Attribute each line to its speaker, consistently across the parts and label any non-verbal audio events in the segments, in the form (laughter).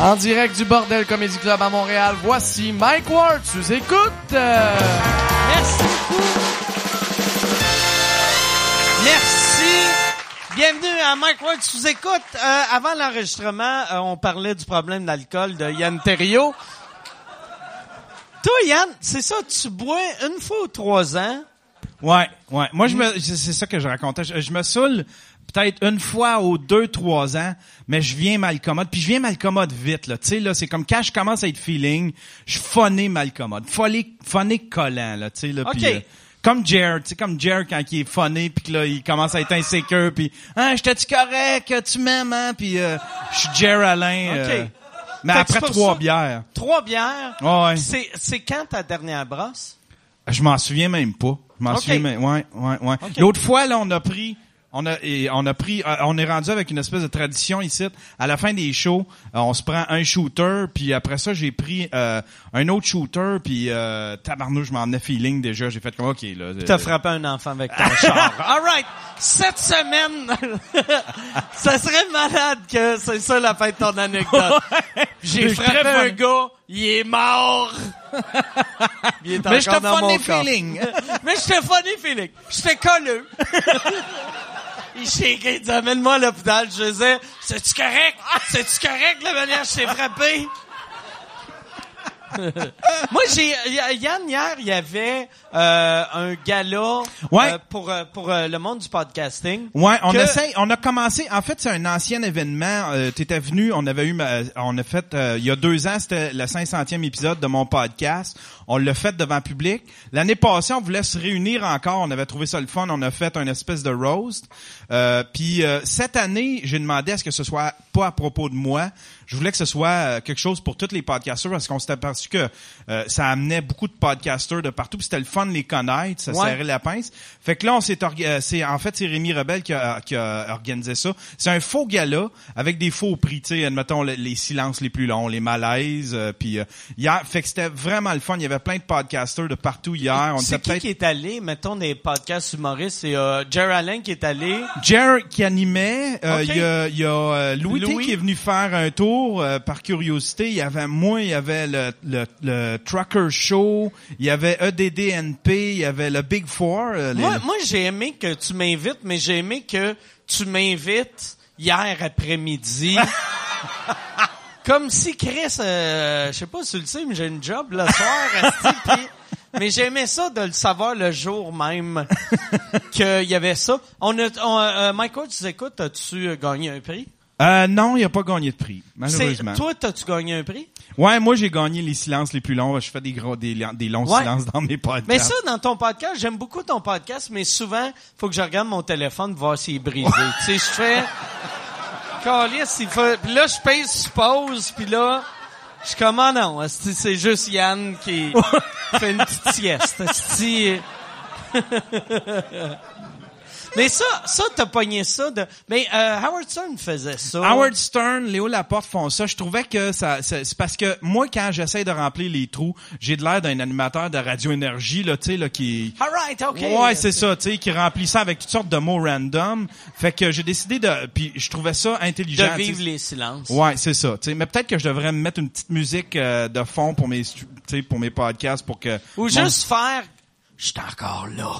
Speaker 1: En direct du Bordel Comedy Club à Montréal, voici Mike Ward. Tu écoutes! euh,
Speaker 2: Merci beaucoup. Merci. Bienvenue à Mike Ward sous écoute. Euh, avant l'enregistrement, euh, on parlait du problème d'alcool de Yann Terriot. Toi, Yann, c'est ça, tu bois une fois ou trois ans.
Speaker 3: Ouais, ouais. Moi,
Speaker 2: Mm.
Speaker 3: je me, c'est c'est ça que je racontais. Je, je me saoule peut-être une fois ou deux, trois ans, mais je viens malcommode. Puis je viens malcommode vite, là. Tu sais, là, c'est comme quand je commence à être feeling, je phoné malcommode. Phoné, phoné collant, là. Tu sais, là. puis,
Speaker 2: OK.
Speaker 3: euh, comme Jared, tu sais, comme Jared quand il est phoné, puis que là, il commence à être insécure, puis « Ah, j'étais-tu correct? Tu m'aimes, hein? » Puis euh, je suis Jared Alain.
Speaker 2: OK.
Speaker 3: euh, mais
Speaker 2: Fait que
Speaker 3: après
Speaker 2: c'est pour
Speaker 3: trois
Speaker 2: ça-
Speaker 3: bières,
Speaker 2: Trois bières.
Speaker 3: Ouais.
Speaker 2: C'est, c'est quand ta dernière brosse?
Speaker 3: Je m'en souviens même pas. Je m'en
Speaker 2: Ok.
Speaker 3: souviens même. Ouais, ouais, ouais. L'autre fois, là, on a pris, on a, et on a pris, euh, on est rendu avec une espèce de tradition ici. À la fin des shows, euh, on se prend un shooter, puis après ça, j'ai pris euh, un autre shooter, puis euh, tabarnouche, je m'en ai feeling déjà. J'ai fait comme ok là. euh,
Speaker 2: T'as frappé un enfant avec ton
Speaker 3: (laughs)
Speaker 2: char. All right. Cette semaine, (laughs) ça serait malade que c'est ça la fin de ton
Speaker 3: (laughs)
Speaker 2: anecdote. J'ai
Speaker 3: Je suis
Speaker 2: frappé
Speaker 3: très
Speaker 2: un
Speaker 3: funny.
Speaker 2: gars, il est
Speaker 3: (laughs)
Speaker 2: mort. Il est
Speaker 3: Mais je
Speaker 2: encore
Speaker 3: te
Speaker 2: dans
Speaker 3: fais
Speaker 2: mon
Speaker 3: des
Speaker 2: corps.
Speaker 3: feeling.
Speaker 2: (laughs) Mais j'étais funny, Félix. J'étais colleux. Il shakeait, il disait, amène-moi à l'hôpital. Je disais, c'est-tu correct? C'est-tu correct, la manière que je t'ai frappé? Moi, j'ai, y- Yann, hier, il y avait, euh, un gala,
Speaker 3: Ouais.
Speaker 2: euh, pour, euh, pour euh, le monde du podcasting.
Speaker 3: Ouais, on
Speaker 2: Que-
Speaker 3: essaye. On a commencé. En fait, c'est un ancien événement. Euh, T'étais venu. On avait eu. ma- On a fait. euh, il y a deux ans, c'était le 500e épisode de mon podcast. On l'a fait devant public. L'année passée, on voulait se réunir encore. On avait trouvé ça le fun. On a fait un espèce de roast. Euh, Puis euh, cette année, j'ai demandé à ce que ce soit pas à propos de moi. Je voulais que ce soit euh, quelque chose pour tous les podcasteurs parce qu'on s'était aperçu que euh, ça amenait beaucoup de podcasteurs de partout. Puis c'était le fun de les connaître. Ça
Speaker 2: Ouais.
Speaker 3: serrait la pince. Fait que là, on s'est orga- euh, c'est en fait c'est Rémi Rebelle qui a, qui a organisé ça. C'est un faux gala avec des faux prix, tu sais, admettons le- les silences les plus longs, les malaises, euh, puis euh, hier, fait que c'était vraiment le fun. Il y avait plein de podcasters de partout hier. On
Speaker 2: c'est
Speaker 3: était
Speaker 2: qui
Speaker 3: peut-être
Speaker 2: qui est allé? Mettons des podcasts humoristes. C'est, euh, Jerry Allen qui est allé.
Speaker 3: Jer qui animait, euh,
Speaker 2: Ok.
Speaker 3: il y a, il y a, euh, Louis, T
Speaker 2: Louis.
Speaker 3: qui est venu faire un tour euh, par curiosité. Il y avait moi, il y avait le, le, le Trucker Show, il y avait E EDDNP, il y avait le Big Four. euh, les-
Speaker 2: Moi, moi j'ai aimé que tu m'invites, mais j'ai aimé que tu m'invites hier après-midi. Comme si Chris, euh, je sais pas si tu le sais, mais j'ai une job le soir. esti, puis- mais j'aimais ça de le savoir le jour même qu'il y avait ça. On a, on, euh, Michael, tu écoutes, as-tu gagné un prix?
Speaker 3: Euh, non, il a pas gagné de prix,
Speaker 2: C'est-
Speaker 3: malheureusement.
Speaker 2: Toi, as-tu gagné un prix?
Speaker 3: Ouais, moi j'ai gagné les silences les plus longs. Je fais des gros, des, li- des longs
Speaker 2: Ouais.
Speaker 3: silences dans mes podcasts.
Speaker 2: Mais ça, dans ton podcast, j'aime beaucoup ton podcast, mais souvent, faut que je regarde mon téléphone pour voir s'il est brisé. tu sais, je fais... Calisse, il faut... Puis là, je pèse sur pause, puis là, je commande non. esti, C'est juste Yann qui fait une petite sieste.
Speaker 3: (laughs)
Speaker 2: esti. mais ça, ça, t'as pogné ça de... Mais euh, Howard Stern faisait ça.
Speaker 3: Howard Stern, Léo Laporte font ça. Je trouvais que ça, ça- c'est parce que moi quand j'essaie de remplir les trous, j'ai de l'air d'un animateur de radio énergie là, tu sais là qui.
Speaker 2: All right, OK.
Speaker 3: Ouais, c'est ça, tu sais, qui remplit ça avec toutes sortes de mots random. Fait que j'ai décidé de, puis je trouvais ça
Speaker 2: De
Speaker 3: intelligent. tu sais.
Speaker 2: vivre les silences.
Speaker 3: Ouais, c'est ça. tu sais. Mais peut-être que je devrais me mettre une petite musique euh, de fond pour mes, stu- tu sais, pour mes podcasts, pour que.
Speaker 2: Ou
Speaker 3: mon-
Speaker 2: juste faire « Je suis encore là.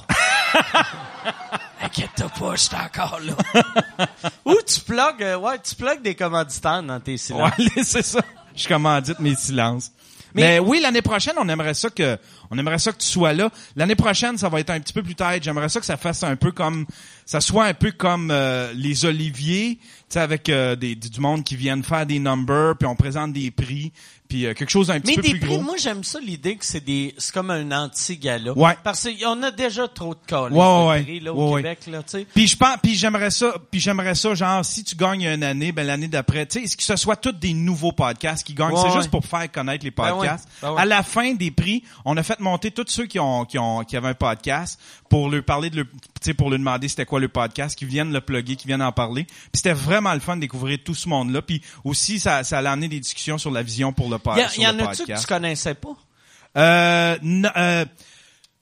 Speaker 2: (laughs) Inquiète-toi pas, je suis encore là. »
Speaker 3: (laughs)
Speaker 2: Ou tu plugues, euh, ouais, tu plugues des commanditaires dans tes silences.
Speaker 3: Ouais, (laughs) c'est ça. Je commandite mes silences.
Speaker 2: Mais-
Speaker 3: Mais, oui, l'année prochaine, on aimerait ça que on aimerait ça que tu sois là. L'année prochaine, ça va être un petit peu plus tard. J'aimerais ça que ça fasse un peu comme ça soit un peu comme euh, les Oliviers, tu sais avec euh, des, du du monde qui viennent faire des numbers, puis on présente des prix, puis euh, quelque chose d'un petit
Speaker 2: Mais
Speaker 3: peu
Speaker 2: des
Speaker 3: plus
Speaker 2: prix,
Speaker 3: gros.
Speaker 2: moi j'aime ça l'idée que c'est des, c'est comme un anti-gala.
Speaker 3: Ouais.
Speaker 2: Parce qu'on a déjà trop de colis
Speaker 3: Ouais, ouais, ouais.
Speaker 2: prix, là, au
Speaker 3: Ouais, ouais.
Speaker 2: Québec, là, tu sais.
Speaker 3: Puis je pense, puis j'aimerais ça, puis j'aimerais ça, genre si tu gagnes une année, ben l'année d'après, tu sais, ce que ce soit tous des nouveaux podcasts qui gagnent,
Speaker 2: Ouais,
Speaker 3: c'est
Speaker 2: ouais.
Speaker 3: juste pour faire connaître les podcasts.
Speaker 2: Ben ouais, ben ouais.
Speaker 3: À la fin des prix, on a fait monter tous ceux qui ont qui ont qui avaient un podcast pour leur parler de leur, tu sais, pour leur demander c'était quoi le podcast, qui viennent le plugger, qui viennent en parler. Puis c'était vraiment le fun de découvrir tout ce monde là. Puis aussi ça ça a amené des discussions sur la vision pour le, pod-
Speaker 2: Il y, a-
Speaker 3: sur
Speaker 2: y
Speaker 3: le
Speaker 2: en a-tu
Speaker 3: podcast.
Speaker 2: que tu connaissais pas?
Speaker 3: Euh, n- euh,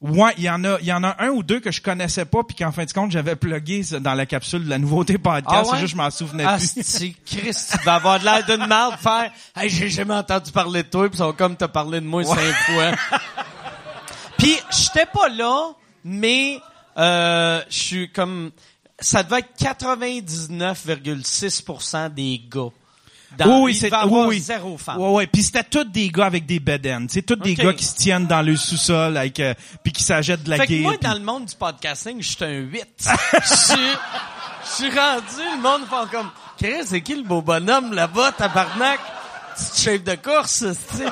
Speaker 3: Ouais, il y en a, il y en a un ou deux que je connaissais pas puis qu'en fin de compte j'avais plugué ça, dans la capsule de la nouveauté (laughs) podcast.
Speaker 2: Ah ouais?
Speaker 3: c'est juste que je m'en souvenais plus.
Speaker 2: Asti, Christ, tu vas avoir de l'air d'une merde faire « Hey, j'ai jamais entendu parler de toi, pis sont comme t'as parlé de moi cinq fois. » Puis, j'étais pas là, mais euh, je suis comme... Ça devait être 99,6% des gars. Dans,
Speaker 3: oui,
Speaker 2: il
Speaker 3: c'est
Speaker 2: devait avoir
Speaker 3: oui, oui.
Speaker 2: zéro femme.
Speaker 3: Ouais, ouais. Puis c'était tous des gars avec des bedaines. C'est tous des
Speaker 2: Ok.
Speaker 3: gars qui se tiennent dans le sous-sol avec euh, puis qui s'achètent de la
Speaker 2: Fait que
Speaker 3: guille.
Speaker 2: moi,
Speaker 3: puis-
Speaker 2: dans le monde du podcasting, je suis un 8. Je suis- je suis rendu, le monde fait comme « Chris, c'est qui le beau bonhomme là-bas, tabarnak? Petite chef de course, tu sais. »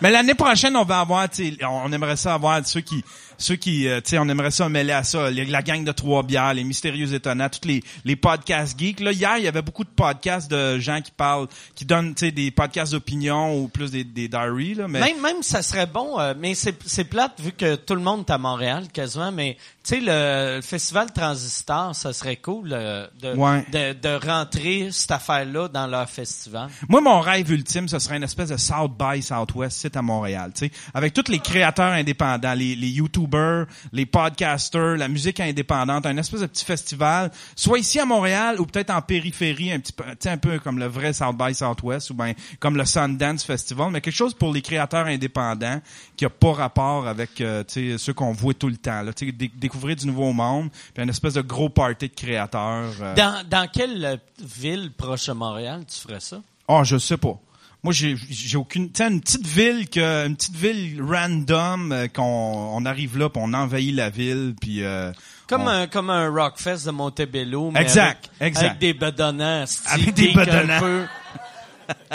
Speaker 3: Mais l'année prochaine, on va avoir, tu sais, on aimerait ça avoir ceux qui, ceux qui, euh, tu sais, on aimerait ça mêler à ça, les- la gang de trois bières, les mystérieux étonnants, tous les, les podcasts geeks. Là, hier, il y avait beaucoup de podcasts de gens qui parlent, qui donnent, tu sais, des podcasts d'opinion ou plus des, des diaries, là, mais.
Speaker 2: Même, même, ça serait bon, euh, mais c'est c'est plate vu que tout le monde est à Montréal quasiment, mais tu sais, le, le festival Transistor, ça serait cool euh, de,
Speaker 3: Ouais.
Speaker 2: de, de rentrer cette affaire-là dans leur festival.
Speaker 3: Moi, mon rêve ultime, ce serait une espèce de South by Southwest, c'est à Montréal, tu sais, avec tous les créateurs indépendants, les, les YouTubers, les podcasters, la musique indépendante, un espèce de petit festival, soit ici à Montréal ou peut-être en périphérie, un petit peu, tu sais, un peu comme le vrai South by Southwest ou ben comme le Sundance Festival, mais quelque chose pour les créateurs indépendants qui a pas rapport avec, euh, tu sais, ceux qu'on voit tout le temps, là, tu sais, dé- découvrir du nouveau monde, puis un espèce de gros party de créateurs. euh,
Speaker 2: Dans, dans quelle euh, ville proche de Montréal tu ferais ça?
Speaker 3: Oh, je sais pas. Moi, j'ai j'ai aucune. Tu sais, une petite ville que, une petite ville random euh, qu'on on arrive là, puis on envahit la ville, puis. euh,
Speaker 2: Comme
Speaker 3: on-
Speaker 2: un comme un Rockfest de Montebello, mais
Speaker 3: Exact,
Speaker 2: avec,
Speaker 3: exact.
Speaker 2: avec des bedonnants, sti,
Speaker 3: Avec des
Speaker 2: geek un
Speaker 3: bedonnants.
Speaker 2: peu.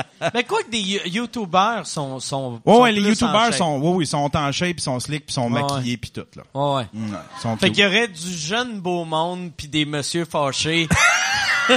Speaker 3: (laughs)
Speaker 2: mais quoi que des you- youtubeurs sont sont
Speaker 3: Ouais,
Speaker 2: sont
Speaker 3: ouais, les
Speaker 2: plus en
Speaker 3: youtubeurs
Speaker 2: shape.
Speaker 3: sont, ouais, oui, ils sont en shape, ils sont slick, puis ils sont
Speaker 2: Ouais,
Speaker 3: maquillés, puis tout là.
Speaker 2: Ouais, ouais.
Speaker 3: Mm, ouais, ils sont
Speaker 2: Fait
Speaker 3: cute.
Speaker 2: qu'il y aurait du jeune beau monde puis des messieurs fâchés (laughs)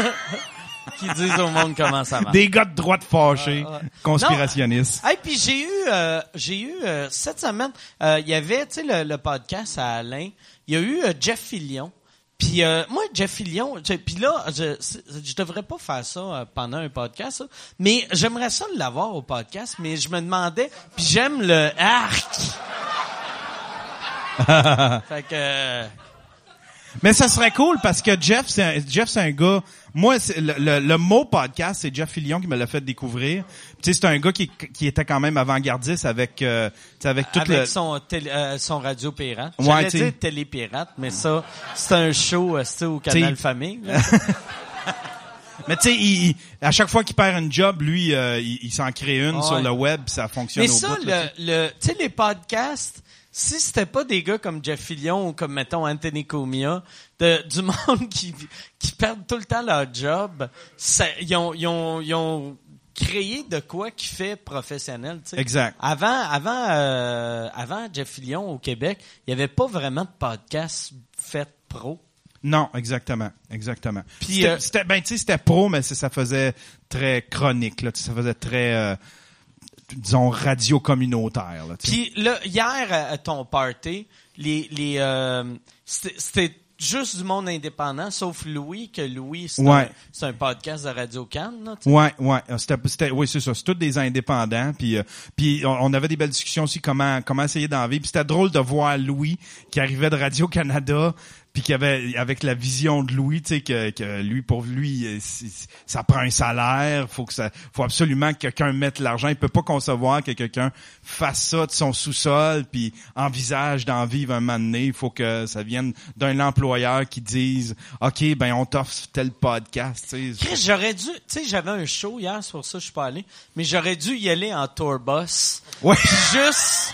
Speaker 2: qui disent au monde comment ça marche.
Speaker 3: Des gars de droite fâchés,
Speaker 2: Ah, ah.
Speaker 3: conspirationnistes.
Speaker 2: Hey, puis j'ai eu, euh, j'ai eu euh, cette semaine, euh, il y avait, tu sais, le, le podcast à Alain. Il y a eu euh, Jeff Fillion. Puis euh, moi, Jeff Fillion, tu sais, puis là, je, c'est- je devrais pas faire ça euh, pendant un podcast, ça. mais j'aimerais ça l'avoir au podcast. Mais je me demandais, puis j'aime le arc. fait que. euh,
Speaker 3: Mais ça serait cool parce que Jeff, c'est un, Jeff, c'est un gars. Moi, c'est le, le- le mot podcast, c'est Jeff Fillion qui me l'a fait découvrir. Puis, Tu sais, c'est un gars qui, qui était quand même avant-gardiste avec, euh, tu sais, avec toute
Speaker 2: avec
Speaker 3: le.
Speaker 2: son, télé- euh, son radio pirate.
Speaker 3: Ouais,
Speaker 2: J'allais
Speaker 3: t'sais.
Speaker 2: dire télé pirate, mais ça, c'est un show euh, c'est au Canal Famille.
Speaker 3: (laughs)
Speaker 2: là.
Speaker 3: Mais tu sais, il- il- à chaque fois qu'il perd une job, lui, euh, il, il s'en crée une
Speaker 2: Ouais.
Speaker 3: sur le web, puis ça fonctionne
Speaker 2: mais
Speaker 3: au
Speaker 2: ça,
Speaker 3: bout. là,
Speaker 2: le, le- tu sais, les podcasts, si c'était pas des gars comme Jeff Fillion ou comme, mettons, Anthony Comia, de, du (laughs) monde qui, qui perdent tout le temps leur job, ça- ils, ont, ils, ont, ils ont créé de quoi qui fait professionnel. tu sais.
Speaker 3: Exact.
Speaker 2: Avant, avant, euh, avant Jeff Fillion au Québec, il y avait pas vraiment de podcast fait pro.
Speaker 3: Non, exactement, exactement.
Speaker 2: Puis,
Speaker 3: Puis,
Speaker 2: euh,
Speaker 3: c'était, ben tu sais, c'était pro, mais c'est- ça faisait très chronique, là. tu sais, Ça faisait très, euh, disons, radio communautaire. Là, tu sais.
Speaker 2: Puis là, hier à à ton party, les les euh, c'était c'était juste du monde indépendant, sauf Louis, que Louis, c'est un,
Speaker 3: Ouais.
Speaker 2: c'est un podcast de Radio Cannes. là, tu sais.
Speaker 3: Ouais, ouais, euh, c'était, c'était- oui, c'est ça, c'est tous des indépendants, puis euh, puis on, on avait des belles discussions aussi comment comment essayer d'en vivre, puis c'était drôle de voir Louis qui arrivait de Radio Canada, puis qui avait avec la vision de Louis, tu sais que, que lui pour lui euh, c'est- c'est- ça prend un salaire, faut que ça faut absolument que quelqu'un mette l'argent, il peut pas concevoir que quelqu'un fasse ça de son sous-sol puis envisage d'en vivre un moment donné, il faut que ça vienne d'un employeur qui dise OK, ben on t'offre tel podcast,
Speaker 2: (laughs)
Speaker 3: tu sais.
Speaker 2: Chris, j'aurais dû, tu sais, j'avais un show hier, c'est pour ça que je suis pas allé, mais j'aurais dû y aller en tour bus.
Speaker 3: Ouais.
Speaker 2: Puis juste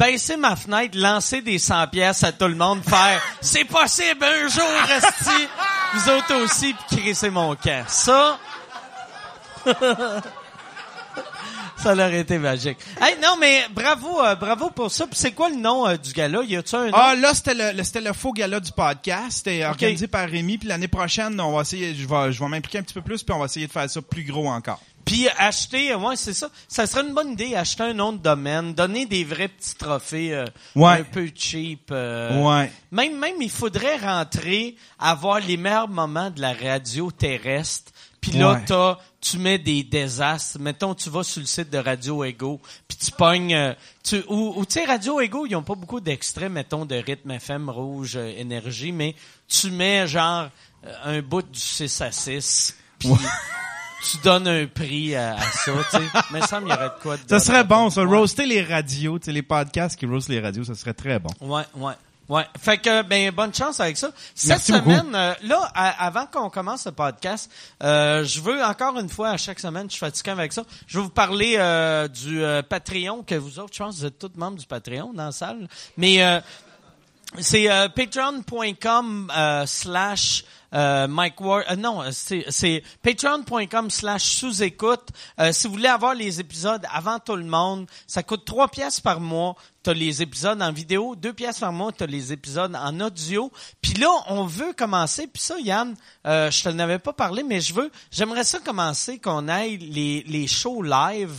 Speaker 2: baisser ma fenêtre, lancer des 100 pièces à tout le monde, faire « C'est possible, un jour, resti, vous autres aussi, puis crisser mon camp. » Ça... (laughs) Ça aurait été magique. Hey, non, mais bravo, euh, bravo pour ça. Puis c'est quoi le nom euh, du gars-là? Y a-tu un nom?
Speaker 3: Ah, là, c'était le, le- c'était le faux gala du podcast. C'était organisé par Rémi. Puis l'année prochaine, on va essayer, je vais, je vais m'impliquer un petit peu plus, puis on va essayer de faire ça plus gros encore.
Speaker 2: Puis acheter, euh, ouais, c'est ça. Ça serait une bonne idée, acheter un nom de domaine, donner des vrais petits trophées euh,
Speaker 3: Ouais.
Speaker 2: un peu cheap. euh,
Speaker 3: Ouais.
Speaker 2: Même, même, il faudrait rentrer, avoir les meilleurs moments de la radio terrestre, Puis là,
Speaker 3: Ouais.
Speaker 2: t'as- tu mets des désastres. Mettons, tu vas sur le site de Radio Ego, puis tu pognes... euh, tu, ou, ou, tu sais, Radio Ego, ils ont pas beaucoup d'extraits, mettons, de Rythme FM, Rouge, euh, Énergie, mais tu mets, genre, euh, un bout du 6 à 6, puis tu donnes un prix à, à ça, tu sais. Mais ça, il y aurait de quoi de
Speaker 3: Ça serait bon, ça.
Speaker 2: Ouais.
Speaker 3: Roaster les radios, tu sais, les podcasts qui roastent les radios, ça serait très bon.
Speaker 2: Ouais, ouais. Ouais. Fait que, ben, bonne chance avec ça. Cette
Speaker 3: Merci beaucoup.
Speaker 2: semaine, euh, là, à- avant qu'on commence ce podcast, euh, je veux encore une fois, à chaque semaine, je suis fatiguant avec ça, je veux vous parler euh, du euh, Patreon, que vous autres, je pense, que vous êtes tous membres du Patreon dans la salle. Mais euh, c'est euh, patreon.com euh, slash euh, Mike Ward. euh, non, euh, c'est c'est patreon.com slash sous-écoute. Euh, si vous voulez avoir les épisodes avant tout le monde, ça coûte 3 pièces par mois. T'as les épisodes en vidéo, 2 pièces par mois, t'as les épisodes en audio. Puis là, on veut commencer. Puis ça, Yann, euh, je te n'avais pas parlé, mais je veux, j'aimerais ça commencer qu'on aille les, les shows live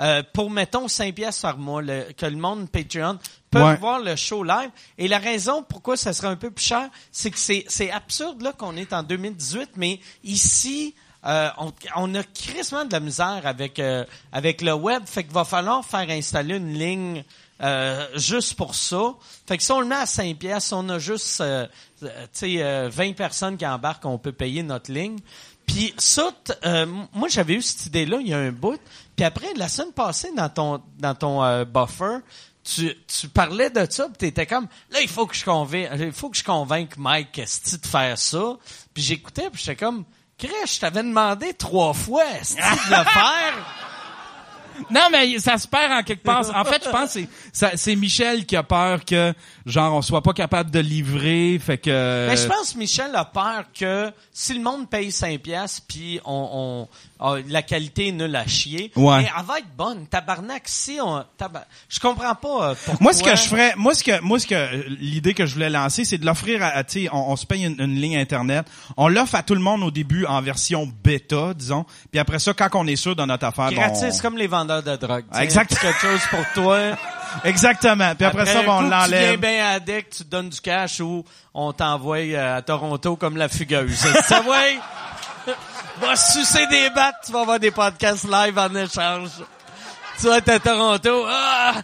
Speaker 2: euh, pour, mettons, 5 pièces par mois, le- que le monde Patreon peut
Speaker 3: Ouais.
Speaker 2: voir le show live. Et la raison pourquoi ça serait un peu plus cher, c'est que c'est, c'est absurde là qu'on est en 2018, mais ici, euh, on, on a crissement de la misère avec euh, avec le web, fait qu'il va falloir faire installer une ligne euh, juste pour ça. Fait que si on le met à 5 pièces, on a juste euh, euh, tu sais, euh, 20 personnes qui embarquent, on peut payer notre ligne. Puis ça, t- euh, moi j'avais eu cette idée-là il y a un bout. Puis après, la semaine passée, dans ton dans ton euh, buffer, tu, tu parlais de ça, tu t'étais comme là il faut que je convainque, il faut que je convainque Mike esti, de faire ça. Puis j'écoutais, puis j'étais comme Crèche, je t'avais demandé trois fois esti, de
Speaker 3: (laughs)
Speaker 2: le
Speaker 3: Euh.
Speaker 2: faire.
Speaker 4: Non, mais ça se perd en quelque part. En fait, je pense que c'est- ça- c'est Michel qui a peur que, genre, on soit pas capable de livrer, fait que...
Speaker 2: Mais Ben, je pense que Michel a peur que si le monde paye 5 pièces puis on, on- ah, la qualité est nulle à chier,
Speaker 3: Ouais.
Speaker 2: mais elle va être bonne. Tabarnak, si on taba- je comprends pas euh, pourquoi.
Speaker 3: Moi, ce que je ferais, moi, ce que, moi, ce que, euh, l'idée que je voulais lancer, c'est de l'offrir à, à, tu sais, on, on se paye une, une ligne Internet. On l'offre à tout le monde au début en version bêta, disons. Puis après ça, quand on est sûr de notre affaire, bon,
Speaker 2: Gratis,
Speaker 3: on-
Speaker 2: comme les vendeurs de drogue. tu sais.
Speaker 3: Ah, Exact.
Speaker 2: Quelque chose pour
Speaker 3: (laughs)
Speaker 2: toi.
Speaker 3: Exactement. Puis après, ça,
Speaker 2: un
Speaker 3: bon, on
Speaker 2: coup que Tu
Speaker 3: l'enlève.
Speaker 2: viens bien à deck, tu te donnes du cash ou on t'envoie euh, à Toronto comme la fugueuse. ça ouais. (laughs) Va sucer des battes, tu vas avoir des podcasts live en échange. Tu vas être à Toronto. Ah!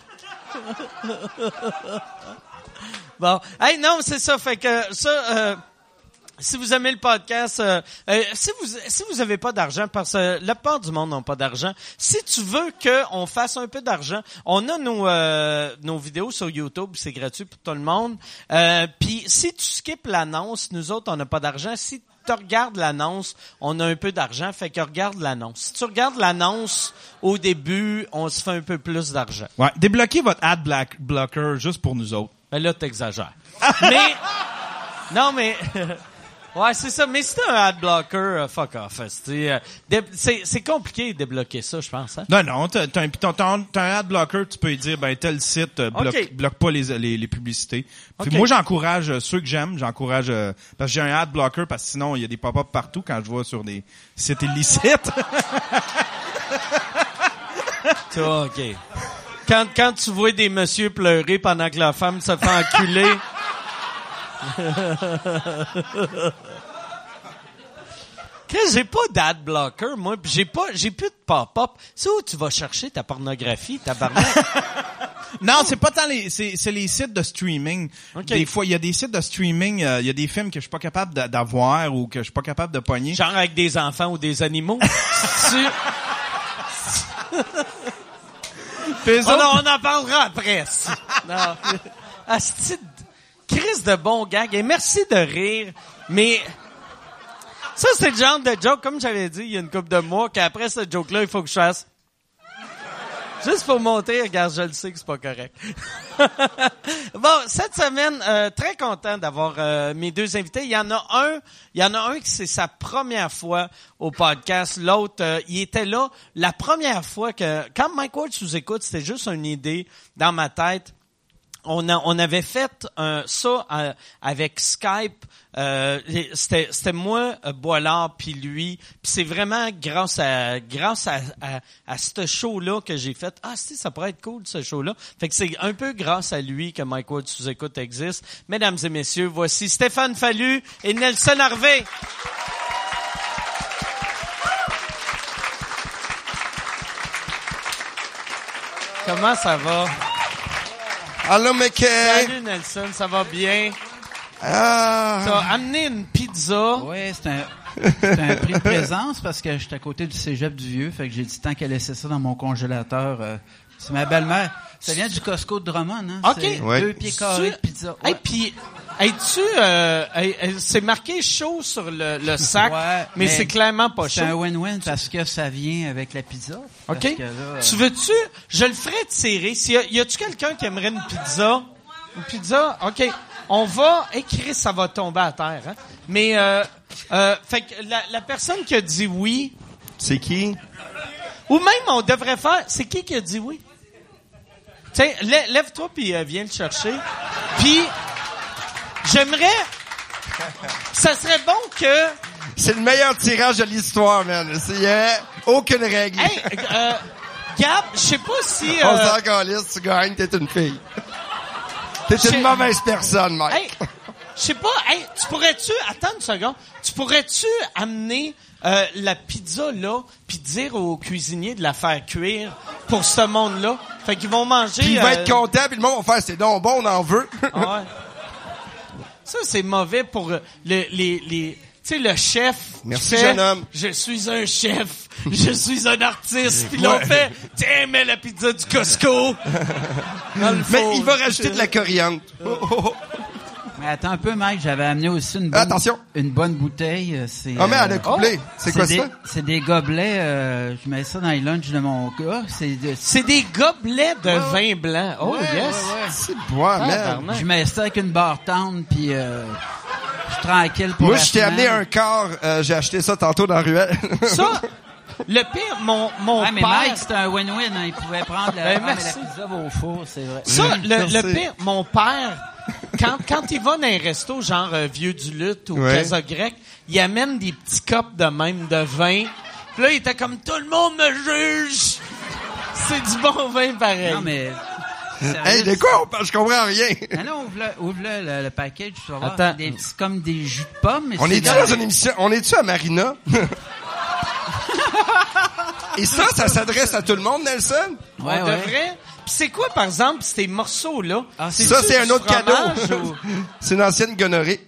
Speaker 2: (laughs) bon, hey non, c'est ça. Fait que ça. euh, si vous aimez le podcast, euh, euh, si vous si vous avez pas d'argent, parce que la plupart du monde n'ont pas d'argent, si tu veux qu'on fasse un peu d'argent, on a nos euh, nos vidéos sur YouTube, c'est gratuit pour tout le monde. Euh, Puis si tu skippes l'annonce, nous autres on n'a pas d'argent. Si tu regardes l'annonce, on a un peu d'argent, fait que regarde l'annonce. Si tu regardes l'annonce au début, on se fait un peu plus d'argent.
Speaker 3: Ouais. Débloquez votre ad black- blocker juste pour nous autres.
Speaker 2: Mais Ben là, t'exagères. mais, non, mais, (laughs) ouais, c'est ça. Mais si t'as un adblocker, euh, fuck off. euh, c'est, euh, dé- C'est c'est compliqué de débloquer ça, je pense. hein.
Speaker 3: Non, non, t'as, t'as un, puis t'as- t'as un- t'as un ad blocker, tu peux lui dire, ben, tel site, euh, bloque,
Speaker 2: Ok.
Speaker 3: bloque pas les, les, les publicités. Puis
Speaker 2: Ok.
Speaker 3: moi, j'encourage euh, ceux que j'aime, j'encourage, euh, parce que j'ai un ad blocker, parce que sinon, il y a des pop-up partout quand je vois sur des sites illicites.
Speaker 2: Tu vois, OK. Quand, quand tu vois des messieurs pleurer pendant que la femme se fait enculer. Chris, j'ai pas d'ad blocker, moi, pis j'ai pas, j'ai plus de pop-up. C'est où tu vas chercher ta pornographie, ta
Speaker 3: Non, c'est pas tant les c'est c'est les sites de streaming.
Speaker 2: Ok.
Speaker 3: Des fois, il y a des sites de streaming, euh, il y a des films que je suis pas capable d'a- d'avoir ou que je suis pas capable de pogner.
Speaker 2: Genre avec des enfants ou des animaux. (laughs) Tu-
Speaker 3: Puis eux
Speaker 2: Oh
Speaker 3: autres-
Speaker 2: non, on en parlera après. si. Non. Asti de- crise de bon gag. Et merci de rire, mais ça, c'est le genre de joke, comme j'avais dit il y a une couple de mois, qu'après ce joke-là, il faut que je fasse. Juste pour monter, regarde, je le sais que c'est pas correct. (laughs) bon, cette semaine, euh, très content d'avoir euh, mes deux invités. Il y en a un, il y en a un qui c'est sa première fois au podcast. L'autre, euh, il était là la première fois que quand Mike Ward sous écoute, c'était juste une idée dans ma tête on, a- on avait fait un, ça euh, avec Skype. euh, les- c'était, c'était moi, euh, Boilard, puis lui. Puis c'est vraiment grâce à grâce à, à, à ce show-là que j'ai fait. Ah, si, ça pourrait être cool, ce show-là. Fait que c'est un peu grâce à lui que Mike Ward sous-écoute existe. Mesdames et messieurs, voici Stéphane Fallu et Nelson Harvey. comment ça va?
Speaker 5: Allô, McKay.
Speaker 2: Salut Nelson, ça va bien?
Speaker 5: Ah.
Speaker 2: T'as amené une pizza.
Speaker 6: Oui, c'est un, c'est un prix de présence parce que j'étais à côté du cégep du vieux, fait que j'ai dit tant qu'elle laissait ça dans mon congélateur. euh, c'est ma belle-mère. Ça vient du Costco de Drummond, hein?
Speaker 2: Ok.
Speaker 6: C'est
Speaker 5: Ouais.
Speaker 6: Deux pieds carrés de pizza.
Speaker 2: Et
Speaker 6: Ouais.
Speaker 2: puis, es-tu... euh, hey, hey, c'est marqué chaud sur le, le sac,
Speaker 6: Ouais,
Speaker 2: mais, c'est clairement pas
Speaker 6: C'est un
Speaker 2: chaud.
Speaker 6: win-win parce que ça vient avec la pizza. Parce
Speaker 2: OK?
Speaker 6: que là, euh,
Speaker 2: Tu veux-tu... Je le ferai tirer. Si, y a-tu quelqu'un qui aimerait une pizza? Une pizza? OK. On va... écrire, ça va tomber à terre. Hein? Mais, euh, euh, fait que la, la personne qui a dit oui,
Speaker 5: C'est qui?
Speaker 2: ou même on devrait faire... C'est qui qui a dit oui? Tiens, lè- lève-toi puis euh, viens le chercher. Puis, j'aimerais... Ça serait bon que...
Speaker 5: C'est le meilleur tirage de l'histoire, man. C'est il y a aucune règle.
Speaker 2: Hey, euh, Gab, je sais pas si.
Speaker 5: On
Speaker 2: euh,
Speaker 5: s'en calisse, tu gagnes, t'es une fille. T'es
Speaker 2: J'ai-
Speaker 5: une mauvaise personne, mec.
Speaker 2: hey, je sais pas. Hey, tu pourrais-tu attends une seconde. Tu pourrais-tu amener euh, la pizza là, puis dire au cuisinier de la faire cuire pour ce monde-là. Fait qu'ils vont manger.
Speaker 5: Puis il va
Speaker 2: euh,
Speaker 5: être content, puis le monde va faire c'est donc bon, on en veut.
Speaker 2: ah ouais. Ça c'est mauvais pour euh, le- les les. Tu sais, le chef. qui
Speaker 5: Merci,
Speaker 2: fait,
Speaker 5: jeune homme.
Speaker 2: Je suis un chef. Je suis un artiste. Puis l'on fait, tiens, mais la pizza du Costco. Dans le
Speaker 5: (laughs) Mais
Speaker 2: four.
Speaker 5: il va rajouter de
Speaker 2: (laughs)
Speaker 5: la coriandre. Oh, oh, oh.
Speaker 6: Mais attends un peu, Mike, j'avais amené aussi une bonne,
Speaker 5: Attention.
Speaker 6: une bonne bouteille. euh, C'est,
Speaker 5: Ah, mais
Speaker 6: euh,
Speaker 5: elle a couplé. c'est quoi
Speaker 6: des-
Speaker 5: ça?
Speaker 6: C'est des gobelets. euh, je mets ça dans les lunchs de mon gars. C'est de-
Speaker 2: C'est des gobelets de vin blanc. Oh yes.
Speaker 5: Ah, C'est bois, man.
Speaker 2: Tabarnak.
Speaker 6: je mets ça avec une barre tendre, puis euh, je suis tranquille pour
Speaker 5: Moi,
Speaker 6: la
Speaker 5: je t'ai amené un
Speaker 6: semaine.
Speaker 5: corps, euh, j'ai acheté ça tantôt dans la ruelle. (laughs)
Speaker 2: Ça, le pire, mon mon
Speaker 6: Ah, mais
Speaker 2: père.
Speaker 6: Mike, c'était un win-win. hein, Il pouvait prendre la,
Speaker 2: Ben,
Speaker 6: prendre la
Speaker 2: merci.
Speaker 6: pizza au four, c'est vrai.
Speaker 2: ça, le,
Speaker 5: Merci.
Speaker 2: le pire, mon père. Quand quand il va dans un resto genre euh, vieux du lutte ou
Speaker 5: Ouais.
Speaker 2: Casa Grecque, il amène des petits copes de même de vin. Puis là, il était comme tout le monde me juge. C'est du bon vin pareil.
Speaker 6: Non, mais...
Speaker 5: hey, de quoi on parle? Je comprends rien.
Speaker 6: Ah non, ouvre-le, ouvre-le, le, le package, tu vas voir.
Speaker 2: Attends.
Speaker 6: C'est des petits- comme des jus de pommes. mais
Speaker 5: On
Speaker 6: c'est
Speaker 5: est-tu
Speaker 6: dans-
Speaker 5: dans une émission? On est-tu
Speaker 2: (laughs)
Speaker 5: à Marina? Et ça, ça s'adresse à tout le monde, Nelson?
Speaker 2: On
Speaker 6: Ouais, ouais.
Speaker 2: devrait. Puis c'est quoi par exemple ces morceaux là
Speaker 6: Ah, c'est
Speaker 5: Ça, c'est un autre
Speaker 2: fromage
Speaker 5: cadeau.
Speaker 2: ou-
Speaker 5: C'est une ancienne gonorrhée.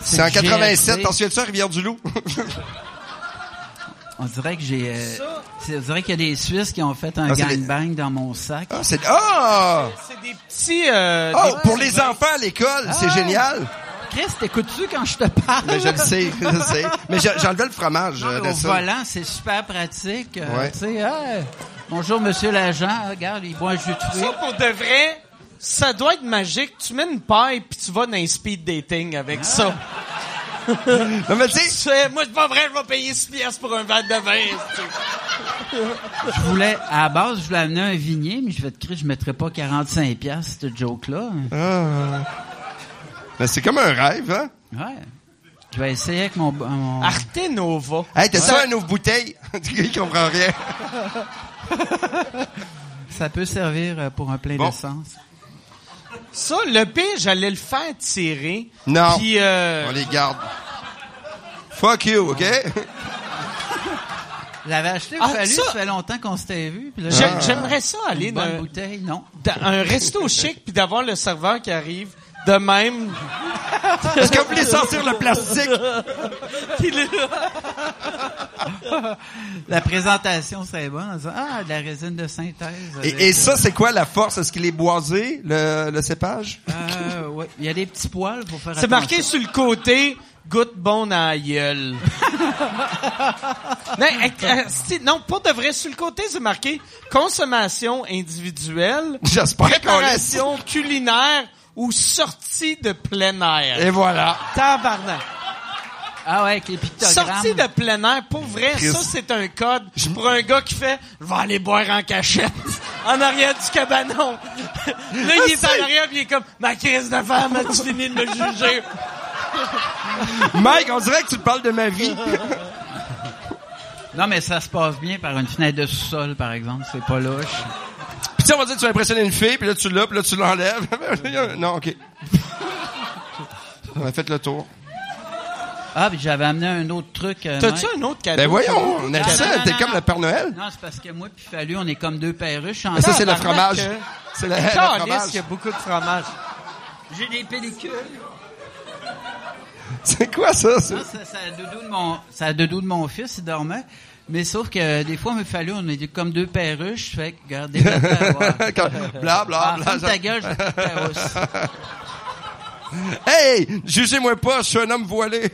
Speaker 5: C'est en
Speaker 6: le
Speaker 5: 87.
Speaker 6: GRC.
Speaker 5: T'en souviens-tu à Rivière-du-Loup? (laughs)
Speaker 6: On dirait que j'ai. euh, c'est- on dirait qu'il y a des Suisses qui ont fait un
Speaker 5: Ah, c'est
Speaker 6: gangbang dans mon sac.
Speaker 5: Ah, c'est... Ah!
Speaker 2: C'est des petits. euh,
Speaker 5: Oh,
Speaker 2: des-
Speaker 5: pour les enfants à l'école, c'est
Speaker 6: Ah.
Speaker 5: génial.
Speaker 6: Chris, t'écoutes-tu quand je te parle?
Speaker 5: Mais Ben, je le sais, je le sais. Mais j'ai- j'enlevais le fromage,
Speaker 6: Non, mais
Speaker 5: euh,
Speaker 6: au
Speaker 5: Nelson.
Speaker 6: volant, c'est super pratique. euh,
Speaker 5: Ouais.
Speaker 6: Tu sais, hey, bonjour, monsieur l'agent. Ah, Regarde, il boit un jus de fruits.
Speaker 2: Ça, pour de vrai, ça doit être magique. Tu mets une paille puis tu vas dans un speed dating
Speaker 6: Ah.
Speaker 2: avec ça.
Speaker 5: Non, mais tu
Speaker 2: Tu
Speaker 5: sais,
Speaker 2: fais, moi, c'est pas vrai, je vais payer 6 piastres pour un verre de vin. c'est-tu.
Speaker 6: Je voulais, à la base, je voulais amener un vignier, mais je vais te crier, je mettrais pas 45 piastres, cette joke-là.
Speaker 5: Hein? mais c'est comme un rêve, hein?
Speaker 6: Ouais. Je vais essayer avec mon, mon-
Speaker 2: Mm. Arte Nova.
Speaker 5: Hey, t'as ça un ouvre bouteille? (laughs) Il comprend rien.
Speaker 6: ça peut servir euh, pour un plein
Speaker 5: Bon.
Speaker 6: d'essence.
Speaker 2: Ça, le pire, j'allais le faire tirer.
Speaker 5: Non.
Speaker 2: Puis, euh,
Speaker 5: On les garde. Fuck you, OK?
Speaker 6: Je l'avais acheté au
Speaker 2: Ah,
Speaker 6: Fallu,
Speaker 2: ça-
Speaker 6: ça fait longtemps qu'on s'était vu. puis là,
Speaker 2: j'ai-
Speaker 5: Ah.
Speaker 6: euh,
Speaker 2: j'aimerais ça aller
Speaker 6: une
Speaker 2: dans
Speaker 6: bonne
Speaker 2: un,
Speaker 6: bouteille, non.
Speaker 2: dans un resto chic puis d'avoir le serveur qui arrive de
Speaker 6: (laughs)
Speaker 2: même.
Speaker 5: Est-ce que vous voulez sortir le plastique?
Speaker 2: Puis là,
Speaker 6: La présentation, c'est bon. en disant, ah, de la résine de synthèse. avec,
Speaker 5: Et, et ça, c'est quoi la force? Est-ce qu'il est boisé, le, le cépage? (laughs)
Speaker 6: euh, ouais. Il y a des petits poils pour faire
Speaker 2: c'est marqué
Speaker 6: attention.
Speaker 2: sur le côté, goutte bon à la
Speaker 6: (laughs)
Speaker 2: gueule. non, euh, euh, si- non, pas de vrai. Sur le côté, c'est marqué consommation individuelle.
Speaker 5: J'espère qu'on laisse.
Speaker 2: préparation culinaire ou sortie de plein air.
Speaker 5: Et voilà.
Speaker 2: Tabarnak.
Speaker 6: Ah ouais, avec les pictogrammes.
Speaker 2: Sortie de plein air, pour vrai,
Speaker 5: Chris.
Speaker 2: ça c'est un code pour un gars qui fait « Je vais aller boire en cachette (laughs) en arrière du cabanon. » Là, il
Speaker 5: Ah,
Speaker 2: est en arrière puis il est comme « Ma crise de femme, as-tu fini de me juger?
Speaker 5: Mike, on dirait que tu parles de ma vie.
Speaker 6: Non, mais ça se passe bien par une fenêtre de sous-sol, par exemple. C'est pas louche.
Speaker 5: Puis tu sais, on va dire que tu vas impressionner une fille, puis là tu l'as, puis là tu (laughs) l'enlèves. non, ok. On a fait le tour. »
Speaker 6: Ah, puis j'avais amené un autre truc. euh,
Speaker 2: T'as-tu
Speaker 6: Mike.
Speaker 2: un autre cadeau? Oh,
Speaker 5: Ben voyons,
Speaker 6: Non,
Speaker 5: Nelson,
Speaker 6: non, non,
Speaker 5: t'es
Speaker 6: non,
Speaker 5: comme
Speaker 6: non.
Speaker 5: le Père Noël.
Speaker 6: Non, c'est parce que moi puis Fallu, on est comme deux perruches. en-
Speaker 5: Ah, ça, c'est le
Speaker 2: Tabarnak,
Speaker 5: fromage.
Speaker 2: euh,
Speaker 5: C'est le, le
Speaker 2: Calisse,
Speaker 5: fromage.
Speaker 2: il y a beaucoup de fromage.
Speaker 6: J'ai des pellicules.
Speaker 5: C'est quoi ça? ça?
Speaker 6: Non, Ah, ça, ça a doudou de mon, ça a doudou de mon fils, il dormait. Mais sauf que euh, des fois, me fallu, on est comme deux perruches, fait que, regarde, des
Speaker 5: (laughs) Quand- bla,
Speaker 6: Ah,
Speaker 5: bla, bla.
Speaker 6: ferme ta gueule, j'ai des perruches.
Speaker 5: Hey, jugez-moi pas, je suis un homme voilé.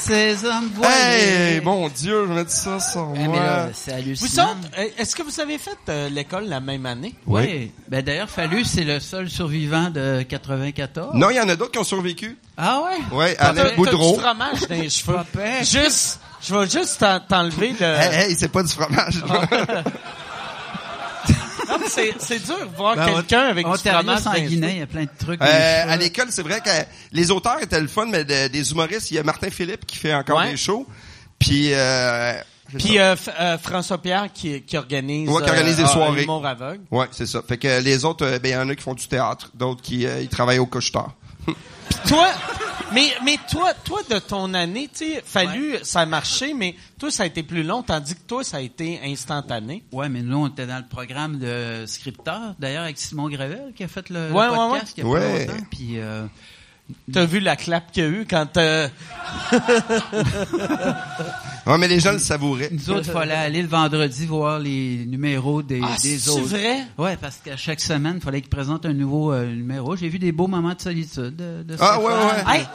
Speaker 6: Ces hommes voilés.
Speaker 5: hey, mon Dieu, je me dis ça sur
Speaker 6: Eh, mais là,
Speaker 5: moi.
Speaker 6: c'est
Speaker 2: Vous
Speaker 6: hallucinant.
Speaker 2: autres, euh, est-ce que vous avez fait euh, l'école la même année?
Speaker 6: Oui. Ben d'ailleurs, Fallu, c'est le seul survivant de 94.
Speaker 5: Non, il y en a d'autres qui ont survécu.
Speaker 6: Ah ouais?
Speaker 5: Oui,
Speaker 2: T'as- t'as
Speaker 5: Alain Boudreau.
Speaker 2: du fromage dans (laughs) les cheveux.
Speaker 6: Pas pire.
Speaker 2: juste, je vais juste t'en- t'enlever
Speaker 6: Euh.
Speaker 2: le...
Speaker 5: Hey, hey, c'est pas du fromage.
Speaker 6: Ah.
Speaker 2: Non, mais c'est, c'est dur de voir
Speaker 6: Ben,
Speaker 2: quelqu'un avec du
Speaker 6: Ontario
Speaker 2: fromage dans les
Speaker 6: sanguinaire,
Speaker 2: cheveux.
Speaker 6: il y a plein de trucs. dans les
Speaker 5: Euh,
Speaker 6: cheveux.
Speaker 5: à l'école, c'est vrai que les auteurs étaient le fun, mais de- des humoristes, il y a Martin Philippe qui fait encore
Speaker 2: Ouais.
Speaker 5: des shows. Puis, euh, c'est
Speaker 2: Puis
Speaker 5: ça.
Speaker 2: euh, F- euh, François Pierre qui, qui organise,
Speaker 5: Ouais, qui organise des
Speaker 2: euh,
Speaker 5: soirées.
Speaker 2: Humour aveugle.
Speaker 5: ouais, c'est ça. Fait que les autres, euh, ben, il y en a qui font du théâtre, d'autres qui euh, ils travaillent au couche-tard.
Speaker 2: Toi, mais mais toi, toi de ton année, tu sais, fallu ça a marché, mais toi ça a été plus long, tandis que toi ça a été instantané.
Speaker 6: Ouais, mais nous, on était dans le programme de scripteur, d'ailleurs, avec Simon Gravel, qui a fait le, le
Speaker 2: Ouais, ouais,
Speaker 6: podcast il y a pas
Speaker 5: Ouais.
Speaker 6: longtemps. Puis, euh,
Speaker 5: Mm.
Speaker 2: T'as vu la clap qu'il y a eu quand euh,
Speaker 5: Ouais, mais les gens le savouraient.
Speaker 6: nous autres, il fallait aller le vendredi voir les numéros des,
Speaker 2: Ah,
Speaker 6: des
Speaker 2: c'est
Speaker 6: autres.
Speaker 2: vrai?
Speaker 5: (laughs)
Speaker 6: Ouais, parce qu'à chaque semaine, il fallait qu'ils présentent un nouveau euh, numéro. J'ai vu des beaux moments de solitude de, de
Speaker 5: Ah,
Speaker 6: cette
Speaker 5: ouais,
Speaker 6: femme.
Speaker 5: ouais.
Speaker 2: hey,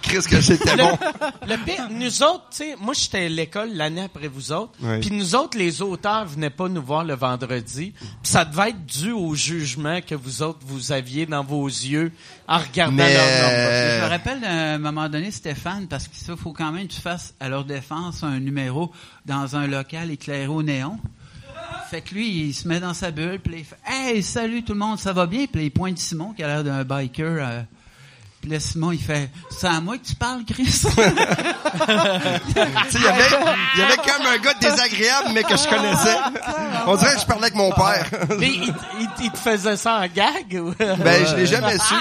Speaker 5: Chris, que c'était
Speaker 2: le, (laughs)
Speaker 5: bon.
Speaker 2: le pire, nous autres, tu sais, moi j'étais à l'école l'année après vous autres,
Speaker 5: Ouais.
Speaker 2: puis nous autres les auteurs venaient pas nous voir le vendredi, puis ça devait être dû au jugement que vous autres vous aviez dans vos yeux en regardant
Speaker 5: Mais-
Speaker 2: leur nombre.
Speaker 5: Euh,
Speaker 6: Je me rappelle à un moment donné, Stéphane, parce que ça, faut quand même que tu fasses à leur défense un numéro dans un local éclairé au néon. Fait que lui, il se met dans sa bulle, puis il fait Hey, salut tout le monde, ça va bien? Puis là, il pointe Simon, qui a l'air d'un biker. euh, puis là, Simon, il fait C'est à moi que tu parles, Chris? (laughs)
Speaker 5: Tu sais, il y avait, il y avait comme un gars désagréable, mais que je connaissais. On dirait que je parlais avec mon père.
Speaker 2: Mais il, il- il te faisait ça en gag ou
Speaker 5: Ben, je l'ai jamais su.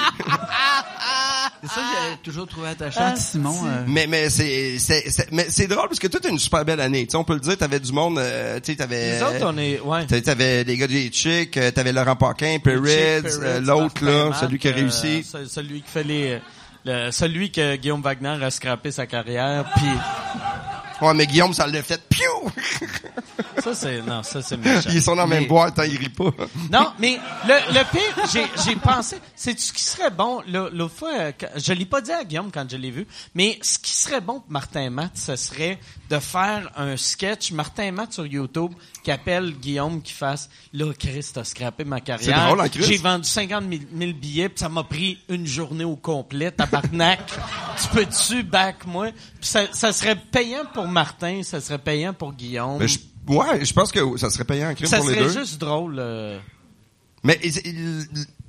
Speaker 6: C'est ça, j'ai toujours trouvé attachant, Simon. euh,
Speaker 5: Mais, mais c'est, c'est, c'est- mais c'est drôle parce que toi, t'as une super belle année. Tu sais, on peut le dire, t'avais du monde, euh, tu sais, t'avais...
Speaker 2: les autres on est ouais.
Speaker 5: T'avais- T'avais les gars des Chicks, euh, t'avais Laurent Paquin,
Speaker 2: Chick,
Speaker 5: Perez,
Speaker 2: Perez,
Speaker 5: euh, l'autre là,
Speaker 2: Martin
Speaker 5: celui qui a
Speaker 2: Matt, euh,
Speaker 5: réussi.
Speaker 2: ce- celui qui fait les le- celui que Guillaume Wagner a scrappé sa carrière puis euh,
Speaker 5: Ouais, mais Guillaume, ça l'a fait. Piou!
Speaker 2: (laughs) ça c'est non, ça c'est méchant.
Speaker 5: Ils sont dans la même
Speaker 2: Mais-
Speaker 5: boîte, hein, ils rient pas.
Speaker 2: Non, mais le, le pire, j'ai, j'ai pensé, c'est ce qui serait bon, le- l'autre fois, euh, quand- je l'ai pas dit à Guillaume quand je l'ai vu, mais ce qui serait bon pour Martin et Matt, ce serait de faire un sketch Martin et Matt sur YouTube qui appelle Guillaume qui fasse « Là, Chris, t'as scrappé ma carrière.
Speaker 5: C'est drôle, hein, Chris?
Speaker 2: J'ai vendu 50 000, billets, puis ça m'a pris une journée au complet,
Speaker 5: (laughs)
Speaker 2: tabarnak. tu peux-tu back moi? » Puis ça, ça serait payant pour Martin, ça serait payant pour Guillaume.
Speaker 5: Mais Ben, je- ouais, je pense que ça serait payant en crime
Speaker 2: ça
Speaker 5: pour les
Speaker 2: serait
Speaker 5: deux.
Speaker 2: juste drôle. euh.
Speaker 5: Mais il- il-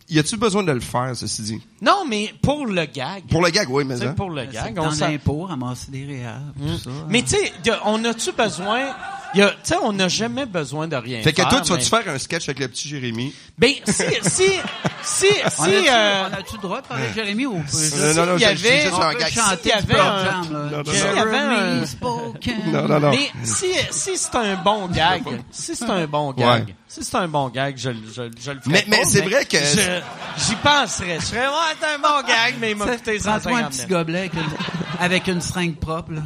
Speaker 5: y a-tu besoin de le faire, ceci dit?
Speaker 2: Non, mais pour le gag.
Speaker 5: Pour le gag, oui, mais
Speaker 2: Tu sais,
Speaker 5: hein.
Speaker 2: pour le
Speaker 6: c'est
Speaker 2: gag.
Speaker 6: dans
Speaker 2: on s'en-
Speaker 6: l'impôt, ramasser des réels,
Speaker 5: Mm.
Speaker 6: tout ça.
Speaker 2: Mais tu sais, y a- on a-tu besoin... y a- Tu sais, on n'a jamais besoin de rien
Speaker 5: Fait que
Speaker 2: faire.
Speaker 5: toi, tu vas-tu
Speaker 2: mais-
Speaker 5: faire un sketch avec le petit Jérémy?
Speaker 2: Ben, si, si, si,
Speaker 6: On
Speaker 2: si,
Speaker 6: a-tu
Speaker 2: euh,
Speaker 6: on a-tu le droit de parler de Jérémy ou
Speaker 5: Euh, non, non,
Speaker 2: s'il y
Speaker 5: je- je dis
Speaker 2: avait-
Speaker 5: juste
Speaker 2: on
Speaker 5: un
Speaker 2: peut
Speaker 5: gag.
Speaker 2: chanter.
Speaker 6: Chanter
Speaker 2: avait
Speaker 6: du Pearl
Speaker 2: un-
Speaker 6: Jam, là.
Speaker 5: Non, non, non.
Speaker 6: Jeremy
Speaker 2: S'il y avait un-
Speaker 6: Spoken.
Speaker 5: Non, non, non.
Speaker 2: mais si, si c'est un bon gag, si c'est un bon gag,
Speaker 5: Ouais.
Speaker 2: si c'est un bon gag, je, le- je, le- je le ferais
Speaker 5: Mais-
Speaker 2: pas,
Speaker 5: mais c'est vrai que-
Speaker 2: je- J'y penserais. Je ferais, ouais, c'est un bon gag, mais il m'a coûté
Speaker 6: Prends-toi un
Speaker 2: 150
Speaker 6: petit
Speaker 2: 000.
Speaker 6: gobelet avec une, avec une seringue propre. là.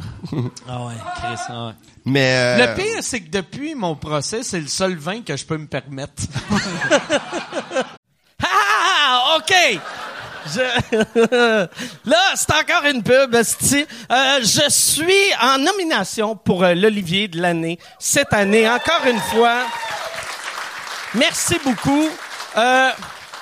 Speaker 2: Ah ouais, Chris, ah ouais.
Speaker 5: Mais, euh,
Speaker 2: Le pire, c'est que depuis mon procès, c'est le seul vin que je peux me permettre. (laughs) ah, OK!
Speaker 7: Je- (laughs) Là, c'est encore une pub, esti. Euh, je suis en nomination pour euh, l'Olivier de l'année cette année, encore une fois. Merci beaucoup. Euh,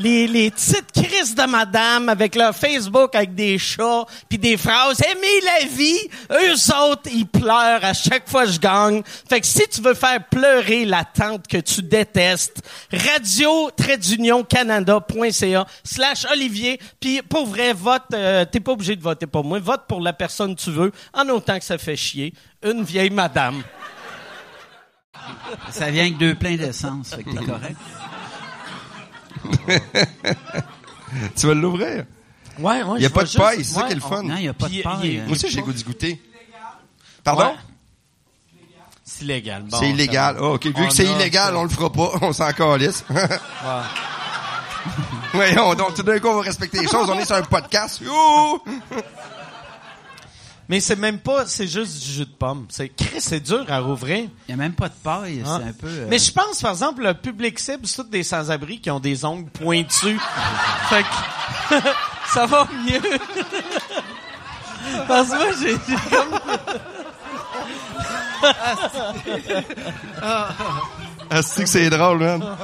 Speaker 7: les, les petites crises de madame avec leur Facebook avec des chats puis des phrases aimez la vie eux autres ils pleurent à chaque fois que je gagne fait que si tu veux faire pleurer la tante que tu détestes radio canada.ca slash Olivier puis pour vrai vote euh, t'es pas obligé de voter pour moi vote pour la personne que tu veux en autant que ça fait chier une vieille madame
Speaker 6: Ça vient avec deux pleins d'essence, fait que t'es correct.
Speaker 5: Tu veux l'ouvrir?
Speaker 2: Ouais, ouais,
Speaker 5: Il n'y
Speaker 2: je
Speaker 5: a pas
Speaker 2: vais
Speaker 5: de
Speaker 2: juste-
Speaker 5: paille, c'est ça
Speaker 2: ouais,
Speaker 5: qui est le
Speaker 2: on-
Speaker 5: fun.
Speaker 6: Non, il n'y a pas
Speaker 2: Puis,
Speaker 6: de
Speaker 2: il-
Speaker 6: paille.
Speaker 2: il-
Speaker 6: hein.
Speaker 5: Moi aussi, j'ai goût d'y goûter. Pardon?
Speaker 2: Ouais. C'est illégal. Bon,
Speaker 5: c'est illégal.
Speaker 2: ça va.
Speaker 5: Ah, OK. Vu
Speaker 2: On
Speaker 5: que c'est
Speaker 2: a-
Speaker 5: illégal, on le fera pas. On s'en calisse. (laughs) Voyons, donc tout d'un coup, on va respecter les choses. On est sur un podcast. Youhou!
Speaker 2: Mais c'est même pas, c'est juste du jus de pomme. C'est, Chris, c'est dur à rouvrir.
Speaker 6: Il n'y a même pas de paille,
Speaker 2: hein.
Speaker 6: c'est un peu... euh,
Speaker 2: Mais je pense, par exemple, le public cible, c'est tous des sans-abri qui ont des ongles (laughs) pointus. fait que, ça va mieux. Parce que moi, j'ai, j'ai comme,
Speaker 5: Est-ce que c'est drôle, man?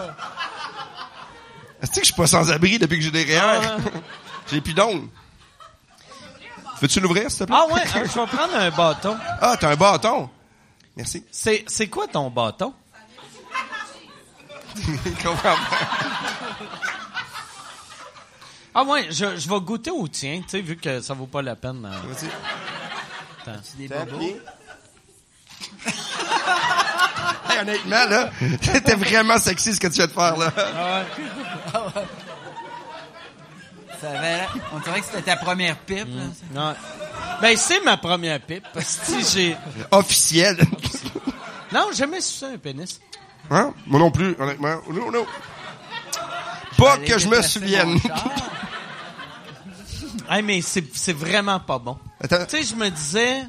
Speaker 5: Est-ce que je suis pas sans abri depuis que j'ai des
Speaker 2: Ah,
Speaker 5: réels? (laughs) j'ai plus d'ongles. Veux-tu l'ouvrir, s'il te plaît?
Speaker 2: ah ouais, je vais prendre un bâton.
Speaker 5: Ah, t'as un bâton. Merci. (laughs)
Speaker 2: C'est, c'est quoi ton bâton?
Speaker 5: Je comprends pas.
Speaker 2: Ah ouais, je, je vais goûter au tien, tu sais, vu que ça vaut pas la peine. euh.
Speaker 5: Vas-y.
Speaker 6: des
Speaker 5: T'as
Speaker 6: bobos.
Speaker 5: appuyé? Hey, honnêtement, là, c'était vraiment sexy ce que tu viens de faire, là.
Speaker 6: Ça avait- On dirait que c'était ta première pipe. là.
Speaker 2: Non. Ben, c'est ma première pipe, parce que
Speaker 6: (laughs)
Speaker 2: tu sais, j'ai...
Speaker 5: Officiel.
Speaker 2: Non, j'ai jamais su ça, un pénis.
Speaker 5: Hein? Moi non plus, honnêtement. Oh, Non, non. Pas
Speaker 6: Fallait
Speaker 5: que je me
Speaker 6: déplacer
Speaker 5: souvienne.
Speaker 6: mon char.
Speaker 2: Hey, mais c'est c'est vraiment pas bon.
Speaker 6: Euh.
Speaker 5: Attends.
Speaker 2: Tu sais, je me disais...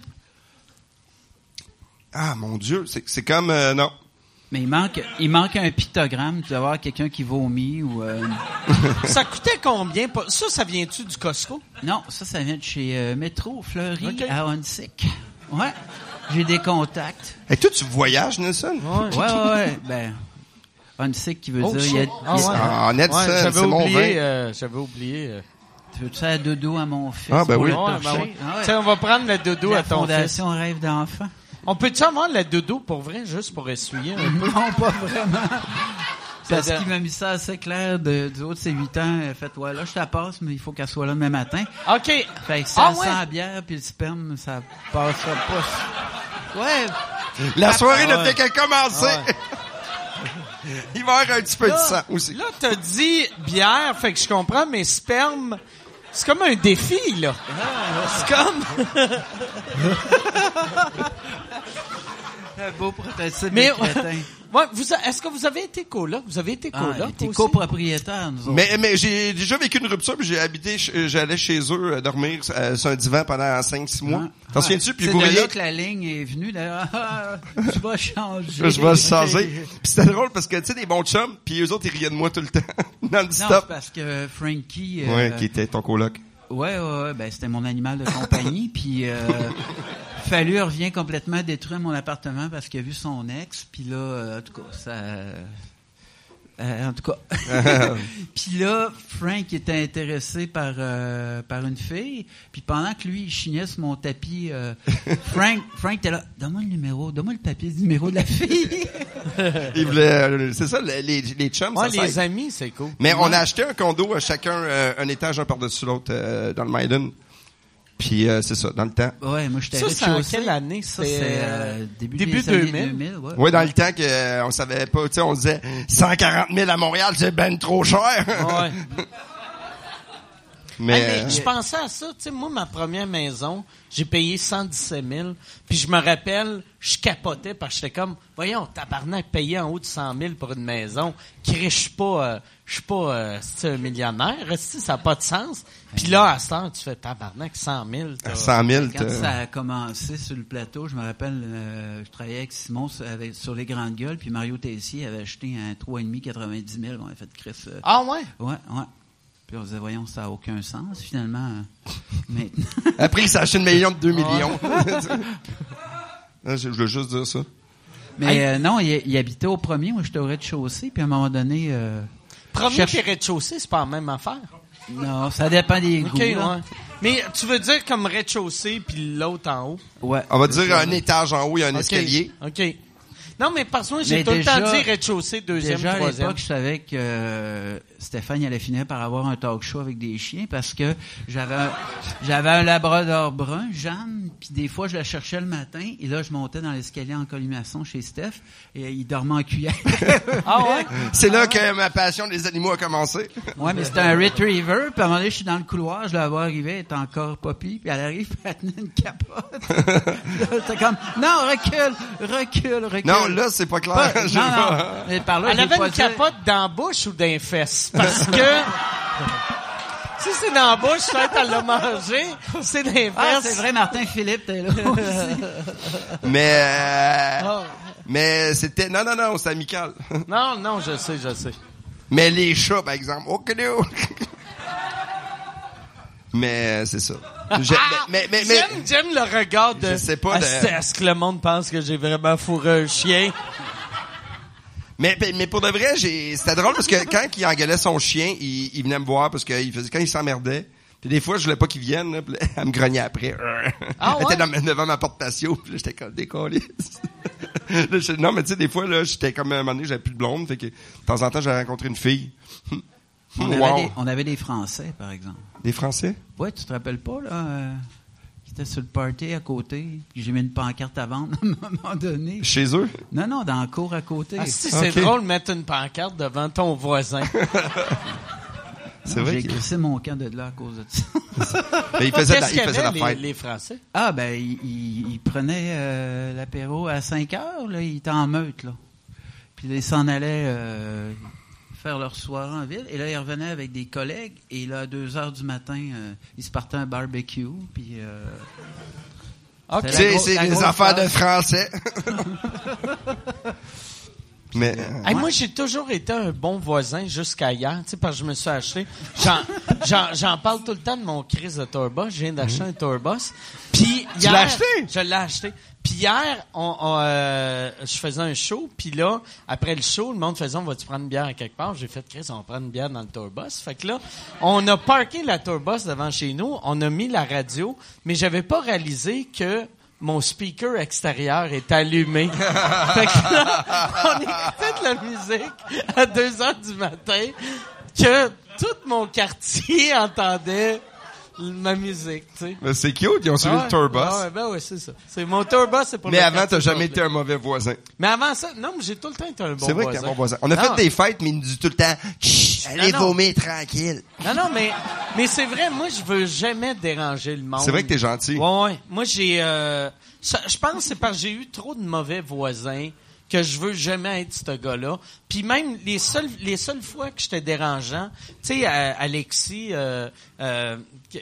Speaker 5: Ah, mon Dieu. C'est c'est comme, euh, non.
Speaker 6: Mais il manque, il manque un pictogramme. Tu dois avoir quelqu'un qui vomit ou... euh,
Speaker 2: Ça coûtait combien? pas- Ça, ça vient-tu du Costco?
Speaker 6: Non, ça, ça vient de chez euh, Métro Fleury
Speaker 2: Ok.
Speaker 6: à Onsic. Ouais, j'ai des contacts.
Speaker 5: Et toi, tu voyages, Nelson?
Speaker 6: Ouais, ouais, ouais. Ben, Onsic qui veut
Speaker 2: Oh,
Speaker 6: dire...
Speaker 2: shit.
Speaker 6: il y a-
Speaker 2: Ah, ouais.
Speaker 5: Ah, Nelson,
Speaker 2: Ouais, j'avais
Speaker 5: c'est mon
Speaker 2: oublié,
Speaker 5: vin.
Speaker 2: euh, j'avais oublié. euh.
Speaker 6: Tu veux-tu faire dodo à mon fils?
Speaker 5: Ah, ben
Speaker 6: pour
Speaker 5: oui.
Speaker 6: le
Speaker 2: Ouais, ben
Speaker 6: torcher?
Speaker 2: ouais.
Speaker 6: Ah ouais.
Speaker 2: Tiens, on va prendre le doudou
Speaker 6: La
Speaker 2: à ton fils.
Speaker 6: fondation Rêve d'enfant.
Speaker 2: On peut-tu avoir le doudou pour vrai, juste pour essuyer un peu?
Speaker 6: Non, pas vraiment. Parce
Speaker 2: C'est-à-dire-
Speaker 6: qu'il m'a mis ça assez clair de, du haut de ses 8 ans. euh, Fait, ouais, là, je te la passe, mais il faut qu'elle soit là demain matin.
Speaker 2: OK.
Speaker 6: Fait que ça
Speaker 2: Ah,
Speaker 6: sent
Speaker 2: ouais.
Speaker 6: la bière, puis le sperme, ça passera pas. Ouais,
Speaker 5: La soirée ne
Speaker 2: ouais.
Speaker 5: fait que commencer. Il va y avoir un petit peu de sang aussi.
Speaker 2: Là, t'as dit bière, fait que je comprends, mais sperme, c'est comme un défi, là.
Speaker 6: Ah,
Speaker 2: C'est comme...
Speaker 6: un beau prototype
Speaker 2: Mais
Speaker 6: de crétin.
Speaker 2: (laughs) ouais, vous, a- est-ce que vous avez été coloc? Vous avez été
Speaker 6: Ah,
Speaker 2: coloc
Speaker 6: t'es
Speaker 2: aussi?
Speaker 6: copropriétaire, nous autres.
Speaker 5: Mais, mais j'ai déjà vécu une rupture, puis j'ai habité, ch- euh, j'allais chez eux euh, dormir euh, sur un divan pendant 5-6 mois.
Speaker 6: Ah.
Speaker 5: hein? T'en souviens-tu? Puis
Speaker 6: C'est
Speaker 5: vous
Speaker 6: de
Speaker 5: riez.
Speaker 6: là que la ligne est venue, d'ailleurs. (laughs) Ah, tu
Speaker 5: (laughs)
Speaker 6: vas changer.
Speaker 2: (laughs)
Speaker 5: Je vais changer. Puis c'était drôle parce que, tu sais, des bons chums, puis eux autres, ils riaient de moi tout le temps. (laughs)
Speaker 6: Non,
Speaker 5: Non-stop.
Speaker 6: c'est parce que Frankie... euh,
Speaker 5: Ouais, qui était ton coloc.
Speaker 6: Ouais, ouais, ouais, ben c'était mon animal de compagnie, puis euh, Fallu revient complètement détruire mon appartement parce qu'il a vu son ex, puis là, euh, en tout cas, ça... euh, en tout cas. puis là, Frank était intéressé par euh, par une fille, puis pendant que lui, il chignait sur mon tapis, euh, Frank, Frank était là, donne-moi le numéro, donne-moi le papier du numéro de la fille.
Speaker 5: Ils voulaient, euh, c'est ça, les, les- les chums,
Speaker 2: Ouais,
Speaker 5: ça s'aide.
Speaker 2: les amis, c'est cool.
Speaker 5: Mais on a acheté un condo à chacun, euh, un étage un par-dessus l'autre, euh, dans le Maiden. Puis euh, c'est ça, dans le temps.
Speaker 6: ouais, moi, j'étais
Speaker 2: Ça, c'est en
Speaker 6: rez-de-chaussée.
Speaker 2: quelle année?
Speaker 6: Ça,
Speaker 2: C'est,
Speaker 6: c'est
Speaker 2: euh,
Speaker 6: euh, début,
Speaker 2: début
Speaker 6: des années
Speaker 2: 2000.
Speaker 6: 2000, ouais.
Speaker 5: Ouais, dans le temps que euh, on savait pas, tu sais, on disait 140 000 à Montréal, c'est ben trop cher.
Speaker 2: euh, Ouais.
Speaker 5: (laughs) Mais,
Speaker 2: Hey, mais
Speaker 5: euh,
Speaker 2: je pensais à ça, tu sais, moi, ma première maison, j'ai payé 117 000, puis je me rappelle, je capotais parce que j'étais comme, voyons, tabarnak, payer en haut de 100 000 pour une maison, Chris, je suis pas, euh, je suis pas, euh, c'est un millionnaire, si ça n'a pas de sens. Puis là, à ce temps, tu fais tabarnak, 100 000. t'as-
Speaker 5: à 100 000,
Speaker 6: Quand
Speaker 5: t'as-
Speaker 6: ça a commencé sur le plateau, je me rappelle, euh, je travaillais avec Simon sur, avec- sur les grandes gueules, puis Mario Tessier avait acheté un 3,5 90 000. On avait fait Chris. euh,
Speaker 2: Ah ouais?
Speaker 6: Ouais, ouais. Puis on disait, voyons, ça n'a aucun sens, finalement. euh, Maintenant.
Speaker 5: Après, il s'est acheté une million de 2 millions. (laughs) Ah, je je voulais juste dire ça.
Speaker 6: Mais euh, non, il, il habitait au premier, moi j'étais au rez-de-chaussée, puis à un moment donné, euh,
Speaker 2: Premier
Speaker 6: Cherche-
Speaker 2: et rez-de-chaussée, c'est pas la même affaire.
Speaker 6: Non, ça dépend des
Speaker 2: OK,
Speaker 6: goûts.
Speaker 2: ouais.
Speaker 6: là.
Speaker 2: Mais tu veux dire comme rez-de-chaussée puis l'autre en haut?
Speaker 6: Ouais.
Speaker 5: On va dire un étage en haut, il y a un
Speaker 2: OK.
Speaker 5: escalier.
Speaker 2: OK. Non, mais parce que moi, j'ai
Speaker 6: Mais
Speaker 2: tout le temps
Speaker 6: déjà-
Speaker 2: dit rez-de-chaussée, deuxième,
Speaker 6: Déjà à
Speaker 2: troisième.
Speaker 6: l'époque, je savais que euh, Stéphane il allait finir par avoir un talk show avec des chiens parce que j'avais un, j'avais un labrador brun, Jeanne, puis des fois je la cherchais le matin et là je montais dans l'escalier en colimaçon chez Steph et il dormait en cuillère. (laughs)
Speaker 2: Ah ouais?
Speaker 5: C'est là que ma passion des animaux
Speaker 6: (laughs)
Speaker 5: a commencé.
Speaker 6: ouais, mais c'était un retriever. Puis à un moment donné, je suis dans le couloir, je la vois arriver, elle est encore poppy, puis elle arrive, puis elle tenait une
Speaker 5: (laughs)
Speaker 6: capote. Là, J'étais comme non, recule, recule, recule.
Speaker 5: Non, là, c'est pas clair.
Speaker 6: Pas-
Speaker 5: (laughs) Je-
Speaker 6: non, non. Mais par là,
Speaker 2: Elle
Speaker 6: je veux
Speaker 2: avait
Speaker 6: pas
Speaker 2: une
Speaker 6: dire-
Speaker 2: capote dans la bouche ou dans les fesses? Parce
Speaker 6: (laughs)
Speaker 2: que... si c'est dans la bouche, peut-être elle l'a mangé. C'est dans les fesses.
Speaker 6: Ah, c'est vrai, Martin Philippe, t'es là
Speaker 2: (laughs)
Speaker 6: aussi.
Speaker 5: Mais, euh,
Speaker 2: Ah.
Speaker 5: mais c'était, non, non, non, c'est amical. (laughs)
Speaker 2: Non, non, je sais, je sais.
Speaker 5: Mais les chats, par exemple, oh, (laughs) que do! Mais, euh, c'est ça. Je-
Speaker 6: Ah,
Speaker 5: mais, mais, mais,
Speaker 2: Ah! J'aime, j'aime le regard de.
Speaker 5: Je sais pas de-
Speaker 2: Est-ce est-ce que le monde pense que j'ai vraiment fourré un chien?
Speaker 5: mais, mais, mais pour de vrai, j'ai, c'était drôle parce que quand il engueulait son chien, il, il venait me voir parce que il faisait, quand il s'emmerdait, puis des fois, je voulais pas qu'il vienne, là, puis là, elle me grognait après.
Speaker 2: Ah
Speaker 5: (laughs) Elle
Speaker 2: ouais?
Speaker 5: était dans- devant ma porte patio, puis là, j'étais comme (laughs) décollé. non, mais tu sais, des fois, là, j'étais comme, à un moment donné, j'avais plus de blonde, fait que, de temps en temps, j'avais rencontré une fille.
Speaker 6: On,
Speaker 5: Wow.
Speaker 6: avait des, on avait des Français, par exemple.
Speaker 5: Des Français?
Speaker 6: Ouais, tu te rappelles pas, là? euh, qui étaient sur le party à côté. puis J'ai mis une pancarte à vendre (laughs) à un moment donné.
Speaker 5: Chez eux?
Speaker 6: Non, non, dans la cour à côté.
Speaker 2: Ah, si, c'est
Speaker 5: Ok.
Speaker 2: drôle de mettre une pancarte devant ton voisin.
Speaker 5: C'est vrai
Speaker 6: J'ai
Speaker 5: qu'il
Speaker 6: crissé mon camp de là à cause de ça. (laughs)
Speaker 5: mais il faisait,
Speaker 2: Qu'est-ce
Speaker 5: la,
Speaker 2: (laughs)
Speaker 5: il
Speaker 2: qu'il y
Speaker 5: faisait la
Speaker 2: avait, les,
Speaker 5: fête.
Speaker 2: les Français?
Speaker 6: Ah, ben, il, il- il prenait euh, l'apéro à 5 heures, là. Il était en meute, là. Puis là, ils s'en allaient euh, faire leur soirée en ville. Et là, ils revenaient avec des collègues. Et là, à 2 heures du matin, euh, ils se partaient un barbecue. Puis. euh,
Speaker 2: Ok.
Speaker 6: c'était la
Speaker 5: C'est
Speaker 6: grosse-
Speaker 5: c'est
Speaker 6: la
Speaker 5: les
Speaker 6: grosse
Speaker 5: affaires
Speaker 6: fête.
Speaker 5: de français. (laughs) mais euh,
Speaker 2: Hey, moi, j'ai toujours été un bon voisin jusqu'à hier, tu sais, parce que je me suis acheté. J'en, (laughs) j'en, j'en parle tout le temps de mon crise de tourbus. Je viens d'acheter un tourbus. Puis hier,
Speaker 5: Mhm. l'as acheté?
Speaker 2: Je l'ai acheté. Puis hier, on, on, euh, je faisais un show. Puis là, après le show, le monde faisait on va-tu prendre une bière à quelque part J'ai fait Chris, on va prendre une bière dans le tourbus. Fait que là, on a parké la tourbus devant chez nous. On a mis la radio, mais j'avais pas réalisé que mon speaker extérieur est
Speaker 5: (laughs)
Speaker 2: allumé. fait que là, on écoutait de la musique à 2 heures du matin que tout mon quartier (laughs) entendait ma musique, tu sais.
Speaker 5: mais c'est cute, ils ont suivi
Speaker 2: Ah ouais.
Speaker 5: le tourbus.
Speaker 2: Ah ouais, ben ouais, c'est ça. C'est mon tourbus, c'est pour
Speaker 5: mais
Speaker 2: le
Speaker 5: avant,
Speaker 2: quartier
Speaker 5: t'as jamais été
Speaker 2: complet.
Speaker 5: un mauvais voisin.
Speaker 2: Mais avant ça, non, mais j'ai tout le temps été un bon voisin.
Speaker 5: c'est vrai que t'es un bon voisin. On a
Speaker 2: Non,
Speaker 5: fait des fêtes, mais il nous dit tout le temps, Chut, allez
Speaker 2: non.
Speaker 5: vomir tranquille.
Speaker 2: Non, non, mais, mais c'est vrai, moi, je veux jamais déranger le monde.
Speaker 5: C'est vrai que t'es gentil.
Speaker 2: Ouais, ouais. Moi, j'ai, euh, ça- je pense que c'est parce que j'ai eu trop de mauvais voisins que je veux jamais être ce gars-là. Puis même les seules les seules fois que j'étais dérangeant, tu sais, euh, Alexis, euh, euh,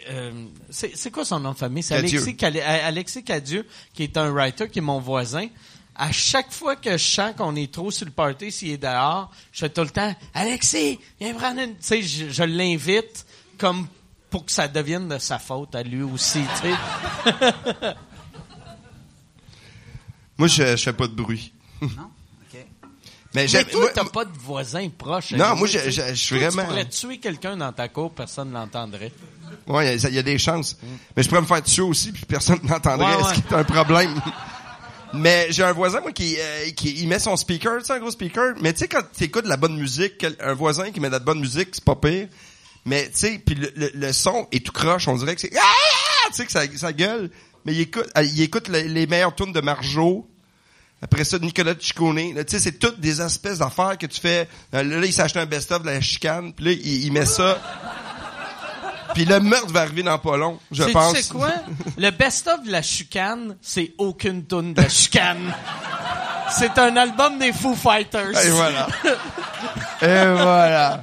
Speaker 2: euh, c'est c'est quoi son nom de famille C'est
Speaker 5: Cadieux.
Speaker 2: Alexis Cali- euh, Alexis Cadieux, qui est un writer, qui est mon voisin. À chaque fois que je sens qu'on est trop sur le party, s'il est dehors, je fais tout le temps Alexis, viens prendre une. Tu sais, je, je l'invite comme pour que ça devienne de sa faute à lui aussi. Tu sais.
Speaker 5: Moi, je, je fais pas de bruit.
Speaker 6: Non? OK.
Speaker 5: Mais,
Speaker 2: Mais
Speaker 5: j'aime-
Speaker 2: toi,
Speaker 5: moi-
Speaker 2: t'as pas de voisin proche.
Speaker 5: Non,
Speaker 2: hein,
Speaker 5: moi,
Speaker 2: tu sais.
Speaker 5: je- je- je suis
Speaker 2: Toi,
Speaker 5: vraiment-
Speaker 2: Tu pourrais tuer quelqu'un dans ta cour, personne ne l'entendrait.
Speaker 5: Ouais, il y a- il y, a des chances. Mais je pourrais me faire tuer aussi, puis personne (laughs) n'entendrait.
Speaker 2: Ouais,
Speaker 5: Est-ce
Speaker 2: ouais.
Speaker 5: que t'as un problème? (laughs) mais j'ai un voisin, moi, qui, euh, qui il met son speaker, tu sais, un gros speaker. Mais tu sais, quand t'écoutes de la bonne musique, quel- un voisin qui met de la bonne musique, c'est pas pire. Mais tu sais, puis le, le- le son est tout croche. On dirait que c'est... Ah! Tu sais, que ça, ça gueule. Mais il écoute, euh, il écoute le- les meilleures tunes de Marjo. Après ça, de Nicolas Ciccone. Là, Tu sais, c'est toutes des espèces d'affaires que tu fais. Euh, Là, il s'achète un best-of de la chicane. Puis là, il, il met ça. Puis le meurtre va arriver dans pas long, je
Speaker 2: Sais-tu
Speaker 5: pense.
Speaker 2: C'est
Speaker 5: (laughs)
Speaker 2: quoi? Le best-of de la chicane, c'est aucune toune de la
Speaker 5: (laughs)
Speaker 2: chicane. c'est un album des Foo Fighters. (laughs)
Speaker 5: Et voilà. Et voilà.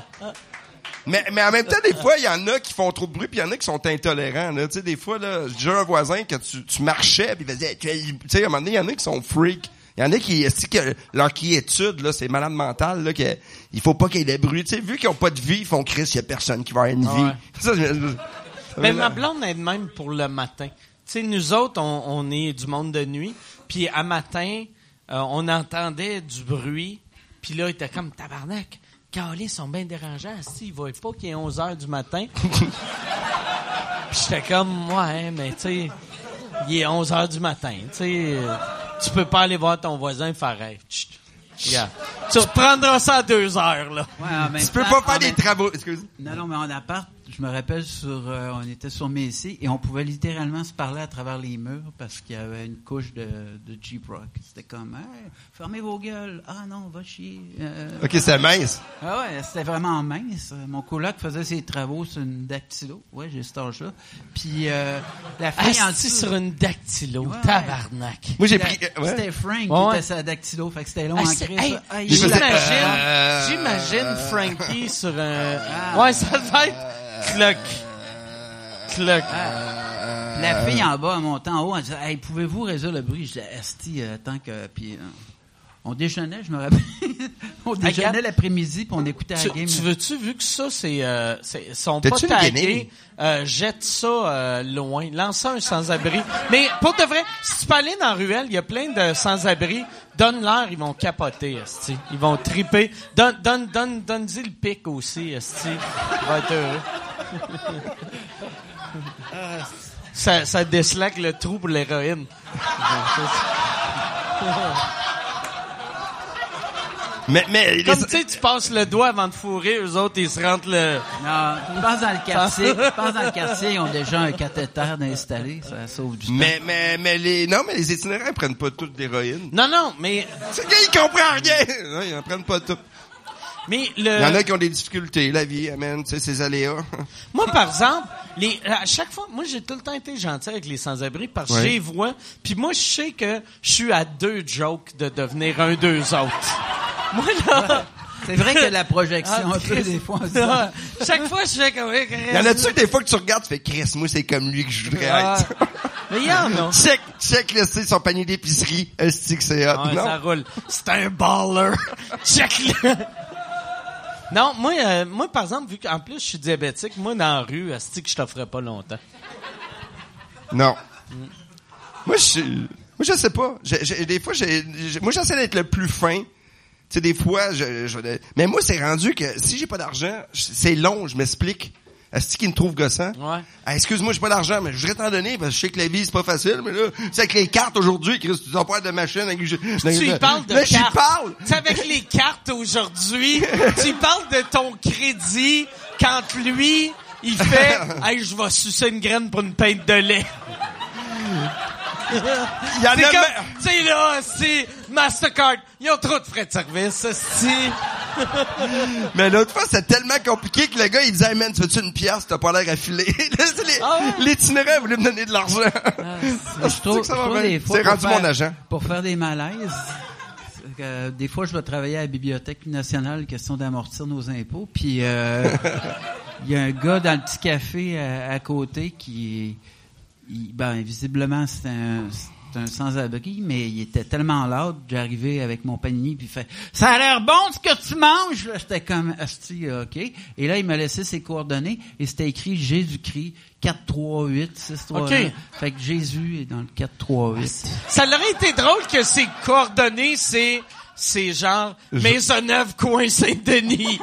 Speaker 5: Mais, mais en même temps, des fois, il y en a qui font trop de bruit, puis il y en a qui sont intolérants. Là. Tu sais, des fois, là, j'ai un voisin que tu, tu marchais, puis il faisait... Tu tu sais, à un moment donné, il y en a qui sont freaks. Il y en a qui... est que leur quiétude, là, c'est malade mental, là, que il faut pas qu'il y ait des bruits. Tu sais, vu qu'ils ont pas de vie, ils font « Chris, il y a personne qui va avoir une vie.
Speaker 2: Ah Ouais.
Speaker 5: (laughs) Ça, je-
Speaker 2: Mais ma blonde est de même pour le matin. Tu sais, nous autres, on, on est du monde de nuit. Puis à matin, euh, on entendait du bruit. Puis là, il était comme tabarnak. Calais, ils sont bien dérangeants. Si, ils veulent pas qu'il est 11 h du
Speaker 6: (laughs)
Speaker 2: matin. Puis j'étais comme, ouais, mais tu sais, il est 11 h du matin. Tu sais, euh, tu peux pas aller voir ton voisin faire Hey, chut, regarde. Tu reprendras ça à 2 heures, là.
Speaker 6: Ouais, en même
Speaker 5: Tu peux
Speaker 6: temps-
Speaker 5: pas
Speaker 6: en
Speaker 5: faire des
Speaker 2: Ah,
Speaker 6: même-
Speaker 5: travaux. Excuse.
Speaker 6: Non, non, mais en appart, je me rappelle, sur, euh, on était sur Messi et on pouvait littéralement se parler à travers les murs parce qu'il y avait une couche de, de Jeep Rock. C'était comme, Hey, fermez vos gueules. Ah non, va chier. Euh,
Speaker 5: Ok, c'est mince.
Speaker 6: Ah ouais, c'était vraiment mince. Mon coloc faisait ses travaux sur une dactylo. Ouais, j'ai cet âge-là. Puis euh, la fille en
Speaker 2: Assis
Speaker 6: dessous...
Speaker 2: Ah, sur une dactylo,
Speaker 6: Ouais, ouais.
Speaker 2: tabarnak.
Speaker 5: Moi, j'ai
Speaker 6: la-
Speaker 5: pris. euh, ouais.
Speaker 6: C'était Frank
Speaker 2: Ouais,
Speaker 6: qui
Speaker 2: ouais.
Speaker 6: était sa dactylo, fait que c'était long
Speaker 2: Ah,
Speaker 6: en
Speaker 2: c'est-
Speaker 6: crise.
Speaker 2: hey,
Speaker 6: Aïe.
Speaker 5: J'ai fait-
Speaker 2: J'imagine,
Speaker 5: Euh,
Speaker 2: j'imagine Frankie sur un. ouais, ça devait être. Cloc. Cloc.
Speaker 6: La
Speaker 5: Euh,
Speaker 6: fille en bas, en montant en haut, elle disait Hey, pouvez-vous résoudre le bruit Je disais Esti, euh, tant que. Puis, euh, on déjeunait, je me rappelle. (laughs) on déjeunait
Speaker 2: Regarde.
Speaker 6: l'après-midi, puis on écoutait la
Speaker 2: Tu,
Speaker 6: game.
Speaker 2: tu veux-tu, vu que ça, c'est, euh, c'est- sont pas
Speaker 5: T'as-tu une guenille?
Speaker 2: tagués, euh, jette ça euh, loin. Lance un sans-abri. Mais pour de vrai, si tu peux aller dans la ruelle, il y a plein de sans-abri. Donne-leur, ils vont capoter, esti. Ils vont triper. Donne, donne, donne, donne-y le pic aussi, esti. Il va être heureux. ça, ça déslaque le trou pour l'héroïne.
Speaker 5: Mais, mais,
Speaker 2: Comme
Speaker 5: les-
Speaker 2: tu sais, tu passes le doigt avant de fourrer, eux autres, ils se rentrent le...
Speaker 6: Non, je pense dans
Speaker 5: (laughs)
Speaker 6: le quartier. Je pense dans le quartier, ils ont déjà un cathéter d'installer, ça sauve du temps.
Speaker 5: mais, mais, mais les, non, mais les itinéraires prennent pas toutes d'héroïne.
Speaker 2: Non, non, mais...
Speaker 5: C'est gars, ils comprennent rien. Non, ils en prennent pas toutes.
Speaker 2: mais le...
Speaker 5: Il y en a qui ont des difficultés, la vie, amen, tu sais, ces aléas.
Speaker 2: Moi, par exemple, les, à chaque fois, moi, j'ai tout le temps été gentil avec les sans-abri parce que je les vois. hein. Puis moi, je sais que je suis à deux jokes de devenir un d'eux autres. (laughs) moi, là...
Speaker 6: C'est vrai que la
Speaker 5: (laughs)
Speaker 6: projection,
Speaker 2: Ah,
Speaker 6: un peu,
Speaker 2: Christ.
Speaker 6: des fois, on se dit,
Speaker 2: Ah, Chaque fois, je fais comme...
Speaker 5: Il y en a-tu des fois que tu regardes, tu fais, Chris, moi, c'est comme lui que je voudrais
Speaker 2: Ah.
Speaker 5: être. (laughs)
Speaker 2: Mais il y en a.
Speaker 5: check, check, laissez son panier d'épicerie. Est-ce que c'est hot?
Speaker 2: Ouais,
Speaker 5: non?
Speaker 2: ça roule. C'est un baller. (laughs) Check-le. Non, moi, euh, moi, par exemple, vu qu'en plus je suis diabétique, moi, dans la rue, asti que je t'offrais pas longtemps.
Speaker 5: Non. Moi, je suis- moi, je sais pas. J'ai- j'ai- des fois, j'ai, j'ai- moi, j'essaie d'être le plus fin. Tu sais, des fois, je, je- mais moi, c'est rendu que si j'ai pas d'argent, je- c'est long, je m'explique. Est-ce qu'il me trouve gossant?
Speaker 2: Ouais.
Speaker 5: Ah, excuse-moi, j'ai pas d'argent, mais je voudrais t'en donner, parce que je sais que la vie, c'est pas facile, mais là, c'est avec les cartes aujourd'hui, Chris, tu t'en parles de machine avec, je,
Speaker 2: Tu y parles de
Speaker 5: là, j'y
Speaker 2: cartes.
Speaker 5: parle!
Speaker 2: Tu sais, avec les cartes aujourd'hui, tu y parles de ton crédit quand lui, il
Speaker 5: (laughs)
Speaker 2: fait « Hey, je vais sucer une graine pour une pinte de lait.
Speaker 5: Il y en »
Speaker 2: C'est
Speaker 5: a
Speaker 2: comme,
Speaker 5: ma-
Speaker 2: tu sais, là, c'est Mastercard. Ils ont trop de frais de service, asti.
Speaker 5: Mais l'autre fois, c'était tellement compliqué que le gars, il disait, hey, man, tu veux-tu une pièce? T'as pas l'air affilé. (laughs) Là, c'est les-
Speaker 2: Ah ouais?
Speaker 5: L'itinéraire voulait me donner de l'argent.
Speaker 6: Mais Ah, je trouve,
Speaker 5: (laughs) C'est
Speaker 6: je
Speaker 5: que ça va
Speaker 6: trouve
Speaker 5: bien.
Speaker 6: des fois
Speaker 5: C'est
Speaker 6: pour
Speaker 5: rendu
Speaker 6: faire-
Speaker 5: mon agent.
Speaker 6: Pour faire des malaises, c'est que des fois, je vais travailler à la Bibliothèque nationale, question d'amortir nos impôts. Puis,
Speaker 5: (laughs)
Speaker 6: euh, il y a un gars dans le petit café euh, à, à côté qui, il- ben, visiblement, c'est un, c'est un sans-abri, mais il était tellement lourd, j'arrivais avec mon panini, puis il fait « Ça a l'air bon ce que tu manges! » Là, J'étais comme « Asti, OK. » Et là, il m'a laissé ses coordonnées, et c'était écrit « Jésus-Christ, 438, 639.
Speaker 2: OK. Ah,
Speaker 6: Fait que Jésus est dans le 438.
Speaker 2: Ça aurait été drôle que ses coordonnées, c'est, c'est genre Maisonneuve, coin
Speaker 5: (laughs)
Speaker 2: Saint-Denis.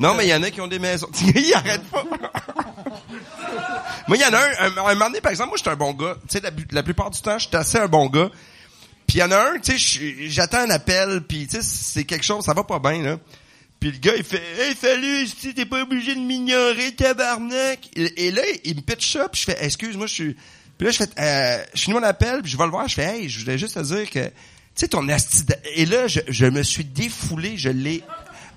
Speaker 5: Non, mais il y en a qui ont des maisons. (laughs) Ils arrêtent pas. moi, il y en a un, un, un moment donné, par exemple, moi, j'étais un bon gars. Tu sais, la, bu- la plupart du temps, j'étais assez un bon gars. Puis il y en a un, tu sais, je suis- j'attends un appel, puis tu sais, c'est quelque chose, ça va pas bien, là. Puis le gars, il fait « Hey, salut, si t'es pas obligé de m'ignorer, tabarnak! » Et et là, il me pitch ça, puis je fais « Excuse-moi, je suis... » Puis là, je fais euh, Je finis mon appel, puis je vais le voir, je fais « Hey, je voulais juste te dire que... » Tu sais, ton asti... de- Et là, je, je me suis défoulé, je l'ai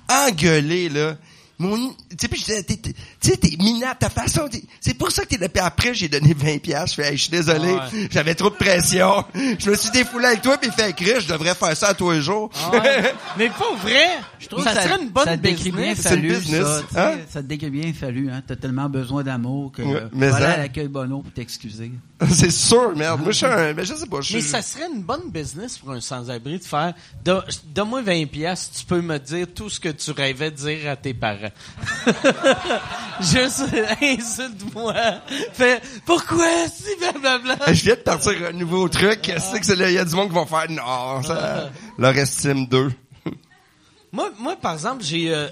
Speaker 5: engueulé, là. Mon... Tu sais, puis je disais, T'es- t'es- tu sais, t'es minable, ta façon... t'es- C'est pour ça que t'es là. Puis après, j'ai donné 20 piastres. Je fais, hey, je suis désolé, j'avais trop de pression. (laughs) Je me suis défoulé avec toi, puis il fait, Chris, je devrais faire ça à tous les jours.
Speaker 2: Ah Mais pas vrai. Je
Speaker 6: trouve
Speaker 2: ça,
Speaker 6: que
Speaker 2: serait une bonne
Speaker 6: ça te décrit bien
Speaker 2: business.
Speaker 5: C'est une
Speaker 6: fallu,
Speaker 5: business,
Speaker 6: ça, tu sais,
Speaker 5: hein?
Speaker 6: ça te décrit bien fallu, hein. T'as tellement besoin d'amour que,
Speaker 5: Ouais,
Speaker 6: euh,
Speaker 5: mais
Speaker 6: voilà,
Speaker 5: ça-
Speaker 6: à l'accueil Bono pour t'excuser.
Speaker 5: (laughs) C'est sûr, merde. Moi, je suis un, mais je sais pas. Je
Speaker 2: Mais
Speaker 5: suis...
Speaker 2: ça serait une bonne business pour un sans-abri de faire Don- donne-moi 20 pièces, tu peux me dire tout ce que tu rêvais de dire à tes parents. (laughs) Juste (laughs) insulte-moi. Fais pourquoi si blablabla.
Speaker 5: Je viens de partir un
Speaker 2: Ah. (laughs)
Speaker 5: nouveau truc. C'est que c'est là, il y a du monde qui vont faire, non, ça, leur estime d'eux.
Speaker 2: Moi, moi, par exemple, j'ai. euh,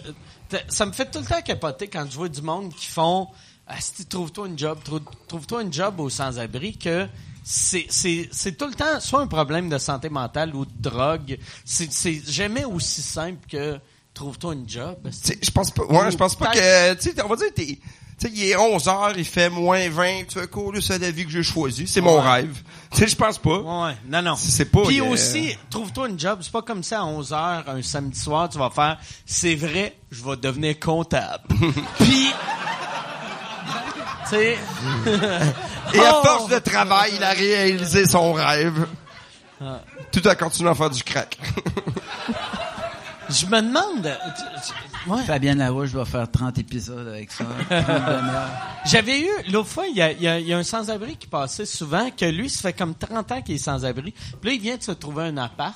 Speaker 2: t- ça me fait tout le temps capoter quand je vois du monde qui font Asti, trouve-toi une job, trou- trouve-toi une job au sans-abri que. C'est, c'est, c'est tout le temps soit un problème de santé mentale ou de drogue. C'est, c'est jamais aussi simple que trouve-toi une job.
Speaker 5: Tu sais, je pense pas, ouais, je pense pas que, tu sais, on va dire, t'es, tu sais, il est 11 heures, il fait moins 20, tu sais, cool, c'est la vie que j'ai choisie, c'est mon rêve. Tu sais, je pense pas.
Speaker 2: Ouais, ouais. non, non.
Speaker 5: C'est pas,
Speaker 2: Puis
Speaker 5: euh,
Speaker 2: aussi, trouve-toi une job. C'est pas comme ça à 11 h un samedi soir, tu vas faire. C'est vrai, je vais devenir comptable.
Speaker 5: (laughs)
Speaker 2: Puis, tu sais,
Speaker 5: Et à
Speaker 2: Oh!
Speaker 5: force de travail, il a réalisé son rêve. Tout en continuant à faire du crack.
Speaker 2: je me demande. tu- tu- ouais.
Speaker 6: Fabienne Larouche va faire 30 épisodes
Speaker 2: (laughs)
Speaker 6: avec ça. Ah 30 demi-heures.
Speaker 2: J'avais eu, l'autre fois, il y a, il y a- il y a un sans-abri qui passait souvent, que lui, ça fait comme 30 ans qu'il est sans-abri. Puis là, il vient de se trouver un appart.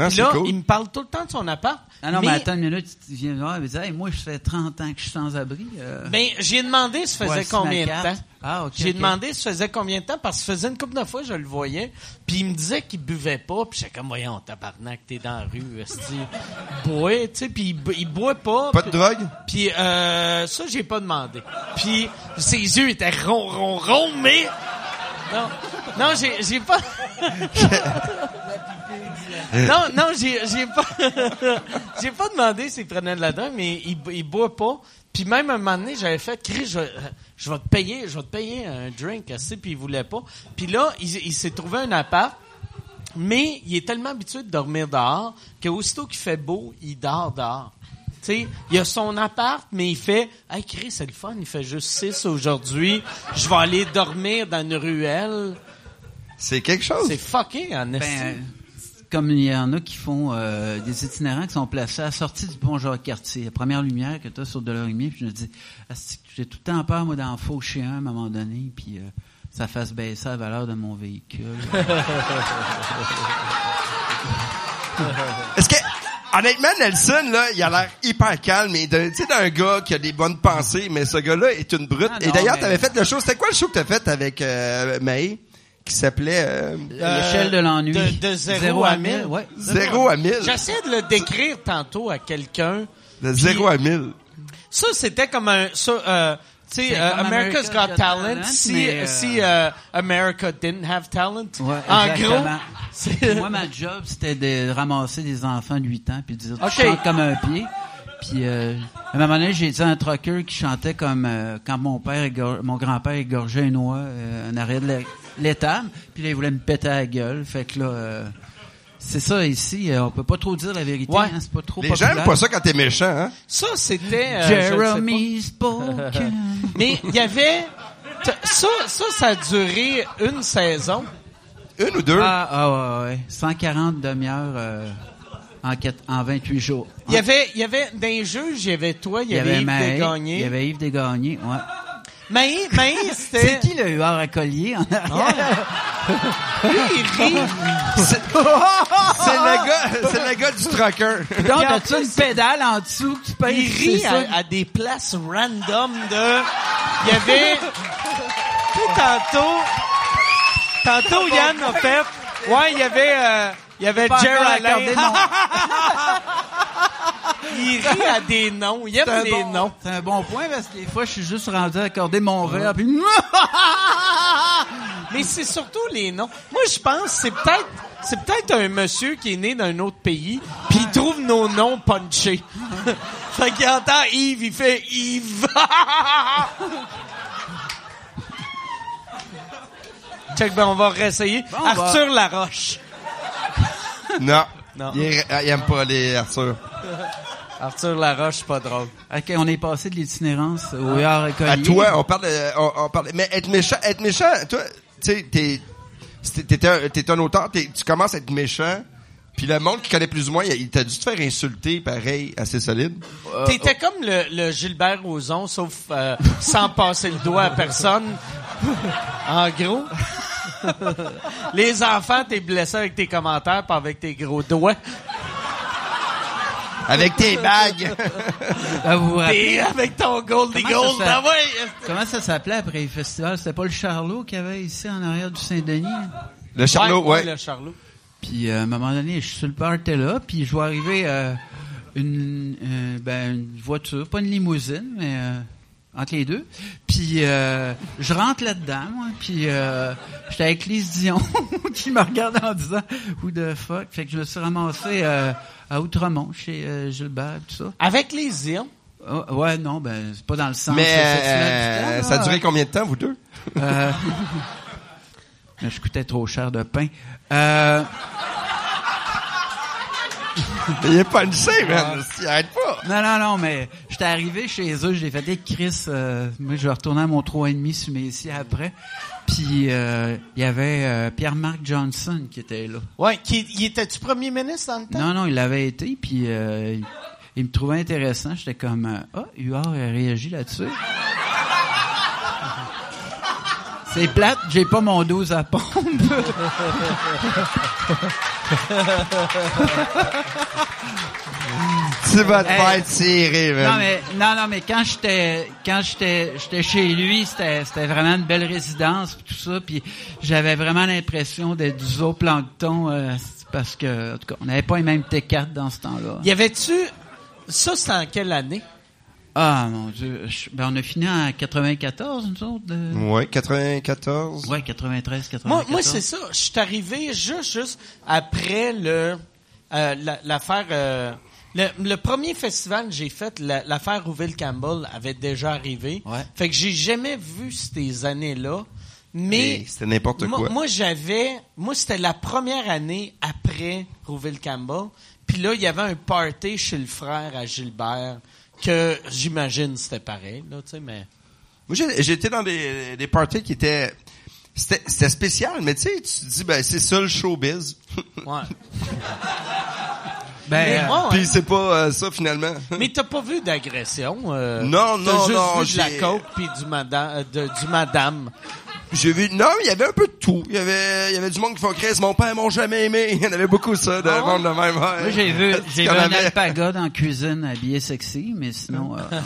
Speaker 5: Ah,
Speaker 2: Puis
Speaker 5: c'est
Speaker 2: là,
Speaker 5: cool.
Speaker 2: il me parle tout le temps de son appart.
Speaker 6: Ah non, non, mais... attends une minute, tu viens me voir et me dis, hey, moi, je fais 30 ans que je suis sans abri. euh.
Speaker 2: Ben, j'ai demandé ça faisait
Speaker 6: Voici
Speaker 2: combien
Speaker 6: ma
Speaker 2: de
Speaker 6: carte.
Speaker 2: temps.
Speaker 6: Ah, ok,
Speaker 2: J'ai
Speaker 6: ok.
Speaker 2: demandé ça faisait combien de temps parce que ça faisait une couple de fois je le voyais, puis il me disait qu'il buvait pas, puis j'étais comme voyons tabarnak, t'es dans la rue, esti. bois, tu sais, puis il, bu- il boit pas.
Speaker 5: Pas de
Speaker 2: puis-
Speaker 5: drogue?
Speaker 2: Puis euh, ça j'ai pas demandé. Puis ses yeux étaient ronds ronds ronds mais non, non, j'ai, j'ai pas. non, non, j'ai, j'ai pas. (laughs) j'ai pas demandé s'il prenait de la drogue, mais il, bo- il boit pas. Puis même un moment donné, j'avais fait, Chris, je, je vais te payer, je vais te payer un drink, assez, puis il voulait pas. Puis là, il, il s'est trouvé un appart. Mais il est tellement habitué de dormir dehors que aussitôt qu'il fait beau, il dort dehors. Tu sais, il a son appart, mais il fait Hey Chris, c'est le fun, il fait juste 6 aujourd'hui. Je vais aller dormir dans une ruelle.
Speaker 5: C'est quelque chose.
Speaker 2: C'est fucké, en
Speaker 6: Ben,
Speaker 2: esti.
Speaker 6: euh, comme il y en a qui font euh, des itinérants qui sont placés à la sortie du pont Jacques Cartier, la première lumière que tu as sur Delorimier, puis je me dis, Asti, j'ai tout le temps peur, moi, d'en faucher un à un moment donné, puis euh, ça fasse baisser la valeur de mon véhicule.
Speaker 5: Est-ce que, honnêtement, Nelson, là, il a l'air hyper calme et de- tu sais, d'un gars qui a des bonnes pensées, mais ce gars-là est une brute.
Speaker 6: Ah
Speaker 5: et
Speaker 6: non,
Speaker 5: d'ailleurs,
Speaker 6: mais-
Speaker 5: t'avais fait le show, c'était quoi le show que t'as fait avec, euh, May? Qui s'appelait, euh,
Speaker 6: L'échelle de l'ennui.
Speaker 2: de- de zéro à mille.
Speaker 6: ouais.
Speaker 5: Zéro à 1000.
Speaker 2: J'essaie de le décrire tantôt à quelqu'un.
Speaker 5: De 0 à 1000.
Speaker 2: Ça, c'était comme un. ça, euh, tu sais,
Speaker 6: C'est
Speaker 2: euh,
Speaker 6: comme
Speaker 2: America's Got, Talent, si,
Speaker 6: mais, euh,
Speaker 2: si euh, America didn't have talent.
Speaker 6: Ouais,
Speaker 2: en gros,
Speaker 6: exactement.
Speaker 2: c'est-
Speaker 6: (laughs) Moi, ma job, c'était de ramasser des enfants de 8 ans puis de dire, tu
Speaker 2: Ok.
Speaker 6: chantes comme un pied. Puis, euh, à un moment donné, j'ai dit à un trucker qui chantait comme euh, quand mon père, égor- mon grand-père égorgeait une oie euh, en arrière de la- l'étable. Puis là, il voulait me péter la gueule. Fait que là, euh, c'est ça ici. euh, on peut pas trop dire la vérité.
Speaker 2: Ouais.
Speaker 6: hein, c'est pas trop
Speaker 5: Les gens
Speaker 6: populaire.
Speaker 5: aiment pas ça quand t'es méchant, hein?
Speaker 2: ça, c'était. euh, je le sais pas.
Speaker 6: Jeremy Spoken.
Speaker 2: Mais il y avait t- ça, ça, ça a duré une saison.
Speaker 5: Une ou deux?
Speaker 6: Ah, ah, ouais, ouais. 140 demi-heures euh, en, quatre- en 28 jours.
Speaker 2: Il y avait, il y avait d'un juge, il y avait toi, il y, avait Yves
Speaker 6: Maë,
Speaker 2: Desgagnés.
Speaker 6: Il y avait Yves Desgagnés, ouais.
Speaker 2: Maï, Maï,
Speaker 6: (laughs)
Speaker 2: c'était.
Speaker 6: C'est qui le huard à collier (laughs) en arrière?
Speaker 2: Lui, il rit.
Speaker 5: C'est le gars, c'est le gars du trucker.
Speaker 6: (laughs) Donc,
Speaker 2: Et en
Speaker 6: as-tu une
Speaker 2: plus,
Speaker 6: pédale en dessous que tu peux
Speaker 2: Il rit à, à des places random de. Il y avait. Tu sais, tantôt. Tantôt, Yann a fait. Ouais, il y avait. euh, il y avait
Speaker 6: Pas
Speaker 2: Jerry
Speaker 6: encore accordé, non.
Speaker 2: Il rit à des noms. Il aime les noms.
Speaker 6: C'est un bon point parce que des fois, je suis juste rendu à accorder mon verre puis (laughs)
Speaker 2: Mais c'est surtout les noms. Moi, je pense que c'est peut-être c'est peut-être un monsieur qui est né d'un autre pays puis il trouve nos noms punchés. (laughs) fait qu'il entend Yves, il fait Yves. (laughs) Check, ben on va réessayer.
Speaker 6: on va.
Speaker 2: Arthur Laroche.
Speaker 5: Non.
Speaker 2: Non.
Speaker 5: Il, il aime pas les Arthur.
Speaker 2: Arthur Laroche, c'est pas drôle.
Speaker 6: OK, on est passé de l'itinérance
Speaker 2: Ah.
Speaker 6: au huard à collier.
Speaker 5: À toi, on parle, de- on, on parle, mais être méchant, être méchant, toi, tu sais, t'es, c'était- t'es un, t'es un auteur, t'es- tu commences à être méchant, puis le monde qui connaît plus ou moins, il, il t'a dû te faire insulter, pareil, assez solide.
Speaker 2: T'étais comme le, le Gilbert Rozon, sauf euh, sans passer le doigt à personne. en gros. Les enfants, t'es blessé avec tes commentaires pas avec tes gros doigts.
Speaker 5: Avec tes bagues.
Speaker 6: Ah, vous vous rappelez
Speaker 2: Et avec ton Gold
Speaker 6: Comment
Speaker 2: Gold,
Speaker 6: ça
Speaker 2: ah
Speaker 6: se
Speaker 2: ouais!
Speaker 6: comment ça s'appelait après le festival? C'était pas le Charlot qu'il y avait ici en arrière du Saint-Denis? hein?
Speaker 5: Le Charlot, ouais.
Speaker 2: Le Charlot.
Speaker 6: Puis euh, à un moment donné, je suis sur le party là, puis je vais arriver, euh, une, euh, ben, une voiture, pas une limousine, mais euh, entre les deux. Puis euh, je rentre là-dedans, moi, puis euh, j'étais avec Lise Dion (laughs) qui me regarde en disant « Who the fuck? » Fait que je me suis ramassé euh, à Outremont, chez euh, Gilbert, tout ça.
Speaker 2: Avec les îles.
Speaker 6: Ah, ouais, non, ben c'est pas dans le sens
Speaker 5: Mais
Speaker 6: sexuel du
Speaker 5: euh,
Speaker 6: terme,
Speaker 5: ça a
Speaker 6: là.
Speaker 5: duré combien de temps, vous deux?
Speaker 6: Euh, mais je coûtais trop cher de pain. Euh,
Speaker 5: Il est punché, man. Il arrête pas.
Speaker 6: non, non, non, mais j'étais arrivé chez eux, j'ai fait des Chris. euh, moi, je vais retourner à mon 3,5 sur mes ici après. Puis euh, il y avait euh, Pierre-Marc Johnson qui était là.
Speaker 2: Ouais, qui, il était-tu premier ministre dans le temps?
Speaker 6: Non, non, il l'avait été, puis euh, il, il me trouvait intéressant. J'étais comme, euh, ah, Huard a réagi là-dessus. C'est plate, j'ai pas mon 12 à pompe. (laughs)
Speaker 5: Tu vas te
Speaker 6: Hey.
Speaker 5: faire tirer,
Speaker 2: Euh,
Speaker 5: man.
Speaker 6: Non mais non non mais quand j'étais quand j'étais j'étais chez lui, c'était c'était vraiment une belle résidence puis tout ça puis j'avais vraiment l'impression d'être du zooplancton euh, parce que en tout cas, on n'avait pas les mêmes T4 dans ce temps-là.
Speaker 2: Y avait-tu. Ça, c'était en quelle année?
Speaker 6: Ah mon dieu, je- ben on a fini en 94 nous autres. de-
Speaker 5: Ouais, 94.
Speaker 6: Ouais, 93 94.
Speaker 2: Mm. Moi, moi c'est ça. Je suis arrivé juste, juste après le euh, la- l'affaire. euh, le, le premier festival que j'ai fait, la- l'affaire Rouville Campbell avait déjà arrivé.
Speaker 6: Ouais.
Speaker 2: Fait que j'ai jamais vu ces années-là. Mais
Speaker 5: Hey, c'était n'importe
Speaker 2: moi-
Speaker 5: quoi.
Speaker 2: Moi, j'avais, moi, c'était la première année après Rouville Campbell. Puis là, il y avait un party chez le frère à Gilbert que j'imagine c'était pareil, là, tu sais, mais.
Speaker 5: Moi, j'ai- j'étais dans des, des parties qui étaient... C'était c'était spécial, mais tu sais, tu te dis, ben, c'est ça
Speaker 6: (laughs)
Speaker 5: le showbiz. (laughs)
Speaker 2: Ouais.
Speaker 6: ben,
Speaker 2: mais,
Speaker 6: euh,
Speaker 2: ouais, ouais.
Speaker 5: Puis c'est pas euh, ça, finalement.
Speaker 2: Mais t'as pas vu d'agression? euh,
Speaker 5: Non,
Speaker 2: t'as
Speaker 5: non,
Speaker 2: juste
Speaker 5: non,
Speaker 2: Vu de la
Speaker 5: j'ai-
Speaker 2: coke puis du madame, euh, de- du madame.
Speaker 5: (laughs) J'ai vu... Non, il y avait un peu de tout. Il y avait, il y avait du monde qui font « Chris, mon père m'a jamais aimé ». (laughs) Il y en avait beaucoup, ça, de
Speaker 2: Ah ouais?
Speaker 5: monde de même.
Speaker 6: moi,
Speaker 5: ouais.
Speaker 6: j'ai
Speaker 5: (laughs)
Speaker 6: vu,
Speaker 5: Parce
Speaker 6: j'ai
Speaker 5: qu'il
Speaker 6: vu
Speaker 5: y en
Speaker 6: un
Speaker 5: avait-
Speaker 6: alpaga dans la cuisine habillé sexy, mais sinon,
Speaker 2: (laughs)
Speaker 6: euh,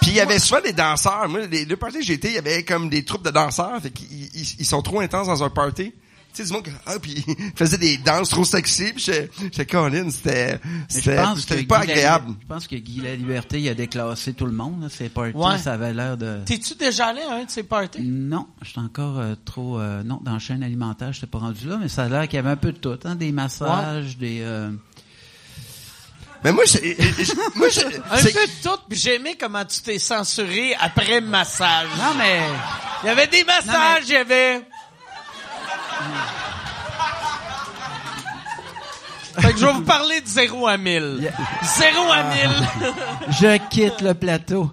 Speaker 5: Puis il y avait souvent des danseurs. Moi, les deux parties que j'ai été, il y avait comme des troupes de danseurs. Fait qu'ils ils, ils sont trop intenses dans un party. Tu sais, du monde qui ah, puis (laughs) ils faisaient des danses trop sexy. Puis j'étais- j'étais Colin, c'était
Speaker 6: Mais je
Speaker 5: c'était
Speaker 6: pense que
Speaker 5: c'était pas
Speaker 6: Guy
Speaker 5: agréable.
Speaker 6: La- je pense que Guy La Liberté il a déclassé tout le monde. là. Ses parties,
Speaker 2: Ouais.
Speaker 6: ça avait l'air de.
Speaker 2: T'es-tu déjà allé à un de ces parties?
Speaker 6: Non, je suis encore euh, trop. euh, non, dans la chaîne alimentaire, je pas rendu là, mais ça a l'air qu'il y avait un peu de tout, hein, des massages, des. euh,
Speaker 5: Mais moi, j'ai- (laughs) j'ai- moi, j'ai-
Speaker 2: Un peu
Speaker 5: c'est-
Speaker 2: de tout, puis j'ai aimé comment tu t'es censuré après massage.
Speaker 6: Non mais
Speaker 2: Il y avait des massages, il y avait...
Speaker 6: Mm.
Speaker 2: Fait que je vais vous parler de 0 à 1000. 0
Speaker 6: Ah.
Speaker 2: à 1000!
Speaker 6: je quitte le plateau.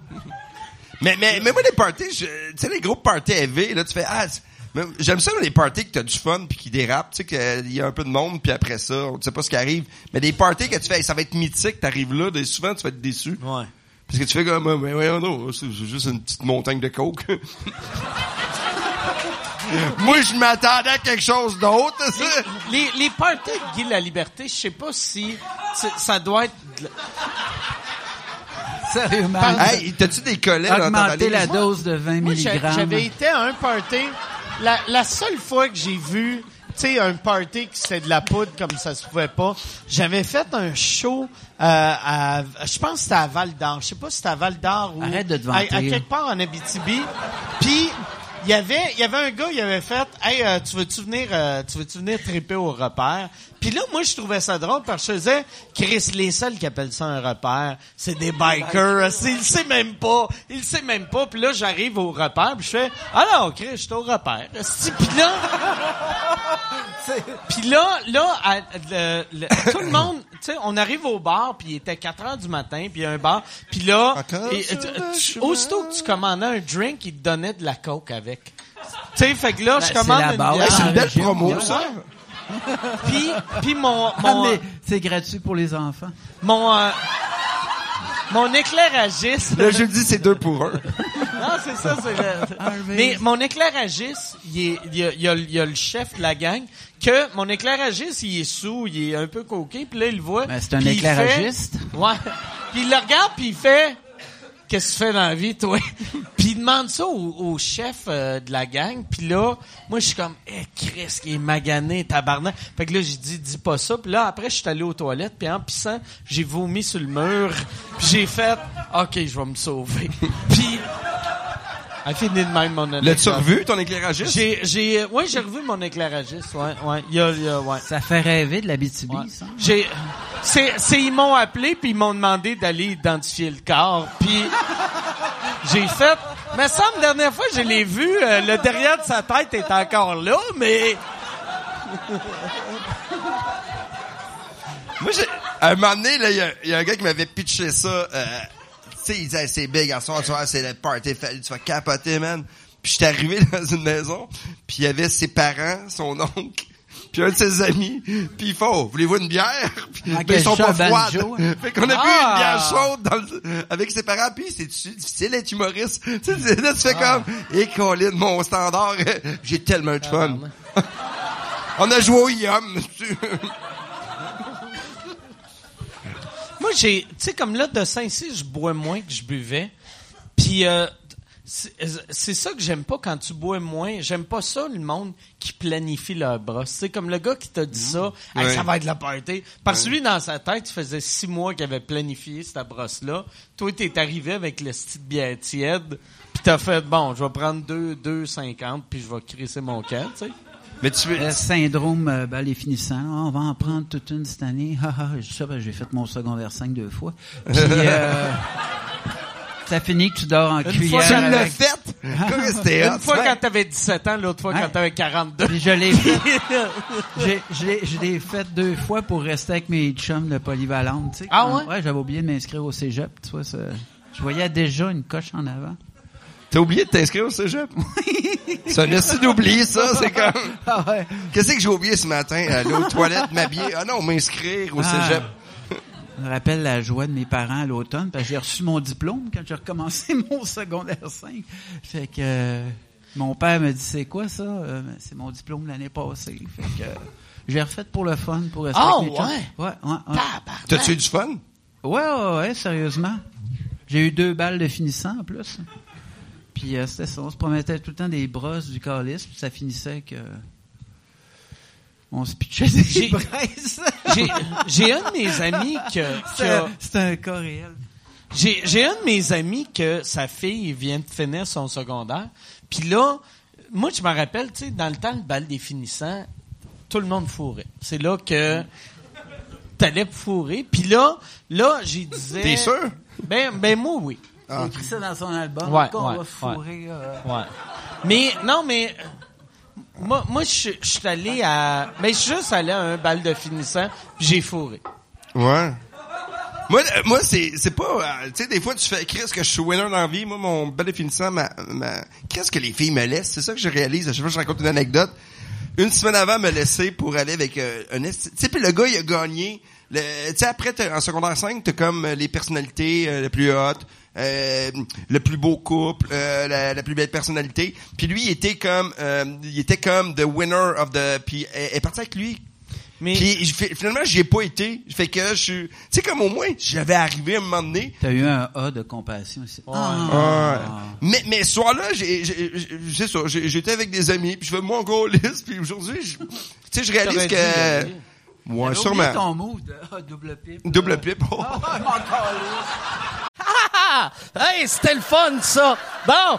Speaker 5: mais, mais, mais moi, les parties, je- tu sais, les gros parties élevés, là, tu fais, ah, c'est- mais j'aime ça, les parties que t'as du fun puis qui dérapent, tu sais, qu'il y a un peu de monde puis après ça, on sait pas ce qui arrive. Mais des parties que tu fais, Hey, ça va être mythique, t'arrives là, des- souvent, tu vas être déçu.
Speaker 2: Ouais.
Speaker 5: Parce que tu fais comme, Ah, ben voyons donc, c'est c'est juste une petite montagne de coke. (laughs) Moi, je m'attendais à quelque chose d'autre, ça.
Speaker 2: Les, les parties de Guy la Liberté, je sais pas si c'est- ça doit être de la-
Speaker 6: Sérieusement.
Speaker 5: Hey, t'as-tu des collègues dans ta
Speaker 6: Augmenter
Speaker 5: valise?
Speaker 6: la dose de 20
Speaker 2: Moi, j'a- j'avais
Speaker 6: mg.
Speaker 2: été à un party. La, la seule fois que j'ai vu, tu sais, un party qui c'est de la poudre comme ça se pouvait pas, j'avais fait un show euh, à, je pense que c'était à Val d'Or. Je sais pas si c'était à Val d'Or ou
Speaker 6: Arrête de te
Speaker 2: à,
Speaker 6: vanter,
Speaker 2: à
Speaker 6: là.
Speaker 2: quelque part en Abitibi. Puis il y avait, il y avait un gars, il avait fait, hey, euh, tu veux-tu venir, euh, tu veux-tu venir triper au repère? Puis là, moi, je trouvais ça drôle parce que je faisais, Chris, les seuls qui appellent ça un repère, c'est des bikers. C'est- Il sait même pas, il sait même pas. Puis là, j'arrive au repère, puis je fais, alors, Chris, je suis au repère. Esti. Puis là,
Speaker 5: (laughs)
Speaker 2: puis là, là, à- le- le- tout le monde, tu sais, on arrive au bar, puis il était 4 heures du matin, puis il y a un bar, puis là,
Speaker 5: Encore
Speaker 2: et-
Speaker 5: sur
Speaker 2: tu-
Speaker 5: le
Speaker 2: tu-
Speaker 5: chemin.
Speaker 2: aussitôt que tu commandais un drink, il te donnait de la coke avec. Tu sais, fait que là, je
Speaker 6: Ben,
Speaker 2: commande
Speaker 6: c'est la
Speaker 2: une
Speaker 6: base.
Speaker 5: Hey, c'est une
Speaker 2: bière,
Speaker 5: belle promo, ça.
Speaker 2: puis, puis mon,
Speaker 6: (laughs) Ah,
Speaker 2: mon,
Speaker 6: mais c'est gratuit pour les enfants.
Speaker 2: mon, euh, mon éclairagiste,
Speaker 5: Là, je le dis, c'est deux pour un.
Speaker 2: Non, c'est ça, c'est le... Mais mon éclairagiste, il, est- il y a, il y a- il y a le chef de la gang, que mon éclairagiste, il est sous, il est un peu coqué, puis là, il le voit.
Speaker 6: Ben, c'est un
Speaker 2: puis il fait-
Speaker 6: éclairagiste.
Speaker 2: Ouais. Puis il le regarde, puis il fait... qu'est-ce que tu fais dans la vie,
Speaker 6: (laughs)
Speaker 2: toi? puis il demande ça au, au chef euh, de la gang. Puis là, moi, je suis comme, eh, Chris, qui est magané, tabarnak. Fait que là, j'ai dit, dis pas ça. Puis là, après, je suis allé aux toilettes. Puis en pissant, j'ai vomi sur le mur. Puis j'ai fait, OK, je vais me
Speaker 6: (laughs)
Speaker 2: sauver. puis, elle finit de même mon
Speaker 5: L'as-tu
Speaker 2: anecdote.
Speaker 5: revu, ton éclairagiste?
Speaker 2: J'ai, j'ai, ouais, j'ai revu mon éclairagiste, ouais, ouais, il y a, il y a- ouais.
Speaker 6: Ça fait rêver de la BTB,
Speaker 2: Ouais.
Speaker 6: ça.
Speaker 2: J'ai, c'est, c'est- ils m'ont appelé puis ils m'ont demandé d'aller identifier le corps. Puis j'ai fait. Mais ça, la dernière fois, je l'ai vu. euh, le derrière de sa tête est encore là, mais
Speaker 5: Moi, j'ai, à un moment donné, là, il y a- il y, a un gars qui m'avait pitché ça. euh, tu sais, il disait, c'est big, en soir, tu vois, c'est le party, fa- tu vas capoter, man. Puis j'étais arrivé (laughs) dans une maison, puis il y avait ses parents, son oncle, puis un de ses amis, puis il faut, voulez-vous une bière? (laughs) Puis,
Speaker 6: Ah,
Speaker 5: ben,
Speaker 6: quel
Speaker 5: ils sont pas
Speaker 6: chat
Speaker 5: froides.
Speaker 6: banjo, hein. Ah!
Speaker 5: (laughs) Fait qu'on a bu une bière chaude dans le- avec ses parents, puis c'est difficile d'être humoriste. (laughs) Tu sais, là, tu fais
Speaker 6: Ah.
Speaker 5: comme, et Colin, mon standard, (laughs) euh, j'ai tellement eu de
Speaker 6: Ah,
Speaker 5: fun. (laughs) On a joué au Yum. (laughs)
Speaker 2: moi, j'ai, tu sais, comme là, de Saint-Cyr, je bois moins que je buvais. Puis euh, c'est, c'est ça que j'aime pas quand tu bois moins. J'aime pas ça, le monde qui planifie leur brosse. C'est comme le gars qui t'a dit ça. Hey,
Speaker 5: Ouais.
Speaker 2: Ça va être la party. Parce que lui, dans sa tête, il faisait six mois qu'il avait planifié cette brosse-là. Toi, t'es arrivé avec le style bien tiède. Puis t'as fait, bon, je vais prendre deux, deux cinquante, puis je vais crisser mon camp, tu sais.
Speaker 5: Mais tu veux,
Speaker 6: Le syndrome euh, ben, les finissants. Ah, on va en prendre toute une cette année. Ah, ah, je sais, ben, j'ai fait mon secondaire 5 deux fois. Puis,
Speaker 2: (laughs)
Speaker 6: euh, ça finit que tu dors en
Speaker 2: fois,
Speaker 6: cuillère.
Speaker 2: tu
Speaker 5: le
Speaker 6: avec-
Speaker 5: fait. Chris, t'es hot,
Speaker 2: Ah. Une fois
Speaker 5: ouais.
Speaker 2: quand t'avais 17 ans, l'autre fois
Speaker 6: Ouais.
Speaker 2: quand t'avais 42.
Speaker 6: Puis je l'ai fait.
Speaker 2: (laughs)
Speaker 6: J'ai- Je l'ai- je l'ai fait deux fois pour rester avec mes chums de polyvalente. tu sais.
Speaker 2: Ah
Speaker 6: Quand-
Speaker 2: ouais?
Speaker 6: Ouais, j'avais oublié de m'inscrire au cégep. Tu vois, ça- je voyais déjà une coche en avant.
Speaker 5: T'as oublié de t'inscrire
Speaker 2: (laughs)
Speaker 5: au cégep? Ça reste d'oublier ça, c'est comme...
Speaker 6: (laughs) Ah ouais.
Speaker 5: Qu'est-ce que j'ai oublié ce matin? Aller aux toilettes, m'habiller. Ah non, m'inscrire au
Speaker 6: Ah.
Speaker 5: cégep.
Speaker 6: Je me rappelle la joie de mes parents à l'automne, parce que j'ai reçu mon diplôme quand j'ai recommencé (laughs) mon secondaire 5. Fait que euh, mon père me dit c'est quoi ça Euh, Ben, C'est mon diplôme l'année passée. Fait que euh, j'ai refait pour le fun pour rester
Speaker 2: Ah,
Speaker 6: avec mes chums.
Speaker 2: ouais?
Speaker 6: Ouais, ouais, ouais.
Speaker 5: T'as-tu eu du fun?
Speaker 6: Ouais, ouais, ouais, sérieusement. J'ai eu deux balles de finissant en plus. Puis euh, c'était ça, on se promettait tout le temps des brosses du calice, puis ça finissait que on se pitchait des
Speaker 2: J'ai-
Speaker 6: brosses.
Speaker 2: J'ai- J'ai un de mes amis (laughs) que- qui a-
Speaker 6: (laughs) C'était un cas réel.
Speaker 2: J'ai, j'ai un de mes amis que sa fille vient de finir son secondaire. Puis là, moi, je me rappelle, tu sais, dans le temps, le bal des finissants, tout le monde fourrait. C'est là que t'allais fourrer. Puis là, là, j'ai disais...
Speaker 5: T'es sûr?
Speaker 2: Ben, ben moi, oui.
Speaker 6: Il écrit ça dans son album.
Speaker 2: Ouais,
Speaker 6: qu'on
Speaker 2: ouais,
Speaker 6: va fourrer. euh,
Speaker 2: Ouais. Mais, non, mais... euh, Moi, moi je je suis allé à... Mais je suis juste allé à un bal de finissant, puis j'ai fourré.
Speaker 5: Ouais. Moi, euh, moi c'est, c'est pas... euh, tu sais, des fois, tu fais... Chris, que je suis winner dans la vie. Moi, mon bel et finissant, ma... ma... Qu'est-ce que les filles me laissent? C'est ça que je réalise. À chaque fois, je raconte une anecdote. Une semaine avant, me laisser pour aller avec euh, un... esti- Tu sais, puis le gars, il a gagné. Le- Tu sais, après, t'as- en secondaire 5, t'as comme euh, les personnalités euh, les plus hautes. euh, le plus beau couple, euh, la, la plus belle personnalité. Puis lui, il était comme, euh, il était comme the winner of the. Puis elle elle est partie avec lui
Speaker 2: Mais...
Speaker 5: puis je fais- finalement, j'y ai pas été. Fait que je suis... Tu sais, comme au moins, j'avais arrivé à un moment donné.
Speaker 6: T'as eu un A de compassion ici. Ah,
Speaker 5: Mais, mais ce soir-là, j'ai- j'ai- j'ai- c'est ça, j'ai- j'étais avec des amis, puis je fais mon liste, puis aujourd'hui, je- tu sais, je réalise
Speaker 2: T'aurais dû y
Speaker 5: que...
Speaker 2: aller.
Speaker 5: Ouais,
Speaker 6: T'avais oublié
Speaker 5: sûrement.
Speaker 6: ton mot de ah, double pipe.
Speaker 5: Double pipe. oh.
Speaker 7: Ah! Hey, c'était le fun, ça! Bon!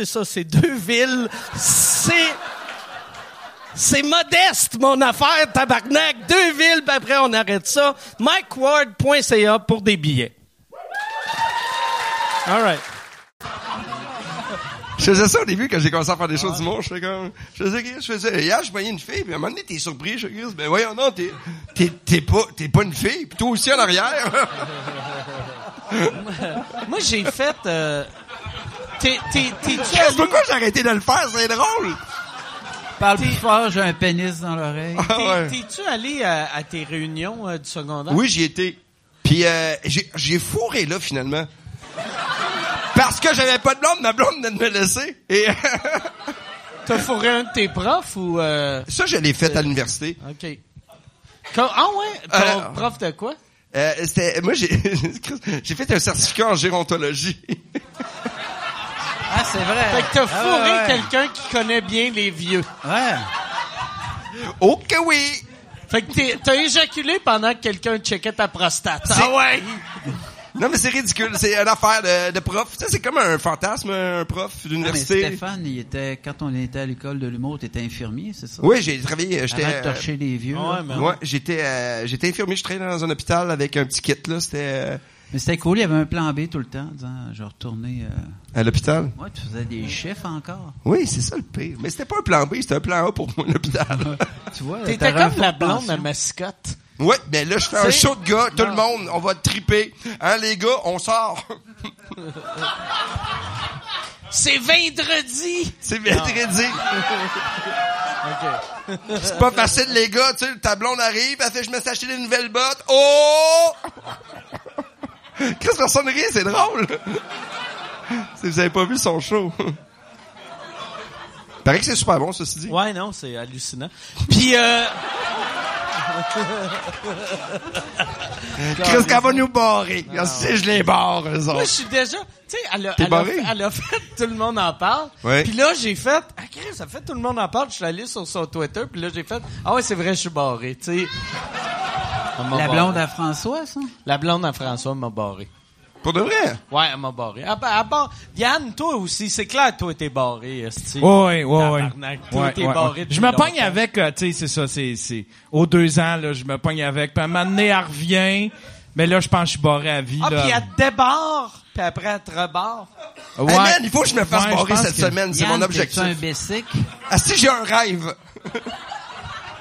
Speaker 7: ça, c'est deux villes. C'est... C'est modeste, mon affaire, tabarnak. Deux villes, puis après, on arrête ça. MikeWard.ca pour des billets. All right.
Speaker 5: (laughs) Je faisais ça au début, quand j'ai commencé à faire
Speaker 2: Ah
Speaker 5: des choses du monde, je fais comme... Je faisais, Chris, je faisais... Hier, je voyais une fille, puis à un moment donné, t'es surpris, je fais, Chris,
Speaker 2: (laughs)
Speaker 5: ben voyons, non, t'es... T'es, t'es pas, t'es pas une fille, puis toi aussi en arrière.
Speaker 2: Moi, j'ai fait. euh, T'es, t'es, t'es-tu
Speaker 5: Qu'est-ce (laughs) pourquoi j'ai arrêté de le faire? C'est drôle!
Speaker 6: Parle plus fort, j'ai un pénis dans l'oreille.
Speaker 5: Ah
Speaker 2: T'es-
Speaker 5: ouais.
Speaker 2: T'es-tu allé à, à tes réunions euh, du secondaire?
Speaker 5: Oui, j'y étais. Puis euh, j'ai- j'ai fourré là finalement. Parce que j'avais pas de blonde, ma blonde venait de me laisser. Et (laughs)
Speaker 2: T'as fourré un de tes profs ou... euh,
Speaker 5: ça, je l'ai fait à l'université.
Speaker 2: OK. Co- ah ouais? Ton
Speaker 5: Euh,
Speaker 2: prof de quoi?
Speaker 5: Euh, c'était, moi, j'ai, (laughs) j'ai fait un certificat en gérontologie. (laughs)
Speaker 6: Ah, c'est vrai.
Speaker 2: Fait que t'as
Speaker 6: Ah,
Speaker 2: fourré
Speaker 6: ouais.
Speaker 2: quelqu'un qui connaît bien les vieux.
Speaker 6: Ouais.
Speaker 5: Oh que oui!
Speaker 2: Fait que t'es- t'as éjaculé pendant que quelqu'un checkait ta prostate. Ah ouais?
Speaker 5: Non, mais c'est ridicule. C'est une affaire de, de prof. Tu sais, c'est comme un fantasme, un prof
Speaker 6: Ah, mais
Speaker 5: d'université.
Speaker 6: Stéphane, il était, quand on était à l'école de l'humour, t'étais infirmier, c'est ça?
Speaker 5: Oui, j'ai travaillé. euh, J'étais,
Speaker 6: Arrête de hein.
Speaker 5: euh,
Speaker 6: torcher les vieux. là.
Speaker 2: mais...
Speaker 5: ouais, j'étais, euh, j'étais infirmier. Je travaillais dans un hôpital avec un petit kit, là. C'était euh,
Speaker 6: Mais c'était cool, il y avait un plan B tout le temps, en disant, je vais retourner... euh,
Speaker 5: à l'hôpital.
Speaker 6: Ouais, tu faisais des chiffres encore.
Speaker 5: Oui, c'est ça le pire. Mais c'était pas un plan B, c'était un plan A pour moi,
Speaker 2: (laughs)
Speaker 5: l'hôpital.
Speaker 6: Tu vois,
Speaker 2: T'étais
Speaker 6: t'aurais un
Speaker 2: comme
Speaker 6: fond
Speaker 2: la
Speaker 6: de
Speaker 2: blonde
Speaker 6: pension.
Speaker 2: à mascotte.
Speaker 5: ouais, mais là, je fais un
Speaker 2: C'est-
Speaker 5: show de gars, tout le monde, on va triper. Hein, les gars, on sort.
Speaker 2: C'est vendredi!
Speaker 5: C'est vendredi. C'est pas facile, les gars, tu sais, ta blonde arrive, elle fait, je me suis acheté des nouvelles bottes. Oh! Qu'est-ce que personne rit, c'est drôle. si vous avez pas vu son show. Paraît que c'est super bon, ceci dit.
Speaker 2: Ouais, non, c'est hallucinant. Puis, euh,
Speaker 5: Qu'est-ce qu'elle va nous barrer? Si je les barre,
Speaker 2: moi,
Speaker 5: eux
Speaker 2: je
Speaker 5: autres.
Speaker 2: suis déjà... Tu sais, elle, a-
Speaker 5: T'es
Speaker 2: elle a-
Speaker 5: barré?
Speaker 2: elle a fait (laughs) « Tout le monde en parle
Speaker 5: Ouais.
Speaker 2: Puis là, j'ai fait... Ah, Chris, ça fait « Tout le monde en parle ». Je suis allé sur son Twitter, puis là, j'ai fait... Ah ouais, c'est vrai, je suis barré, tu sais. Elle m'a
Speaker 6: La
Speaker 2: barré.
Speaker 6: blonde à François, ça?
Speaker 2: La blonde à François m'a barré.
Speaker 5: Pour de vrai?
Speaker 2: Ouais, elle m'a barré. À, ba- à ba- Yann, toi aussi, c'est clair, toi, t'es barré, esti.
Speaker 4: Ouais, ouais, ouais, ouais.
Speaker 2: Tabarnak, toi,
Speaker 4: Ouais,
Speaker 2: t'es
Speaker 4: ouais,
Speaker 2: barré
Speaker 4: ouais.
Speaker 2: depuis
Speaker 4: Je me
Speaker 2: longtemps.
Speaker 4: pogne avec, euh, tu sais, c'est ça, c'est, c'est, aux deux ans, là, je me pogne avec. Puis à un moment donné, elle revient, mais là, je pense que je suis barré à vie,
Speaker 2: Ah,
Speaker 4: là.
Speaker 2: puis elle te débarre, puis après, elle te rebarre.
Speaker 4: Ouais.
Speaker 5: Hey, Ah, man, il faut que je me fasse
Speaker 4: Ouais,
Speaker 5: barrer
Speaker 4: pense
Speaker 5: cette
Speaker 4: que-
Speaker 5: semaine, c'est
Speaker 6: Yann,
Speaker 5: mon objectif.
Speaker 6: t'es-tu un bessic?
Speaker 5: Ah, si j'ai un rêve.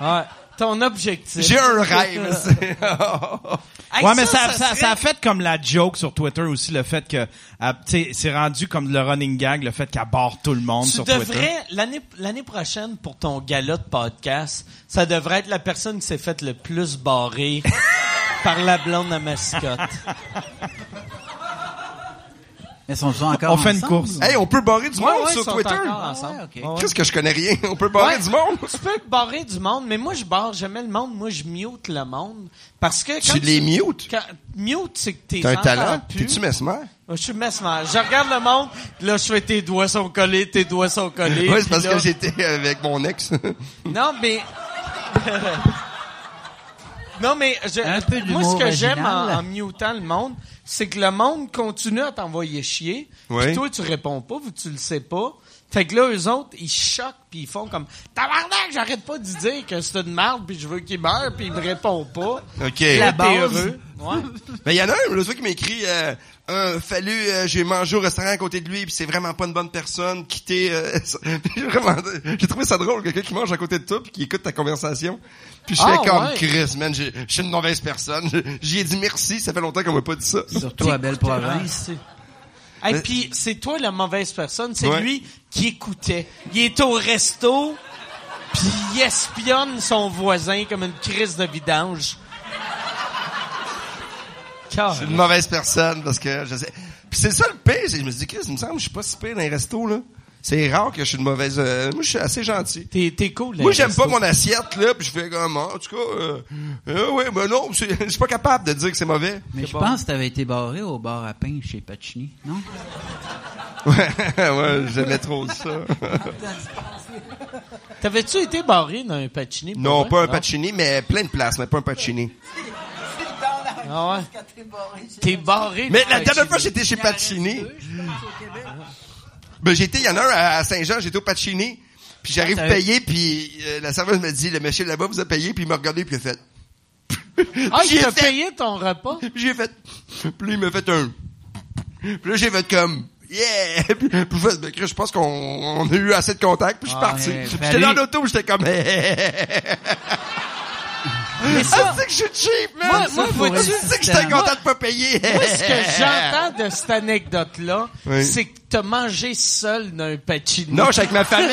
Speaker 2: Ouais. Ton objectif.
Speaker 5: J'ai un rêve. c'est-
Speaker 2: Hey,
Speaker 4: ouais, mais ça, ça,
Speaker 2: serait-
Speaker 4: ça a fait comme la joke sur Twitter aussi, le fait que, ah, tu sais, c'est rendu comme le running gag, le fait qu'elle barre tout le monde
Speaker 2: Tu
Speaker 4: sur Twitter.
Speaker 2: devrais, l'année, l'année prochaine, pour ton gala de podcast, ça devrait être la personne qui s'est faite le plus barrer par la blonde à mascotte.
Speaker 6: (laughs) Mais sont-ils encore
Speaker 4: On fait une
Speaker 6: ensemble?
Speaker 4: course.
Speaker 5: (laughs) hey, on peut barrer du monde
Speaker 2: ouais,
Speaker 5: sur
Speaker 2: ils sont
Speaker 5: Twitter.
Speaker 2: encore
Speaker 6: Ah,
Speaker 2: ensemble.
Speaker 6: ouais, ok.
Speaker 5: Qu'est-ce que je connais rien? (laughs) On peut barrer
Speaker 2: Ouais.
Speaker 5: du monde.
Speaker 2: Tu peux barrer du monde, mais moi, je barre jamais le monde. Moi, je mute le monde. Parce que quand
Speaker 5: Tu les mutes.
Speaker 2: Quand, mute, c'est que t'es
Speaker 5: T'as un
Speaker 2: entends
Speaker 5: talent.
Speaker 2: plus.
Speaker 5: T'es-tu mesmer?
Speaker 2: Moi, Ah, Je suis mesmer. Je regarde le monde, puis là, je fais tes doigts sont collés, tes doigts sont collés.
Speaker 5: Oui, c'est parce
Speaker 2: puis là-
Speaker 5: que j'étais avec mon ex. (laughs)
Speaker 2: Non, mais... (laughs) non, mais je-
Speaker 6: Un peu
Speaker 2: moi, ce
Speaker 6: d'humour
Speaker 2: que j'aime en,
Speaker 6: original.
Speaker 2: en mutant le monde, c'est que le monde continue à t'envoyer chier.
Speaker 5: Oui.
Speaker 2: Puis toi, tu réponds pas, vous, tu le sais pas. Fait que là, eux autres, ils choquent, puis ils font comme « Tabarnak, j'arrête pas de dire que c'est une merde, puis je veux qu'il meure, puis il me répond pas.
Speaker 5: OK.
Speaker 2: Là, t'es
Speaker 6: base.
Speaker 2: heureux. Ouais.
Speaker 5: Mais il y en a un, l'autre fois, qui m'écrit, euh, euh, fallu, euh, j'ai mangé au restaurant à côté de lui, puis c'est vraiment pas une bonne personne, quitter, euh, (laughs) ça. Puis j'ai vraiment- j'ai trouvé ça drôle, quelqu'un qui mange à côté de toi, puis qui écoute ta conversation. Puis je fais
Speaker 2: Ah,
Speaker 5: comme,
Speaker 2: ouais.
Speaker 5: Chris, man, j'ai- je suis une mauvaise personne. J'y ai dit merci, ça fait longtemps qu'on m'a pas dit ça.
Speaker 6: Surtout
Speaker 2: (laughs)
Speaker 6: à Belle-Province.
Speaker 2: Et
Speaker 5: Mais-
Speaker 2: puis ah, c'est toi la mauvaise personne, c'est
Speaker 5: Ouais.
Speaker 2: lui qui écoutait. Il est au resto, puis il espionne son voisin comme une crise de vidange. Car-
Speaker 5: Je suis une mauvaise personne parce que je sais. Puis c'est ça le pire, c'est que je me suis dit, Chris, il me semble que je suis pas si pire dans les restos, là. C'est rare que je suis une mauvaise. euh, moi, je suis assez gentil.
Speaker 2: T'es t'es cool. là,
Speaker 5: Moi, j'aime
Speaker 2: resto.
Speaker 5: pas mon assiette, là, puis je fais comme, ah, en tout cas, euh, euh, ouais, ben non, c'est- je suis pas capable de dire que c'est mauvais.
Speaker 6: Mais je
Speaker 2: bon.
Speaker 6: pense que t'avais été barré au bar à pain chez Pacini, non?
Speaker 5: (laughs) Ouais, ouais, j'aimais trop ça.
Speaker 2: T'avais-tu été barré dans un patchini? pour
Speaker 5: (laughs) non,
Speaker 2: vrai?
Speaker 5: pas un pacini, mais plein de places, mais pas un pacini.
Speaker 2: Ah ouais. T'es barré.
Speaker 5: Mais
Speaker 2: dans
Speaker 5: la
Speaker 2: un
Speaker 5: dernière fois,
Speaker 2: patchini.
Speaker 5: j'étais chez Pacini. Ben, j'étais, il y en a un à Saint-Jean, j'étais au Pacini. Puis j'arrive
Speaker 2: Ah,
Speaker 6: T'as-
Speaker 5: payer, puis euh, la serveuse me dit, le monsieur là-bas vous a payé, puis il m'a regardé, puis il a fait...
Speaker 2: Ah, il
Speaker 5: j'ai
Speaker 2: t'a
Speaker 5: fait-
Speaker 2: payé ton repas?
Speaker 5: Puis j'ai fait... Puis là, il m'a fait un... Puis là, j'ai fait comme... Yeah! (laughs) Puis puis j'ai fait, Ben, Chris, je pense qu'on on a eu assez de contacts, puis je suis
Speaker 6: Ah,
Speaker 5: parti. (laughs)
Speaker 6: mais
Speaker 5: J'étais
Speaker 6: fallait-
Speaker 5: dans l'auto, j'étais comme...
Speaker 7: Mais
Speaker 5: Ah,
Speaker 7: ça,
Speaker 5: c'est que je suis cheap, man!
Speaker 7: Moi- moi,
Speaker 5: Ah,
Speaker 7: faut-tu-
Speaker 5: c'est que j'étais content de pas payer!
Speaker 7: moi,
Speaker 5: (laughs)
Speaker 7: ce que j'entends de cette anecdote-là,
Speaker 5: Oui.
Speaker 7: c'est que t'as mangé seul d'un pacino.
Speaker 5: Non, j'étais avec ma
Speaker 7: (laughs)
Speaker 5: famille!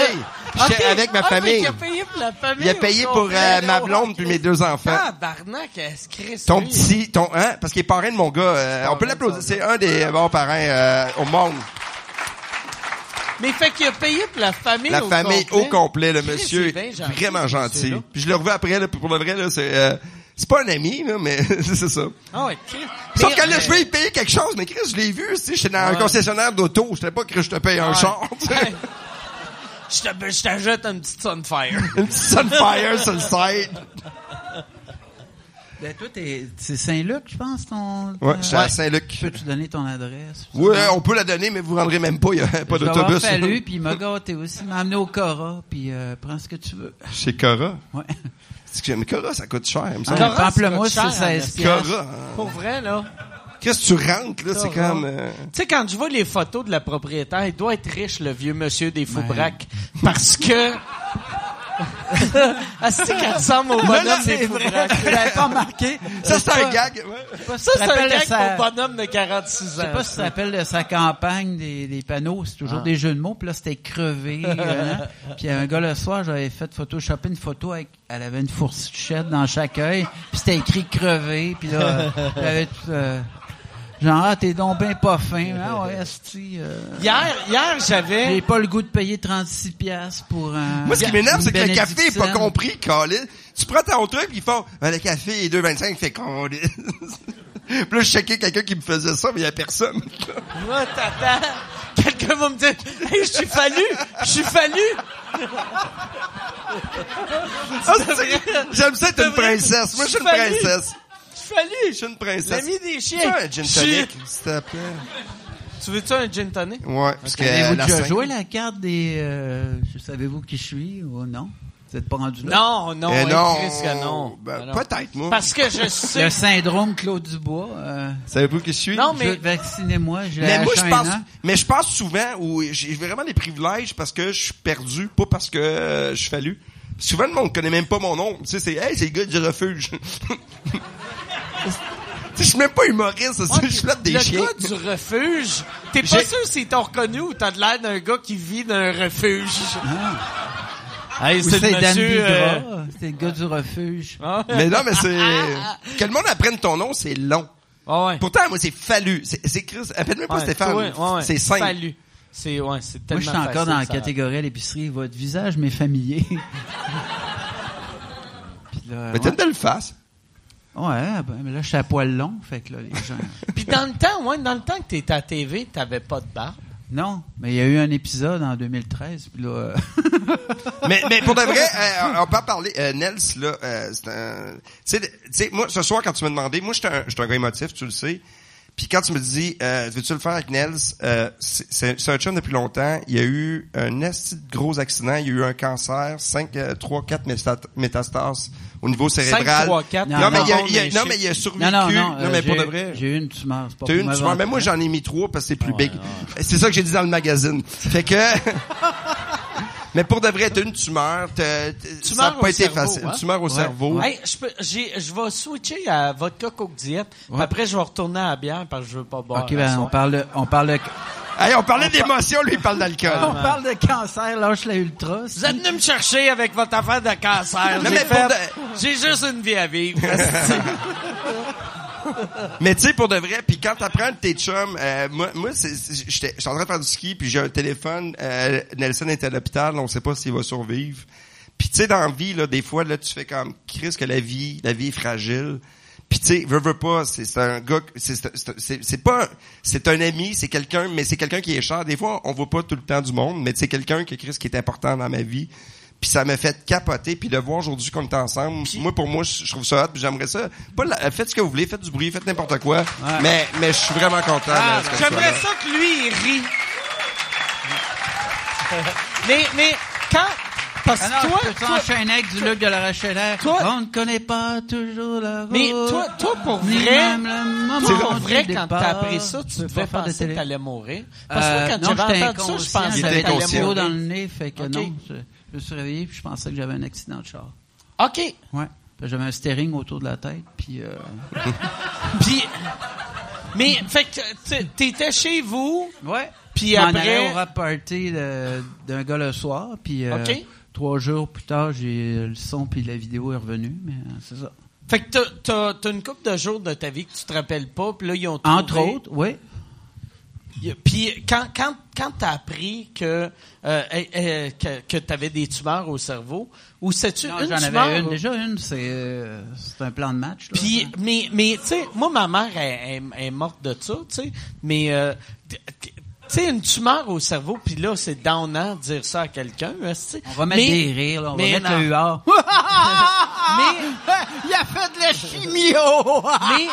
Speaker 5: J'étais
Speaker 7: Ok,
Speaker 5: avec
Speaker 2: Ah,
Speaker 5: ma
Speaker 7: ok,
Speaker 5: famille!
Speaker 7: Il a payé pour la famille.
Speaker 5: Il a payé
Speaker 7: on
Speaker 5: pour euh,
Speaker 7: comprend,
Speaker 5: ma
Speaker 7: là,
Speaker 5: blonde
Speaker 7: ouais.
Speaker 5: puis mes deux enfants.
Speaker 7: Ah, barnac, est-ce Christ.
Speaker 5: Ton
Speaker 7: lui?
Speaker 5: petit, ton, hein? Parce qu'il est parrain de mon gars. euh, on peut l'applaudir. C'est un des
Speaker 7: Ah.
Speaker 5: bons parrains euh, au monde.
Speaker 7: Mais fait qu'il a payé pour la famille.
Speaker 5: La
Speaker 7: au
Speaker 5: famille au
Speaker 7: complet.
Speaker 5: complet, le
Speaker 7: Chris,
Speaker 5: monsieur.
Speaker 7: c'est bien gentil,
Speaker 5: vraiment
Speaker 7: ce
Speaker 5: gentil.
Speaker 7: monsieur-là.
Speaker 5: Puis je le revois après, là, pour le vrai, là, c'est, euh, c'est pas un ami, là, mais (laughs) c'est ça.
Speaker 7: Ah ouais, Christ.
Speaker 5: Sauf
Speaker 7: Mais- euh,
Speaker 5: que là, je vais y payer quelque chose, mais Chris, je l'ai vu, tu sais, j'étais dans un
Speaker 7: Ouais.
Speaker 5: concessionnaire d'auto, je savais pas que je te paye un
Speaker 7: Ouais.
Speaker 5: char, tu sais.
Speaker 7: Ouais. Je te- je t'ajoute une petite Sunfire.
Speaker 5: Une petite Sunfire sur le side.
Speaker 6: Ben, toi, t'es- c'est Saint-Luc, je pense, ton...
Speaker 5: Ouais,
Speaker 6: ton-
Speaker 5: je suis à Saint-Luc.
Speaker 6: Peux-tu donner ton adresse?
Speaker 5: Ouais, on peut la donner, mais vous rendrez même pas, il y a pas d'autobus.
Speaker 6: Il fallu, puis il m'a gâté aussi. Il m'a amené au Cora, puis euh, prends ce que tu veux.
Speaker 5: Chez Cora.
Speaker 6: Ouais.
Speaker 5: C'est que mais Cora, ça coûte cher, il me semble.
Speaker 7: Cora, ça coûte
Speaker 6: Pamplemousse,
Speaker 7: cher,
Speaker 6: c'est 16
Speaker 5: Ah,
Speaker 7: en
Speaker 6: piastres.
Speaker 5: Cora. hein.
Speaker 7: Pour vrai, là.
Speaker 5: Chris, tu rentres, là, c'est
Speaker 7: Cora.
Speaker 5: comme, euh,
Speaker 7: Tu sais, quand je vois les photos de la propriétaire, il doit être riche, le vieux monsieur des Foubraques, parce que... Est-ce qu'elle ressemble au bonhomme des Foubraques?
Speaker 6: Je l'avais
Speaker 5: (laughs)
Speaker 6: pas remarqué.
Speaker 5: Ah, Ça, c'est un gag. ouais.
Speaker 7: Ça, c'est un gag
Speaker 6: ça...
Speaker 7: pour bonhomme de 46 ans.
Speaker 6: Je sais pas si ça s'appelle de sa campagne des, des panneaux, c'est
Speaker 5: Ah.
Speaker 6: toujours des jeux de mots. Puis là, c'était
Speaker 5: (laughs)
Speaker 6: crevé. hein. Puis un gars le soir, j'avais fait photoshopper une photo avec, elle avait une fourchette dans chaque œil. Puis c'était écrit crevé. Puis là,
Speaker 5: (laughs)
Speaker 6: euh, il y avait tout, euh, genre ah, t'es donc ben pas fin. Ah
Speaker 5: (laughs)
Speaker 6: ouais, esti, euh,
Speaker 7: Hier, hier
Speaker 6: j'ai
Speaker 7: j'avais...
Speaker 6: pas le goût de payer 36 pièces pour un.
Speaker 5: Moi, ce qui m'énerve,
Speaker 6: une
Speaker 5: c'est que le café est pas
Speaker 6: bénédictine.
Speaker 5: compris, Colin. Tu prends ton truc, ils font, ben, le café est 2,25, fait qu'on... (laughs) Puis là, je checkais quelqu'un qui me faisait ça, mais il y a personne.
Speaker 7: Moi, t'attends. Quelqu'un va me dire, hey, je suis fallu, je suis fallu.
Speaker 5: Ah, (laughs) c'est vrai. J'aime ça être
Speaker 7: C'est
Speaker 5: une
Speaker 7: vrai.
Speaker 5: princesse. Moi, je suis une
Speaker 7: Je suis
Speaker 5: princesse.
Speaker 7: Je suis fallu.
Speaker 5: Je suis une princesse.
Speaker 7: L'ami des chiens.
Speaker 5: Tu veux un gin
Speaker 7: Je
Speaker 5: tonic,
Speaker 7: suis-
Speaker 5: s'il te plaît?
Speaker 7: Tu veux-tu un gin tonic?
Speaker 5: Ouais, parce que...
Speaker 6: Avez-vous
Speaker 5: Euh, la
Speaker 6: déjà
Speaker 5: scène-
Speaker 6: joué la carte des. euh, Savez-vous qui je suis ou non? Vous êtes pas rendu là?
Speaker 7: Non, non,
Speaker 5: Eh
Speaker 7: hey,
Speaker 5: non,
Speaker 7: Chris, que non.
Speaker 5: ben,
Speaker 7: Ben non.
Speaker 5: peut-être, moi.
Speaker 7: Parce que je
Speaker 6: Le
Speaker 7: sais...
Speaker 6: syndrome Claude Dubois. euh,
Speaker 5: Savez-vous qui je suis?
Speaker 7: Non,
Speaker 6: Je
Speaker 7: mais...
Speaker 6: vaccinez-moi,
Speaker 7: Euh,
Speaker 6: je l'ai
Speaker 5: Mais moi,
Speaker 6: acheté
Speaker 5: je
Speaker 6: un
Speaker 5: pense,
Speaker 6: an.
Speaker 5: mais je pense souvent où j'ai vraiment des privilèges parce que je suis perdu, pas parce que euh, je suis fallu. Souvent, le monde connaît même pas mon nom. Tu sais, c'est, hey, c'est le gars du refuge. (laughs) tu sais, je suis même pas humoriste,
Speaker 7: Ouais,
Speaker 5: (laughs) je flotte des
Speaker 7: le
Speaker 5: chiens.
Speaker 7: gars du refuge, t'es pas
Speaker 5: J'ai-
Speaker 7: sûr s'ils t'ont reconnu ou t'as de l'air d'un gars qui vit dans un refuge. Hey,
Speaker 6: Ah. Ou C'est
Speaker 7: le
Speaker 6: Dan
Speaker 7: monsieur, euh,
Speaker 6: Bigra, c'est le gars du refuge.
Speaker 7: hein?
Speaker 5: Mais non, mais
Speaker 7: (laughs)
Speaker 5: c'est, que le monde apprenne ton nom, c'est long.
Speaker 7: Ah ouais.
Speaker 5: Pourtant, moi, c'est fallu. C'est, c'est Chris. Appelle-moi pas
Speaker 7: Ouais,
Speaker 5: Stéphane.
Speaker 7: toi, ouais, ouais.
Speaker 5: C'est simple.
Speaker 7: Fallu. C'est ouais, c'est
Speaker 6: Moi,
Speaker 7: tellement
Speaker 6: je suis encore
Speaker 7: facile,
Speaker 6: dans la
Speaker 7: ça.
Speaker 6: catégorie à l'épicerie. Votre visage m'est
Speaker 5: (laughs)
Speaker 6: familier. Puis là,
Speaker 5: Mais
Speaker 6: ouais,
Speaker 5: t'as une belle face.
Speaker 6: Ouais, ben, mais là, je suis à poil long, fait que là, les
Speaker 5: (laughs)
Speaker 6: gens...
Speaker 7: Puis dans le temps, ouais, dans le temps que t'étais à TV, t'avais pas de barbe.
Speaker 6: Non, mais il y a eu un épisode en 2013, puis là... euh,
Speaker 5: mais, mais pour de vrai, euh, on peut en parler. Euh, Nels, là, euh, c'est un... Tu sais, tu sais, moi, ce soir, quand tu m'as demandé, moi, j'étais un, j'étais un gars émotif, tu le sais. Puis quand tu me dis, euh, veux-tu le faire avec Nels, euh, c'est- c'est c'est un chum depuis longtemps. Il y a eu un esti de gros accident. Il y a eu un cancer, euh, 5, 3, 4 métastases au niveau cérébral.
Speaker 7: 3, 4.
Speaker 5: Non,
Speaker 6: Non,
Speaker 5: mais, il y a,
Speaker 7: non,
Speaker 5: il y a-
Speaker 7: mais
Speaker 5: non,
Speaker 7: je-
Speaker 5: mais il y a survécu.
Speaker 6: non, non, non, euh,
Speaker 5: mais pour
Speaker 6: j'ai-
Speaker 5: de vrai.
Speaker 6: J'ai eu une tumeur, c'est pas
Speaker 5: T'as
Speaker 6: pour
Speaker 5: une tumeur.
Speaker 6: m'inventer.
Speaker 5: Mais
Speaker 7: hein.
Speaker 5: moi, j'en ai mis trois parce que c'est plus
Speaker 7: Ah,
Speaker 5: big. C'est ça que j'ai dit dans le magazine. Fait
Speaker 7: (laughs)
Speaker 5: que... mais pour de vrai, t'as une tumeur. t'as- t'as-
Speaker 7: Tumeur
Speaker 5: ça n'a pas
Speaker 7: au
Speaker 5: été
Speaker 7: cerveau,
Speaker 5: facile.
Speaker 7: hein?
Speaker 5: Une tumeur au cerveau.
Speaker 7: Hey, je peux, j'ai, je vais switcher à vodka coke diète. puis Après, je vais retourner à la bière parce que je veux pas boire.
Speaker 6: OK,
Speaker 7: à
Speaker 6: ben,
Speaker 7: soir.
Speaker 6: on parle de... On parle de...
Speaker 5: Hey, on parlait d'émotion, lui, il
Speaker 6: (laughs)
Speaker 5: parle
Speaker 6: On
Speaker 7: (laughs)
Speaker 5: d'alcool.
Speaker 6: parle de cancer, lâche la ultra.
Speaker 7: Vous êtes venu me chercher avec votre affaire de cancer.
Speaker 5: Non,
Speaker 7: j'ai,
Speaker 5: mais pour
Speaker 7: fait-
Speaker 5: de-
Speaker 7: j'ai juste une vie à vivre.
Speaker 5: Mais tu sais, pour de vrai, puis quand t'apprends de tes chums, euh, moi, moi c'est- c'est- j'étais j'étais en train de faire du ski, puis j'ai un téléphone, euh, Nelson est à l'hôpital, on sait pas s'il va survivre. Puis tu sais, dans la vie, là, des fois, là, tu fais comme, Chris, que la vie, la vie est fragile. Puis tu sais, veux, veux pas, c'est c'est un gars, que- c'est- c'est c'est- c'est- c'est pas, un- c'est un ami, c'est quelqu'un, mais c'est quelqu'un qui est cher. Des fois, on voit pas tout le temps du monde, mais c'est quelqu'un que Chris qui est important dans ma vie. Puis ça m'a fait capoter, puis de voir aujourd'hui qu'on est ensemble, moi pour moi, je je trouve ça hot, puis j'aimerais ça. Pas la- faites ce que vous voulez, faites du bruit, faites n'importe quoi, mais mais je suis vraiment content.
Speaker 7: Ah,
Speaker 5: là, ce que je
Speaker 7: J'aimerais
Speaker 5: sois
Speaker 7: ça que lui, il rit. mais, mais, quand, parce
Speaker 6: Ah
Speaker 7: que
Speaker 6: non,
Speaker 7: toi,
Speaker 6: je peux
Speaker 7: toi-
Speaker 6: t'enchaîner avec du Luc de la Rochelaire.
Speaker 7: Toi-
Speaker 6: on ne connaît pas toujours la route.
Speaker 7: Mais toi- toi, pour
Speaker 6: ni
Speaker 7: vrai-
Speaker 6: même le moment
Speaker 7: toi, pour
Speaker 6: du
Speaker 7: vrai, quand
Speaker 6: départ.
Speaker 7: t'as appris ça, tu
Speaker 6: Je vais
Speaker 7: devais
Speaker 6: pas faire de
Speaker 7: penser que
Speaker 6: télé.
Speaker 7: t'allais mourir. Parce que
Speaker 6: Euh,
Speaker 7: moi,
Speaker 6: non,
Speaker 7: quand j'avais
Speaker 6: j'étais
Speaker 7: entendu ça,
Speaker 6: inconscient,
Speaker 7: je
Speaker 5: Il
Speaker 7: pensais
Speaker 6: J'avais
Speaker 5: était
Speaker 7: que t'allais
Speaker 6: des tuyaux
Speaker 5: inconscient.
Speaker 7: mourir.
Speaker 6: dans le nez, fait que
Speaker 7: Ok.
Speaker 6: non. Je, je me suis réveillé puis je pensais que j'avais un accident de char.
Speaker 7: OK.
Speaker 6: Ouais. J'avais un steering autour de la tête, puis... euh,
Speaker 2: Puis, mais, fait que t'sais, t'étais chez vous,
Speaker 6: Ouais.
Speaker 2: Puis
Speaker 6: Je m'en
Speaker 2: après-
Speaker 6: allais au rap party euh, d'un gars le soir, puis euh,
Speaker 2: OK.
Speaker 6: trois jours plus tard, j'ai le son puis la vidéo est revenue, mais euh, c'est ça.
Speaker 2: fait que t'as- t'as- t'as une couple de jours de ta vie que tu te rappelles pas, puis là, ils ont trouvé-
Speaker 6: Entre autres, oui.
Speaker 2: Y a- Puis quand, quand, quand t'as appris que, euh, euh, euh, que, que t'avais des tumeurs au cerveau, ou sais-tu
Speaker 6: Non,
Speaker 2: une
Speaker 6: J'en
Speaker 2: tumeur?
Speaker 6: avais une
Speaker 2: ou-
Speaker 6: déjà une, c'est euh, c'est un plan de match. là. hein.
Speaker 2: Puis, mais, mais tu sais, moi, ma mère, elle, elle- elle est morte de ça, tu sais, mais, euh, t- t- tu sais, une tumeur au cerveau, puis là, c'est downant de dire ça à quelqu'un. euh, tu sais.
Speaker 6: on va mettre
Speaker 2: Mais-
Speaker 6: des rires, là, on va
Speaker 2: mais
Speaker 6: mettre
Speaker 2: non.
Speaker 6: le
Speaker 2: (laughs)
Speaker 6: huard.
Speaker 2: il a fait de la chimio. mais,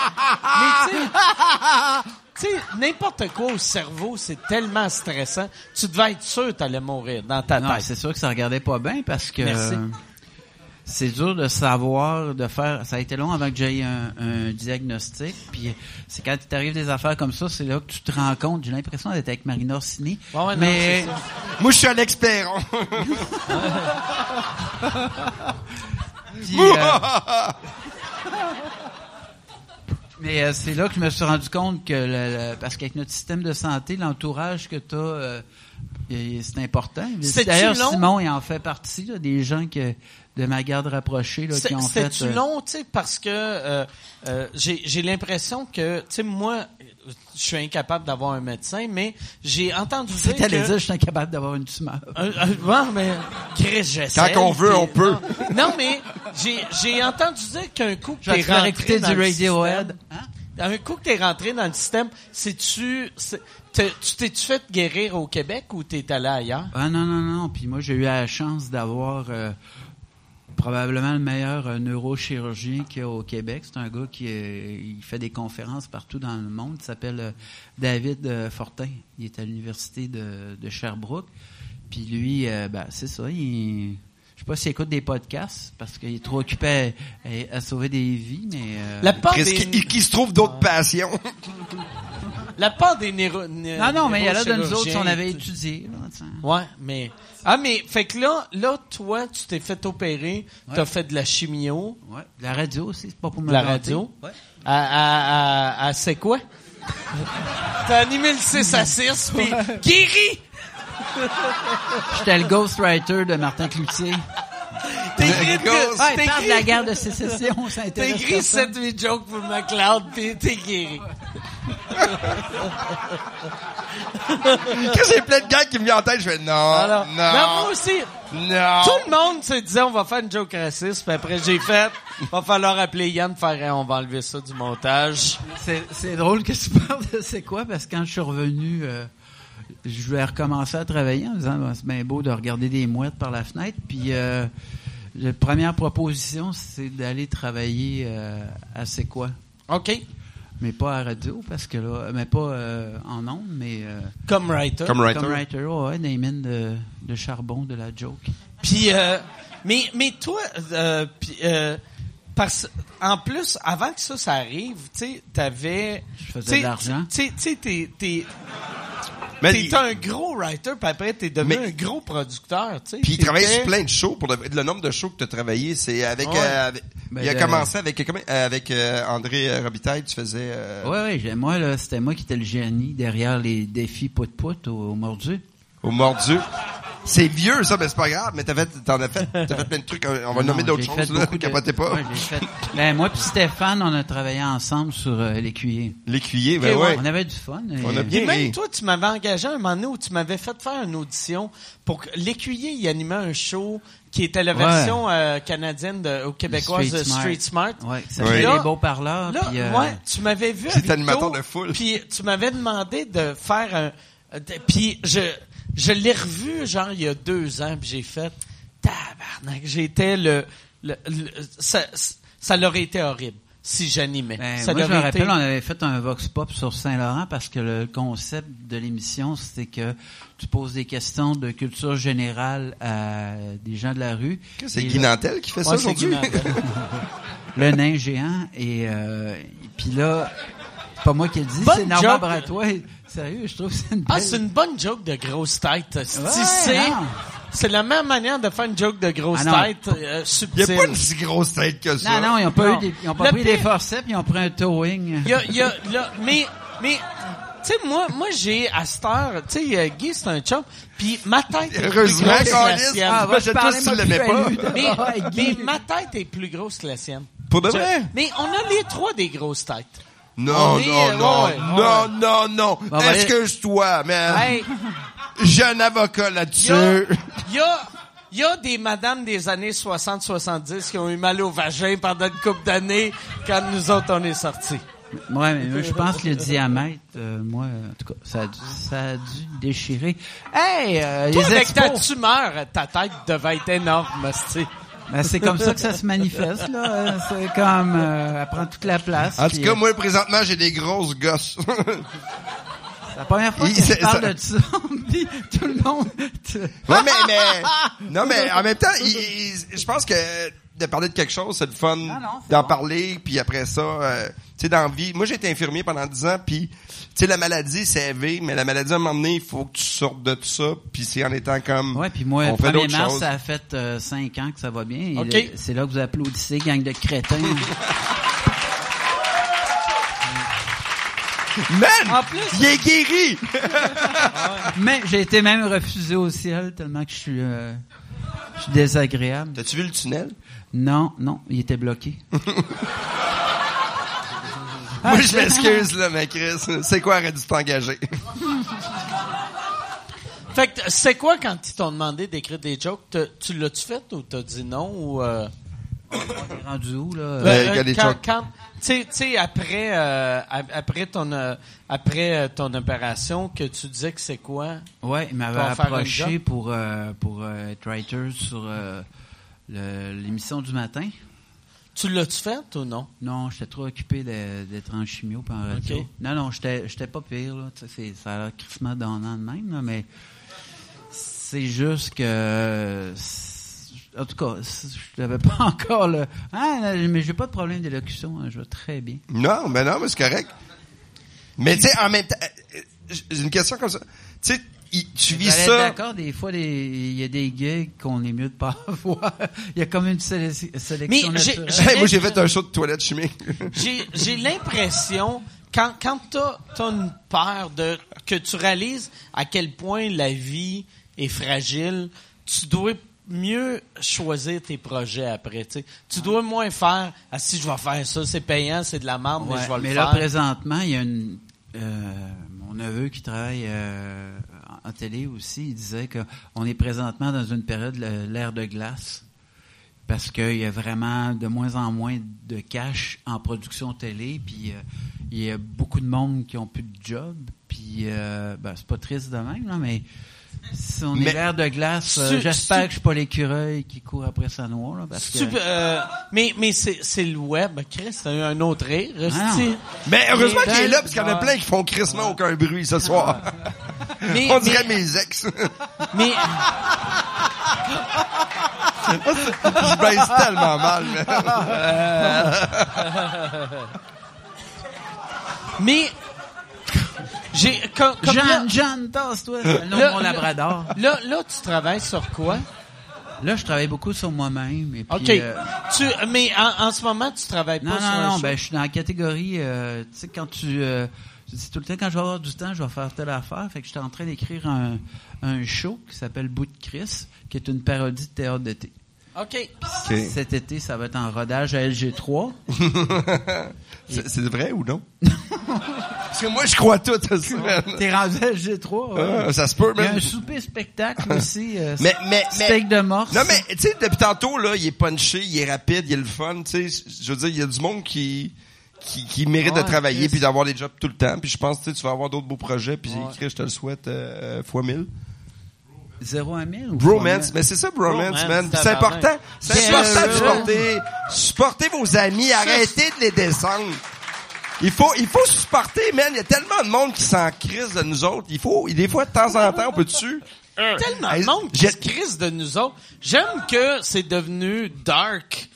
Speaker 2: mais tu sais, tu sais, n'importe quoi au cerveau, c'est tellement stressant. Tu devais être sûr que t'allais mourir dans ta
Speaker 6: Non,
Speaker 2: tête.
Speaker 6: c'est sûr que ça regardait pas bien parce que
Speaker 2: Merci.
Speaker 6: euh, c'est dur de savoir, de faire. Ça a été long avant que j'aie un, un diagnostic. Puis c'est quand il t'arrive des affaires comme ça, c'est là que tu te rends compte. J'ai l'impression d'être avec Marina Orsini.
Speaker 2: Ouais, ouais, non,
Speaker 6: mais
Speaker 2: c'est ça.
Speaker 5: Moi, je suis un expert.
Speaker 6: puis, euh, mais euh, c'est là que je me suis rendu compte que le- le- parce qu'avec notre système de santé, l'entourage que t'as, euh, et- c'est important.
Speaker 2: C'est-tu
Speaker 6: D'ailleurs,
Speaker 2: long?
Speaker 6: Simon, il en fait partie là, des gens que de ma garde rapprochée là, qui
Speaker 2: C'est-
Speaker 6: ont fait.
Speaker 2: C'est-tu
Speaker 6: euh,
Speaker 2: long, tu sais, parce que euh, euh, j'ai j'ai l'impression que, tu sais, moi, euh, je suis incapable d'avoir un médecin, mais j'ai entendu dire
Speaker 6: T'allais
Speaker 2: que...
Speaker 6: dire, je suis incapable d'avoir une tumeur.
Speaker 2: Euh, euh, bon, mais Chris, j'essaie.
Speaker 5: Quand on veut,
Speaker 2: Puis-
Speaker 5: on peut.
Speaker 2: Non, non, mais j'ai j'ai entendu dire qu'un coup que
Speaker 6: Je vais
Speaker 2: t'es
Speaker 6: te faire
Speaker 2: rentré
Speaker 6: écouter
Speaker 2: dans
Speaker 6: du
Speaker 2: le
Speaker 6: Radiohead.
Speaker 2: système-
Speaker 6: Hein?
Speaker 2: un coup que t'es rentré dans le système, c'est-tu... c'est- t'es- Tu t'es-tu fait guérir au Québec ou t'es allé ailleurs?
Speaker 6: Ah non, non, non. Puis moi, j'ai eu la chance d'avoir euh, probablement le meilleur euh, neurochirurgien qu'il y a au Québec. C'est un gars qui euh, il fait des conférences partout dans le monde. Il s'appelle euh, David euh, Fortin. Il est à l'université de, de Sherbrooke. Puis lui, euh, ben, c'est ça, il... Je sais pas s'il écoute des podcasts parce qu'il est trop occupé à, à- à sauver des vies, mais... euh,
Speaker 2: La part
Speaker 5: Chris,
Speaker 2: des,
Speaker 5: qui, qui se trouve d'autres passions.
Speaker 2: la part des néro- né-
Speaker 6: Non, non, mais il y a là de nous autres,
Speaker 2: neurochirurgiens,
Speaker 6: si on avait
Speaker 2: tu-
Speaker 6: étudié. là, tu sais.
Speaker 2: Ouais, mais ah mais fait que là là toi tu t'es fait opérer, t'as fait de la chimio,
Speaker 6: Ouais. La radio aussi, c'est pas pour me
Speaker 2: de la
Speaker 6: vanter.
Speaker 2: radio.
Speaker 6: Ouais.
Speaker 2: À à à, à c'est quoi T'as animé le 6 à 6 puis guéri.
Speaker 6: J'étais le ghostwriter de Martin Cloutier.
Speaker 2: T'es écrit
Speaker 5: ghost.
Speaker 6: Ouais,
Speaker 2: t'es
Speaker 6: parle de la
Speaker 2: écrit-
Speaker 6: guerre de sécession, ça
Speaker 2: t'es
Speaker 6: intéresse
Speaker 2: écrit
Speaker 6: personne.
Speaker 2: 7 8 jokes pour McLeod puis t'es guéri.
Speaker 5: Chris, j'ai plein de gars qui me viennent en tête. Je fais non,
Speaker 2: Alors, Ah, non, moi
Speaker 5: non,
Speaker 2: aussi
Speaker 5: non.
Speaker 2: tout le monde se disait on va faire une joke raciste puis après j'ai fait va falloir appeler Yann Ferrand, on va enlever ça du montage.
Speaker 6: C'est, c'est drôle que tu parles de c'est quoi, parce que quand je suis revenu, euh, je voulais recommencer à travailler en me disant, Ben, c'est bien beau de regarder des mouettes par la fenêtre. Puis euh, la première proposition, c'est d'aller travailler euh, à c'est quoi.
Speaker 2: OK,
Speaker 6: Mais pas à la radio, parce que là, mais pas euh, en ondes, mais euh,
Speaker 2: comme writer.
Speaker 5: Comme writer.
Speaker 6: comme writer, ouais, ouais, dans les mines de, de charbon, de la joke.
Speaker 2: Puis, euh, mais, mais toi, euh, puis, euh, parce, en plus, avant que ça, ça arrive, tu sais, t'avais...
Speaker 6: Je faisais de
Speaker 2: tu sais,
Speaker 6: l'argent.
Speaker 2: Tu sais, tu sais, t'es, t'es,
Speaker 5: Mais
Speaker 2: t'es
Speaker 5: il-
Speaker 2: un gros writer, puis après, t'es devenu
Speaker 5: Mais-
Speaker 2: un gros producteur, tu sais.
Speaker 5: Puis il travaille
Speaker 2: T'étais-
Speaker 5: sur plein de shows. Pour de- le, nombre de shows que tu as travaillé, c'est avec,
Speaker 2: Ouais.
Speaker 5: euh, avec-
Speaker 6: Ben,
Speaker 5: il a
Speaker 6: le-
Speaker 5: commencé avec comment- euh, avec euh, André euh, Robitaille. Tu faisais. euh,
Speaker 6: Ouais, ouais, j'ai- moi, là, c'était moi qui étais le génie derrière les défis pout-pout au, au mordu.
Speaker 5: Au mordu. C'est vieux, ça, mais c'est pas grave. Mais t'as fait, t'en as fait, t'as fait plein de trucs. On va
Speaker 6: Non,
Speaker 5: nommer d'autres
Speaker 6: j'ai fait
Speaker 5: choses, là.
Speaker 6: beaucoup de-
Speaker 5: Capotez pas.
Speaker 6: Ouais, j'ai fait- Ben, moi puis Stéphane, on a travaillé ensemble sur euh, l'écuyer.
Speaker 5: L'écuyer, ben
Speaker 2: Ok,
Speaker 5: ouais.
Speaker 6: On avait du fun. euh, et-
Speaker 5: On a bien
Speaker 2: Puis même
Speaker 5: ri.
Speaker 2: toi, tu m'avais engagé un moment donné où tu m'avais fait faire une audition pour que l'écuyer y animait un show qui était la
Speaker 6: Ouais.
Speaker 2: version euh, canadienne de, ou québécoise de euh, Street Smart.
Speaker 6: Ouais, ça
Speaker 5: Ouais.
Speaker 6: fait
Speaker 2: Là-
Speaker 6: les beaux parleurs.
Speaker 2: Là,
Speaker 6: puis, euh,
Speaker 2: ouais, tu m'avais vu. à
Speaker 5: J'étais
Speaker 2: Victo,
Speaker 5: animateur de foule.
Speaker 2: Puis tu m'avais demandé de faire un. euh, de- Puis je, je l'ai revu, genre, il y a deux ans, puis j'ai fait. Tabarnak, j'étais le. le- le- ça, ça leur aurait été horrible si j'animais.
Speaker 6: ben,
Speaker 2: ça
Speaker 6: moi, je
Speaker 2: leur
Speaker 6: me
Speaker 2: aurait été-
Speaker 6: rappelle, on avait fait un vox pop sur Saint-Laurent parce que le concept de l'émission, c'était que tu poses des questions de culture générale à des gens de la rue.
Speaker 5: C'est
Speaker 6: Et
Speaker 5: Guy
Speaker 6: là-
Speaker 5: Nantel qui fait ça
Speaker 2: Ouais, c'est
Speaker 5: aujourd'hui.
Speaker 2: Guy
Speaker 6: le nain géant et, euh, et puis là c'est pas moi qui le dis
Speaker 2: Bonne Ah,
Speaker 6: c'est Normand
Speaker 2: joke.
Speaker 6: Bratois sérieux je trouve que c'est une belle
Speaker 2: Ah, c'est une bonne joke de grosse tête. Si
Speaker 6: Ouais,
Speaker 2: c'est
Speaker 6: non.
Speaker 2: C'est la même manière de faire une joke de grosse
Speaker 6: Ah non.
Speaker 2: tête euh,
Speaker 5: (laughs) Il
Speaker 2: subtile.
Speaker 5: n'y a pas une si grosse tête que ça.
Speaker 6: Non, non, ils ont pas,
Speaker 2: Non.
Speaker 6: eu des, ils ont pas
Speaker 2: Le
Speaker 6: pris
Speaker 2: pire-
Speaker 6: des forceps, ils ont pris un towing.
Speaker 2: Il y a, il y a- là, mais, mais, tu sais, moi, moi, j'ai, à cette heure, tu sais, euh, Guy, c'est un chum, puis ma tête est plus
Speaker 5: Heureusement,
Speaker 2: grosse que la
Speaker 5: Carlis,
Speaker 2: sienne.
Speaker 5: ah, je toi, si tu l'aimais pas.
Speaker 2: Mais, mais ma tête est plus grosse que la sienne.
Speaker 5: Pour de vrai?
Speaker 2: Mais on a les trois des grosses têtes.
Speaker 5: Non,
Speaker 2: On est,
Speaker 5: non,
Speaker 2: euh,
Speaker 5: non,
Speaker 2: ouais,
Speaker 5: non, non, non,
Speaker 6: Bon, ben,
Speaker 5: Excuse-toi, man.
Speaker 2: Hey,
Speaker 5: J'ai un avocat
Speaker 2: il y a,
Speaker 5: là-dessus.
Speaker 2: y a- y a des madames des années 60-70 qui ont eu mal au vagin pendant une couple d'années quand nous autres, on est sortis.
Speaker 6: Ouais, mais moi, je pense que le diamètre, euh, moi, en tout cas, ça a dû, ça a dû déchirer. Hey, euh,
Speaker 2: Toi,
Speaker 6: les
Speaker 2: avec ta
Speaker 6: expos!
Speaker 2: tumeur, ta tête devait être énorme, tu
Speaker 6: Ben, c'est comme ça que ça se manifeste, là. Euh, C'est comme, euh, elle prend toute la place.
Speaker 5: En tout
Speaker 6: puis,
Speaker 5: cas,
Speaker 6: euh,
Speaker 5: moi, présentement, j'ai des grosses gosses. (laughs)
Speaker 6: c'est la première fois que
Speaker 5: Il- c'est-
Speaker 6: je parle
Speaker 5: ça-
Speaker 6: de ça, (laughs) puis tout le monde...
Speaker 5: Ouais, mais,
Speaker 6: (laughs)
Speaker 5: mais, non, mais en même temps, il- il- je pense que de parler de quelque chose, c'est le fun
Speaker 6: non, c'est
Speaker 5: d'en
Speaker 6: bon.
Speaker 5: parler, puis après ça, euh, tu sais, dans la vie. Moi, j'ai été infirmier pendant 10 ans, puis, tu sais, la maladie, c'est élevé, mais la maladie, à un moment donné, il faut que tu sortes de tout ça, puis c'est en étant
Speaker 2: Hmm.
Speaker 5: comme...
Speaker 6: Ouais, puis moi,
Speaker 5: on
Speaker 6: le
Speaker 5: fait
Speaker 6: 1er
Speaker 5: d'autres
Speaker 6: mars,
Speaker 5: choses.
Speaker 6: ça a fait euh, cinq ans que ça va bien. Et
Speaker 2: OK.
Speaker 6: le- C'est là que vous applaudissez, gang de
Speaker 2: (laughs)
Speaker 6: crétins.
Speaker 5: Man!
Speaker 2: En plus,
Speaker 5: Il est guéri!
Speaker 6: mais j'ai été même refusé au ciel tellement que je suis, euh, je suis désagréable.
Speaker 5: T'as-tu vu le tunnel?
Speaker 6: Non, non, il était bloqué.
Speaker 5: Moi,
Speaker 6: Ah,
Speaker 5: je m'excuse, là, mais Chris, c'est quoi, aurait dû t'engager?
Speaker 2: Fait que c'est quoi quand ils t'ont demandé d'écrire des jokes? t'as- tu l'as-tu fait ou t'as dit non? Ou, euh,
Speaker 6: On est rendu où, là?
Speaker 5: Ben, il y a des
Speaker 2: quand,
Speaker 5: jokes.
Speaker 2: quand- tu sais- tu sais, après, euh, ap- après, ton, euh, après euh, ton opération, que tu disais que c'est quoi?
Speaker 6: Ouais, il m'avait
Speaker 2: Pour faire une
Speaker 6: approché
Speaker 2: job.
Speaker 6: pour euh, pour euh, être writer sur euh, le- l'émission du matin.
Speaker 2: Tu l'as-tu fait ou non?
Speaker 6: Non, j'étais trop occupé de- d'être en chimio pas en radio.
Speaker 2: Ok.
Speaker 6: Non, non, j'étais j'étais pas pire là. Tu sais, c'est- ça a l'air crissement donnant de même, là, mais c'est juste que euh, c'est- en tout cas, c'est- je n'avais (laughs) pas encore le. Ah, là, mais j'ai pas de problème d'élocution, hein, je vais très bien.
Speaker 5: Non, mais non, mais c'est correct. Mais tu sais, en même temps, euh, j'ai une question comme ça. Tu sais, il- tu
Speaker 6: Vous
Speaker 5: vis
Speaker 6: allez être
Speaker 5: ça.
Speaker 6: D'accord, des fois, des- il y a des gigs qu'on est mieux de pas (laughs) avoir. Il y a comme une séle- sélection
Speaker 2: Mais j'ai-
Speaker 6: naturelle.
Speaker 5: (laughs) Hey, moi, j'ai fait un show de
Speaker 6: (laughs)
Speaker 5: toilette chimique.
Speaker 2: J'ai, j'ai l'impression, quand, quand t'as, t'as une peur de, que tu réalises à quel point la vie est fragile, tu dois mieux choisir tes projets après, tu sais. Tu dois moins faire, ah, si je vais faire ça, c'est payant, c'est de la merde,
Speaker 6: Ouais,
Speaker 2: mais je vais le
Speaker 6: là,
Speaker 2: faire.
Speaker 6: présentement, il y a une, euh, mon neveu qui travaille euh, en en télé aussi, il disait qu'on est présentement dans une période de l'ère de glace parce qu'il y a vraiment de moins en moins de cash en production télé, puis euh, il y a beaucoup de monde qui ont plus de job, puis euh, ben, c'est pas triste de même, là, mais si on
Speaker 5: Mais-
Speaker 6: est l'ère de glace, euh,
Speaker 2: Tu-
Speaker 6: j'espère
Speaker 2: tu-
Speaker 6: que je suis pas l'écureuil qui court après sa noix, là, parce que...
Speaker 2: Tu peux- euh, mais mais c'est, c'est le web, Chris, t'as eu un autre rire,
Speaker 6: Ah
Speaker 2: c'est-
Speaker 6: non.
Speaker 5: Mais heureusement
Speaker 2: Mais
Speaker 5: qu'il est là,
Speaker 2: ben,
Speaker 5: parce qu'il y en a
Speaker 2: ouais.
Speaker 5: plein qui font crissement aucun bruit ce soir.
Speaker 6: Ah.
Speaker 5: (laughs)
Speaker 2: mais,
Speaker 5: On dirait mes ex. (laughs)
Speaker 2: mais,
Speaker 5: je baisse tellement mal.
Speaker 6: (laughs)
Speaker 5: man.
Speaker 2: mais, j'ai, comme, comme là,
Speaker 6: Jeanne, Jeanne, tasse-toi,
Speaker 2: (laughs)
Speaker 6: c'est le nom de
Speaker 2: Là-
Speaker 6: mon labrador.
Speaker 2: là, là, tu travailles sur quoi?
Speaker 6: Là, je travaille beaucoup sur moi-même. et puis,
Speaker 2: OK.
Speaker 6: euh,
Speaker 2: Tu, mais en, en ce moment, tu travailles pas
Speaker 6: non,
Speaker 2: sur un
Speaker 6: non, non,
Speaker 2: show.
Speaker 6: ben, je suis dans la catégorie, euh, tu sais, quand tu... euh, je dis tout le temps, quand je vais avoir du temps, je vais faire telle affaire. Fait que j'étais en train d'écrire un, un show qui s'appelle Bout de Chris, qui est une parodie de théâtre d'été.
Speaker 2: OK.
Speaker 5: Ok.
Speaker 6: Cet été, ça va être en rodage à
Speaker 5: (laughs)
Speaker 6: LG3.
Speaker 5: C'est c'est vrai
Speaker 6: (laughs)
Speaker 5: ou non? Parce que moi, je crois tout à ça. man.
Speaker 6: T'es rendu à LG3, ouais.
Speaker 5: Ah, Ça se peut,
Speaker 6: Il y a
Speaker 5: même.
Speaker 6: un souper
Speaker 5: (laughs)
Speaker 6: spectacle aussi. euh,
Speaker 5: Mais, mais, mais.
Speaker 6: steak de morse.
Speaker 5: Non, mais, tu sais, depuis tantôt, là, il est punché, il est rapide, il est le fun, tu sais. Je veux dire, il y a du monde qui, qui, qui mérite
Speaker 6: Ouais,
Speaker 5: de travailler
Speaker 6: Chris.
Speaker 5: puis d'avoir des jobs tout le temps. Puis je pense, tu sais, tu vas avoir d'autres beaux projets puis Chris, je te le souhaite, euh, euh, fois mille.
Speaker 6: 0 à 1000. ou
Speaker 5: Bromance,
Speaker 6: combien?
Speaker 5: mais c'est ça, bromance,
Speaker 2: Bromance,
Speaker 5: man.
Speaker 2: c'est
Speaker 5: C'est
Speaker 2: tabarnak.
Speaker 5: important. C'est
Speaker 2: Bien
Speaker 5: important de
Speaker 2: sûr.
Speaker 5: supporter. Supporter vos amis, arrêtez de les descendre. Il faut, il faut supporter, man. Il y a tellement de monde qui s'en crisse de nous autres. Il faut, des fois, de temps en temps, on peut dessus.
Speaker 2: Tellement
Speaker 5: Hey,
Speaker 2: de monde qui
Speaker 5: j'ai-
Speaker 2: se crisse de nous autres. J'aime que c'est devenu dark.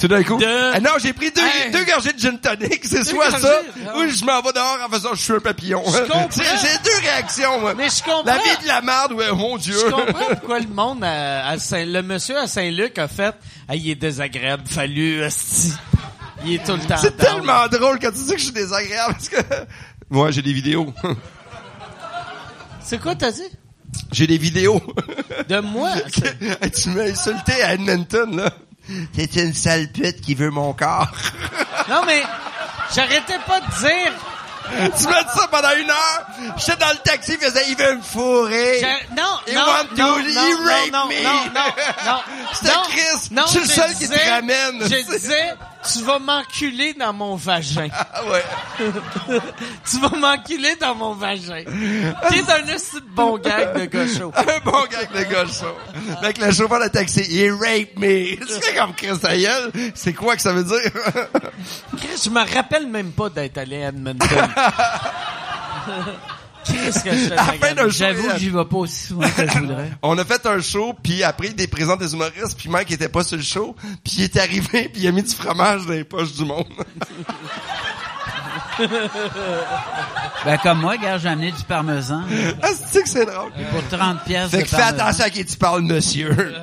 Speaker 5: Tout d'un coup.
Speaker 2: De-
Speaker 5: Ah non, j'ai pris deux,
Speaker 2: Hey.
Speaker 5: deux gorgées de gin tonic, c'est soit
Speaker 2: gorgées,
Speaker 5: ça,
Speaker 2: ah.
Speaker 5: ou je m'en vais dehors en faisant je suis un papillon.
Speaker 2: comprends.
Speaker 5: C'est- (laughs) J'ai deux réactions, moi.
Speaker 2: Mais je comprends.
Speaker 5: La vie de la merde, ouais, mon Dieu.
Speaker 2: Je comprends pourquoi le monde à, à Saint, le monsieur à Saint-Luc a fait, ah, il est désagréable, fallu, hostie. Il est tout le temps.
Speaker 5: (laughs) C'est
Speaker 2: down.
Speaker 5: tellement drôle quand tu dis que je suis désagréable parce que (laughs) moi j'ai des vidéos. (laughs)
Speaker 2: C'est quoi t'as dit?
Speaker 5: J'ai des vidéos. (laughs)
Speaker 2: De moi? C'est-
Speaker 5: Hey, (laughs) tu m'as insulté à Edmonton là. T'es une sale pute qui veut mon corps.
Speaker 2: Non, mais, j'arrêtais pas de dire,
Speaker 5: (laughs) tu m'as dit ça pendant une heure. J'étais dans le taxi, il faisait il veut me fourrer.
Speaker 2: Je- Euh, non,
Speaker 5: He
Speaker 2: non,
Speaker 5: want to-
Speaker 2: non,
Speaker 5: he
Speaker 2: non,
Speaker 5: rape
Speaker 2: non, non,
Speaker 5: me.
Speaker 2: non, non,
Speaker 5: (laughs)
Speaker 2: non,
Speaker 5: C'était
Speaker 2: non,
Speaker 5: Chris.
Speaker 2: non,
Speaker 5: Je suis le
Speaker 2: je
Speaker 5: seul qui te
Speaker 2: disais-
Speaker 5: ramène.
Speaker 2: Je disais, tu vas m'enculer dans mon
Speaker 5: (laughs)
Speaker 2: vagin.
Speaker 5: Ah ouais.
Speaker 2: tu vas m'enculer dans mon vagin. T'es un esti de bon gag de gaucho.
Speaker 5: Un bon gag de gauche. ça. Fait que le chauffeur de taxi, il rape me. Tu fais comme Chris ta gueule. C'est quoi que ça veut dire? (laughs)
Speaker 2: Chris, je me rappelle même pas d'être allé à
Speaker 5: (laughs)
Speaker 2: Edmonton. Chris que je te
Speaker 5: À la fin
Speaker 2: regarde.
Speaker 5: d'un show,
Speaker 6: J'avoue
Speaker 5: il-
Speaker 6: que j'y vais pas aussi souvent que je
Speaker 5: (laughs)
Speaker 6: voudrais.
Speaker 5: On a fait un show, puis après, des présents des humoristes, puis Mike était pas sur le show, puis il est arrivé, (laughs) puis il a mis du fromage dans les poches du monde. (laughs)
Speaker 6: Ben, comme moi, gars, j'ai amené du parmesan
Speaker 5: ah, c'est que c'est drôle.
Speaker 2: Euh,
Speaker 6: pour 30 pièces
Speaker 5: fait
Speaker 6: de
Speaker 5: que fais
Speaker 6: parmesan.
Speaker 5: attention à qui tu parles, monsieur.
Speaker 2: (laughs)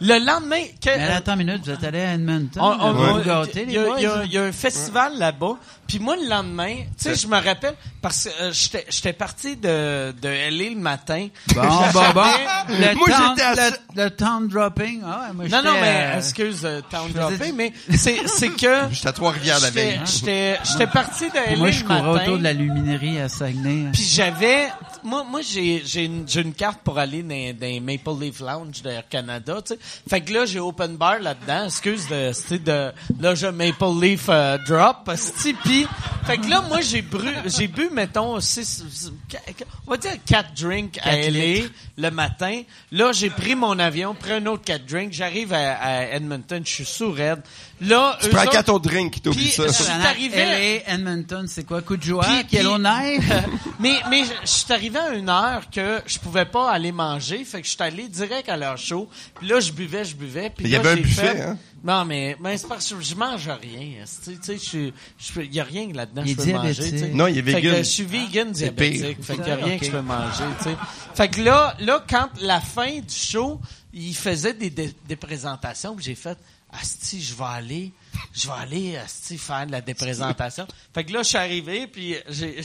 Speaker 2: Le lendemain, que- euh,
Speaker 6: Mais là, attends une minute, vous êtes allé à Edmonton.
Speaker 2: On- on-
Speaker 6: vous
Speaker 2: on-
Speaker 6: vous gâtez,
Speaker 2: il
Speaker 6: les
Speaker 2: y a-
Speaker 6: boys. hein.
Speaker 2: il y a- il y a un festival là-bas. Puis moi, le lendemain, tu sais, je me rappelle, parce que euh, j'étais- j'étais parti de, de LA le matin. (laughs)
Speaker 6: Bon, bon, bon. Le
Speaker 5: Moi,
Speaker 6: town-
Speaker 5: j'étais à-
Speaker 6: le, le town dropping. Ah, ouais,
Speaker 2: Non,
Speaker 6: moi, j'étais,
Speaker 2: non, mais
Speaker 6: euh,
Speaker 2: excuse, euh, town
Speaker 6: faisais
Speaker 2: droppé,
Speaker 6: du-
Speaker 2: mais c'est c'est
Speaker 6: (laughs)
Speaker 2: que... (laughs)
Speaker 5: J'étais à Trois-Rivières la
Speaker 2: j'étais-
Speaker 5: veille.
Speaker 2: J'étais j'étais parti de LA
Speaker 6: Moi, je
Speaker 2: le
Speaker 6: courais
Speaker 2: matin.
Speaker 6: autour de la luminerie à Saguenay.
Speaker 2: Puis j'avais, moi, moi j'ai, j'ai une, j'ai une carte pour aller dans, dans les Maple Leaf Lounge de Air Canada, tu sais. Fait que là, j'ai open bar là-dedans. Excuse de, c'était de, là, je Maple Leaf euh, Drop, sti. Puis, fait que là, moi, j'ai bru, j'ai bu, mettons, six, six- qu- on va dire quatre drinks à
Speaker 6: Quatre
Speaker 2: LA le matin. Là, j'ai pris mon avion, pris un autre quatre drinks. J'arrive à, à Edmonton, je suis sous raide. Là,
Speaker 5: Tu
Speaker 2: eux
Speaker 5: prends
Speaker 2: autres-
Speaker 5: quatre autres drinks, t'oublies
Speaker 2: Puis,
Speaker 5: ça.
Speaker 2: euh,
Speaker 6: Je suis
Speaker 2: arrivé-
Speaker 6: arrivé. LA, Edmonton, c'est quoi? Coup de
Speaker 2: Puis-
Speaker 6: joie?
Speaker 2: puis-
Speaker 6: Quel honneur!
Speaker 2: (laughs) mais mais je je suis arrivé à une heure que je pouvais pas aller manger, fait que je suis allé direct à leur show. Puis là, je buvais, je buvais. Puis
Speaker 5: Il y
Speaker 2: là,
Speaker 5: avait un
Speaker 2: j'ai
Speaker 5: buffet,
Speaker 2: fait-
Speaker 5: hein?
Speaker 2: Non, mais, mais c'est parce que je mange rien. hein. Tu sais, tu sais, je suis- je peux- il y a rien que là-dedans que
Speaker 6: Il
Speaker 2: je
Speaker 6: est
Speaker 2: peux manger.
Speaker 6: diabétique.
Speaker 2: tu sais.
Speaker 5: Non, il est
Speaker 2: Fait
Speaker 5: vegan.
Speaker 2: que je suis vegan diabétique, fait qu'il y a
Speaker 6: Ah,
Speaker 2: rien
Speaker 6: ok.
Speaker 2: que je peux manger. tu sais. Fait que là, là, quand la fin du show, il faisait des, des, des présentations, puis j'ai fait. Asti, je vais aller, je vais aller, Asti, faire de la déprésentation. Fait que là, je suis arrivé, puis j'ai,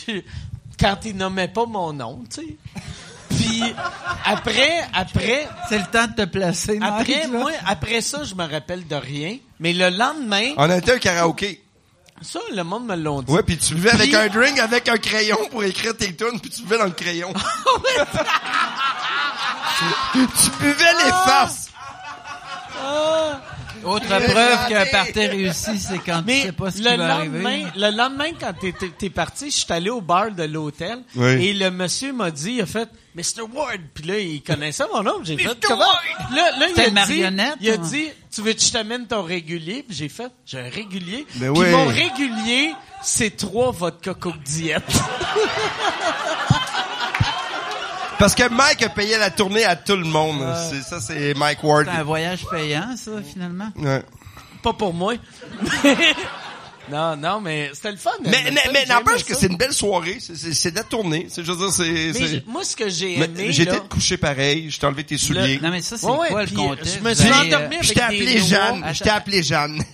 Speaker 2: quand il nommait pas mon nom, tu sais. Puis après, après,
Speaker 6: (laughs) c'est le temps de te placer,
Speaker 2: après,
Speaker 6: Mike, là.
Speaker 2: moi, après ça, je me rappelle de rien. Mais le lendemain,
Speaker 5: On a été à un karaoké.
Speaker 2: ça, le monde me l'a dit.
Speaker 5: Ouais, puis tu buvais avec
Speaker 2: Puis-
Speaker 5: un drink, avec un crayon pour écrire tes tunes, puis tu buvais dans
Speaker 2: (laughs)
Speaker 5: le crayon.
Speaker 2: Oh
Speaker 5: (laughs) tu buvais les
Speaker 2: Ah!
Speaker 5: faces.
Speaker 6: Autre
Speaker 5: Mais
Speaker 6: preuve
Speaker 5: attendez.
Speaker 6: qu'un party réussi, c'est quand
Speaker 2: Mais
Speaker 6: tu sais pas ce qui
Speaker 2: le,
Speaker 6: va
Speaker 2: lendemain,
Speaker 6: arriver.
Speaker 2: le lendemain, quand t'es, t'es- t'es parti, je suis allé au bar de l'hôtel
Speaker 5: Oui.
Speaker 2: et le monsieur m'a dit, il a fait « Mr. Ward ». Puis là, il connaissait mon nom. J'ai fait « Comment? » Là, là, il
Speaker 6: T'es
Speaker 2: a
Speaker 6: une
Speaker 2: dit,
Speaker 6: marionnette,
Speaker 2: il a
Speaker 6: hein?
Speaker 2: dit « Tu veux que je t'amène ton régulier? » Puis j'ai fait « J'ai un régulier.
Speaker 5: Mais
Speaker 2: Puis
Speaker 5: Ben oui.
Speaker 2: mon régulier, c'est trois vodka coke diète.
Speaker 5: Parce que Mike a payé la tournée à tout le monde. C'est ça, c'est Mike Ward.
Speaker 6: C'est un voyage payant, ça, finalement.
Speaker 5: Ouais.
Speaker 2: Pas pour moi. (laughs) non, non, mais c'était le fun.
Speaker 5: Mais, mais, mais
Speaker 2: J'ai aimé
Speaker 5: n'empêche que
Speaker 2: ça.
Speaker 5: c'est une belle soirée. C'est- C'est c'est de la tournée. C'est, je veux dire, c'est...
Speaker 2: Mais
Speaker 5: c'est-
Speaker 2: moi, ce que j'ai
Speaker 5: Mais
Speaker 2: aimé,
Speaker 5: J'étais
Speaker 2: là-
Speaker 5: couché pareil. Je t'ai enlevé tes souliers.
Speaker 6: Non, mais ça, c'est
Speaker 2: Ouais, ouais,
Speaker 6: quoi le
Speaker 2: puis,
Speaker 6: contexte?
Speaker 2: je me suis
Speaker 6: Ben,
Speaker 2: endormi avec
Speaker 5: Je t'ai
Speaker 2: des
Speaker 5: appelé
Speaker 2: noix. Ah,
Speaker 5: Jeanne. Je t'ai appelé Jeanne. (laughs)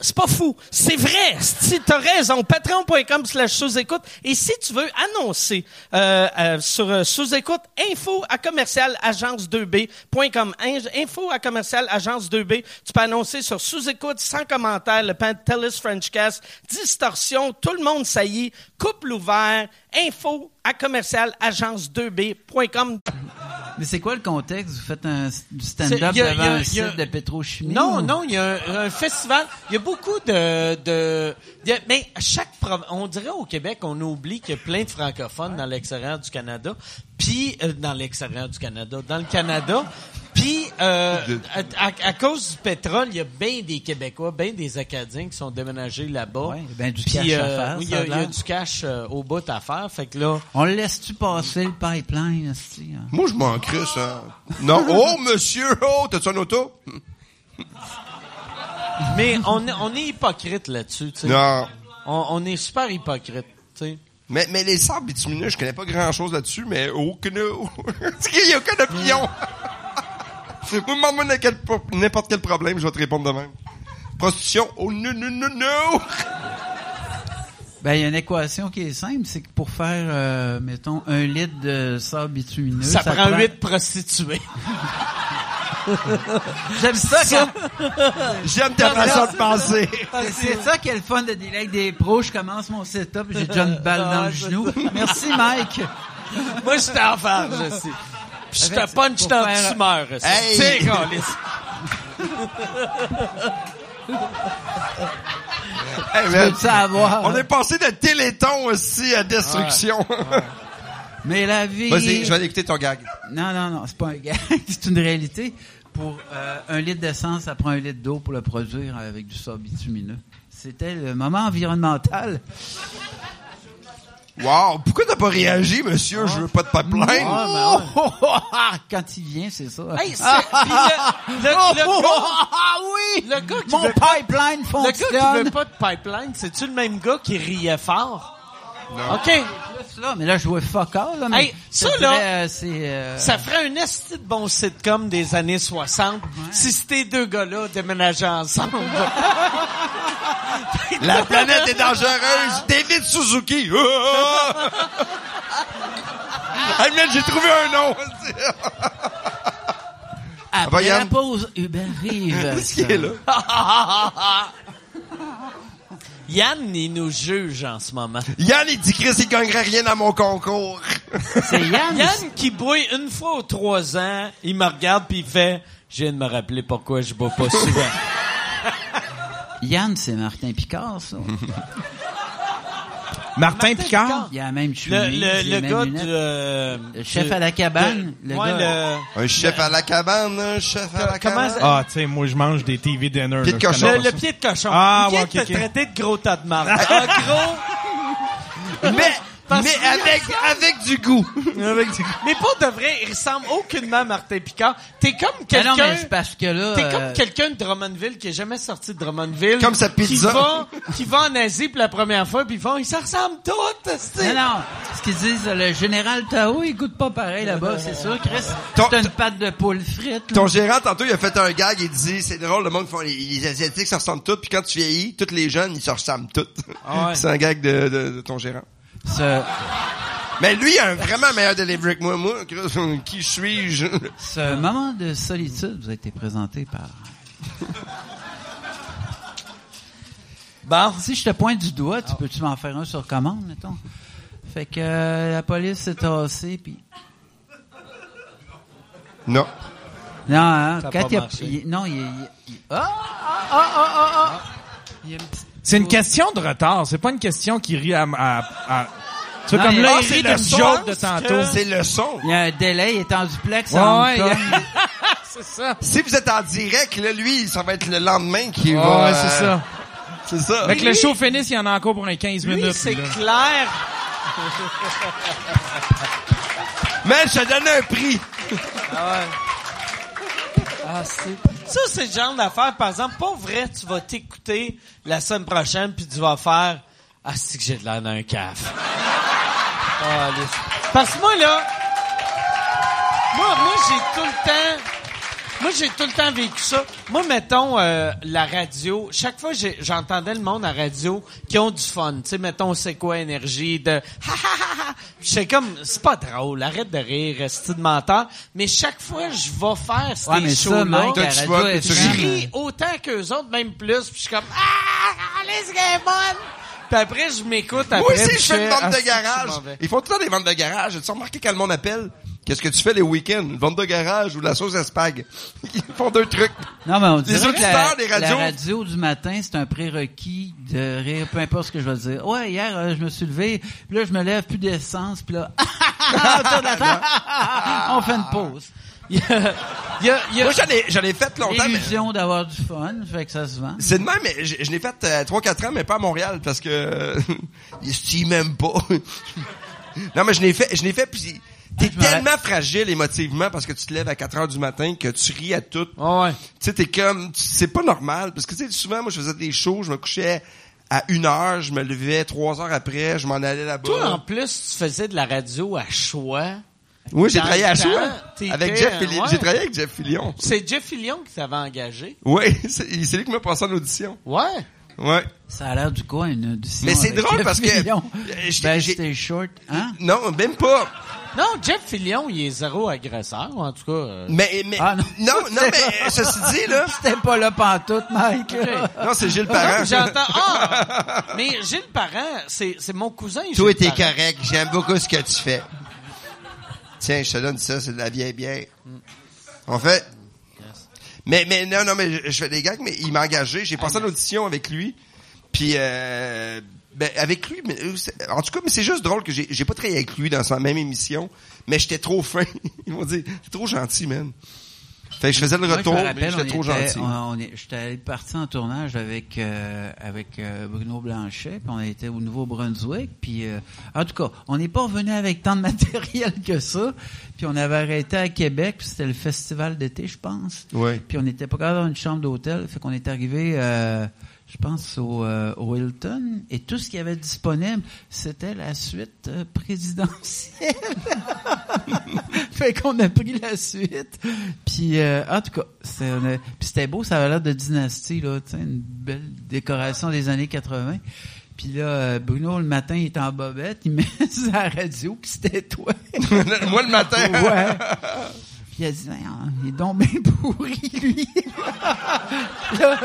Speaker 7: C'est pas fou. C'est vrai. Si t'as raison, patreon.com slash sous-écoute. Et si tu veux annoncer euh, euh, sur euh, sous-écoute, info à commercial agence2b.com. In- Info à commercial agence2b. Tu peux annoncer sur sous-écoute, sans commentaire, le Pantelis Frenchcast, distorsion, tout le monde saillit, couple ouvert, info à commercial agence2b.com.
Speaker 6: Mais c'est quoi le contexte? Vous faites un, du
Speaker 2: C'est-
Speaker 6: stand-up
Speaker 2: y a-
Speaker 6: devant
Speaker 2: y a-
Speaker 6: un
Speaker 2: y a-
Speaker 6: site de pétrochimie?
Speaker 2: Non,
Speaker 6: ou-
Speaker 2: non, il y a un, un festival. Il y a beaucoup de, de, il y a- mais chaque prov- on dirait au Québec, on oublie qu'il y a plein de francophones dans l'extérieur du Canada, puis euh, dans l'extérieur du Canada, dans le Canada, puis euh, à, à- à cause du pétrole, il y a bien des Québécois, bien des Acadiens qui sont déménagés là-bas.
Speaker 6: Ouais, ben du
Speaker 2: Puis, euh,
Speaker 6: cash à faire,
Speaker 2: oui, il y, a-
Speaker 6: ça a
Speaker 2: il y a
Speaker 6: l'air.
Speaker 2: du cash euh, au bout à faire. Fait que là,
Speaker 6: On le laisse-tu passer le pipeline? esti, hein?
Speaker 5: Moi, je m'en crisse, hein.
Speaker 2: (laughs)
Speaker 5: Non. Oh, monsieur! Oh, t'as-tu un auto?
Speaker 2: mais on, est- on est hypocrite là-dessus. tu sais.
Speaker 5: Non.
Speaker 2: On, on est super hypocrite. tu sais.
Speaker 5: Mais, mais les sables bitumineux, je connais pas grand-chose là-dessus, mais aucune... (laughs) C'est qu'il y a
Speaker 2: (laughs)
Speaker 5: aucune opinion. Moi, demande-moi n'importe quel pro- n'importe quel problème, je vais te répondre de même. Prostitution, oh non, non, non, non!
Speaker 6: Ben, il y a une équation qui est simple, c'est que pour faire, euh, mettons, un litre de sable bitumineux,
Speaker 2: Ça, prend huit
Speaker 6: (laughs)
Speaker 2: prostituées.
Speaker 6: J'aime ça quand-
Speaker 5: J'aime ta façon de penser.
Speaker 6: C'est- C'est ça qui est le fun de délai avec des pros. Je commence mon setup, j'ai déjà une balle dans
Speaker 2: Ah,
Speaker 6: le
Speaker 2: c'est
Speaker 6: genou. Merci, Mike.
Speaker 2: Moi, je t'en fâche, je sais. Puis je te
Speaker 6: Avec-
Speaker 2: punch
Speaker 6: pour
Speaker 2: dans
Speaker 6: faire-
Speaker 2: tu meurs. ça.
Speaker 5: Hey!
Speaker 2: Tiens, câlisse.
Speaker 5: (laughs) Hey, man.
Speaker 6: Peux-tu avoir?
Speaker 5: On est passé de téléthon aussi à destruction. (laughs)
Speaker 6: Mais la vie...
Speaker 5: Vas-y, je vais aller écouter ton gag.
Speaker 6: Non, non, non, c'est pas un gag, (laughs) c'est une réalité. Pour euh, un litre d'essence, ça prend un litre d'eau pour le produire avec du sable bitumineux. C'était le moment environnemental.
Speaker 5: Wow, pourquoi t'as pas réagi, monsieur? Je veux pas de pipeline.
Speaker 6: Ah, ben ouais. (laughs) Quand il vient, c'est ça.
Speaker 2: Hey, c'est- puis le, le-
Speaker 6: (laughs)
Speaker 2: le gars,
Speaker 6: ah oui!
Speaker 2: le gars qui
Speaker 6: Mon
Speaker 2: veut-
Speaker 6: pipeline
Speaker 2: le gars qui veut
Speaker 6: fonctionne.
Speaker 2: pas de pipeline, c'est-tu le même gars qui riait fort? OK.
Speaker 6: Là, mais là, je vois fuck all, là, mais
Speaker 2: Hey, ça,
Speaker 6: je
Speaker 2: là,
Speaker 6: dirais, euh, c'est, euh,
Speaker 2: Ça ferait un esti de bon sitcom des années 60 si ces deux gars-là déménageaient ensemble.
Speaker 5: La planète est dangereuse. David Suzuki. (laughs) Ah! hey, man, j'ai trouvé un nom. va,
Speaker 6: Après la
Speaker 5: Ah, bah, Yann.
Speaker 6: pause, Uber
Speaker 5: (laughs)
Speaker 6: arrive.
Speaker 5: Qu'est-ce qu'il est là?
Speaker 2: Yann, il nous juge en ce moment.
Speaker 5: Yann, il dit Chris, il gagnerait rien à mon concours.
Speaker 6: C'est
Speaker 2: (laughs)
Speaker 6: Yann.
Speaker 2: Yann qui bouille une fois aux trois ans, il me regarde puis il fait « Je viens de me rappeler pourquoi je bois pas souvent.
Speaker 6: Yann, c'est Martin Picard,
Speaker 5: (laughs)
Speaker 6: ça.
Speaker 3: Martin,
Speaker 2: Martin
Speaker 3: Picard.
Speaker 2: Picard.
Speaker 6: Il a la même »
Speaker 2: Le,
Speaker 6: chemise,
Speaker 2: le,
Speaker 6: les
Speaker 2: le
Speaker 6: mêmes
Speaker 2: gars
Speaker 6: lunettes.
Speaker 2: du, euh,
Speaker 6: Le chef
Speaker 2: du-
Speaker 6: à la cabane,
Speaker 2: de-
Speaker 6: le
Speaker 2: ouais,
Speaker 6: gars.
Speaker 5: Un chef à la cabane, un chef à la
Speaker 2: Comment
Speaker 5: cabane.
Speaker 2: ça-
Speaker 3: Ah, tu sais, moi, je mange des TV dinner.
Speaker 5: Pied
Speaker 3: là,
Speaker 5: de
Speaker 3: je
Speaker 5: cochon.
Speaker 2: le-
Speaker 3: connais
Speaker 2: le,
Speaker 3: pas ça.
Speaker 2: pied de cochon.
Speaker 3: Ah,
Speaker 2: Qui
Speaker 3: ouais,
Speaker 2: te
Speaker 3: ok, ok.
Speaker 2: traité de gros tas de marde. En gros...
Speaker 5: Mais,
Speaker 2: (laughs) Parce
Speaker 5: mais
Speaker 2: que-
Speaker 5: avec, avec du goût.
Speaker 2: (laughs) Mais pour de vrai, il ressemble aucunement à Martin Picard. T'es comme
Speaker 6: Mais Ben non,
Speaker 2: quelqu'un...
Speaker 6: mais c'est parce que là...
Speaker 2: T'es
Speaker 6: euh,
Speaker 2: comme quelqu'un de Drummondville qui est jamais sorti de Drummondville.
Speaker 5: Comme sa pizza.
Speaker 2: Qui va, qui va en Asie pour la première fois, puis ils font, ils se ressemblent tous, tu sais.
Speaker 6: Non, non, ce qu'ils disent, le général Tao, il goûte pas pareil là-bas, c'est sûr, Chris.
Speaker 5: Ton-
Speaker 6: C'est une pâte de poule frite. là.
Speaker 4: Mm.
Speaker 5: Ton gérant, tantôt, il a fait un gag, il dit, c'est drôle, le monde font, les, les Asiatiques se ressemblent tous, puis quand tu vieillis, tous les jeunes, ils se ressemblent tous.
Speaker 2: Ah ouais.
Speaker 5: (laughs) C'est un gag de, de- de ton gérant.
Speaker 6: Ce,
Speaker 5: Mais lui, il a un vraiment meilleur delivery que moi. Moi, (laughs) Chris, qui suis-je?
Speaker 6: ce moment de solitude vous a été présenté par...
Speaker 2: Bon.
Speaker 6: Si je te pointe du doigt, tu peux-tu m'en faire un sur commande, mettons? Fait que euh, la police s'est tassée, puis...
Speaker 5: Non.
Speaker 6: Non, hein,
Speaker 2: Ça a
Speaker 6: quand
Speaker 2: pas
Speaker 6: il y a...
Speaker 2: marché.
Speaker 6: il- non, il y a... il- il- Ah, ah, ah, ah, ah, ah. Il y a une petite-
Speaker 4: C'est une question de retard. C'est pas une question qui rit à... à, à- Tu vois,
Speaker 6: Non,
Speaker 4: comme
Speaker 6: mais-
Speaker 4: là,
Speaker 6: Ah,
Speaker 4: il
Speaker 6: c'est
Speaker 4: rit
Speaker 6: le
Speaker 4: d'une
Speaker 6: sens
Speaker 4: joke de
Speaker 6: que-
Speaker 4: tantôt.
Speaker 5: C'est le son.
Speaker 6: Il y a un délai, il est en duplex
Speaker 4: Ouais,
Speaker 6: à
Speaker 4: ouais,
Speaker 6: Hong Kong.
Speaker 5: Si vous êtes en direct, là, lui, ça va être le lendemain qui
Speaker 4: Ah Ouais,
Speaker 5: va...
Speaker 4: ouais, c'est
Speaker 5: euh,
Speaker 4: ça.
Speaker 5: C'est ça.
Speaker 4: Fait que le show finisse, il y en a encore pour un 15
Speaker 2: Lui,
Speaker 4: minutes.
Speaker 2: c'est
Speaker 4: là.
Speaker 2: clair.
Speaker 5: Mais je te donne un prix.
Speaker 2: Ça, c'est le genre d'affaire. Par exemple, pas vrai, tu vas t'écouter la semaine prochaine, puis tu vas faire « Ah, c'est que j'ai de l'air d'un caf. Parce que moi, là, moi, moi j'ai tout le temps... Moi, j'ai tout le temps vécu ça. Moi, mettons, euh, la radio, chaque fois, j'ai- j'entendais le monde à radio qui ont du fun. Tu sais, mettons, c'est quoi, énergie, de... Ha, ha, ha, ha. J'étais comme, c'est pas drôle, arrête de rire, c'est de menteur. Mais chaque fois, je vais faire ces
Speaker 6: Ouais, mais ça,
Speaker 2: shows-là.
Speaker 6: Mike, à
Speaker 5: Toi, tu
Speaker 6: Radio
Speaker 5: vas- tu
Speaker 6: FM,
Speaker 2: Je ris autant qu'eux autres, même plus. Puis je suis comme, ah, allez, c'est qu'elle est bonne. Puis après, je m'écoute après.
Speaker 5: Moi aussi,
Speaker 2: puis
Speaker 5: je fais une vente
Speaker 2: Ah,
Speaker 5: de
Speaker 2: c'est
Speaker 5: garage.
Speaker 2: mauvais.
Speaker 5: Ils font tout le temps des ventes de garage. As-tu remarqué quand le monde appelle? Qu'est-ce que tu fais les week-ends? Une vente de garage ou de la sauce à spag? (laughs) Ils font deux trucs.
Speaker 6: Non, mais on dirait que
Speaker 5: auditeurs
Speaker 6: la,
Speaker 5: des
Speaker 6: la
Speaker 5: radios-
Speaker 6: radio du matin, c'est un prérequis de rire, peu importe ce que je vais dire. Ouais, hier, euh, je me suis levé, puis là, je me lève, plus d'essence, puis là, (laughs) autour de la table, on fait une pause.
Speaker 5: Ah,
Speaker 2: Il y a, il y a- il y a-
Speaker 5: Moi, j'en ai, j'en ai fait longtemps, mais
Speaker 6: L'illusion d'avoir du fun, fait que ça se vend.
Speaker 5: c'est de même, mais je, je l'ai fait euh, 3-4 ans, mais pas à Montréal, parce que, (laughs) euh, ils même pas. (laughs) non, mais je l'ai fait, je l'ai fait, puis t'es
Speaker 6: je me rappelle.
Speaker 5: tellement fragile émotivement parce que tu te lèves à 4 heures du matin que tu ris à tout.
Speaker 2: Ah ouais.
Speaker 5: tu sais, t'es comme, tu- c'est pas normal, parce que, tu sais, souvent, moi, je faisais des shows, je me couchais à une heure, je me levais trois heures après, je m'en allais là-bas.
Speaker 2: Toi, en plus, tu faisais de la radio à choix.
Speaker 5: oui, j'ai
Speaker 2: dans
Speaker 5: travaillé
Speaker 2: le
Speaker 5: à
Speaker 2: temps,
Speaker 5: Choix,
Speaker 2: t'étais,
Speaker 5: avec Jeff
Speaker 2: euh,
Speaker 5: Fillion.
Speaker 2: ouais.
Speaker 5: J'ai travaillé avec Jeff Fillion.
Speaker 2: C'est Jeff Fillion qui t'avait engagé.
Speaker 5: Oui, (laughs) c'est c'est lui qui m'a passé en audition.
Speaker 2: Ouais.
Speaker 5: Ouais.
Speaker 6: Ça a l'air du coin, une audition
Speaker 5: Mais c'est
Speaker 6: avec
Speaker 5: drôle
Speaker 6: le
Speaker 5: parce que-
Speaker 6: million.
Speaker 5: Euh, j'étais-
Speaker 6: Ben,
Speaker 5: j'ai-
Speaker 6: j'étais short, hein?
Speaker 5: Non, même pas.
Speaker 2: Non, Jeff Fillion, il est zéro agresseur, en tout cas. euh,
Speaker 5: Mais, mais,
Speaker 6: Ah, non.
Speaker 5: non, non, mais, ceci dit, là,
Speaker 6: T'es pas là pantoute, Mike.
Speaker 5: non, c'est Gilles
Speaker 2: Non, mais
Speaker 5: Parent.
Speaker 2: Euh, j'entends. Ah! Mais Gilles Parent, c'est c'est mon cousin.
Speaker 5: Toi,
Speaker 2: Gilles
Speaker 5: t'es
Speaker 2: Parent.
Speaker 5: correct. J'aime beaucoup ce que tu fais. Tiens, je te donne ça, c'est de la vieille bière.
Speaker 6: Mm.
Speaker 5: En fait. Mais, mais, non, non, mais je, je fais des gags, mais il m'a engagé. J'ai
Speaker 6: Ah,
Speaker 5: passé l'audition avec lui. Puis, euh, ben, avec lui, mais, euh, c'est- en tout cas, mais c'est juste drôle que j'ai j'ai pas travaillé avec lui dans sa même émission, mais j'étais trop fin. (laughs) Ils m'ont dit, t'es trop gentil, man. Fait que je faisais le
Speaker 6: Moi,
Speaker 5: retour,
Speaker 6: je me
Speaker 5: mais
Speaker 6: rappelle,
Speaker 5: j'étais
Speaker 6: on
Speaker 5: trop
Speaker 6: était-
Speaker 5: gentil.
Speaker 6: on- on est- J'étais allé- parti en tournage avec euh, avec euh, Bruno Blanchet, puis on était au Nouveau-Brunswick, puis euh, en tout cas, on n'est pas revenu avec tant de (laughs) matériel que ça, puis on avait arrêté à Québec, puis c'était le festival d'été, je pense.
Speaker 5: Ouais.
Speaker 6: Puis on n'était pas capable d'avoir une chambre d'hôtel, fait qu'on est arrivé, euh, je pense, au, euh, au Hilton, et tout ce qu'il y avait disponible, c'était la suite euh, présidentielle. (laughs) fait qu'on a pris la suite. Puis, euh, en tout cas, c'était on a- puis c'était beau, ça avait l'air de dynastie, là, tu sais, une belle décoration des années 80. Puis là, euh, Bruno, le matin, il est en bobette, il (laughs) met sa radio, puis c'était toi.
Speaker 5: (laughs) Moi, le matin.
Speaker 6: Ouais. Puis il a dit, Voyons, il est donc bien (laughs) pourri, lui. Là,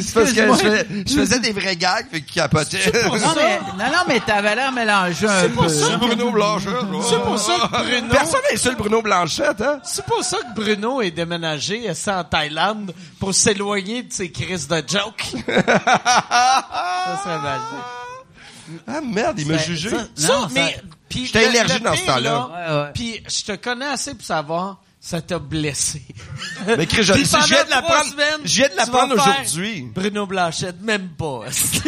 Speaker 5: C'est parce que je,
Speaker 6: excuse-moi.
Speaker 5: fais- je faisais des vrais gags, fait qu'il capotait.
Speaker 6: Non, mais, non, non, mais t'avais l'air mélangé un peu.
Speaker 5: (laughs) C'est Bruno Blanchet.
Speaker 2: C'est pour ça que Bruno-
Speaker 5: Personne n'insulte Bruno Blanchette, hein?
Speaker 2: C'est pour ça que Bruno est déménagé euh, ça, en Thaïlande pour s'éloigner de ses crises de jokes. ça serait magique.
Speaker 5: Ah merde, il m'a
Speaker 6: Ça-
Speaker 5: jugé.
Speaker 6: ça-
Speaker 2: Ça,
Speaker 6: Non,
Speaker 2: mais
Speaker 6: ça-
Speaker 2: puis
Speaker 5: J'étais
Speaker 2: le- le
Speaker 5: énergique dans ce
Speaker 2: pire,
Speaker 5: temps-là.
Speaker 2: là,
Speaker 6: Ouais, ouais.
Speaker 2: Puis je te connais assez pour savoir ça t'a blessé.
Speaker 5: Mais Chris, je-
Speaker 2: Puis
Speaker 5: si
Speaker 2: pendant
Speaker 5: je viens de
Speaker 2: trois
Speaker 5: l'apprendre-
Speaker 2: semaines,
Speaker 5: je viens de
Speaker 2: tu
Speaker 5: l'apprendre
Speaker 2: vas faire
Speaker 5: aujourd'hui.
Speaker 2: Bruno Blanchette, même pas. (laughs)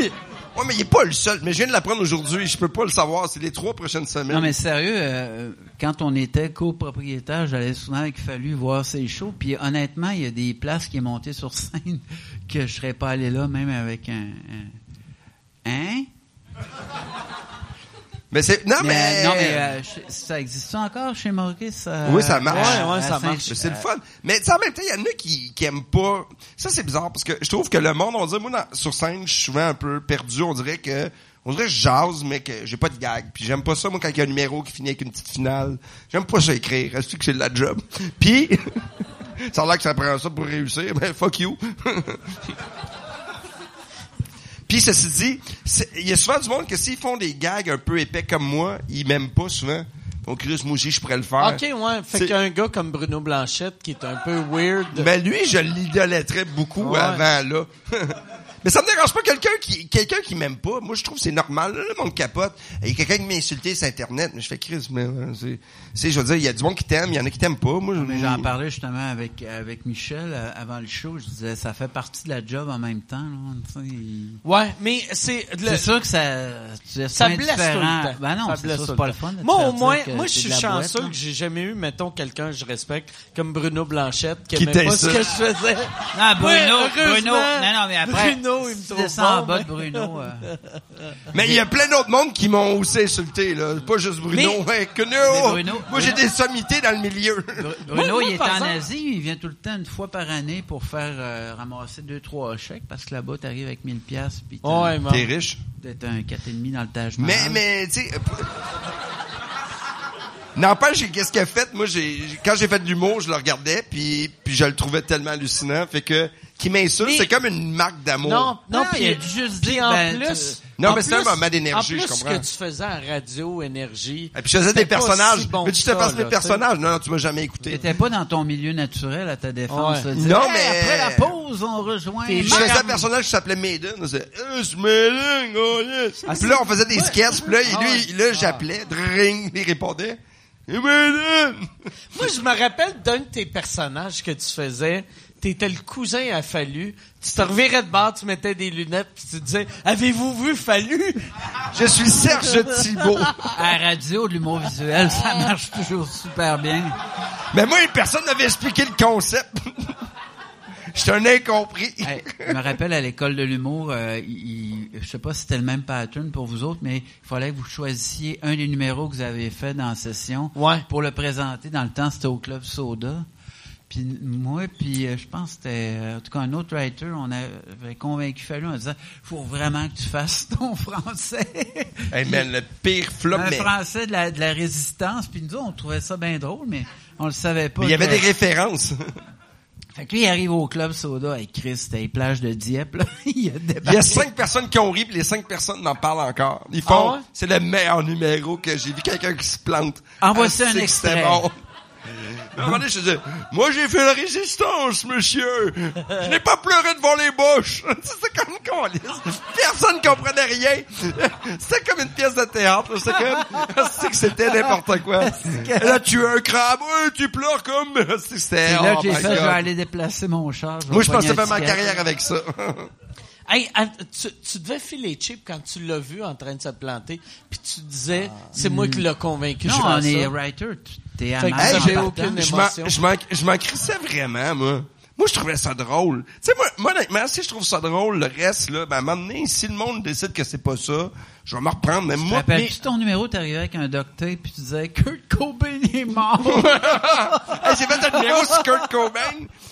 Speaker 5: Ouais, mais il est pas le seul. Mais je viens de l'apprendre aujourd'hui. Je peux pas le savoir. C'est les trois prochaines semaines.
Speaker 6: Non, mais sérieux, euh, quand on était copropriétaire, j'allais souvent avec Fallu voir ses shows. Puis honnêtement, il y a des places qui est montées sur scène (laughs) que je serais pas allé là, même avec un... un- Hein?
Speaker 5: Mais c'est, non, Ah, mais,
Speaker 6: non, mais euh, je- ça existe encore chez Maurice? euh,
Speaker 5: Oui, ça marche.
Speaker 6: à-
Speaker 2: Ouais, ouais,
Speaker 6: à
Speaker 2: ça marche.
Speaker 5: Mais c'est le fun. Mais tu sais, en même temps, il y en a qui, qui aiment pas. Ça, c'est bizarre parce que je trouve que le monde, on dirait, moi, dans- sur scène, je suis souvent un peu perdu. On dirait que, on dirait que je jase, mais que j'ai pas de gag. Puis j'aime pas ça, moi, quand il y a un numéro qui finit avec une petite finale. J'aime pas ça écrire. Est-ce que c'est de la job? (laughs) Puis, ça a l'air que ça prend ça pour réussir. Ben, fuck you. (laughs) Puis ceci dit, c'est- il y a souvent du monde que s'ils font des gags un peu épais comme moi, ils m'aiment pas souvent. Donc, Chris, moi aussi, je pourrais le faire.
Speaker 2: ok, ouais.
Speaker 5: C'est-
Speaker 2: Fait qu'un gars comme Bruno Blanchette qui est un peu weird.
Speaker 5: Mais lui, je l'idolâtrais beaucoup
Speaker 2: Ouais.
Speaker 5: avant, là. (laughs) Mais ça me dérange pas quelqu'un qui quelqu'un qui m'aime pas. Moi, je trouve que c'est normal. Là, le monde capote. Il y a quelqu'un qui m'a insulté sur Internet. Mais je fais crise, mais euh, c'est, c'est, je veux dire, il y a du monde qui t'aime, il y en a qui t'aiment pas. Moi, je-
Speaker 6: Ah, Mais j'en parlais justement avec avec Michel euh, avant le show. Je disais, ça fait partie de la job en même temps. là, tu sais, il-
Speaker 2: Ouais, mais c'est le-
Speaker 6: C'est sûr que ça, tu es
Speaker 2: ça
Speaker 6: soin
Speaker 2: blesse tout
Speaker 6: différent.
Speaker 2: le temps.
Speaker 6: Ben non,
Speaker 2: ça
Speaker 6: c'est
Speaker 2: blesse
Speaker 6: sûr,
Speaker 2: tout
Speaker 6: c'est
Speaker 2: le
Speaker 6: pas le
Speaker 2: temps.
Speaker 6: fun. de te
Speaker 2: Moi,
Speaker 6: faire
Speaker 2: au moins,
Speaker 6: dire que
Speaker 2: moi, je
Speaker 6: t'es
Speaker 2: suis
Speaker 6: de la
Speaker 2: chanceux
Speaker 6: boîte,
Speaker 2: que j'ai jamais eu, mettons, quelqu'un que je respecte, comme Bruno Blanchette, qui,
Speaker 5: Qui
Speaker 2: aimait pas ce
Speaker 5: t'insulte.
Speaker 2: que je faisais.
Speaker 6: là. Non, Bruno,
Speaker 2: Oui, heureusement,
Speaker 6: Bruno. Non, non, mais après,
Speaker 2: Bruno, il me
Speaker 6: si tu
Speaker 2: trouve
Speaker 6: descends
Speaker 2: bon,
Speaker 6: en bas
Speaker 2: mais-
Speaker 6: de
Speaker 2: (laughs)
Speaker 6: Bruno. euh,
Speaker 5: Mais il y a plein d'autres mondes qui m'ont aussi insulté, là. Pas juste Bruno.
Speaker 2: Mais-
Speaker 5: Ouais, que no.
Speaker 6: Mais Bruno-
Speaker 5: Moi, j'ai
Speaker 6: Bruno-
Speaker 5: des sommités dans le
Speaker 6: (laughs)
Speaker 5: milieu.
Speaker 6: Bruno,
Speaker 2: moi,
Speaker 6: il est
Speaker 2: par
Speaker 6: en
Speaker 2: exemple-
Speaker 6: Asie, il vient tout le temps une fois par année pour faire euh, ramasser deux trois chèques parce que là-bas t'arrives avec 1000 pièces puis t'as-
Speaker 2: Ouais, man.
Speaker 5: T'es riche.
Speaker 6: d'être un 4,5 dans le Taj Mahal.
Speaker 2: Ah.
Speaker 5: Mais, mais, tu sais. euh, p- N'empêche, j'ai- qu'est-ce qu'elle a fait? Moi, j'ai, j'ai- quand j'ai fait de l'humour, je le regardais, puis, puis je le trouvais tellement hallucinant. Fait que, qui m'insulte,
Speaker 7: Mais-
Speaker 5: c'est comme une marque d'amour.
Speaker 2: Non, non,
Speaker 6: Ah, il
Speaker 2: puis
Speaker 6: a dû juste
Speaker 2: puis
Speaker 6: dire,
Speaker 2: en
Speaker 6: ben,
Speaker 2: plus.
Speaker 5: Non,
Speaker 2: en
Speaker 5: mais c'est un
Speaker 2: plus-
Speaker 5: moment d'énergie,
Speaker 2: en plus,
Speaker 5: je comprends. Euh,
Speaker 2: ce que tu faisais en radio, énergie.
Speaker 5: Et puis je faisais des
Speaker 2: c'était pas
Speaker 5: personnages.
Speaker 2: si bon
Speaker 5: mais tu
Speaker 2: que
Speaker 5: te
Speaker 2: ça,
Speaker 5: passes
Speaker 2: là,
Speaker 5: mes
Speaker 2: tu sais.
Speaker 5: personnages. Non, non, tu m'as jamais
Speaker 6: Tu
Speaker 5: écouté.
Speaker 6: n'étais pas dans ton milieu naturel à ta défense.
Speaker 2: Ouais.
Speaker 6: de dire,
Speaker 5: Non,
Speaker 6: Hey,
Speaker 5: mais-
Speaker 6: Après la pause, on rejoint.
Speaker 5: Puis Je faisais un personnage qui s'appelait Maiden. On faisait, Eh, c'est Maiden, oh yes.
Speaker 2: Ah,
Speaker 5: Puis là, on faisait des sketchs. Puis là, il- lui, il- là, j'appelais, dring, il répondait, Eh, Maiden!
Speaker 2: Moi, je me rappelle d'un de tes personnages que tu faisais. T'étais le cousin à Fallu. Tu te revirais de bord, tu mettais des lunettes, puis tu disais « Avez-vous vu Fallu?
Speaker 5: Je suis Serge Thibault.
Speaker 6: À la radio, de l'humour visuel, ça marche toujours super bien.
Speaker 5: Mais moi, personne n'avait expliqué le concept. (laughs) J'étais un incompris.
Speaker 6: Hey, je me rappelle à l'école de l'humour, euh, il- il- je sais pas si c'était le même pattern pour vous autres, mais il fallait que vous choisissiez un des numéros que vous avez fait dans la session
Speaker 2: Ouais.
Speaker 6: pour le présenter. Dans le temps, c'était au club Soda. Puis n- moi, puis euh, je pense que c'était euh, en tout cas un autre writer, on avait convaincu Fallu en disant faut vraiment que tu fasses (laughs) ton français.
Speaker 5: Hey man, le pire flop,
Speaker 6: un
Speaker 5: mais
Speaker 6: français de la, de la résistance. Puis nous autres, on trouvait ça bien drôle, mais on le savait pas.
Speaker 5: mais il y avait
Speaker 6: que-
Speaker 5: des références.
Speaker 6: Fait que lui, il arrive au club Soda avec Chris, c'était les plages de Dieppe. Là. (laughs) il a
Speaker 5: Il y
Speaker 6: débarqué.
Speaker 5: a cinq personnes qui ont ri, puis les cinq personnes n'en parlent encore. Ils
Speaker 2: Ah
Speaker 5: font,
Speaker 2: ouais?
Speaker 5: c'est le meilleur numéro que j'ai vu quelqu'un qui se plante.
Speaker 6: En voici
Speaker 5: Ah,
Speaker 6: un
Speaker 5: c'est que c'était
Speaker 6: extrait.
Speaker 5: bon. À un moment donné, je dis, moi j'ai fait la résistance, monsieur. Je n'ai pas pleuré devant les bouches. (laughs) C'était comme con. Personne comprenait rien. (laughs) C'était comme une pièce de théâtre. C'était comme, (laughs) c'est que c'était n'importe quoi. Et Là, tu es un crabe, Ouais, tu pleures comme. (laughs) C'était.
Speaker 6: Et là,
Speaker 5: oh
Speaker 6: j'ai
Speaker 5: my
Speaker 6: fait, je vais
Speaker 5: God.
Speaker 6: aller déplacer mon char. vais
Speaker 5: Moi, je pensais
Speaker 6: pogner un
Speaker 5: faire ma
Speaker 6: ticket.
Speaker 5: carrière avec ça.
Speaker 2: Hey, à- tu, tu devais filer cheap quand tu l'as vu en train de se planter, puis tu disais C'est moi qui l'ai convaincu.
Speaker 6: Non,
Speaker 2: je
Speaker 6: on
Speaker 2: fais
Speaker 6: est
Speaker 2: ça.
Speaker 6: writer. tu- T'es
Speaker 2: Fait que
Speaker 6: amateur.
Speaker 5: Hey,
Speaker 2: Ça,
Speaker 6: en
Speaker 5: j'ai
Speaker 2: j'en
Speaker 6: partant.
Speaker 2: aucune
Speaker 5: je m'en-
Speaker 2: émotion.
Speaker 5: je m'en- je m'en crissais vraiment, moi. Moi, je trouvais ça drôle. Tu sais, moi, moi, honnêtement, si je trouve ça drôle, le reste, là, ben, à un moment donné, si le monde décide que c'est pas ça, je vais me reprendre, mais moi, mais-
Speaker 6: Rappelles-tu ton numéro, t'es arrivé avec un docteur, puis tu disais, Kurt Cobain est mort.
Speaker 5: (laughs) (laughs) Hey, j'ai fait un numéro sur Kurt Cobain.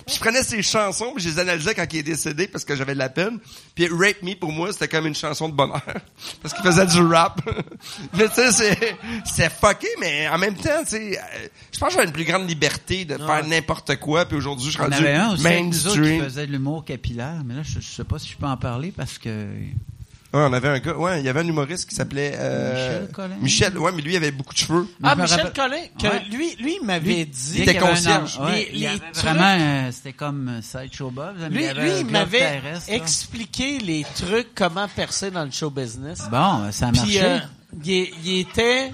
Speaker 5: Puis je prenais ses chansons, puis je les analysais quand il est décédé parce que j'avais de la peine. Puis Rape Me pour moi, c'était comme une chanson de bonheur (laughs) parce qu'il faisait du rap. (laughs) mais tu sais, c'est c'est fucké, mais en même temps, tu sais, euh, je pense que j'avais une plus grande liberté de faire n'importe quoi. Puis aujourd'hui, je suis
Speaker 6: Ah. On
Speaker 5: rendu
Speaker 6: avait un aussi, avec nous autres, qui
Speaker 5: mainstream.
Speaker 6: faisait de l'humour capillaire, mais là, je, je sais pas si je peux en parler parce que...
Speaker 5: Ouais, on avait un gars, ouais, il y avait un humoriste qui s'appelait euh,
Speaker 6: Michel Collin.
Speaker 5: Michel, ouais, mais lui il avait beaucoup de cheveux.
Speaker 2: Ah,
Speaker 6: Je me
Speaker 2: Michel
Speaker 6: rappelle-
Speaker 2: Collin, que
Speaker 6: Ouais.
Speaker 2: lui, lui, il m'avait dit.
Speaker 5: était
Speaker 6: Dès qu'il y avait un
Speaker 5: concierge.
Speaker 6: an- ouais,
Speaker 2: Les-
Speaker 6: il y
Speaker 2: les
Speaker 6: avait
Speaker 2: trucs-
Speaker 6: Vraiment, euh, c'était comme euh, Sideshow Bob. mais
Speaker 2: Lui,
Speaker 6: avait
Speaker 2: lui,
Speaker 6: un
Speaker 2: il
Speaker 6: globe
Speaker 2: m'avait
Speaker 6: terrestre, là.
Speaker 2: expliqué les trucs, comment percer dans le show business.
Speaker 6: Bon, ben, ça a
Speaker 2: Puis,
Speaker 6: marché.
Speaker 2: euh, il, est- il était,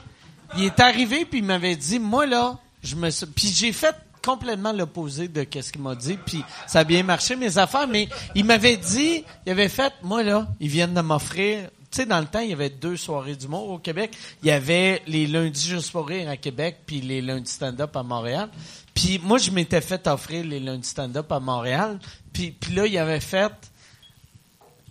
Speaker 2: il est arrivé, puis il m'avait dit, moi, là, je me suis- Puis j'ai fait complètement l'opposé de qu'est-ce qu'il m'a dit, puis ça a bien marché, mes affaires, mais il m'avait dit, il avait fait, moi, là, ils viennent de m'offrir... Tu sais, dans le temps, il y avait deux soirées d'humour au Québec. Il y avait les lundis Juste pour rire à Québec, puis les lundis stand-up à Montréal. Puis moi, je m'étais fait offrir les lundis stand-up à Montréal. Puis, puis là, il avait fait...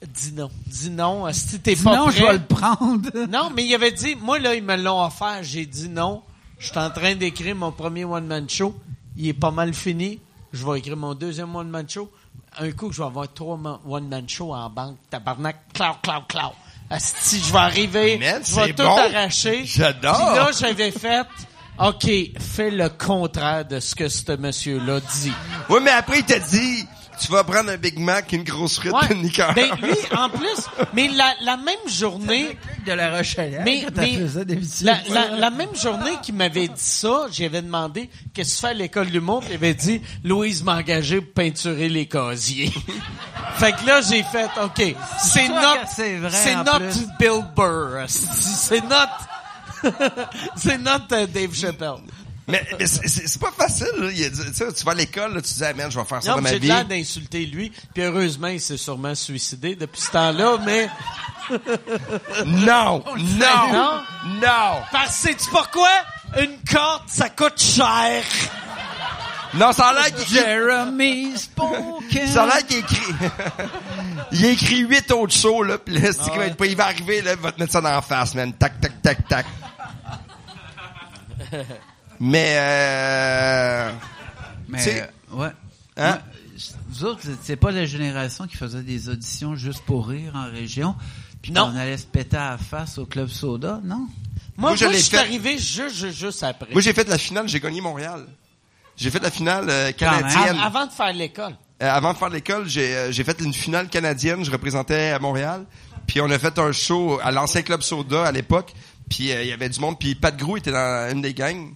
Speaker 2: Dis non. Dis non. euh, Si t'es pas
Speaker 6: Sinon, je
Speaker 2: prêt-
Speaker 6: vais le prendre. (laughs)
Speaker 2: non, mais il avait dit, moi, là, ils me l'ont offert. J'ai dit non. Je suis en train d'écrire mon premier one-man show. Il est pas mal fini. Je vais écrire mon deuxième one-man show. Un coup, je vais avoir trois ma- one-man show en banque. Tabarnak, clau, clau, clau. Asti, je vais arriver.
Speaker 5: Man,
Speaker 2: je vais
Speaker 5: c'est
Speaker 2: tout
Speaker 5: bon.
Speaker 2: arracher.
Speaker 5: J'adore.
Speaker 2: Puis là, j'avais fait, OK, fais le contraire de ce que ce monsieur-là dit.
Speaker 5: Ouais, mais après il t'a dit, tu vas prendre un Big Mac, une grosse frite,
Speaker 2: Ouais.
Speaker 5: une liqueur.
Speaker 2: Ben, lui, en plus, mais la, la même journée,
Speaker 6: de la Rochelle.
Speaker 2: Mais, mais la, la- la même journée qu'il m'avait dit ça, j'avais demandé qu'est-ce que tu fais à l'école du monde. Il avait dit Louise m'a engagé pour peinturer les casiers. (laughs) fait que là j'ai fait OK, c'est
Speaker 6: sûr
Speaker 2: notre
Speaker 6: que c'est vrai,
Speaker 2: c'est
Speaker 6: en
Speaker 2: notre
Speaker 6: plus.
Speaker 2: Bill Burr, c'est notre (laughs) c'est notre euh, Dave Chappelle.
Speaker 5: (laughs) Mais, mais c'est- c'est c'est pas facile. là. Il a dit- tu sais, tu vas à l'école, là, tu dis, ah, man, je vais faire ça
Speaker 2: Non,
Speaker 5: dans
Speaker 2: mais
Speaker 5: ma
Speaker 2: j'ai de
Speaker 5: vie.
Speaker 2: l'air d'insulter lui, puis heureusement il s'est sûrement suicidé depuis ce temps-là, mais (laughs)
Speaker 5: Non, non,
Speaker 2: Non?
Speaker 5: non.
Speaker 2: parce que sais-tu pourquoi une corde ça coûte cher.
Speaker 5: Non, ça a l'air qu'il
Speaker 6: Jeremy Spoken.
Speaker 5: ça a l'air qu'il écrit. (laughs) il a écrit huit autres shows, là, pis
Speaker 2: Ah
Speaker 5: là, c'est qu'il va être pas- il va arriver, là, il va te mettre ça dans la face, man. Tac, tac,
Speaker 2: (laughs)
Speaker 5: tac, tac. Mais, euh,
Speaker 6: Mais,
Speaker 5: C'est-
Speaker 6: euh, ouais.
Speaker 5: Hein?
Speaker 6: Ouais, Vous autres, c'est pas la génération qui faisait des auditions juste pour rire en région. Puis
Speaker 2: Non.
Speaker 6: on allait se péter à la face au Club Soda, non?
Speaker 2: Moi,
Speaker 5: Moi, je
Speaker 2: moi, je
Speaker 5: l'ai
Speaker 2: suis
Speaker 5: fait.
Speaker 2: arrivé juste, juste, juste après.
Speaker 5: moi, j'ai fait la finale, j'ai gagné Montréal. J'ai fait la finale euh,
Speaker 6: même.
Speaker 5: canadienne.
Speaker 2: Av- Avant de faire l'école.
Speaker 5: euh, avant de faire de l'école, j'ai euh, j'ai fait une finale canadienne. Je représentais à Montréal. Puis on a fait un show à l'ancien club Soda à l'époque. Puis euh, il y avait du monde. Puis Pat Grou était dans une des gangs.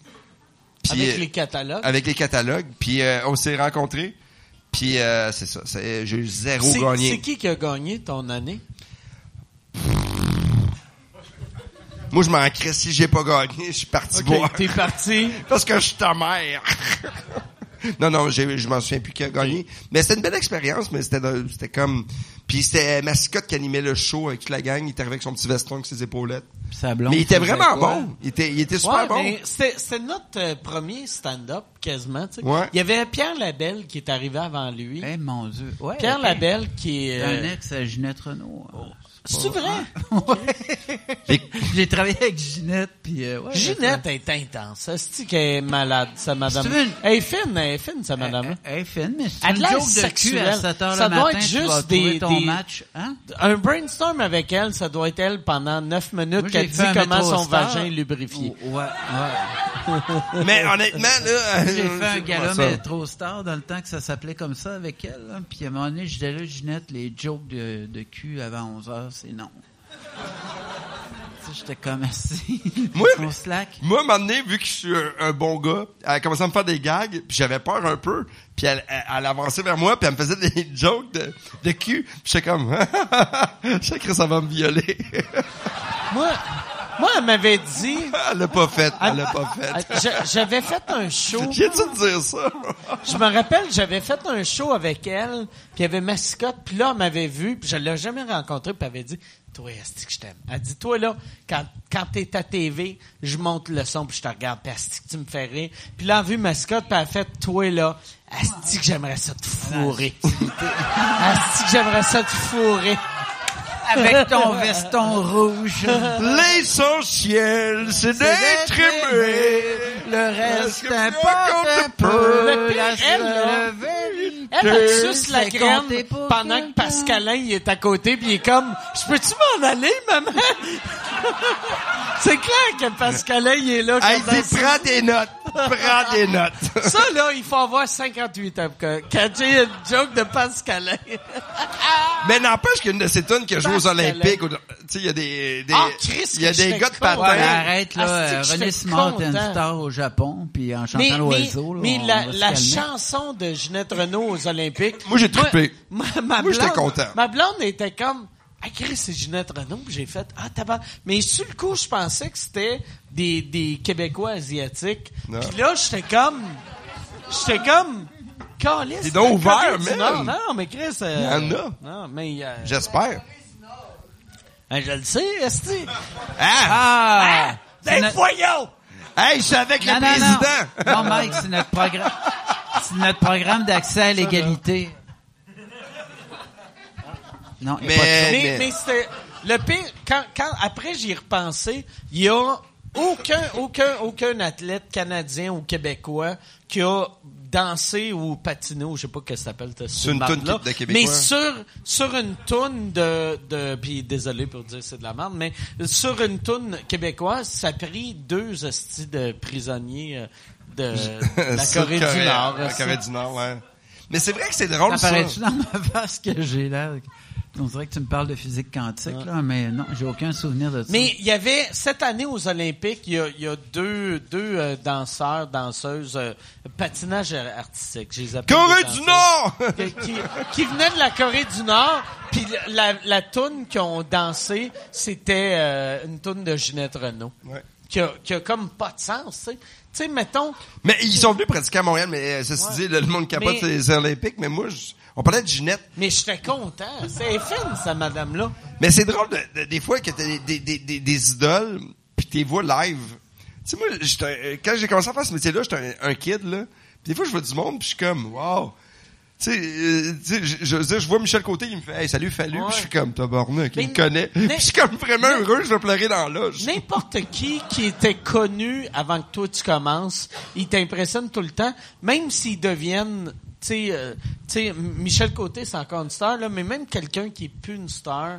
Speaker 5: Puis,
Speaker 2: Avec
Speaker 5: euh,
Speaker 2: les catalogues.
Speaker 5: avec les catalogues. Puis euh, on s'est rencontrés. Puis euh, c'est ça. c'est- J'ai eu zéro
Speaker 2: C'est-
Speaker 5: gagné.
Speaker 2: C'est qui qui a gagné ton année?
Speaker 5: Moi, je m'en crée. Si j'ai pas gagné, je suis parti boire.
Speaker 2: T'es
Speaker 5: (laughs)
Speaker 2: parti.
Speaker 5: Parce que je suis ta mère. (laughs) non, non, j'ai- je m'en souviens plus qui a gagné. Mais c'était une belle expérience, mais c'était de- c'était comme... Puis c'était euh, Mascotte qui animait le show avec toute la gang. Il était arrivé avec son petit veston, avec ses épaulettes.
Speaker 6: Puis sa blonde
Speaker 5: mais il était
Speaker 6: faisait
Speaker 5: vraiment
Speaker 6: quoi?
Speaker 5: bon. Il était, il était super
Speaker 2: Ouais,
Speaker 5: bon.
Speaker 2: mais c'était c'était notre euh, premier stand-up quasiment. tu sais.
Speaker 5: Ouais.
Speaker 2: Il y avait Pierre Labelle qui est arrivé avant lui.
Speaker 6: Eh mon Dieu. Ouais,
Speaker 2: Pierre
Speaker 6: ok.
Speaker 2: Labelle qui est.
Speaker 6: Un
Speaker 2: euh,
Speaker 6: ex à Ginette Renault. hein.
Speaker 2: C'est vrai? (laughs)
Speaker 6: Ah. (laughs) J'ai travaillé avec Ginette, puis euh, ouais,
Speaker 2: Ginette est intense. C'est-tu qu'elle est malade, sa madame?
Speaker 6: tu veux une- Euh,
Speaker 2: Elle est fine, elle est fine, sa madame.
Speaker 6: Elle, elle est fine, mais c'est
Speaker 2: Elle
Speaker 6: une
Speaker 2: a l'air
Speaker 6: joke de cul à
Speaker 2: sexuelle.
Speaker 6: 7 heures
Speaker 2: Ça
Speaker 6: le
Speaker 2: doit
Speaker 6: matin,
Speaker 2: être
Speaker 6: tu
Speaker 2: juste
Speaker 6: vas trouver
Speaker 2: des-
Speaker 6: ton
Speaker 2: des-
Speaker 6: match. Hein?
Speaker 2: Un brainstorm avec elle, ça doit être elle pendant neuf minutes
Speaker 6: Moi,
Speaker 2: qu'elle
Speaker 6: j'ai
Speaker 2: dit
Speaker 6: fait un
Speaker 2: comment
Speaker 6: métro
Speaker 2: son
Speaker 6: star.
Speaker 2: vagin est lubrifié.
Speaker 6: Oh, ouais, ouais.
Speaker 5: Mais honnêtement,
Speaker 6: (laughs)
Speaker 5: là...
Speaker 6: J'ai
Speaker 5: euh,
Speaker 6: fait un
Speaker 5: c'est
Speaker 6: gala
Speaker 5: comment ça?
Speaker 6: métro star dans le temps que ça s'appelait comme ça avec elle. hein. Puis à un moment donné, je disais là, Ginette, les jokes de, de cul avant 11 heures, c'est non. Tu sais, J'étais comme assis.
Speaker 5: Moi,
Speaker 6: On slack.
Speaker 5: Moi, à un moment donné, vu que je suis un, un bon gars, elle a commencé à me faire des gags, puis j'avais peur un peu, puis elle, elle, elle avançait vers moi, puis elle me faisait des (laughs) jokes de, de cul, puis j'étais comme... (laughs) Je sais que ça va me violer. (laughs)
Speaker 2: Moi, moi, elle m'avait dit.
Speaker 5: elle l'a pas fait, elle l'a pas
Speaker 6: Ah,
Speaker 5: fait.
Speaker 2: Euh, j'a- J'avais fait un show.
Speaker 5: (laughs) J'ai dû te dire ça.
Speaker 2: Je me rappelle, j'avais fait un show avec elle, puis il y avait mascotte, puis là, elle m'avait vu, puis je l'ai jamais rencontré, puis elle avait dit Toi, Asti, que je t'aime. Elle dit Toi, là, quand, quand t'es à TV, je monte le son, puis je te regarde, puis Asti, que tu me fais rire. Puis là, elle a vu mascotte, puis elle a fait Toi, là, Asti, que j'aimerais ça te fourrer. Asti, que j'aimerais ça te fourrer.
Speaker 6: Avec ton
Speaker 2: (laughs)
Speaker 6: veston rouge.
Speaker 5: L'essentiel, c'est d'être aimé.
Speaker 6: Le reste
Speaker 5: Parce que
Speaker 6: importe un
Speaker 5: peu compte
Speaker 2: peu.
Speaker 6: peu.
Speaker 2: Le
Speaker 6: La
Speaker 2: pire, elle, là.
Speaker 6: vérité,
Speaker 2: Elle, elle suce la
Speaker 6: c'est compter
Speaker 2: graine
Speaker 6: pour
Speaker 2: pendant que
Speaker 6: quelqu'un.
Speaker 2: Pascalin il est à côté puis il est comme je peux-tu m'en aller maman (laughs) C'est clair que Pascalin il est là
Speaker 5: Hey,
Speaker 2: comme dans-
Speaker 5: dis, prends des notes. Prends des notes.
Speaker 2: (laughs) ça là il faut avoir 58 ans pour que- catcher une joke de Pascalin.
Speaker 5: Mais n'empêche qu'une de ces tonnes qui a joué aux
Speaker 2: Parce qu'elle
Speaker 5: Olympiques, ou- tu sais, il y a des, des,
Speaker 2: Ah, Chris,
Speaker 5: il y a
Speaker 2: que
Speaker 5: des
Speaker 2: j'étais
Speaker 5: gars de
Speaker 2: con.
Speaker 5: patin.
Speaker 6: Ouais, mais arrête là,
Speaker 2: Ah, c'est
Speaker 6: euh,
Speaker 2: que je
Speaker 6: René
Speaker 2: suis
Speaker 6: Smart est une
Speaker 2: content.
Speaker 6: star au Japon, puis en
Speaker 2: mais
Speaker 6: chantant
Speaker 2: mais,
Speaker 6: l'oiseau. là,
Speaker 2: mais
Speaker 6: on
Speaker 2: la,
Speaker 6: va se
Speaker 2: la
Speaker 6: calmer.
Speaker 2: chanson de Ginette Renault aux Olympiques.
Speaker 5: Moi, j'ai trippé.
Speaker 2: Moi, ma- ma
Speaker 5: Moi, j'étais
Speaker 2: blonde-
Speaker 5: content.
Speaker 2: Ma blonde était comme, ah, Chris, c'est Ginette Renault, Puis j'ai fait, ah, tabac. Mais sur le coup, je pensais que c'était des, des Québécois asiatiques.
Speaker 5: Non.
Speaker 2: Puis là, j'étais comme, j'étais comme, Caliste.
Speaker 5: T'es donc
Speaker 2: la Corée
Speaker 5: ouvert,
Speaker 2: du
Speaker 5: man.
Speaker 2: Nord. Non, mais Chris, euh,
Speaker 5: Il y en a.
Speaker 2: Non, mais, euh,
Speaker 5: J'espère.
Speaker 2: hein, je le sais, esti.
Speaker 5: Ah!
Speaker 6: Ah!
Speaker 2: Des
Speaker 6: C'est notre-
Speaker 2: voyons!
Speaker 5: Hey, je suis avec
Speaker 6: Non,
Speaker 5: le
Speaker 6: non,
Speaker 5: président!
Speaker 6: non. Non,
Speaker 5: (laughs)
Speaker 6: Mike, c'est notre programme. C'est notre programme d'accès à l'égalité. Non, il y a
Speaker 5: Mais-
Speaker 6: pas de son.
Speaker 2: mais,
Speaker 5: mais-
Speaker 2: mais c'était le pire quand, quand après j'y ai repensé, il y a aucun aucun aucun athlète canadien ou québécois qui a dansé ou patiné ou je sais pas que ça s'appelle ce
Speaker 5: Sur une
Speaker 2: marque-là.
Speaker 5: toune de Québécois.
Speaker 2: mais sur sur une toune de de puis désolé pour dire c'est de la merde mais sur une toune québécoise ça a pris deux hosties de prisonniers euh,
Speaker 5: (laughs)
Speaker 2: de la
Speaker 5: Sur
Speaker 2: Corée du
Speaker 5: Corée-
Speaker 2: Nord.
Speaker 5: La
Speaker 2: hostie.
Speaker 5: Corée du Nord, ouais. Mais c'est vrai que c'est drôle, ça.
Speaker 6: Apparaît-tu dans ma face que j'ai là? On dirait que tu me parles de physique quantique, là, mais non, j'ai aucun souvenir de ça.
Speaker 2: Mais il y avait cette année aux Olympiques, il y a, il y a deux, deux euh, danseurs, danseuses, euh, patinage artistique, je les appelle
Speaker 5: Corée
Speaker 2: des
Speaker 5: du
Speaker 2: danseuses,
Speaker 5: Nord!
Speaker 2: que- (laughs) qui, qui venaient de la Corée du Nord, puis la, la toune qu'ils ont dansé, c'était euh, une toune de Ginette Renault.
Speaker 5: Ouais.
Speaker 2: Qui a, qui a comme pas de sens, tu sais. Tu sais, mettons,
Speaker 5: Mais ils sont venus pratiquer à Montréal, mais euh, ceci
Speaker 2: Ouais.
Speaker 5: dit, le le monde capote
Speaker 2: Mais-
Speaker 5: sur les Olympiques, mais moi, je- on parlait de Ginette.
Speaker 2: mais j'étais content. C'est fine, ça, madame-là.
Speaker 5: Mais c'est drôle, de- de- des fois, que t'as des, des, des, des, des idoles, puis t'es vois live. Tu sais, moi, j'étais un- euh, quand j'ai commencé à faire ce métier-là, j'étais un, un kid, là. Puis des fois, je vois du monde, puis je suis comme, wow. Tu sais, euh, tu sais, je, je, veux dire, je vois Michel Côté, il me fait, hey, salut, Fallu.
Speaker 2: Ouais.
Speaker 5: Puis je suis comme, tabarnak,
Speaker 2: Mais-
Speaker 5: il me connaît.
Speaker 2: mais-
Speaker 5: (laughs) Puis je suis comme vraiment heureux, je vais pleurer dans l'âge.
Speaker 2: N'importe qui qui était connu avant que toi tu commences, il t'impressionne tout le temps, même s'ils deviennent, tu sais, euh, tu sais, M- Michel Côté c'est encore une star là, mais même quelqu'un qui est plus une star,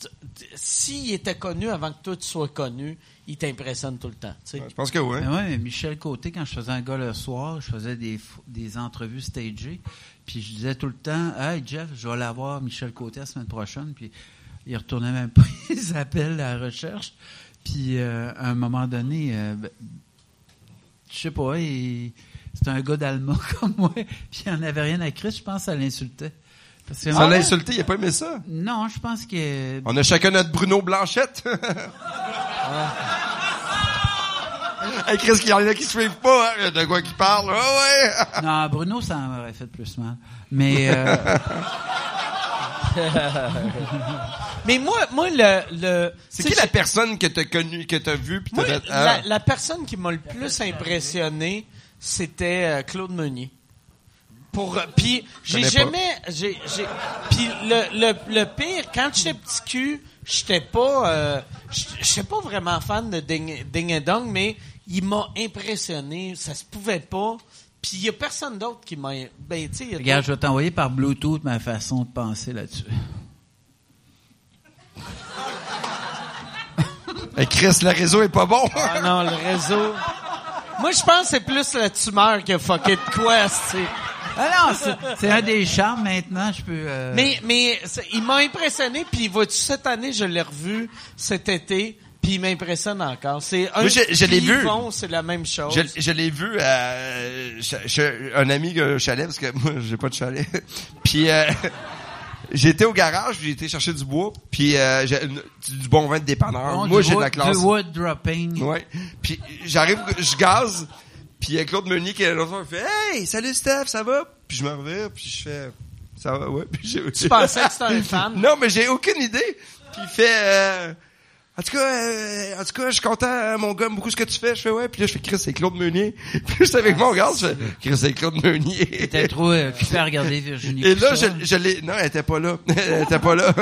Speaker 2: t- t- s'il était connu avant que toi tu sois connu, il il t'impressionne tout le temps. tu sais.
Speaker 5: Je pense que oui.
Speaker 6: Mais ouais, mais Michel Côté, quand je faisais un gars le soir, je faisais des, f- des entrevues stagées. Puis je disais tout le temps, Hey Jeff, je vais l'avoir, Michel Côté, la semaine prochaine. Puis il retournait même pas (laughs) les appels à la recherche. Puis euh, à un moment donné, euh, ben, je sais pas, il- c'était un gars d'Alma (laughs) comme moi. Puis il en avait rien à crier, je pense, ça l'insultait. Parce que-
Speaker 5: Ça l'a insulté, il a pas aimé ça.
Speaker 6: Non, je pense que.
Speaker 5: On a chacun notre Bruno Blanchette. (laughs) Hey Chris, il y en a qui suivent pas, hein, de quoi qui parle. Ouais, ouais.
Speaker 6: Non, Bruno, ça m'aurait fait plus mal. Mais. euh,
Speaker 5: (laughs)
Speaker 2: Mais moi, moi le, le
Speaker 5: C'est
Speaker 2: tu
Speaker 5: qui
Speaker 2: sais,
Speaker 5: la personne que t'as connue, que t'as vue, pis t'as
Speaker 2: Moi,
Speaker 5: fait,
Speaker 2: la,
Speaker 5: ah.
Speaker 2: la personne qui m'a le plus impressionné, c'était euh, Claude Meunier. Pour euh, puis j'ai
Speaker 5: connais pas.
Speaker 2: jamais j'ai j'ai puis le, le le pire quand j'étais petit cul, j'étais pas euh, j'étais- j'étais pas vraiment fan de Ding Ding et Dong mais il m'a impressionné, ça se pouvait pas. Puis il y a personne d'autre qui m'a ben tu sais il y a
Speaker 6: Regarde, je vais t'envoyer par Bluetooth ma façon de penser là-dessus.
Speaker 5: Hey Chris, le réseau est pas bon.
Speaker 2: Ah non, le réseau. Moi, je pense que c'est plus la tumeur que fucké de quoi, tu sais.
Speaker 6: Ah non, c'est- c'est un des charmes maintenant, je peux. euh,
Speaker 2: Mais, mais c'est- il m'a impressionné, puis vois-tu, cette année, je l'ai revu cet été, puis il m'impressionne encore. C'est un
Speaker 5: Moi, je- je l'ai vu.
Speaker 2: bon, c'est la même chose.
Speaker 5: (laughs) Je, je l'ai vu à euh, ch- ch- un ami que chalet parce que (laughs) moi j'ai pas de chalet. puis euh, (laughs) j'étais au garage, j'ai été chercher du bois, puis euh, j'ai- du du bon vin de dépanneur.
Speaker 2: Oh,
Speaker 6: bon,
Speaker 5: Ah, moi
Speaker 6: du
Speaker 5: j'ai de la
Speaker 6: wood-
Speaker 5: classe.
Speaker 6: Du wood dropping.
Speaker 5: Ouais. Puis j'arrive, je gaze. Puis il y a Claude Meunier qui est là, il fait Hey, salut Steph, ça va? Puis je me reviens, puis je fais Ça va, ouais. (laughs) Puis j'ai-
Speaker 2: Tu pensais que c'était un fan?
Speaker 5: Non, mais j'ai aucune idée. Puis il fait euh, En tout cas, euh, en tout cas, je suis content, hein, mon gars, beaucoup ce que tu fais. Je fais Ouais, puis là, je fais Chris, c'est Claude Meunier. (laughs) Puis j'étais avec mon gars, je fais Chris, c'est Claude Meunier.
Speaker 6: T'es trop euh, occupé à regarder Virginie.
Speaker 5: Et là, je,
Speaker 6: Cousin.
Speaker 5: je l'ai. Non, elle était pas là. (laughs) elle était pas là.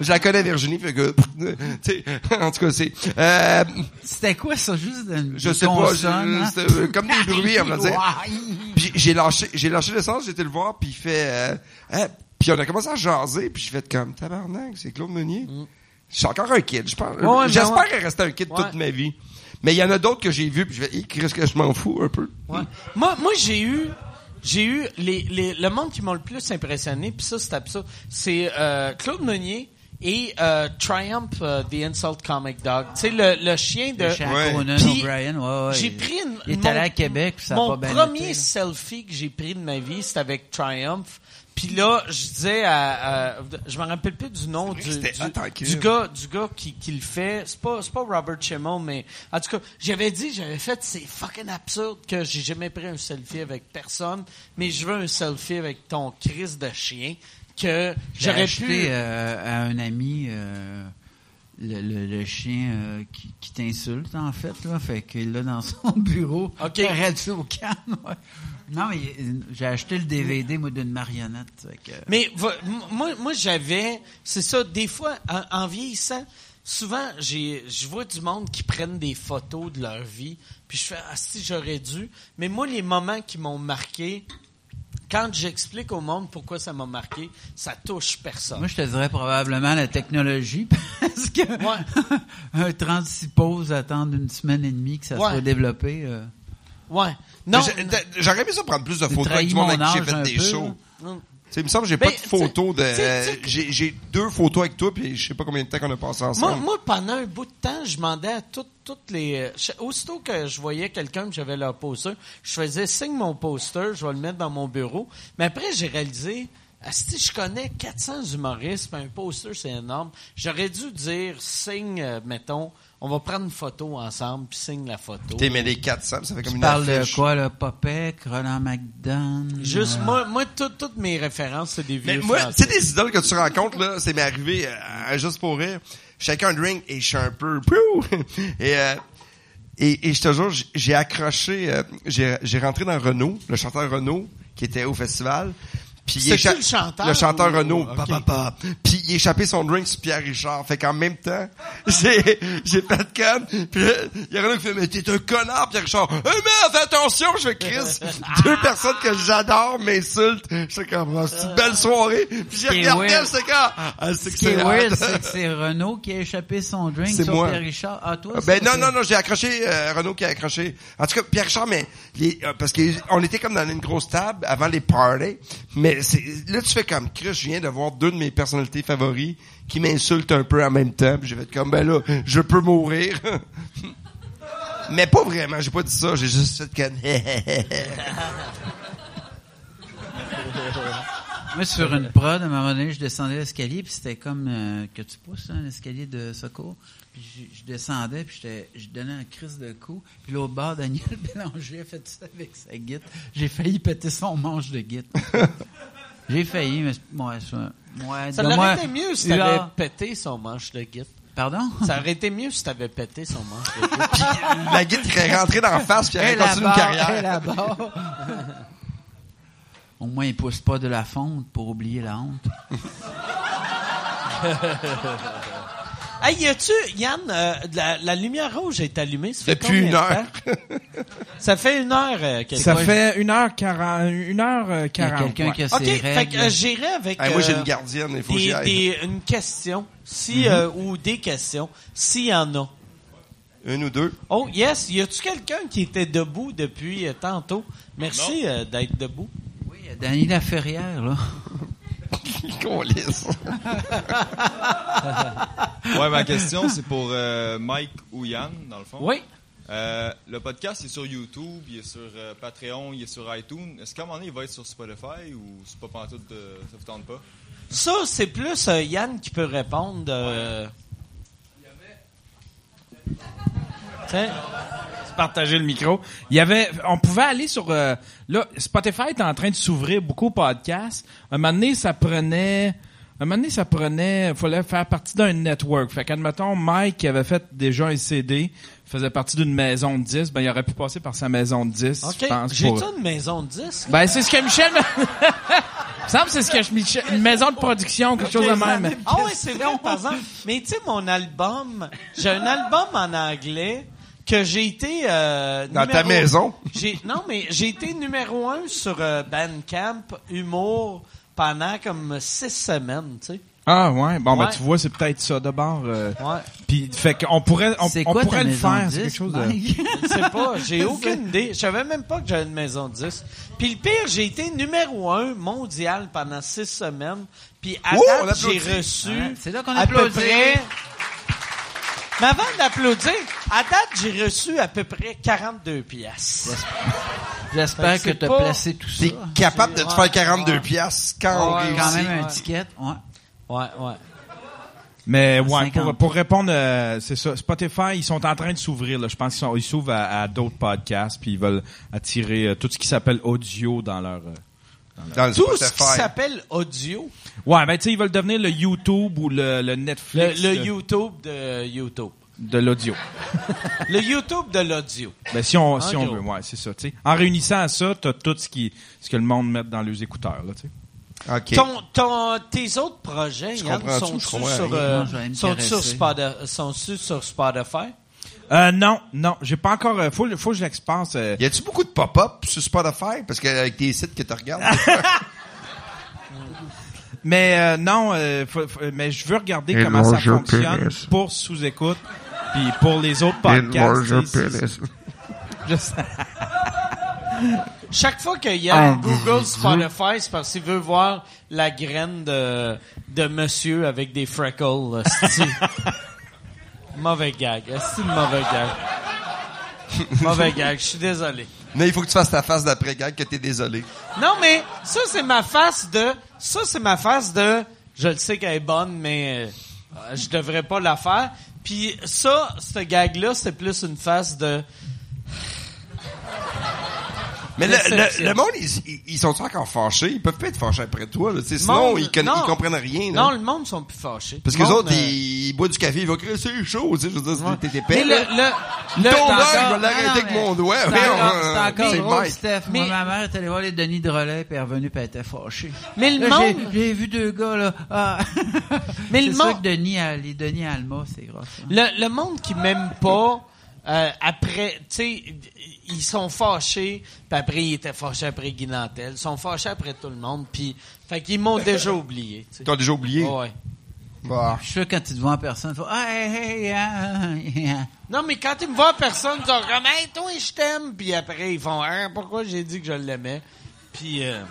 Speaker 5: Je la connais, Virginie, fait que. tu sais, (laughs) en tout cas, c'est. euh,
Speaker 6: C'était quoi ça, juste une
Speaker 5: je
Speaker 6: une
Speaker 5: sais pas, je-
Speaker 6: consonne, hein?
Speaker 5: c'est, euh,
Speaker 2: (laughs)
Speaker 5: comme des bruits, à me dire.
Speaker 6: Ouaille.
Speaker 5: Puis j'ai lâché, j'ai lâché l'essence, j'étais le voir, puis il fait, euh, Hein? puis on a commencé à jaser, puis j'ai fait comme tabarnak, c'est Claude Meunier. Je suis encore un kid, je pense.
Speaker 2: Mm. ouais,
Speaker 5: J'espère
Speaker 2: mais
Speaker 5: rester un kid
Speaker 2: Ouais.
Speaker 5: toute ma vie. Mais il y en a d'autres que j'ai vus, puis je fais, Hey, qu'est-ce que je m'en fous un peu.
Speaker 2: Ouais. (laughs) Moi, moi j'ai eu, j'ai eu les, les- le monde qui m'a le plus impressionné, puis ça, c'est absurde. C'est euh, Claude Meunier et euh, Triumph euh, the Insult Comic Dog. Tu sais, le, le chien de...
Speaker 6: Chez
Speaker 5: Ouais.
Speaker 6: Conan
Speaker 2: Puis,
Speaker 6: O'Brien, ouais, ouais.
Speaker 2: J'ai pris une,
Speaker 6: Il est
Speaker 2: mon-
Speaker 6: allé à Québec, puis ça a
Speaker 2: Mon
Speaker 6: pas bien
Speaker 2: premier
Speaker 6: été, là.
Speaker 2: selfie que j'ai pris de ma vie, c'était avec Triumph. Puis là, je disais à, à- je me rappelle plus du nom
Speaker 5: que
Speaker 2: du,
Speaker 5: c'était
Speaker 2: du-
Speaker 5: hot en cul.
Speaker 2: du gars, du gars qui, qui le fait. C'est pas, c'est pas Robert Chemo, mais en tout cas, j'avais dit, j'avais fait, c'est fucking absurde que j'ai jamais pris un selfie avec personne, mais je veux un selfie avec ton Chris de chien que
Speaker 6: J'ai
Speaker 2: j'aurais
Speaker 6: acheté
Speaker 2: pu.
Speaker 6: Ben, euh, à un ami euh, le, le- le chien euh, qui, qui t'insulte, en fait. Là, fait qu'il l'a dans (laughs) son bureau.
Speaker 2: Ok.
Speaker 6: Arrête au calme. ouais. Non, mais euh, j'ai acheté le DVD, moi, d'une marionnette. fait que- euh,
Speaker 2: Mais va- m- moi, moi j'avais, c'est ça, des fois, en, en vieillissant, souvent, j'ai, je vois du monde qui prennent des photos de leur vie, puis je fais, ah si, j'aurais dû. Mais moi, les moments qui m'ont marqué, quand j'explique au monde pourquoi ça m'a marqué, ça touche personne.
Speaker 6: Moi, je te dirais probablement la technologie, (laughs) parce que
Speaker 2: Ouais.
Speaker 6: (laughs) un 36 pauses attendre une semaine et demie que ça
Speaker 2: Ouais.
Speaker 6: soit développé. euh,
Speaker 2: ouais. Non.
Speaker 5: Mais j'ai-
Speaker 2: non,
Speaker 5: d'a- J'aurais aimé ça prendre plus de
Speaker 6: Tu
Speaker 5: photos avec
Speaker 6: trahis
Speaker 5: du monde
Speaker 6: mon
Speaker 5: avec qui j'ai
Speaker 6: âge
Speaker 5: fait
Speaker 6: un
Speaker 5: des
Speaker 6: peu,
Speaker 5: shows.
Speaker 6: là.
Speaker 2: non.
Speaker 5: Tu sais, il me semble que j'ai
Speaker 2: Ben,
Speaker 5: pas de photos de.
Speaker 2: Mm. tu sais,
Speaker 5: euh,
Speaker 2: tu sais que-
Speaker 5: j'ai- J'ai deux photos avec toi, puis je sais pas combien de temps qu'on a passé ensemble.
Speaker 2: Moi, moi, pendant un bout de temps, je demandais à tout- toutes les... euh, je- Aussitôt que je voyais quelqu'un que j'avais leur poster, je faisais « signe mon poster, je vais le mettre dans mon bureau ». Mais après, j'ai réalisé, si je connais 400 humoristes, puis un poster, c'est énorme. J'aurais dû dire « signe, euh, mettons, on va prendre une photo ensemble, puis signe la photo
Speaker 5: T'es mais les 400, ça fait comme
Speaker 6: tu
Speaker 5: une
Speaker 6: parles de
Speaker 5: affiche.
Speaker 6: quoi, là? Popek, Roland McDonald? ».
Speaker 2: Juste,
Speaker 6: euh,
Speaker 2: moi, moi tout- toutes mes références, c'est des
Speaker 5: Ah. Mais
Speaker 2: vieux
Speaker 5: moi, tu
Speaker 2: français.
Speaker 5: sais, des idoles que tu rencontres, là, c'est m'est arrivé euh, à juste pour rire. Chacun un drink et je suis un peu... Pouh! (laughs) Et, euh, et, et je te jure, j- j'ai accroché... euh, j'ai j'ai rentré dans Renault, le chanteur Renault, qui était au festival. Puis il
Speaker 2: C'est-tu
Speaker 5: écha-
Speaker 2: le chanteur
Speaker 5: Le chanteur
Speaker 2: ou-
Speaker 5: Renault.
Speaker 2: Ok.
Speaker 5: pa, pa, pa. Puis il échappait son drink sur Pierre Richard. Fait qu'en même temps, (laughs) j'ai, j'ai pas de conne. Puis là, il y a Renault qui fait, mais t'es un connard, Pierre Richard. Hey, man, fais attention, je fais Chris. Deux personnes que j'adore m'insultent. Je fais comme, Ah, c'est une belle soirée. Puis
Speaker 6: Ce qui
Speaker 5: j'ai
Speaker 6: est
Speaker 5: regardé,
Speaker 6: weird.
Speaker 5: c'est quand? Ah, c'est
Speaker 6: Ce qui est
Speaker 5: excellent.
Speaker 6: weird, c'est que c'est Renaud qui a échappé son drink
Speaker 5: C'est
Speaker 6: sur
Speaker 5: moi.
Speaker 6: Pierre Richard. Ah, toi,
Speaker 5: Ah, Ben
Speaker 6: c'est-
Speaker 5: non, non, non, j'ai accroché euh, Renaud qui a accroché. En tout cas, Pierre Richard, mais il est- euh, parce que on était comme dans une grosse table avant les parties, mais c'est là tu fais comme Chris, je viens de voir deux de mes personnalités favoris qui m'insultent un peu en même temps, puis j'ai fait comme ben là, je peux mourir. (laughs) mais pas vraiment, j'ai pas dit ça, j'ai juste fait comme (laughs)
Speaker 6: Moi, sur une prod, à un moment donné, je descendais l'escalier, puis c'était comme euh, que tu pousses, hein, l'escalier de secours. Puis je, je descendais, puis j'étais- je donnais un crise de coup. Puis l'autre bord, Daniel (laughs) Bélanger a fait ça avec sa guite. J'ai failli péter son manche de guite.
Speaker 5: (laughs)
Speaker 6: J'ai failli, mais moi, ça... moi,
Speaker 2: Ça
Speaker 6: de
Speaker 2: l'aurait
Speaker 6: moi-
Speaker 2: été mieux si
Speaker 6: Une
Speaker 2: t'avais
Speaker 6: heure-
Speaker 2: pété son manche de guide.
Speaker 6: Pardon?
Speaker 2: Ça aurait été mieux si t'avais pété son manche de guide.
Speaker 5: la guide qui est rentrée dans la face, puis elle a continué une carrière.
Speaker 6: Au moins, il pousse pas de la fonte pour oublier la honte.
Speaker 2: Hey, y a-tu, Yann, euh, de la, la lumière rouge est allumée? Ça fait
Speaker 5: Depuis
Speaker 2: combien
Speaker 5: une
Speaker 2: de
Speaker 5: heure.
Speaker 2: temps? ça fait une heure euh, que-
Speaker 3: Ça fait 1h40. euh,
Speaker 6: Il y a
Speaker 3: 1h40.
Speaker 6: quelqu'un qui a
Speaker 2: OK,
Speaker 6: ses
Speaker 2: fait
Speaker 6: règles.
Speaker 2: que euh, j'irai avec...
Speaker 5: Hey, moi j'ai
Speaker 2: euh,
Speaker 5: une gardienne, il faut que j'y
Speaker 2: des,
Speaker 5: aille.
Speaker 2: des- une question, si, euh, ou des questions, s'il y en a.
Speaker 5: Une ou deux. (laughs)
Speaker 2: Oh, yes, y a-tu quelqu'un qui était debout depuis euh, tantôt? Merci euh, d'être debout.
Speaker 6: Oui, il y a Danny Laferrière, là.
Speaker 5: Qu'on lisse.
Speaker 8: Ouais, ma question, c'est pour euh, Mike ou Yann, dans le fond.
Speaker 2: Oui.
Speaker 8: Euh, le podcast, il est sur YouTube, il est sur euh, Patreon, il est sur iTunes. Est-ce qu'à un moment donné, il va être sur Spotify ou c'est pas pantoute de... ça vous tente pas?
Speaker 2: Ça, c'est plus euh, Yann qui peut répondre. euh, Tiens.
Speaker 3: partager le micro. Il y avait, on pouvait aller sur, euh, là, Spotify était en train de s'ouvrir beaucoup aux podcasts. Un moment donné, ça prenait, un moment donné, ça prenait, fallait faire partie d'un network. Fait qu'admettons, Mike, qui avait fait déjà un CD, faisait partie d'une maison de 10, ben, il aurait pu passer par sa maison de 10, je
Speaker 2: OK.
Speaker 3: pense. pour-
Speaker 2: J'ai-tu une maison de 10?
Speaker 3: Ben, c'est ce que Michel me... (laughs) Il me semble que c'est ce que je- Michel- une maison de production, quelque chose de même.
Speaker 2: Ah ouais, c'est vrai, par exemple. Mais tu sais, mon album, j'ai un album en anglais que j'ai été... euh,
Speaker 5: Dans ta
Speaker 2: numéro-
Speaker 5: maison?
Speaker 2: J'ai- Non, mais j'ai été numéro un sur euh, Bandcamp, humour, pendant comme six semaines, tu sais.
Speaker 3: Ah, ouais. Bon, ben,
Speaker 2: Ouais.
Speaker 3: tu vois, c'est peut-être ça de bord. euh,
Speaker 2: Ouais.
Speaker 3: Puis, fait qu'on pourrait, on,
Speaker 6: C'est
Speaker 3: on
Speaker 6: quoi
Speaker 3: pourrait
Speaker 6: ta
Speaker 3: le
Speaker 6: maison
Speaker 3: faire.
Speaker 6: de
Speaker 3: C'est quelque
Speaker 6: disque,
Speaker 3: chose de... (laughs)
Speaker 6: Mike?
Speaker 2: Je sais pas,
Speaker 6: (laughs)
Speaker 2: j'ai aucune idée. Je savais même pas que j'avais une maison de 10. Puis le pire, j'ai été numéro un mondial pendant six semaines. Puis à
Speaker 5: Ouh, on
Speaker 2: date,
Speaker 5: applaudit.
Speaker 2: j'ai reçu
Speaker 6: Ouais, c'est là qu'on
Speaker 2: à peu
Speaker 6: applaudit.
Speaker 2: près... Mais avant d'applaudir, à date, j'ai reçu à peu près 42 piastres.
Speaker 6: J'espère que
Speaker 2: Fait que
Speaker 6: t'as
Speaker 2: c'est pas-
Speaker 6: placé tout ça.
Speaker 5: T'es capable de te
Speaker 2: Ouais,
Speaker 5: faire 42
Speaker 2: Ah, ouais.
Speaker 5: piastres quand
Speaker 6: Quand
Speaker 5: on réussit.
Speaker 6: même un
Speaker 2: Ouais.
Speaker 6: ticket, ouais.
Speaker 2: Ouais, ouais.
Speaker 3: Mais ouais,
Speaker 6: 50.
Speaker 3: pour, pour répondre, euh, c'est ça. Spotify, ils sont en train de s'ouvrir. là. Je pense qu'ils sont- ils s'ouvrent à, à d'autres podcasts, puis ils veulent attirer euh, tout ce qui s'appelle audio dans leur. euh,
Speaker 5: Dans le
Speaker 2: Tout ce qui
Speaker 5: Spotify.
Speaker 2: s'appelle audio,
Speaker 3: Ouais, ben tu sais, ils veulent devenir le YouTube ou le, le
Speaker 2: le,
Speaker 3: Netflix
Speaker 2: le
Speaker 3: de-
Speaker 2: YouTube de YouTube.
Speaker 3: de l'audio.
Speaker 2: Le YouTube de l'audio.
Speaker 3: Ben si on
Speaker 2: En
Speaker 3: si on
Speaker 2: gros.
Speaker 3: veut, ouais, c'est ça. tu sais. En réunissant à ça, t'as tout ce qui ce que le monde met dans leurs écouteurs là. tu sais.
Speaker 5: OK.
Speaker 2: Ton, ton, tes autres projets, Yann,
Speaker 5: comprends-tu?
Speaker 2: sont
Speaker 5: Je comprends
Speaker 2: sur,
Speaker 5: rien.
Speaker 2: euh,
Speaker 6: Non, je vais me
Speaker 2: sont-tu sur,
Speaker 6: caresser.
Speaker 2: Spotify- sont-tu sur Spotify?
Speaker 3: Euh, non, non, j'ai pas encore. euh, faut faut que je l'expense. euh,
Speaker 5: Y a-tu beaucoup de pop-up sur Spotify? Parce qu'avec tes sites que
Speaker 2: (laughs)
Speaker 5: tu regardes.
Speaker 3: Mais euh, non, euh, faut- faut- mais je veux regarder
Speaker 9: Et
Speaker 3: comment ça
Speaker 9: larger
Speaker 3: fonctionne
Speaker 9: pénis.
Speaker 3: pour sous-écoute puis pour les autres podcasts.
Speaker 9: larger
Speaker 3: tu sais, c'est-
Speaker 9: penis.
Speaker 3: Je sais.
Speaker 2: Chaque fois qu'il y a Google Spotify, c'est parce qu'il veut voir la graine de, de monsieur avec des freckles. euh, esti. mauvais gag. C'est mauvais gag. mauvais gag. Je suis désolé.
Speaker 5: Mais il faut que tu fasses ta face d'après-gag que t'es désolé.
Speaker 2: Non, mais ça, c'est ma face de... Ça, c'est ma face de... Je le sais qu'elle est bonne, mais euh, je devrais pas la faire. Puis ça, ce gag-là, c'est plus une face de...
Speaker 5: Mais le, le,
Speaker 2: Déception.
Speaker 5: le monde, ils, ils- ils sont encore fâchés. Ils peuvent pas être fâchés après toi. Là, tu sais, sinon,
Speaker 2: Monde-
Speaker 5: ils, conna-
Speaker 2: non.
Speaker 5: ils comprennent rien. Là.
Speaker 2: Non, le monde sont plus fâchés.
Speaker 5: Parce que
Speaker 2: Le
Speaker 5: les
Speaker 2: monde,
Speaker 5: autres,
Speaker 2: euh,
Speaker 5: ils, ils boivent du café, ils vont crier, c'est chaud, tu sais, je veux dire, c'est t'es
Speaker 2: Mais
Speaker 5: épais.
Speaker 2: le,
Speaker 5: là.
Speaker 2: le, le,
Speaker 5: Ton
Speaker 2: t'as
Speaker 5: œil, je
Speaker 2: encore-
Speaker 5: vais l'arrêter
Speaker 6: Non, non,
Speaker 5: avec
Speaker 6: mais
Speaker 5: mon doigt.
Speaker 6: C'est
Speaker 5: Oui, on-
Speaker 6: encore,
Speaker 5: on-
Speaker 6: c'est encore
Speaker 5: c'est
Speaker 6: drôle,
Speaker 5: Mike.
Speaker 6: Steph. Moi,
Speaker 2: Mais-
Speaker 6: ma mère est allée voir les Denis de Relais, puis elle est revenue, puis elle était fâchée.
Speaker 2: Mais le
Speaker 6: Là, j'ai-
Speaker 2: monde-
Speaker 6: J'ai vu deux gars, là. Ah. (laughs)
Speaker 2: Mais
Speaker 6: C'est
Speaker 2: le
Speaker 6: sûr
Speaker 2: monde-
Speaker 6: que Denis, à- les Denis à Alma, c'est grosse. hein.
Speaker 2: Le, le monde qui m'aime pas, euh, après, tu sais, ils sont fâchés, puis après, ils étaient fâchés après Guy Nantel. Ils sont fâchés après tout le monde, puis... Fait qu'ils m'ont déjà oublié, tu sais.
Speaker 5: T'as déjà oublié.
Speaker 2: Ouais.
Speaker 5: Bah.
Speaker 6: Je suis sûr que quand tu te vois en personne, tu fais Ah, hey, hey, ah, yeah.
Speaker 2: Non, mais quand ils me voient en personne, ils sont comme « Hey, toi, je t'aime! » Puis après, ils font hein, « Pourquoi j'ai dit que je l'aimais? » Puis... euh,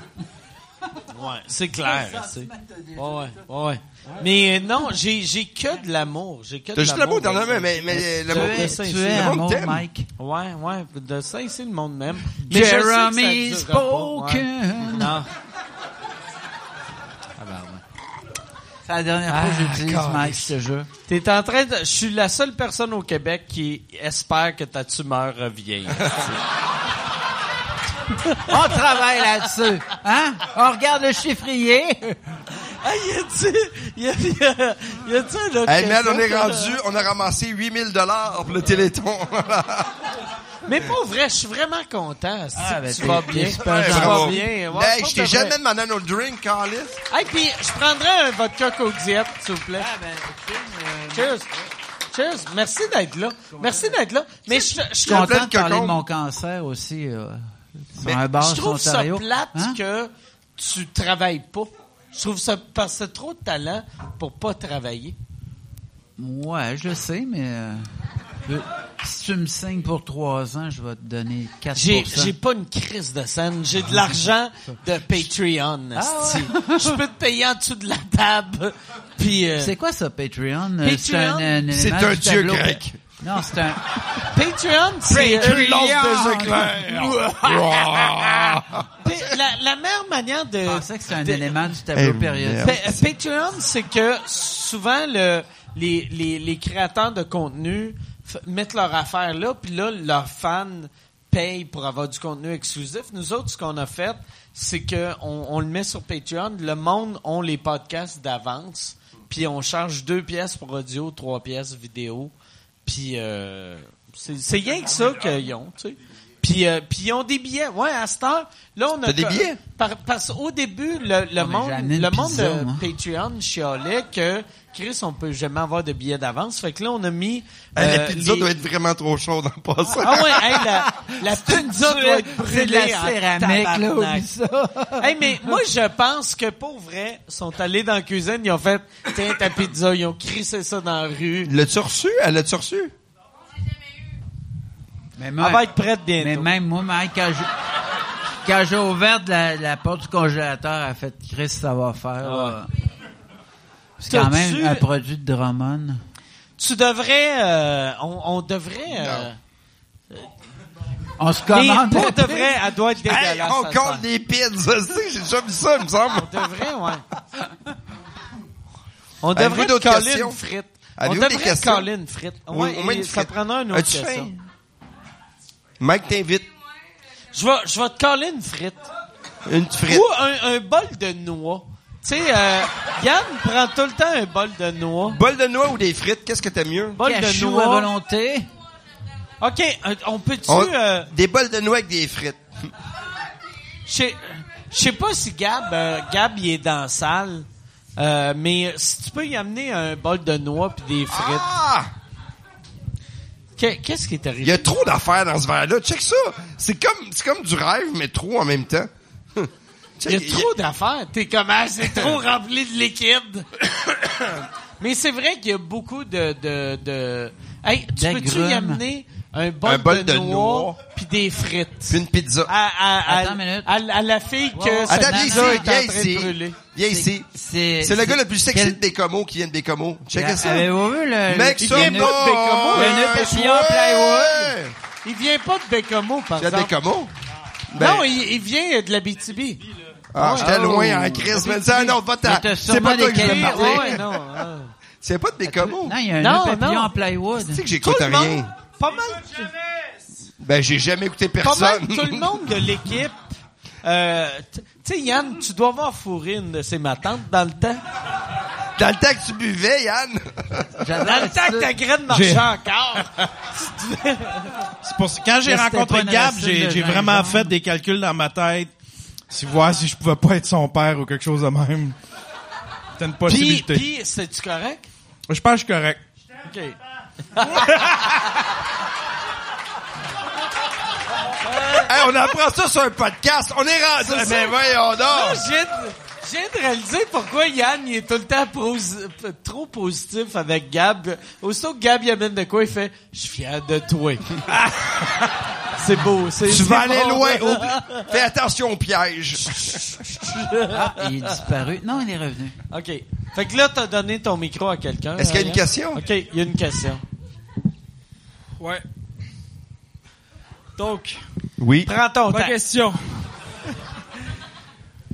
Speaker 2: Ouais, c'est clair, tu sais. Ouais, ouais, ouais. Mais euh, non, j'ai j'ai que de l'amour. J'ai que de
Speaker 5: T'as juste l'amour
Speaker 2: dans
Speaker 5: dernièrement, mais, mais
Speaker 6: Tu
Speaker 5: l'amour.
Speaker 6: es,
Speaker 2: ça,
Speaker 6: tu
Speaker 2: c'est-
Speaker 6: es
Speaker 5: le monde
Speaker 6: amour,
Speaker 5: t'aime.
Speaker 6: Mike.
Speaker 2: Ouais, ouais, de ça ici le monde
Speaker 6: (laughs)
Speaker 2: même.
Speaker 6: Jeremy Spoken.
Speaker 2: Spoken. Non.
Speaker 6: C'est la dernière fois que j'utilise
Speaker 2: Ah,
Speaker 6: Mike,
Speaker 2: câlisse.
Speaker 6: je te jure.
Speaker 2: T'es en train de. Je suis la seule personne au Québec qui espère que ta tumeur revienne.
Speaker 6: (laughs) On travaille là-dessus. Hein? On regarde le chiffrier.
Speaker 2: (laughs) ah, y a-tu. Y a-tu. Y a-tu un autre
Speaker 5: Hey, man, on est
Speaker 2: question?
Speaker 5: rendu, on a ramassé 8000 dollars pour le téléthon. (laughs)
Speaker 2: Mais pour vrai, je suis vraiment content. Si
Speaker 6: Ah, ben,
Speaker 2: tu
Speaker 6: t'es-
Speaker 2: vas
Speaker 6: t'es
Speaker 2: bien. Tu
Speaker 6: super
Speaker 2: vas
Speaker 5: bravo.
Speaker 2: bien. Ouais,
Speaker 5: Hey,
Speaker 2: pour
Speaker 5: je t'ai
Speaker 2: de
Speaker 5: jamais
Speaker 2: vrai.
Speaker 5: demandé un autre drink, Carlis.
Speaker 2: Hey, puis je prendrais un vodka coke diète, s'il vous plaît. Cheers. Cheers. Merci d'être là. Merci d'être là. Mais je, je
Speaker 6: Je suis content
Speaker 5: pleine
Speaker 6: de parler de
Speaker 5: cocon.
Speaker 6: mon cancer aussi. euh, sur
Speaker 5: Mais
Speaker 6: un bar
Speaker 2: je trouve
Speaker 6: sur Ontario.
Speaker 2: ça plate
Speaker 6: Hein?
Speaker 2: que tu travailles pas. Je trouve ça parce que c'est trop de talent pour pas travailler.
Speaker 6: Ouais, je le sais, mais euh, je- si tu me signes pour trois ans, je vais te donner 4
Speaker 2: J'ai j'ai pas une crise de scène, j'ai
Speaker 6: Ah,
Speaker 2: de l'argent de Patreon. esti. Je peux te payer en dessous de la table. Puis euh,
Speaker 6: C'est quoi ça, Patreon? Euh,
Speaker 2: Patreon,
Speaker 6: C'est un, un
Speaker 5: c'est
Speaker 6: élément
Speaker 5: un
Speaker 6: du
Speaker 5: dieu
Speaker 6: tableau.
Speaker 5: grec.
Speaker 6: Non, c'est un...
Speaker 2: Patreon, c'est
Speaker 5: Une lampe de éclairs.
Speaker 2: Pa- la, la meilleure manière de
Speaker 6: Je pensais que c'est un
Speaker 2: de-
Speaker 6: élément du tableau périodique.
Speaker 5: Eh, merde.
Speaker 2: Pa- euh, Patreon, c'est que souvent le, les, les, les créateurs de contenu f- mettent leur affaire là, puis là, leurs fans payent pour avoir du contenu exclusif. Nous autres, ce qu'on a fait, c'est que on, on le met sur Patreon. Le monde ont les podcasts d'avance, puis on charge deux pièces pour audio, trois pièces vidéo. Puis euh, c'est c'est rien que ça qu'ils ont, tu sais. Puis, euh, puis ils ont des billets. Ouais, à cette heure, là, on a...
Speaker 5: T'as des billets?
Speaker 2: Par- parce qu'au début, le, le
Speaker 6: mais
Speaker 2: monde,
Speaker 6: j'ai amené une
Speaker 2: le monde
Speaker 6: pizza,
Speaker 2: de
Speaker 6: moi.
Speaker 2: Patreon chialait que Chris, on peut jamais avoir de billets d'avance. Fait que là, on a mis.
Speaker 5: Hey, La
Speaker 2: euh,
Speaker 5: pizza
Speaker 2: les-
Speaker 5: doit être vraiment trop chaude en passant.
Speaker 2: Ah ouais, hey, la, (laughs) la pizza doit être brûlée.
Speaker 6: C'est de la
Speaker 2: en
Speaker 6: céramique, là,
Speaker 2: tabarnak. Ah,
Speaker 6: oublie ça.
Speaker 2: Hey, (laughs) mais moi, je pense que pour vrai, ils sont allés dans la cuisine, ils ont fait, tiens ta pizza, ils ont crissé ça dans la rue.
Speaker 5: (laughs) L'as-tu reçu? Elle l'a-tu reçu?
Speaker 6: Mais
Speaker 2: Elle
Speaker 6: moi-
Speaker 2: va être prête bientôt.
Speaker 6: Mais même moi, Mike, quand j'ai, quand j'ai ouvert de la, la porte du congélateur, elle a fait Chris, ça va faire.
Speaker 2: Ah ouais.
Speaker 6: là. C'est quand même
Speaker 2: T'as-tu-
Speaker 6: un produit de Drummond.
Speaker 2: Tu devrais, euh, on, on devrait, euh,
Speaker 6: On se
Speaker 2: mais
Speaker 6: commande.
Speaker 2: pour de vrai, elle doit être dégueulasse.
Speaker 5: Hey, on
Speaker 2: ça
Speaker 5: compte
Speaker 2: sent.
Speaker 5: des pizzas. J'ai déjà vu ça, il me semble.
Speaker 2: On devrait, ouais. On
Speaker 5: Avez-vous
Speaker 2: devrait
Speaker 5: d'autres
Speaker 2: coller
Speaker 5: questions?
Speaker 2: une frite. On
Speaker 5: Avez-vous des
Speaker 2: devrait
Speaker 5: questions?
Speaker 2: coller une frite.
Speaker 5: Ou-
Speaker 2: Ouais,
Speaker 5: au moins
Speaker 2: et
Speaker 5: une
Speaker 2: ça
Speaker 5: frite.
Speaker 2: prendra une autre
Speaker 5: As-tu
Speaker 2: question.
Speaker 5: faim? Mike t'invite.
Speaker 2: Je vais, je vais te coller une frite.
Speaker 5: Une frite.
Speaker 2: Ou un, un bol de noix. Tu sais, euh, Yann prend tout le temps un bol de noix.
Speaker 5: Bol de noix ou des frites, qu'est-ce que t'aimes mieux?
Speaker 2: Bol de
Speaker 6: Cachou
Speaker 2: noix.
Speaker 6: à volonté.
Speaker 2: OK, un- on peut-tu...
Speaker 5: On-
Speaker 2: euh,
Speaker 5: Des bols de noix avec des frites.
Speaker 2: Je sais- je sais pas si Gab, euh, Gab il est dans la salle, euh, mais si tu peux y amener un bol de noix puis des frites.
Speaker 5: Ah!
Speaker 2: Que- Qu'est-ce qui est arrivé?
Speaker 5: Il y a trop d'affaires dans ce verre-là. Check ça. C'est comme, c'est comme du rêve, mais trop en même temps.
Speaker 2: (laughs) Il y a trop d'affaires. T'es comme, ah, c'est trop rempli de liquide. (coughs) Mais c'est vrai qu'il y a beaucoup de, de, de... Hey, tu
Speaker 6: D'agrumes.
Speaker 2: peux-tu y amener un bol,
Speaker 5: Un bol
Speaker 2: de,
Speaker 5: de
Speaker 2: noix
Speaker 5: noix.
Speaker 2: puis des frites?
Speaker 5: Puis une pizza.
Speaker 2: À, à, à-
Speaker 6: Attends une minute.
Speaker 2: à- à la fille que
Speaker 6: Ouais, ouais.
Speaker 2: sa
Speaker 5: Attends, viens
Speaker 2: pizza
Speaker 5: ici,
Speaker 2: Ah, est en
Speaker 5: viens
Speaker 2: train de
Speaker 5: ici.
Speaker 2: brûler.
Speaker 5: Viens ici.
Speaker 6: C'est,
Speaker 5: C'est le gars le plus sexy
Speaker 6: quel- Ah,
Speaker 5: de Bécomo qui vient de Bécomo. Check
Speaker 2: Ah,
Speaker 5: ça.
Speaker 2: eh
Speaker 6: Avez-vous vu le.
Speaker 5: Mec,
Speaker 6: le-
Speaker 5: ça,
Speaker 6: le-
Speaker 5: bon,
Speaker 6: le nœud
Speaker 5: ouais,
Speaker 6: papillon
Speaker 5: ouais.
Speaker 6: plywood.
Speaker 2: Il vient pas de Bécamo, par
Speaker 5: T'es à
Speaker 2: exemple.
Speaker 5: Bécomo? Ben-
Speaker 2: Non, il, il vient de la BTB.
Speaker 5: Ah, j'étais
Speaker 6: Oh.
Speaker 5: loin en crise, mais c'est un autre votant.
Speaker 6: Mais t'as
Speaker 5: C'est pas
Speaker 6: sûrement
Speaker 5: toi que
Speaker 6: des
Speaker 5: je voulais
Speaker 6: calibres.
Speaker 5: parler.
Speaker 2: Ah non. hein.
Speaker 5: C'est pas de Bécomo.
Speaker 6: Non, il y a un
Speaker 2: Non,
Speaker 6: nœud papillon
Speaker 2: non.
Speaker 6: en plywood.
Speaker 5: Tu sais que
Speaker 2: Tout
Speaker 5: j'écoute
Speaker 2: le monde,
Speaker 5: rien.
Speaker 2: Pas mal.
Speaker 5: Ben, j'ai jamais écouté
Speaker 2: Pas mal
Speaker 5: personne.
Speaker 2: tout le monde de l'équipe. euh, t- tu sais, Yann, tu dois avoir fourré une de ces matantes dans le temps.
Speaker 5: Dans le temps que tu buvais, Yann.
Speaker 2: Dans le temps que ta graine marchait
Speaker 3: J'ai-
Speaker 2: encore.
Speaker 3: C'est pour ça- quand j'ai
Speaker 6: Mais c'était
Speaker 3: rencontré
Speaker 6: pas
Speaker 3: Gab,
Speaker 6: Nelson
Speaker 3: j'ai
Speaker 6: de
Speaker 3: j'ai
Speaker 2: hein?
Speaker 6: Gingembre.
Speaker 3: vraiment fait des calculs dans ma tête. Si voir si je pouvais pas être son père ou quelque chose de même. C'était une
Speaker 2: Puis,
Speaker 3: possibilité.
Speaker 2: puis, c'est-tu correct?
Speaker 3: Je pense que je suis correct. (laughs)
Speaker 2: OK.
Speaker 5: Hey, on apprend ça sur un podcast. On est rendu.
Speaker 2: (laughs) C'est
Speaker 5: Mais
Speaker 2: ça.
Speaker 5: Ben, voyons
Speaker 2: Ah,
Speaker 5: donc.
Speaker 2: je viens de- je viens de réaliser pourquoi Yann, il est tout le temps posi- p- trop positif avec Gab. Aussitôt que Gab, il amène de quoi, il fait « Je suis fier de toi. »
Speaker 5: (laughs)
Speaker 2: (laughs) C'est beau. c'est-
Speaker 5: Tu
Speaker 2: c'est
Speaker 5: vas aller
Speaker 2: bon.
Speaker 5: loin. Oh, Fais attention au piège.
Speaker 6: Il est disparu. Non, il est revenu.
Speaker 2: OK. Fait que là, t'as donné ton micro à quelqu'un.
Speaker 5: Est-ce qu'il y a une
Speaker 2: hein, Yann?
Speaker 5: question?
Speaker 2: OK, il y a une question.
Speaker 4: Ouais.
Speaker 2: Donc,
Speaker 5: Oui.
Speaker 2: prends ton
Speaker 4: Ma
Speaker 2: temps.
Speaker 4: question.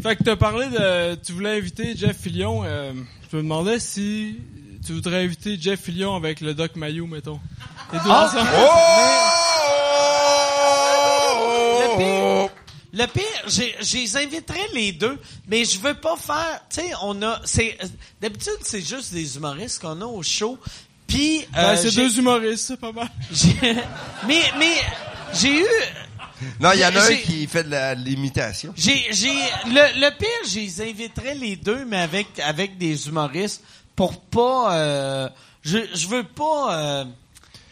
Speaker 4: fait que t'as parlé de... Tu voulais inviter Jeff Fillion. euh, je me demandais si tu voudrais inviter Jeff Fillion avec le Doc Mayou, mettons. Les deux ensemble.
Speaker 5: Oh! Oh! Oh!
Speaker 2: Le pire, j'ai- je les inviterais les deux, mais je veux pas faire. Tu sais, on a. C'est euh, d'habitude c'est juste des humoristes qu'on a au show. Puis euh,
Speaker 4: Ben, c'est
Speaker 2: j'ai-
Speaker 4: deux humoristes, c'est pas mal.
Speaker 2: (laughs) j'ai- mais mais j'ai eu
Speaker 5: Non, il y en a un
Speaker 2: J'ai-
Speaker 5: qui fait de la- de l'imitation.
Speaker 2: j'ai j'ai le, le pire, je les inviterais les deux, mais avec avec des humoristes pour pas. euh, je je veux pas. euh,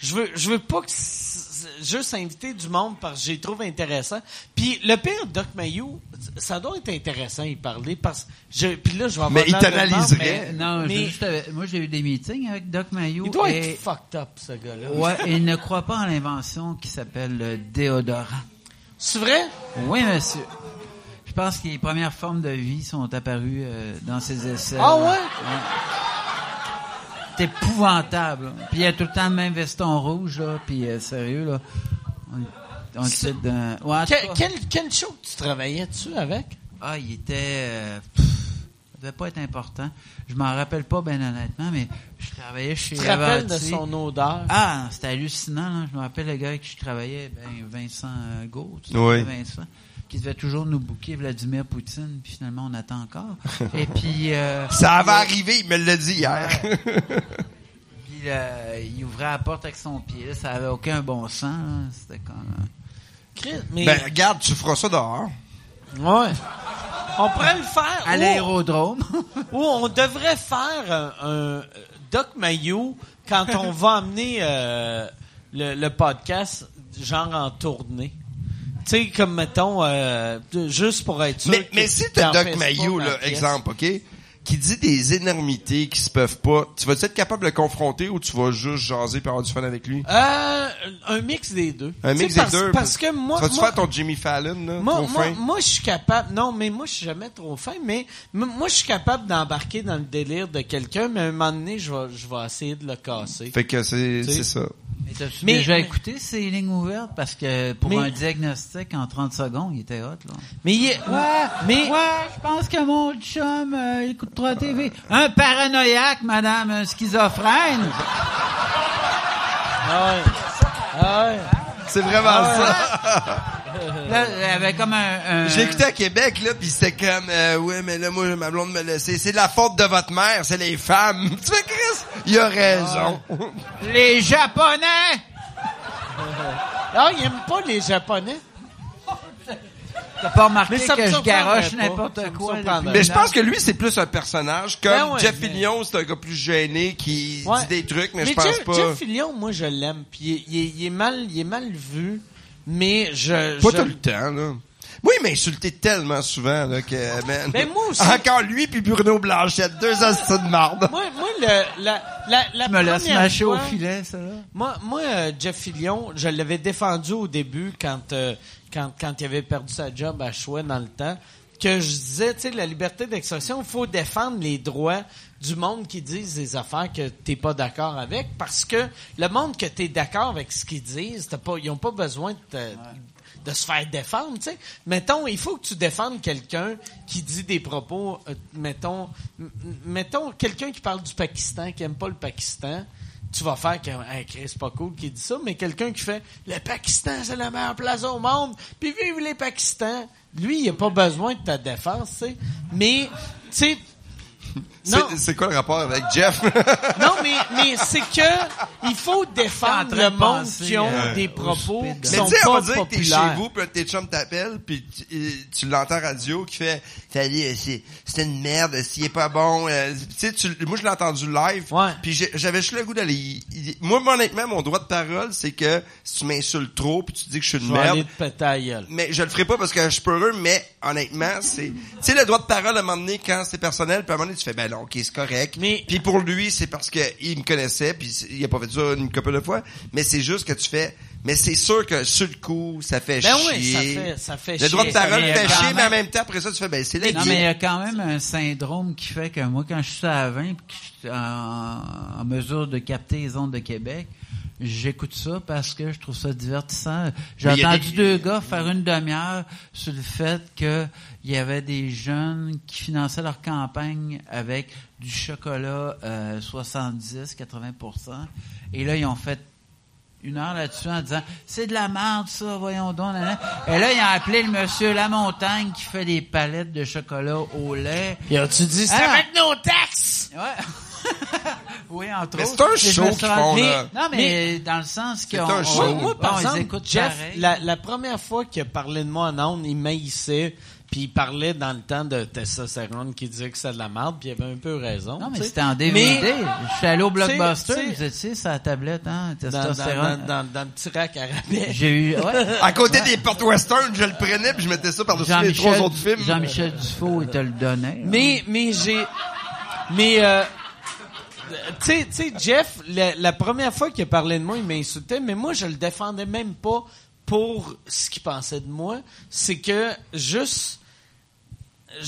Speaker 2: je veux, je veux pas que c- c- juste inviter du monde parce que je les trouve intéressants. Puis le pire, Doc Mayou, ça doit être intéressant à y parler parce que je, puis là, je vais avoir
Speaker 5: Mais il
Speaker 2: l'air de marde,
Speaker 5: t'analyserait.
Speaker 2: mais-
Speaker 6: Euh, Non, je
Speaker 2: mais
Speaker 6: veux juste avec- moi, j'ai eu des meetings avec Doc Mayo.
Speaker 2: il doit
Speaker 6: et...
Speaker 2: être fucked up, ce gars-là.
Speaker 6: Ouais, et il ne croit pas en l'invention qui s'appelle le déodorant.
Speaker 2: C'est vrai?
Speaker 6: Oui, monsieur. Je pense que les premières formes de vie sont apparues euh, dans ces essais.
Speaker 2: Ah ouais?
Speaker 6: C'est épouvantable. Puis il y a tout le temps le même veston rouge, là. Puis euh, sérieux, là. On, on le
Speaker 2: C'est-
Speaker 6: cite d'un... Ouais, en tout
Speaker 2: Que-
Speaker 6: cas.
Speaker 2: quel, quel show que tu travaillais-tu avec?
Speaker 6: Ah, il était... euh, pff, ça devait pas être important. Je m'en rappelle pas, ben honnêtement, mais je travaillais chez...
Speaker 2: Tu te rappelles de
Speaker 6: Avanti.
Speaker 2: son odeur?
Speaker 6: Ah, c'était hallucinant. là. Je me rappelle le gars avec qui je travaillais, ben, Vincent euh, Gault, tu te
Speaker 5: Oui.
Speaker 6: rappelles, Vincent, qui devait toujours nous bouquer Vladimir Poutine, puis finalement, on attend encore. Et puis... euh,
Speaker 5: Ça va arriver, il me l'a dit hier. (laughs)
Speaker 6: puis euh, il ouvrait la porte avec son pied. là. ça avait aucun bon sens. là. C'était comme...
Speaker 2: Oh!
Speaker 6: euh,
Speaker 2: Chris, mais...
Speaker 5: Ben, regarde, tu feras ça dehors.
Speaker 2: ouais. On pourrait le faire.
Speaker 6: À
Speaker 2: ou- (laughs)
Speaker 6: l'aérodrome.
Speaker 2: ou on devrait faire un, un Doc Mayou quand on va emmener euh, le, le podcast, genre en tournée. Tu sais, comme mettons, euh, juste pour être sûr.
Speaker 5: Mais,
Speaker 2: que
Speaker 5: mais
Speaker 2: tu
Speaker 5: si t'as
Speaker 2: t'en
Speaker 5: Doc
Speaker 2: fesses pas
Speaker 5: Mayou,
Speaker 2: dans la
Speaker 5: là,
Speaker 2: pièce.
Speaker 5: exemple, OK, qui dit des énormités qui se peuvent pas, tu vas être capable de le confronter ou tu vas juste jaser et avoir du fun avec lui?
Speaker 2: Euh, un mix des deux.
Speaker 5: Un
Speaker 2: Tu sais,
Speaker 5: mix des
Speaker 2: parce-
Speaker 5: deux.
Speaker 2: Parce que moi,
Speaker 5: Tu vas-tu
Speaker 2: moi-
Speaker 5: faire ton Jimmy Fallon, là,
Speaker 2: Moi,
Speaker 5: trop
Speaker 2: moi,
Speaker 5: fin?
Speaker 2: moi, je suis capable. Non, mais moi, je suis jamais trop fin. Mais m- moi, je suis capable d'embarquer dans le délire de quelqu'un, mais à un moment donné, je vais, je vais essayer de le casser.
Speaker 5: Fait que c'est
Speaker 2: Tu sais.
Speaker 5: c'est ça.
Speaker 6: Mais t'as-tu
Speaker 2: Mais-
Speaker 6: déjà
Speaker 2: mais-
Speaker 6: écouté ces lignes ouvertes? Parce que pour
Speaker 2: Mais-
Speaker 6: un diagnostic en 30 secondes, il était hot, là. Ah,
Speaker 2: Mais il est- mais
Speaker 6: Ouais, je pense que mon chum euh, écoute 3 TV. Un paranoïaque, madame, un schizophrène.
Speaker 2: Ah ouais. Ah ouais.
Speaker 5: C'est vraiment
Speaker 2: Ah,
Speaker 5: ça.
Speaker 6: Là, elle avait comme un... un-
Speaker 5: J'ai écouté à Québec, là, pis c'était comme, euh, ouais, mais là, moi, ma blonde me laissait. C'est de la faute de votre mère, c'est les femmes. (laughs) Tu fais, Chris, il a raison.
Speaker 6: Les Japonais!
Speaker 2: (laughs) Ah, il aime pas les Japonais.
Speaker 6: T'as pas remarqué
Speaker 2: Mais ça me
Speaker 6: que je
Speaker 2: surprendrait
Speaker 6: garoche
Speaker 2: pas. Ça
Speaker 6: n'importe
Speaker 2: me
Speaker 6: quoi.
Speaker 2: surprendrait.
Speaker 6: depuis-
Speaker 5: Mais je pense que lui, c'est plus un personnage. Comme
Speaker 2: Ben ouais,
Speaker 5: Jeff
Speaker 2: mais-
Speaker 5: Fillion, c'est un gars plus gêné qui
Speaker 2: Ouais.
Speaker 5: dit des trucs, mais, je pense
Speaker 2: Jeff,
Speaker 5: pas.
Speaker 2: Jeff Fillion, moi, je l'aime. Puis il, est- il est- il est mal, il est mal vu, mais je.
Speaker 5: Pas
Speaker 2: je-
Speaker 5: tout le temps, là. Moi, il m'a insulté tellement souvent, là, que, man.
Speaker 2: Ben, moi aussi.
Speaker 5: Encore lui puis Bruno Blanchette, deux assassins de marde.
Speaker 2: Moi, moi, le, la, la, la
Speaker 6: Tu me laisse
Speaker 2: première
Speaker 6: mâcher au
Speaker 2: fois-
Speaker 6: filet, ça, là.
Speaker 2: Moi, moi euh, Jeff Fillion, je l'avais défendu au début quand, euh, quand, quand il avait perdu sa job à Chouet dans le temps, que je disais, tu sais, la liberté d'expression, il faut défendre les droits du monde qui disent des affaires que t'es pas d'accord avec, parce que le monde que t'es d'accord avec ce qu'ils disent, t'as pas, ils ont pas besoin de, te- de se faire défendre, tu sais. Mettons, il faut que tu défendes quelqu'un qui dit des propos, euh, mettons, m- m- mettons quelqu'un qui parle du Pakistan, qui aime pas le Pakistan, tu vas faire que hey, Chris, c'est pas cool qui dit ça, mais quelqu'un qui fait le Pakistan, c'est la meilleure place au monde, puis vive les Pakistan. Lui, il a pas besoin de ta défense, tu sais. Mais, tu sais,
Speaker 5: (laughs)
Speaker 2: non,
Speaker 5: C'est- C'est quoi le rapport avec Jeff? (laughs)
Speaker 2: non, mais, mais c'est que il faut défendre
Speaker 6: T'es en train
Speaker 2: le
Speaker 6: de
Speaker 2: monde
Speaker 6: penser,
Speaker 2: qui ont
Speaker 6: euh,
Speaker 2: des propos
Speaker 6: speed.
Speaker 2: qui
Speaker 5: Mais
Speaker 2: sont
Speaker 5: tu sais, on
Speaker 2: pas
Speaker 5: va dire que t'es chez
Speaker 2: populaires.
Speaker 5: vous, puis un de tes chums t'appelle, puis tu, euh, tu l'entends radio qui fait « Salut, euh, c'est c'est une merde, euh, s'il est pas bon. euh, tu sais, tu- moi, je l'ai entendu live,
Speaker 2: Ouais.
Speaker 5: puis j'ai- j'avais juste le goût d'aller... y- y- Moi, moi, honnêtement, mon droit de parole, c'est que si tu m'insultes trop, puis tu dis que je suis une
Speaker 2: Je vais aller
Speaker 5: merde,
Speaker 2: te péter la gueule.
Speaker 5: mais je le ferai pas parce que je suis peureux, mais honnêtement, c'est... Tu sais, le droit de parole, à un moment donné, quand c'est personnel, puis à un moment donné, tu fais « Ben non, OK, c'est correct.
Speaker 2: Mais-
Speaker 5: Puis pour lui, c'est parce que il me connaissait, puis c'est- il a pas fait ça une couple de fois, mais c'est juste que tu fais... Mais c'est sûr que sur le coup, ça fait
Speaker 2: Ben oui,
Speaker 5: chier.
Speaker 2: ça fait, ça fait
Speaker 5: Le droit de
Speaker 2: chier.
Speaker 5: parole
Speaker 6: Mais
Speaker 5: fait
Speaker 6: quand
Speaker 5: chier,
Speaker 6: même-
Speaker 5: mais en même temps, après ça, tu fais, ben, c'est la
Speaker 6: Non,
Speaker 5: vie.
Speaker 6: mais il y a quand même un syndrome qui fait que moi, quand je suis à 20 et que je suis en, en mesure de capter les ondes de Québec, j'écoute ça parce que je trouve ça divertissant. J'ai
Speaker 5: Mais il y a
Speaker 6: entendu
Speaker 5: des-
Speaker 6: deux gars faire une demi-heure sur le fait que il y avait des jeunes qui finançaient leur campagne avec du chocolat euh, 70-80%. Et là, ils ont fait une heure là-dessus en disant c'est de la merde ça voyons donc nan, nan. et là ils ont appelé le monsieur La Montagne qui fait des palettes de chocolat au lait
Speaker 2: Et as-tu dit, ça
Speaker 6: Ah.
Speaker 2: va être nos taxes!
Speaker 6: ouais (laughs) oui entre
Speaker 5: Mais
Speaker 6: autres
Speaker 5: c'est un
Speaker 6: Et je me
Speaker 5: show
Speaker 6: suis
Speaker 5: qu'ils
Speaker 6: rendu-
Speaker 5: font,
Speaker 6: mais-
Speaker 5: là.
Speaker 6: non mais, dans le sens qu'on
Speaker 5: un
Speaker 6: on-
Speaker 5: show.
Speaker 2: Moi,
Speaker 5: Oh,
Speaker 2: moi, par
Speaker 6: on les
Speaker 2: exemple,
Speaker 6: écoute
Speaker 2: Jeff,
Speaker 6: pareil.
Speaker 2: la, la première fois qu'il a parlé de moi en ondes, il maïssait, puis il parlait dans le temps de testostérone qui disait que c'était de la merde, puis il avait un peu raison.
Speaker 6: non mais
Speaker 2: tu sais.
Speaker 6: c'était en DVD
Speaker 2: Mais
Speaker 6: je suis allé au
Speaker 2: tu sais,
Speaker 6: Blockbuster
Speaker 2: tu sais-
Speaker 6: vous étiez sur la tablette hein
Speaker 2: dans, dans,
Speaker 6: testostérone
Speaker 2: dans, dans, dans le petit rack à rabais.
Speaker 6: j'ai eu ouais.
Speaker 5: (laughs) À
Speaker 2: euh,
Speaker 5: côté des portes western, je le prenais puis je mettais ça par-dessus les trois
Speaker 6: Jean-Michel
Speaker 5: autres films.
Speaker 6: Jean-Michel Dufault il te le donnait là.
Speaker 2: Mais, mais j'ai. Mais, euh, tu sais- tu sais, Jeff, la, la première fois qu'il a parlé de moi, il m'insultait, mais moi, je le défendais même pas pour ce qu'il pensait de moi. C'est que juste. Je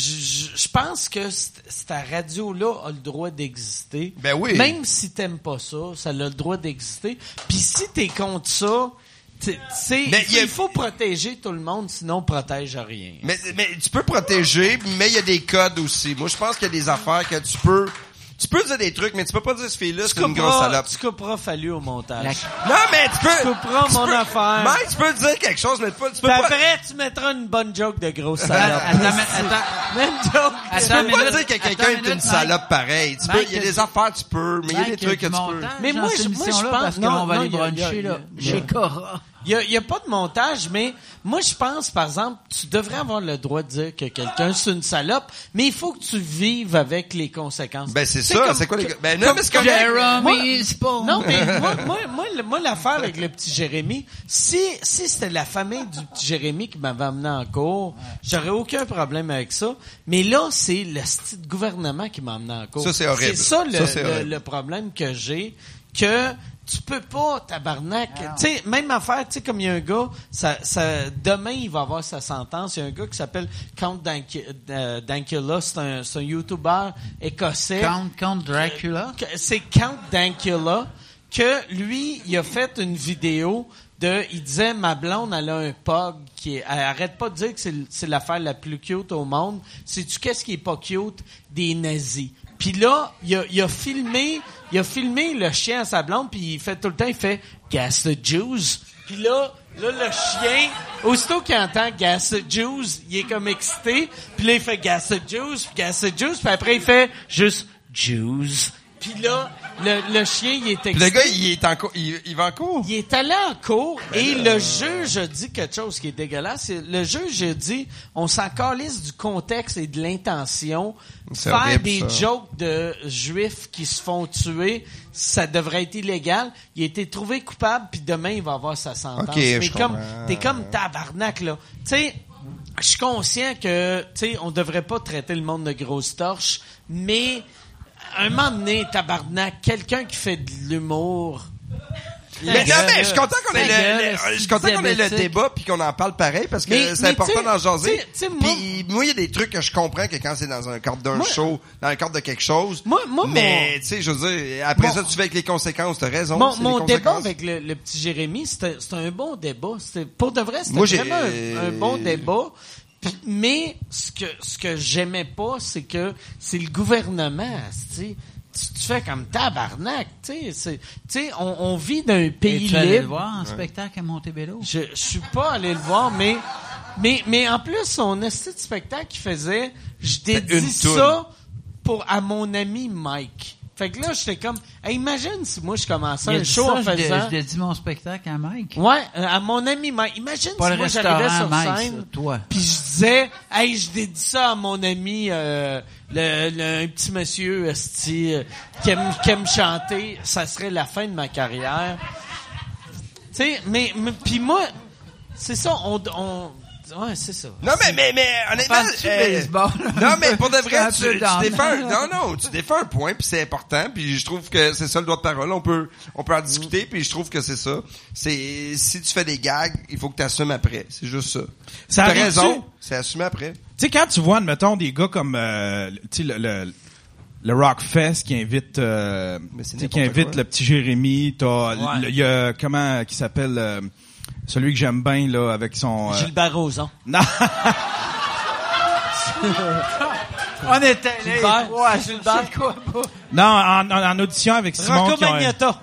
Speaker 2: je- je pense que c't- cette radio-là a le droit d'exister.
Speaker 5: Ben oui.
Speaker 2: Même si t'aimes pas ça, ça a le droit d'exister. Puis si t'es contre ça, tu tu sais,
Speaker 5: Mais
Speaker 2: il,
Speaker 5: il y a-
Speaker 2: faut protéger tout le monde, sinon on protège rien.
Speaker 5: Mais, mais tu peux protéger, mais il y a des codes aussi. Moi, je pense qu'il y a des affaires que tu peux, tu peux dire des trucs, mais tu peux pas dire ce fille-là,
Speaker 2: tu
Speaker 5: c'est une grosse
Speaker 2: couperas,
Speaker 5: salope.
Speaker 2: tu couperas Fallu au montage.
Speaker 6: La-
Speaker 5: Non, mais tu peux,
Speaker 2: Tu couperas mon affaire.
Speaker 5: Mike, tu peux dire quelque chose, mais tu peux, tu peux
Speaker 2: Puis
Speaker 5: pas,
Speaker 2: après, tu mettras une bonne joke de grosse salope.
Speaker 6: Attends, attends,
Speaker 2: (laughs)
Speaker 6: attends.
Speaker 2: Même joke.
Speaker 5: tu
Speaker 6: Attends
Speaker 5: peux
Speaker 6: une
Speaker 5: pas
Speaker 6: minute.
Speaker 5: dire que
Speaker 6: Attends
Speaker 5: quelqu'un
Speaker 6: une
Speaker 5: est une
Speaker 6: minute,
Speaker 5: salope pareille. Tu peux,
Speaker 6: Mike,
Speaker 5: il y a des affaires, tu peux, mais il y a des trucs que tu peux.
Speaker 2: Mais moi, je- moi, je pense-
Speaker 6: non,
Speaker 2: non,
Speaker 6: on va
Speaker 2: non,
Speaker 6: aller
Speaker 2: il y a- il y a-
Speaker 6: bruncher
Speaker 2: il y a-
Speaker 6: là
Speaker 2: il y a-
Speaker 6: chez Cora.
Speaker 2: Il y a, il y a pas de montage, mais moi, je pense, par exemple, tu devrais avoir le droit de dire que quelqu'un, c'est une salope, mais il faut que tu vives avec les conséquences.
Speaker 5: Ben, c'est
Speaker 2: Tu sais,
Speaker 5: ça,
Speaker 2: comme-
Speaker 5: c'est quoi les, ben non, mais c'est comme,
Speaker 6: Jeremy Spoon.
Speaker 2: Non, mais moi, moi, moi, le- moi, l'affaire avec le petit Jérémy, si, si c'était la famille du petit Jérémy qui m'avait amené en cours, j'aurais aucun problème avec ça. Mais là, c'est le style de gouvernement qui m'a amené en cours.
Speaker 5: Ça, c'est horrible.
Speaker 2: C'est ça, le,
Speaker 5: Ça, c'est
Speaker 2: le-
Speaker 5: horrible.
Speaker 2: le problème que j'ai, que tu peux pas, tabarnak. Tu sais, même affaire, tu sais, comme il y a un gars, ça, ça, demain, il va avoir sa sentence. Il y a un gars qui s'appelle Count Danki- euh, Dankula. C'est un, c'est un YouTuber écossais.
Speaker 6: (laughs) Count, Count Dracula.
Speaker 2: Que- C'est Count Dankula que lui, il a fait une vidéo de, il disait ma blonde elle a un pug qui est, elle arrête pas de dire que c'est l- c'est l'affaire la plus cute au monde. C'est tu qu'est-ce qui est pas cute des nazis. Puis là, il a, il a filmé, il a filmé le chien à sa blonde puis il fait tout le temps il fait gas the Jews. Puis là, là le chien, aussitôt qu'il entend gas the Jews, il est comme excité. Puis là il fait gas the Jews, puis gas the Jews, puis après il fait juste Jews. Puis là, le, le chien, il est
Speaker 5: Puis le
Speaker 2: excité.
Speaker 5: gars, il est en cours, il, il va en cours.
Speaker 2: Il est allé en cours
Speaker 5: Ben
Speaker 2: et le
Speaker 5: euh,
Speaker 2: juge a dit quelque chose qui est dégueulasse. C'est- Le juge a dit, on s'en calisse du contexte et de l'intention.
Speaker 5: C'est
Speaker 2: Faire
Speaker 5: horrible,
Speaker 2: des
Speaker 5: ça.
Speaker 2: jokes de juifs qui se font tuer, ça devrait être illégal. Il a été trouvé coupable puis demain il va avoir sa sentence.
Speaker 5: Ok,
Speaker 2: Mais
Speaker 5: je
Speaker 2: comme,
Speaker 5: comprends.
Speaker 2: t'es comme tabarnak là. Tu sais, je suis conscient que, tu sais, on devrait pas traiter le monde de grosses torches, mais un moment donné, tabarnak, quelqu'un qui fait de l'humour.
Speaker 5: Mais non, mais je suis content qu'on ait
Speaker 2: Ta
Speaker 5: le-
Speaker 2: gueule,
Speaker 5: le, je suis
Speaker 2: c'est
Speaker 5: content qu'on ait le
Speaker 2: diabétique.
Speaker 5: débat puis qu'on en parle pareil parce que
Speaker 2: Mais-
Speaker 5: c'est
Speaker 2: mais
Speaker 5: important
Speaker 2: t'sais,
Speaker 5: d'en jaser.
Speaker 2: t'sais, t'sais, moi-
Speaker 5: Puis moi, il y a des trucs que je comprends que quand c'est dans un cadre d'un
Speaker 2: Moi-
Speaker 5: show, dans le cadre de quelque chose.
Speaker 2: Moi- moi,
Speaker 5: mais
Speaker 2: mon-
Speaker 5: tu sais, je veux dire, après
Speaker 2: Mon-
Speaker 5: ça, tu fais avec les conséquences. T'as raison.
Speaker 2: Mon,
Speaker 5: c'est les
Speaker 2: mon débat
Speaker 5: conséquences.
Speaker 2: avec le, le petit Jérémy, c'était c'était un bon débat. C'était- Pour de vrai, c'était
Speaker 5: Moi, j'ai-
Speaker 2: vraiment un, un bon débat. Puis- mais ce que ce que j'aimais pas, c'est que c'est le gouvernement. asti. tu, tu fais comme tabarnak, tu sais, c'est- tu sais, on, on vit d'un
Speaker 6: Et
Speaker 2: pays
Speaker 6: tu allais le
Speaker 2: libre.
Speaker 6: voir en spectacle à Montebello.
Speaker 2: Je, je suis pas allé le voir, mais, mais, mais en plus, son esti de spectacle qu'il faisait, je
Speaker 5: Ben, une
Speaker 2: dédie
Speaker 5: toune.
Speaker 2: ça pour, à mon ami Mike. Fait que là, j'étais comme, Hey, imagine si moi je commençais
Speaker 6: Il a
Speaker 2: un
Speaker 6: dit
Speaker 2: show
Speaker 6: ça,
Speaker 2: en
Speaker 6: je dé-
Speaker 2: faisant.
Speaker 6: Je dédie mon spectacle à Mike.
Speaker 2: Ouais, euh, à mon ami Mike. Imagine
Speaker 6: Pas
Speaker 2: si
Speaker 6: le
Speaker 2: moi j'arrivais
Speaker 6: restaurant
Speaker 2: sur
Speaker 6: Mike,
Speaker 2: scène,
Speaker 6: ça, toi.
Speaker 2: puis je disais, hey, je dédie ça à mon ami, euh, le, le- un petit monsieur esti, euh, qui aime, qui aime chanter, ça serait la fin de ma carrière. Tu sais, mais, mais puis moi, c'est ça, on, on ouais, c'est ça.
Speaker 5: Non, mais, mais, mais, honnêtement.
Speaker 6: Parle-tu
Speaker 5: euh,
Speaker 6: baseball?
Speaker 5: non, mais pour de vrai,
Speaker 6: C'est un
Speaker 5: tu,
Speaker 6: peu
Speaker 5: tu
Speaker 6: down.
Speaker 5: défends, un- non, non, tu défends un point, puis c'est important, puis je trouve que c'est ça le droit de parole. On peut, on peut en discuter, puis je trouve que c'est ça. C'est, si tu fais des gags, il faut que tu assumes après. C'est juste ça.
Speaker 3: Ça
Speaker 5: T'as
Speaker 3: arrive-tu?
Speaker 5: raison, c'est assumé après.
Speaker 3: Tu sais, quand tu vois, admettons, des gars comme euh, tu sais, le, le, le Rockfest qui invite, euh,
Speaker 5: Mais c'est
Speaker 3: tu sais, qui
Speaker 5: n'importe
Speaker 3: invite
Speaker 5: quoi.
Speaker 3: le petit Jérémy, t'as, le- il y a, comment, euh, qui s'appelle, euh, celui que j'aime bien, là, avec son... euh,
Speaker 2: Gilbert Rozon.
Speaker 3: (laughs) Non.
Speaker 6: On était
Speaker 2: Gilbert,
Speaker 6: trois,
Speaker 2: c'est Gilbert.
Speaker 6: c'est quoi, pas?
Speaker 3: non, en, en- en audition avec Simon.
Speaker 2: Rocco
Speaker 3: qui ont-
Speaker 2: Magnotta.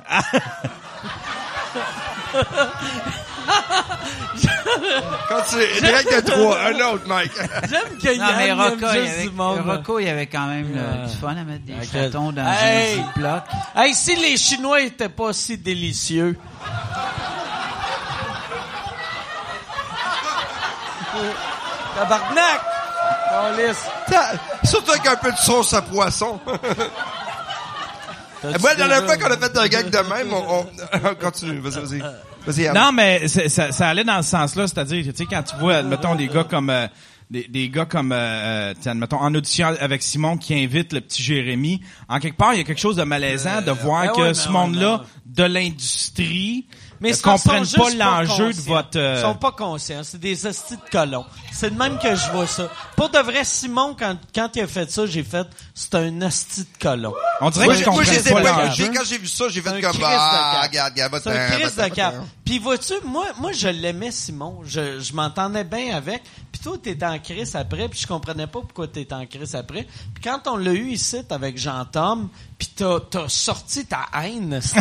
Speaker 5: Quand tu, direct de trois, un autre,
Speaker 6: (laughs)
Speaker 5: Mike.
Speaker 2: J'aime que
Speaker 6: Non, mais
Speaker 2: Yann
Speaker 6: Rocco,
Speaker 2: aime
Speaker 6: il y
Speaker 2: juste
Speaker 6: avait,
Speaker 2: du monde.
Speaker 6: Rocco, il y avait quand même le- du fun à mettre des
Speaker 2: Avec
Speaker 6: chatons dans
Speaker 2: Hey!
Speaker 6: un petit bloc.
Speaker 2: Hey, si les Chinois étaient pas si délicieux. Tabarnak! Câlisse.
Speaker 5: T'as- Surtout avec un peu de sauce à poisson. Eh, Moi, la dernière fois qu'on a fait un gag de même, on, on- (laughs) on continue. Vas-y, vas-y. Vas-y, Yann.
Speaker 3: Non, mais c'est- ça, ça allait dans ce sens-là, c'est-à-dire, tu sais, quand tu vois, admettons, des gars comme... euh, des, des gars comme, euh, euh, tu sais, admettons, en audition avec Simon qui invite le petit Jérémy, en quelque part, il y a quelque chose de malaisant de voir
Speaker 2: ben
Speaker 3: que
Speaker 2: ouais,
Speaker 3: ce
Speaker 2: ben
Speaker 3: monde-là,
Speaker 2: ouais,
Speaker 3: de l'industrie,
Speaker 2: Mais
Speaker 3: ne
Speaker 2: c'est parce qu'ils
Speaker 3: comprennent
Speaker 2: sont
Speaker 3: pas
Speaker 2: juste
Speaker 3: l'enjeu de
Speaker 2: conscients.
Speaker 3: votre... euh,
Speaker 2: Ils sont pas conscients. C'est des hosties de colons. C'est de même que je vois ça. Pour de vrai, Simon, quand, quand il a fait ça, j'ai fait, c'est un hostie de colon.
Speaker 3: On dirait
Speaker 5: Moi,
Speaker 3: qu'ils
Speaker 5: j'ai- moi, je les
Speaker 3: comprennent
Speaker 5: ai
Speaker 3: pas
Speaker 5: pas-
Speaker 3: l'enjeu.
Speaker 5: j'ai- Quand j'ai vu ça, j'ai
Speaker 2: C'est
Speaker 5: fait
Speaker 2: un Christ
Speaker 5: comme,
Speaker 2: de
Speaker 5: ah,
Speaker 2: cave.
Speaker 5: regarde, regarde, va-t'en,
Speaker 2: C'est un crise de
Speaker 5: va-t'en,
Speaker 2: cap.
Speaker 5: va-t'en.
Speaker 2: Puis vois-tu, moi, moi, je l'aimais, Simon. Je, je m'entendais bien avec. Puis toi, t'étais en crise après, puis je comprenais pas pourquoi t'étais en crise après. Puis quand on l'a eu ici avec Jean-Tom, puis t'as, t'as sorti ta haine,
Speaker 5: (laughs)
Speaker 2: esti.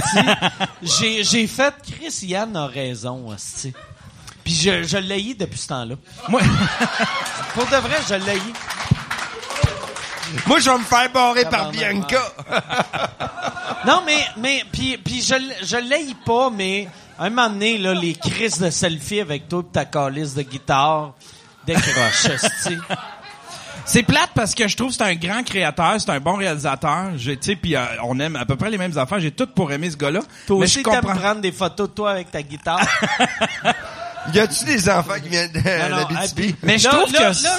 Speaker 2: j'ai, j'ai fait Chris Yann a raison, esti. Puis je, je l'ai eu depuis ce temps-là.
Speaker 3: Moi- (laughs)
Speaker 2: Pour de vrai, je l'ai eu.
Speaker 5: Moi, je vais me faire barrer par
Speaker 2: Tabarnak.
Speaker 5: Bianca.
Speaker 2: Non, mais, mais, puis, puis je, l- je l'haïs pas, mais à un moment donné, là, les crises de selfie avec toi pis ta calice de guitare décroche, (laughs) esti.
Speaker 3: C'est plate parce que je trouve que c'est un grand créateur, c'est un bon réalisateur. Je- Tu sais, puis euh, on aime à peu près les mêmes affaires. J'ai tout pour aimer ce gars-là.
Speaker 2: Toi
Speaker 3: mais
Speaker 2: aussi,
Speaker 3: je
Speaker 2: t'aimes
Speaker 3: comprends.
Speaker 2: prendre des photos de toi avec ta guitare.
Speaker 5: Y a-tu des enfants qui viennent de la
Speaker 2: ah,
Speaker 5: BTB?
Speaker 3: (laughs) Mais je
Speaker 2: Là-
Speaker 3: trouve
Speaker 2: là-
Speaker 3: que-
Speaker 2: Là,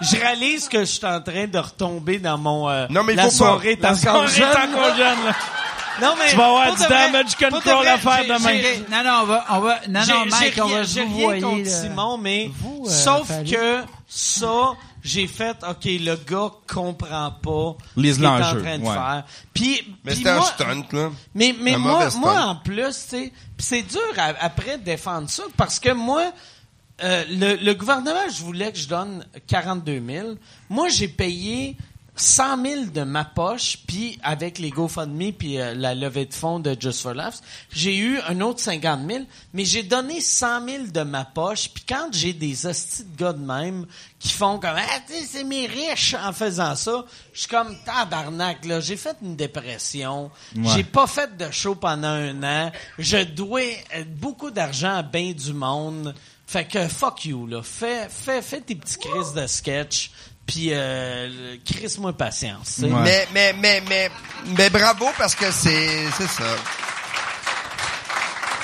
Speaker 2: je, je réalise que je suis en train de retomber dans mon... euh,
Speaker 5: Non, mais il
Speaker 2: la
Speaker 5: faut pas.
Speaker 2: soirée est
Speaker 3: La
Speaker 2: encore
Speaker 3: soirée est
Speaker 2: jeune.
Speaker 3: encore jeune, là.
Speaker 2: Non, mais...
Speaker 3: Tu vas avoir
Speaker 2: pour
Speaker 3: du
Speaker 2: de vrai-
Speaker 3: damage
Speaker 2: pour de
Speaker 3: control
Speaker 2: vrai,
Speaker 3: à faire
Speaker 2: j'ai-
Speaker 3: demain.
Speaker 2: j'ai-
Speaker 6: Non, non, on va, on va, non,
Speaker 2: J'ai-
Speaker 6: non, Mike,
Speaker 2: j'ai
Speaker 6: on
Speaker 2: rien-
Speaker 6: va
Speaker 2: j'ai
Speaker 6: se vous
Speaker 2: rien
Speaker 6: voyer,
Speaker 2: contre
Speaker 6: là.
Speaker 2: Simon, mais
Speaker 6: Vous, euh,
Speaker 2: sauf
Speaker 6: Paris.
Speaker 2: que ça, j'ai fait, ok, le gars comprend pas
Speaker 3: Les
Speaker 2: ce qu'il est en
Speaker 3: enjeux,
Speaker 2: train de
Speaker 3: ouais.
Speaker 2: faire. Puis,
Speaker 5: Mais
Speaker 2: puis
Speaker 5: c'était un
Speaker 2: moi-
Speaker 5: stunt, là.
Speaker 2: Mais, mais
Speaker 5: Un
Speaker 2: moi,
Speaker 5: mauvais stunt.
Speaker 2: moi, en plus, tu sais, puis c'est dur à- après de défendre ça parce que moi, euh, le, le gouvernement, je voulais que je donne 42 000. Moi, j'ai payé 100 000 de ma poche, puis avec les GoFundMe, puis euh, la levée de fonds de Just for Laughs, j'ai eu un autre 50 000, mais j'ai donné 100 000 de ma poche. Puis quand j'ai des hosties de gars de même qui font comme « Ah, tu sais, c'est mes riches » en faisant ça, je suis comme « Tabarnak, là, j'ai fait une dépression, j'ai pas fait de show pendant un an, je dois euh, beaucoup d'argent à bien du monde. » Fait que fuck you, là. Fais, fais, fais tes petits crises de sketch, puis euh, crise-moi patience. tu sais.
Speaker 5: Mais, mais, mais, mais, mais bravo parce que c'est, c'est ça.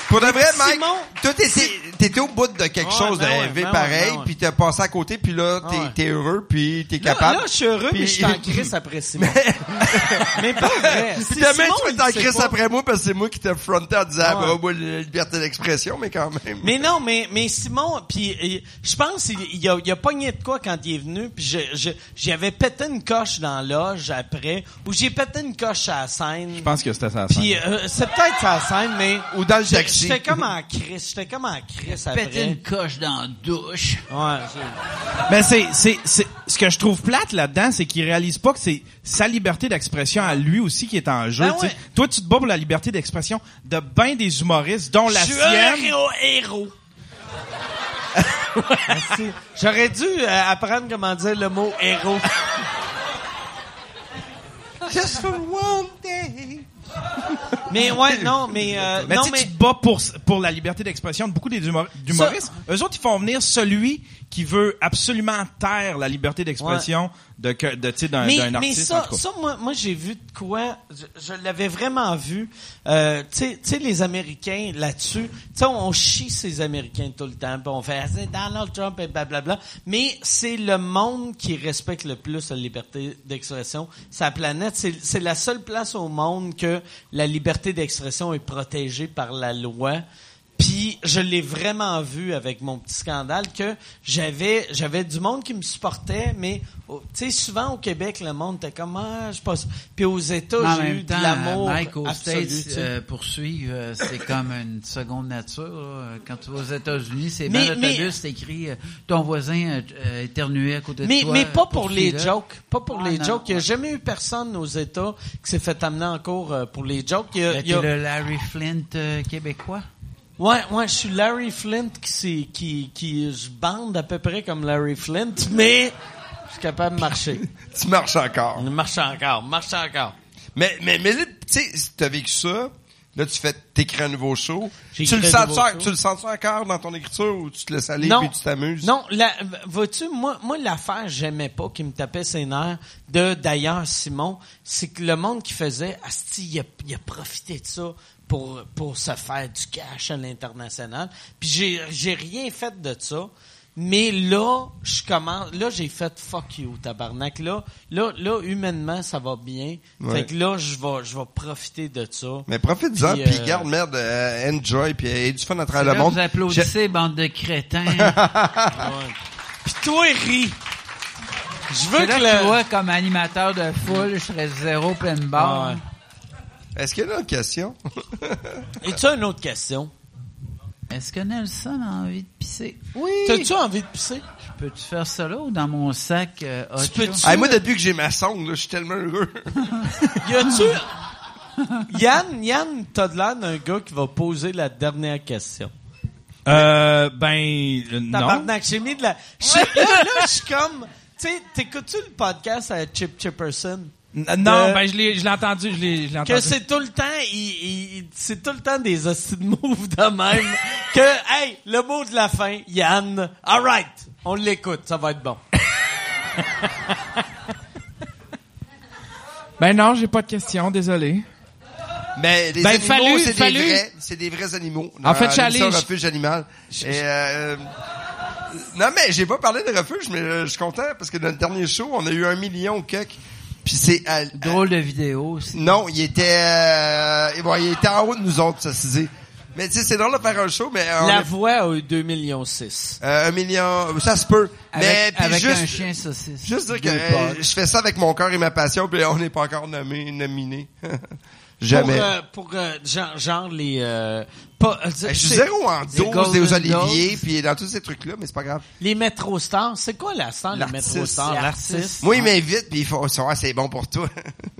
Speaker 5: Pour de vrai, Mike,
Speaker 2: Simon-
Speaker 5: toi, t'étais, t'étais au bout de quelque
Speaker 2: Ouais,
Speaker 5: chose
Speaker 2: ben ouais,
Speaker 5: d'arrivé
Speaker 2: ben ouais,
Speaker 5: pareil,
Speaker 2: ben ouais.
Speaker 5: puis t'as passé à côté, puis là, t'es,
Speaker 2: Ouais.
Speaker 5: t'es heureux, puis t'es
Speaker 2: Là,
Speaker 5: capable.
Speaker 2: là, je suis heureux,
Speaker 5: Puis-
Speaker 2: mais je suis
Speaker 5: (laughs)
Speaker 2: en crise après Simon. mais pas vrai.
Speaker 5: Puis
Speaker 2: Si
Speaker 5: demain,
Speaker 2: Simon,
Speaker 5: tu vas
Speaker 2: il
Speaker 5: être en
Speaker 2: sait
Speaker 5: crise
Speaker 2: pas-
Speaker 5: après moi parce que c'est moi qui t'ai fronté en disant, ah,
Speaker 2: Ouais.
Speaker 5: bah, moi, la liberté d'expression, mais quand même.
Speaker 2: Mais non, mais, mais Simon, puis euh, je pense il, il a, il a pogné de quoi quand il est venu, puis je, je, j'avais pété une coche dans la loge après, ou j'ai pété une coche à la scène.
Speaker 3: Je pense que c'était ça. la
Speaker 2: Puis euh, c'est peut-être sa scène, mais
Speaker 5: Ou dans le
Speaker 2: J'étais-
Speaker 5: taxi.
Speaker 2: J'étais comme en crise, j'étais comme en crise Chris après.
Speaker 6: Péter une coche dans la douche.
Speaker 2: Ouais, c'est-
Speaker 3: Mais Ben, c'est, c'est, c'est, ce que je trouve plate là-dedans, c'est qu'il réalise pas que c'est sa liberté d'expression à lui aussi qui est en jeu.
Speaker 2: Ben
Speaker 3: tu sais.
Speaker 2: ouais.
Speaker 3: Toi, tu te bats pour la liberté d'expression de bien des humoristes, dont la
Speaker 2: Je suis
Speaker 3: sienne.
Speaker 2: un héros- héros. (laughs) Merci. J'aurais dû euh, apprendre comment dire le mot héros. Just for one day. Mais ouais, non, mais euh,
Speaker 3: Mais
Speaker 2: non
Speaker 3: Ben, tu sais,
Speaker 2: mais
Speaker 3: tu te bats pour, pour la liberté d'expression de beaucoup des humor- d'humoristes. Eux autres, ils font venir celui qui veut absolument taire la liberté d'expression de, que- de, tu sais, d'un,
Speaker 2: mais,
Speaker 3: d'un
Speaker 2: mais
Speaker 3: artiste. en
Speaker 2: ça,
Speaker 3: tout cas.
Speaker 2: ça moi, moi j'ai vu de quoi, je, je l'avais vraiment vu. Euh, tu sais- tu sais, les Américains là-dessus, tu sais, on, on chie ces Américains tout le temps, puis on fait Ah, c'est Donald Trump et blablabla. Mais c'est le monde qui respecte le plus la liberté d'expression. Sa planète, c'est c'est la seule place au monde que la liberté d'expression est protégée par la loi. Puis je l'ai vraiment vu avec mon petit scandale que j'avais j'avais du monde qui me supportait, mais oh, tu sais souvent au Québec le monde était comme ah, je passe. Puis aux États
Speaker 6: En
Speaker 2: j'ai eu
Speaker 6: même temps,
Speaker 2: de l'amour
Speaker 6: Mike, aux
Speaker 2: absolu. tu
Speaker 6: States,
Speaker 2: sais.
Speaker 6: euh, poursuivre, euh, c'est comme une seconde nature. là. Quand tu vas aux États-Unis, c'est
Speaker 2: Mais-
Speaker 6: dans l'autobus, c'est écrit euh, ton voisin euh, éternué à côté de
Speaker 2: mais,
Speaker 6: toi.
Speaker 2: mais pas pour les
Speaker 6: poursuis-le.
Speaker 2: jokes, pas pour
Speaker 6: Ah,
Speaker 2: les
Speaker 6: non,
Speaker 2: jokes. Il n'y a
Speaker 6: ouais.
Speaker 2: jamais eu personne aux États qui s'est fait amener en cours euh, pour les jokes. Il y a-
Speaker 6: Mais
Speaker 2: il y a-
Speaker 6: Ben, t'es le Larry Flint euh, québécois.
Speaker 2: Ouais, ouais, je suis Larry Flint qui s'est- qui qui je bande à peu près comme Larry Flint, mais je suis capable de
Speaker 6: (laughs)
Speaker 2: marcher.
Speaker 5: Tu marches encore.
Speaker 2: On marche encore, marche encore.
Speaker 5: Mais, mais, mais là, tu sais, si t'as vécu ça, là, tu fais, t'écris un nouveau show.
Speaker 2: J'ai
Speaker 5: Tu le
Speaker 2: écrit un
Speaker 5: sens,
Speaker 2: nouveau show.
Speaker 5: tu le sens encore dans ton écriture ou tu te laisses aller puis tu t'amuses?
Speaker 2: Non, la, vois-tu, moi, moi, l'affaire, j'aimais pas qui me tapait ses nerfs de, d'ailleurs, Simon, c'est que le monde qui faisait, asti, il a, il a profité de ça pour, pour se faire du cash à l'international. Puis j'ai, j'ai rien fait de ça. Mais là, je commence, là, j'ai fait fuck you, tabarnak. Là, là, là, humainement, ça va bien. Fait
Speaker 5: Ouais.
Speaker 2: que là, je vais, je vais profiter de ça.
Speaker 5: Mais profite-en,
Speaker 2: Puis,
Speaker 5: puis,
Speaker 2: euh,
Speaker 5: garde merde, euh, enjoy, puis aie du fun à
Speaker 6: Là,
Speaker 5: travers Ah, le monde.
Speaker 6: vous
Speaker 5: Je-
Speaker 6: applaudissez, bande de crétins.
Speaker 5: (laughs)
Speaker 2: Puis toi, ris. Je veux
Speaker 6: C'est
Speaker 2: que
Speaker 6: là,
Speaker 2: le...
Speaker 6: tu vois, comme animateur de foule, je serais zéro pleine barre.
Speaker 2: Ouais.
Speaker 5: Ah Est-ce qu'il y a une
Speaker 2: (laughs)
Speaker 5: autre question?
Speaker 2: Et tu as une autre question?
Speaker 6: Est-ce que Nelson a envie de pisser? Oui.
Speaker 2: T'as-tu envie de pisser?
Speaker 6: Peux-tu faire ça là ou dans mon sac euh, hot,
Speaker 2: peux-tu-
Speaker 6: là?
Speaker 5: Hey, moi, depuis que j'ai ma sonde, là, je suis tellement heureux.
Speaker 2: Y a-tu... (laughs) Yann, Yann, t'as de l'air d'un gars qui va poser la dernière question.
Speaker 3: Euh, ben, euh, non.
Speaker 2: Tabarnak, j'ai mis de la... J'ai- (laughs) Là, là, je suis comme... Tu sais, t'écoutes-tu le podcast à Chip Chipperson?
Speaker 3: N- Non,
Speaker 2: Euh,
Speaker 3: ben, je l'ai, je l'ai entendu, je l'ai, je l'ai
Speaker 2: Que
Speaker 3: entendu.
Speaker 2: c'est tout le temps, il, il- il- c'est tout le temps des hosties de move de (laughs) même. que, hey, le mot de la fin, Yann. Alright, on l'écoute, ça va être bon.
Speaker 4: Ben non, j'ai pas de question, désolé.
Speaker 5: Mais les
Speaker 4: Ben,
Speaker 5: animaux,
Speaker 4: fallu-
Speaker 5: c'est
Speaker 4: fallu.
Speaker 5: des vrais, c'est des vrais animaux.
Speaker 4: En fait, je suis allé-
Speaker 5: C'est un
Speaker 4: je-
Speaker 5: refuge animal. Et, euh, euh, non, mais j'ai pas parlé de refuge, mais euh, je suis content parce que dans le dernier show, on a eu un million quelques. Puis c'est à- à-
Speaker 6: Drôle de vidéo. c'est-
Speaker 5: Non, il était, euh, bon, il était en haut de nous autres, ça se dit. Mais tu sais, c'est drôle de faire un show, mais euh, on
Speaker 2: La
Speaker 5: est-
Speaker 2: voix a eu 2 millions 6.
Speaker 5: euh, un million, ça se peut.
Speaker 6: Avec,
Speaker 5: mais puis
Speaker 6: avec
Speaker 5: juste,
Speaker 6: un chien saucisse.
Speaker 5: juste dire que
Speaker 6: Deux
Speaker 5: euh,
Speaker 6: potes.
Speaker 5: je fais ça avec mon cœur et ma passion, puis on n'est pas encore nommé, nominé. (laughs) Jamais.
Speaker 2: Pour, euh, pour, euh, genre, genre les... euh, pas, euh,
Speaker 5: Ben, Je suis
Speaker 2: c'est-
Speaker 5: zéro en dose
Speaker 6: Golden
Speaker 5: des oliviers, puis dans tous ces trucs-là, mais c'est pas grave.
Speaker 2: Les métro stars, c'est quoi la star, les
Speaker 5: L'artiste.
Speaker 2: métro stars, l'artiste?
Speaker 6: L'artiste.
Speaker 5: Moi, ils m'invitent, puis ils font ça, ah, c'est bon pour toi.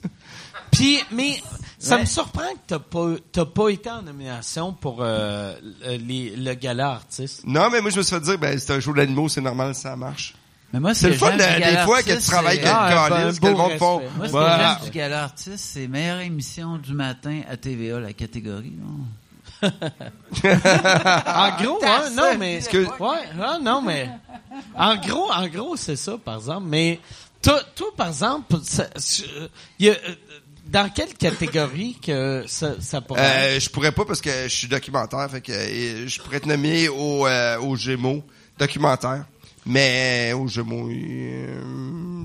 Speaker 5: (laughs)
Speaker 2: Puis, mais ça
Speaker 6: Ouais.
Speaker 2: me surprend que t'as pas, t'as pas été en nomination pour euh, euh, les- le gala artiste.
Speaker 5: non, mais moi, je me suis fait dire, ben, c'est un show d'animaux, c'est normal, ça marche.
Speaker 6: Mais moi,
Speaker 5: C'est le fun,
Speaker 6: j'aime
Speaker 5: de-
Speaker 6: du
Speaker 5: des
Speaker 6: gala
Speaker 5: fois, que tu
Speaker 6: artiste,
Speaker 5: travailles
Speaker 6: c'est-
Speaker 5: avec
Speaker 2: ah,
Speaker 5: le
Speaker 2: ben,
Speaker 5: calice,
Speaker 2: un
Speaker 5: que le
Speaker 2: beau
Speaker 5: monde font.
Speaker 2: respect.
Speaker 6: Moi, ce
Speaker 5: Voilà.
Speaker 6: que j'aime du gala artiste, c'est meilleure émission du matin à TVA, la catégorie. là.
Speaker 5: Ah,
Speaker 2: en gros, hein, non, mais...
Speaker 5: Excuse-
Speaker 2: Ouais, hein, non, mais... En gros, en gros, c'est ça, par exemple. Mais toi, toi par exemple, ça- ça- y a, euh, dans quelle catégorie que ça, ça pourrait être?
Speaker 5: Euh, je pourrais pas parce que je suis documentaire, fait que euh, je pourrais être nommé au, euh, aux Gémeaux, documentaire. Mais euh, aux Gémeaux, euh,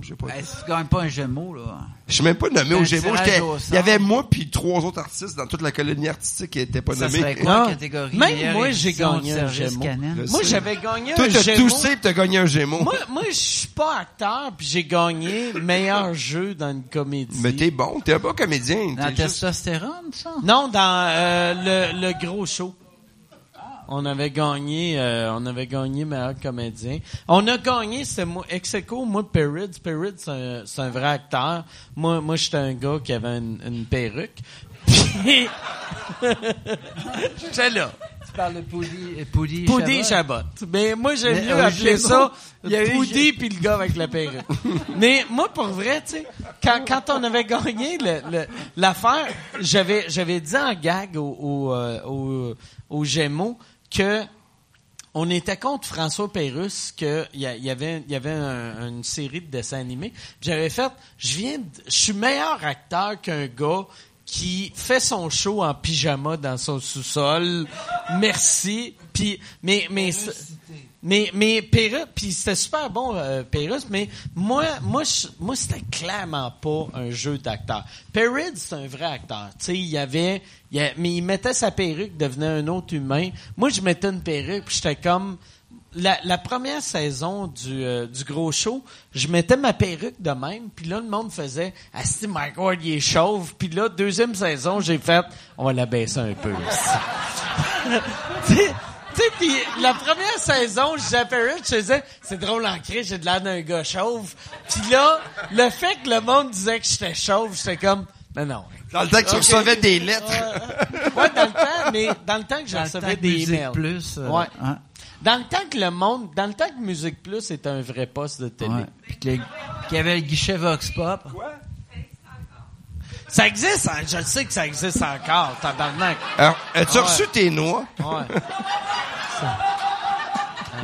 Speaker 5: je sais pas.
Speaker 6: Eh, si tu gagnes pas un Gémeaux, là.
Speaker 5: Je suis même pas nommé aux
Speaker 6: un
Speaker 5: Gémeaux.
Speaker 6: tirage
Speaker 5: j'étais-
Speaker 6: au
Speaker 5: Il y
Speaker 6: sort.
Speaker 5: avait moi puis trois autres artistes dans toute la colonie artistique qui étaient pas
Speaker 6: Ça
Speaker 5: nommés.
Speaker 6: serait quoi la
Speaker 2: Non.
Speaker 6: catégorie?
Speaker 2: Même
Speaker 6: Meilleure
Speaker 2: moi, j'ai
Speaker 6: émission
Speaker 2: gagné
Speaker 6: de
Speaker 2: un
Speaker 6: service
Speaker 2: Gémeaux.
Speaker 6: canin.
Speaker 5: Le-
Speaker 2: Moi, j'avais gagné
Speaker 5: Toi,
Speaker 2: un
Speaker 5: t'as
Speaker 2: Gémeaux.
Speaker 5: toussé pis t'as gagné un Gémeaux.
Speaker 2: Moi, moi je suis pas acteur, puis j'ai gagné meilleur jeu dans une comédie.
Speaker 5: Mais t'es bon, t'es un bon comédien.
Speaker 6: Dans la
Speaker 5: t'es juste-
Speaker 6: testostérone, ça?
Speaker 2: Non, dans euh, le, le gros show. On avait gagné, euh, on avait gagné meilleur comédien. On a gagné, c'était moi, Execo, moi Perrid. Perrid, c'est un, c'est un vrai acteur. Moi, moi, j'étais un gars qui avait une, une perruque. (laughs) Puis, j'étais là.
Speaker 6: Tu parles de Poudy, Poudy,
Speaker 2: Poudy
Speaker 6: Chabot.
Speaker 2: et Chabot. Mais moi, j'aime
Speaker 6: Mais,
Speaker 2: mieux
Speaker 6: euh,
Speaker 2: appeler
Speaker 6: Gémeaux,
Speaker 2: ça
Speaker 6: il y a eu
Speaker 2: Poudy puis le gars avec la perruque. (laughs) Mais moi, pour vrai, tu sais, quand, quand on avait gagné le- le- l'affaire, j'avais, j'avais dit en gag aux au, euh, au- aux Gémeaux que on était contre François Pérusse qu'il y, a- il y avait, il y avait un- une série de dessins animés. Puis J'avais fait, je viens, de- je suis meilleur acteur qu'un gars qui fait son show en pyjama dans son sous-sol. Merci. Puis, mais, mais, mais, mais Pérusse, puis c'était super bon, euh, Pérusse, mais moi, moi, je- moi, c'était clairement pas un jeu d'acteur. Perrid, c'est un vrai acteur. Tu sais, il y avait, il y a- mais il mettait sa perruque, devenait un autre humain. Moi, je mettais une perruque, puis j'étais comme, la, la première saison du, euh, du gros show, je mettais ma perruque de même, puis là, le monde faisait « Ah, si, Mike Ward, il est chauve. » Puis là, deuxième saison, j'ai fait « On va la baisser un peu. aussi. » (laughs) Tu sais, tu sais, puis la première saison, je disais à Perry, je disais « C'est drôle en crise, j'ai de l'air d'un gars chauve. » Puis là, le fait que le monde disait que j'étais chauve, j'étais comme « Mais non.
Speaker 5: Dans le temps que tu recevais des lettres.
Speaker 2: Euh, ouais, dans le temps, mais dans le temps que je
Speaker 6: Dans le
Speaker 2: recevais
Speaker 6: temps que
Speaker 2: des
Speaker 6: Musique
Speaker 2: emails.
Speaker 6: Plus, euh,
Speaker 2: ouais.
Speaker 6: hein.
Speaker 2: Dans le temps que le monde, dans le temps que Musique Plus est un vrai poste de télé.
Speaker 6: Ouais. Puis que le- qu'il y avait le guichet Vox Pop.
Speaker 2: Ça existe, hein? je le sais que ça existe encore, tabarnak.
Speaker 5: Alors, as-tu
Speaker 2: Ah ouais.
Speaker 5: reçu tes noix?
Speaker 2: Ouais.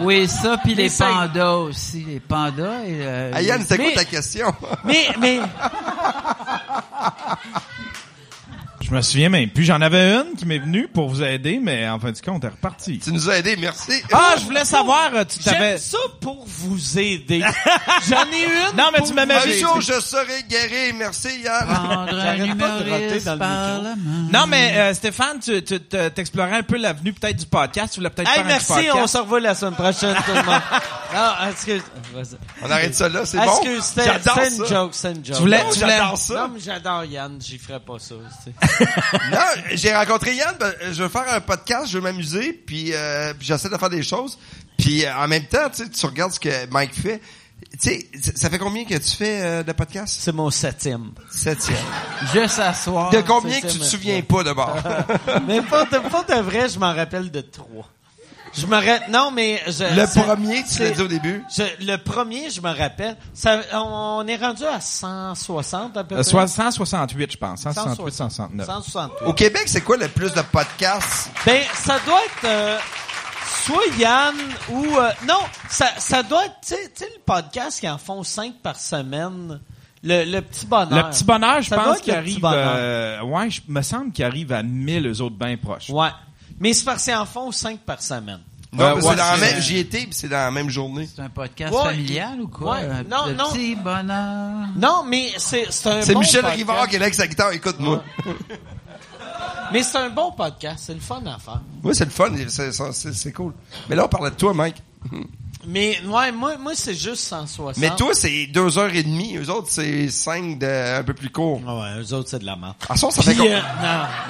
Speaker 6: Oui, ça, puis les
Speaker 2: ça-
Speaker 6: pandas aussi. Les pandas et... euh,
Speaker 5: Ah, Yann, c'était quoi
Speaker 2: Mais-
Speaker 5: ta question?
Speaker 2: Mais, mais,
Speaker 3: Je me souviens même plus. J'en avais une qui m'est venue pour vous aider, mais en fin de compte, on est reparti.
Speaker 5: (laughs) tu nous as aidés, merci.
Speaker 3: Ah, je voulais savoir, euh, tu t'avais...
Speaker 2: j'aime ça pour vous aider. J'en ai une.
Speaker 3: Non, mais tu m'avais...
Speaker 5: Un jour, je serai guéri, merci Yann.
Speaker 2: Ah.
Speaker 6: Prendre un
Speaker 2: J'arrête pas de roter
Speaker 6: humoriste
Speaker 2: dans le
Speaker 6: par
Speaker 2: micro.
Speaker 6: la main.
Speaker 3: Non, mais euh, Stéphane, tu tu- te- t'explorais un peu l'avenue peut-être du podcast. Tu voulais peut-être
Speaker 2: Hey,
Speaker 3: faire
Speaker 2: merci,
Speaker 3: un petit
Speaker 2: on
Speaker 3: podcast.
Speaker 2: se revoit la semaine prochaine, tout le
Speaker 6: (laughs)
Speaker 2: monde. Non, excuse.
Speaker 5: On arrête ça là, c'est bon?
Speaker 2: Excuse, c'était-
Speaker 5: J'adore
Speaker 2: c'est une
Speaker 5: ça.
Speaker 2: joke, c'est une joke.
Speaker 3: Tu voulais-
Speaker 2: Non,
Speaker 3: tu voulais-
Speaker 2: j'adore
Speaker 5: ça.
Speaker 2: Non, mais j'adore Yann, j'y ferais pas ça. tu sais.
Speaker 5: (laughs) Non, j'ai rencontré Yann, ben, je veux faire un podcast, je veux m'amuser, puis, euh, puis j'essaie de faire des choses. Puis euh, en même temps, tu sais, tu regardes ce que Mike fait. Tu sais, ça- ça fait combien que tu fais euh, de podcast?
Speaker 2: C'est mon septième.
Speaker 5: Septième.
Speaker 6: Juste à soir.
Speaker 5: De combien que
Speaker 2: septième,
Speaker 5: tu te
Speaker 2: euh,
Speaker 5: souviens
Speaker 2: ouais.
Speaker 5: pas d'abord?
Speaker 2: (laughs) Mais pas de, pas de vrai, je m'en rappelle de trois. Je me ra- non mais je,
Speaker 5: Le
Speaker 2: c'est-
Speaker 5: premier, tu l'as
Speaker 2: c'est-
Speaker 5: dit au début.
Speaker 2: je- le premier, je me rappelle. Ça, on, on est rendu à 160 à peu
Speaker 3: Euh,
Speaker 2: près.
Speaker 3: soit 168, je pense. 168, 169.
Speaker 2: 168.
Speaker 5: Au Québec, c'est quoi le plus de podcasts?
Speaker 2: Ben ça doit être euh, soit Yann ou euh, non, ça, ça doit être tu sais- tu sais le podcast qui en font cinq par semaine. Le, le petit bonheur.
Speaker 3: Le petit bonheur, je
Speaker 2: Ça doit
Speaker 3: pense
Speaker 2: être
Speaker 3: qu'il
Speaker 2: le petit
Speaker 3: arrive...
Speaker 2: bonheur.
Speaker 3: euh, ouais, je me semble qu'il arrive à 1000, eux autres, bien proches.
Speaker 2: Ouais. Mais c'est parce qu'ils en font cinq par semaine.
Speaker 5: Non,
Speaker 3: Euh, ouais,
Speaker 5: mais Ah, c'est dans la
Speaker 3: c'est-
Speaker 5: même, j'y étais, puis c'est dans la même journée.
Speaker 6: C'est un podcast
Speaker 2: Ouais.
Speaker 6: familial ou quoi?
Speaker 2: Ouais.
Speaker 6: Euh,
Speaker 2: Non,
Speaker 6: le
Speaker 2: non.
Speaker 6: petit bonheur.
Speaker 2: Non, mais c'est c'est un
Speaker 5: C'est
Speaker 2: bon
Speaker 5: Michel
Speaker 2: podcast.
Speaker 5: Rivard qui est là avec sa guitare, écoute-moi.
Speaker 2: Mais c'est un bon podcast, c'est le fun à faire.
Speaker 5: Oui, c'est le fun, c'est- c'est c'est- c'est cool. Mais là, on parlait de toi, Mike.
Speaker 2: Mais ouais, moi, moi c'est juste 160.
Speaker 5: Mais toi, c'est deux heures et demie. Eux autres, c'est cinq de, un peu plus court.
Speaker 2: Ah Ouais, eux autres, c'est de la merde.
Speaker 5: En soi, ça fait
Speaker 2: Puis,
Speaker 5: combien?
Speaker 2: euh,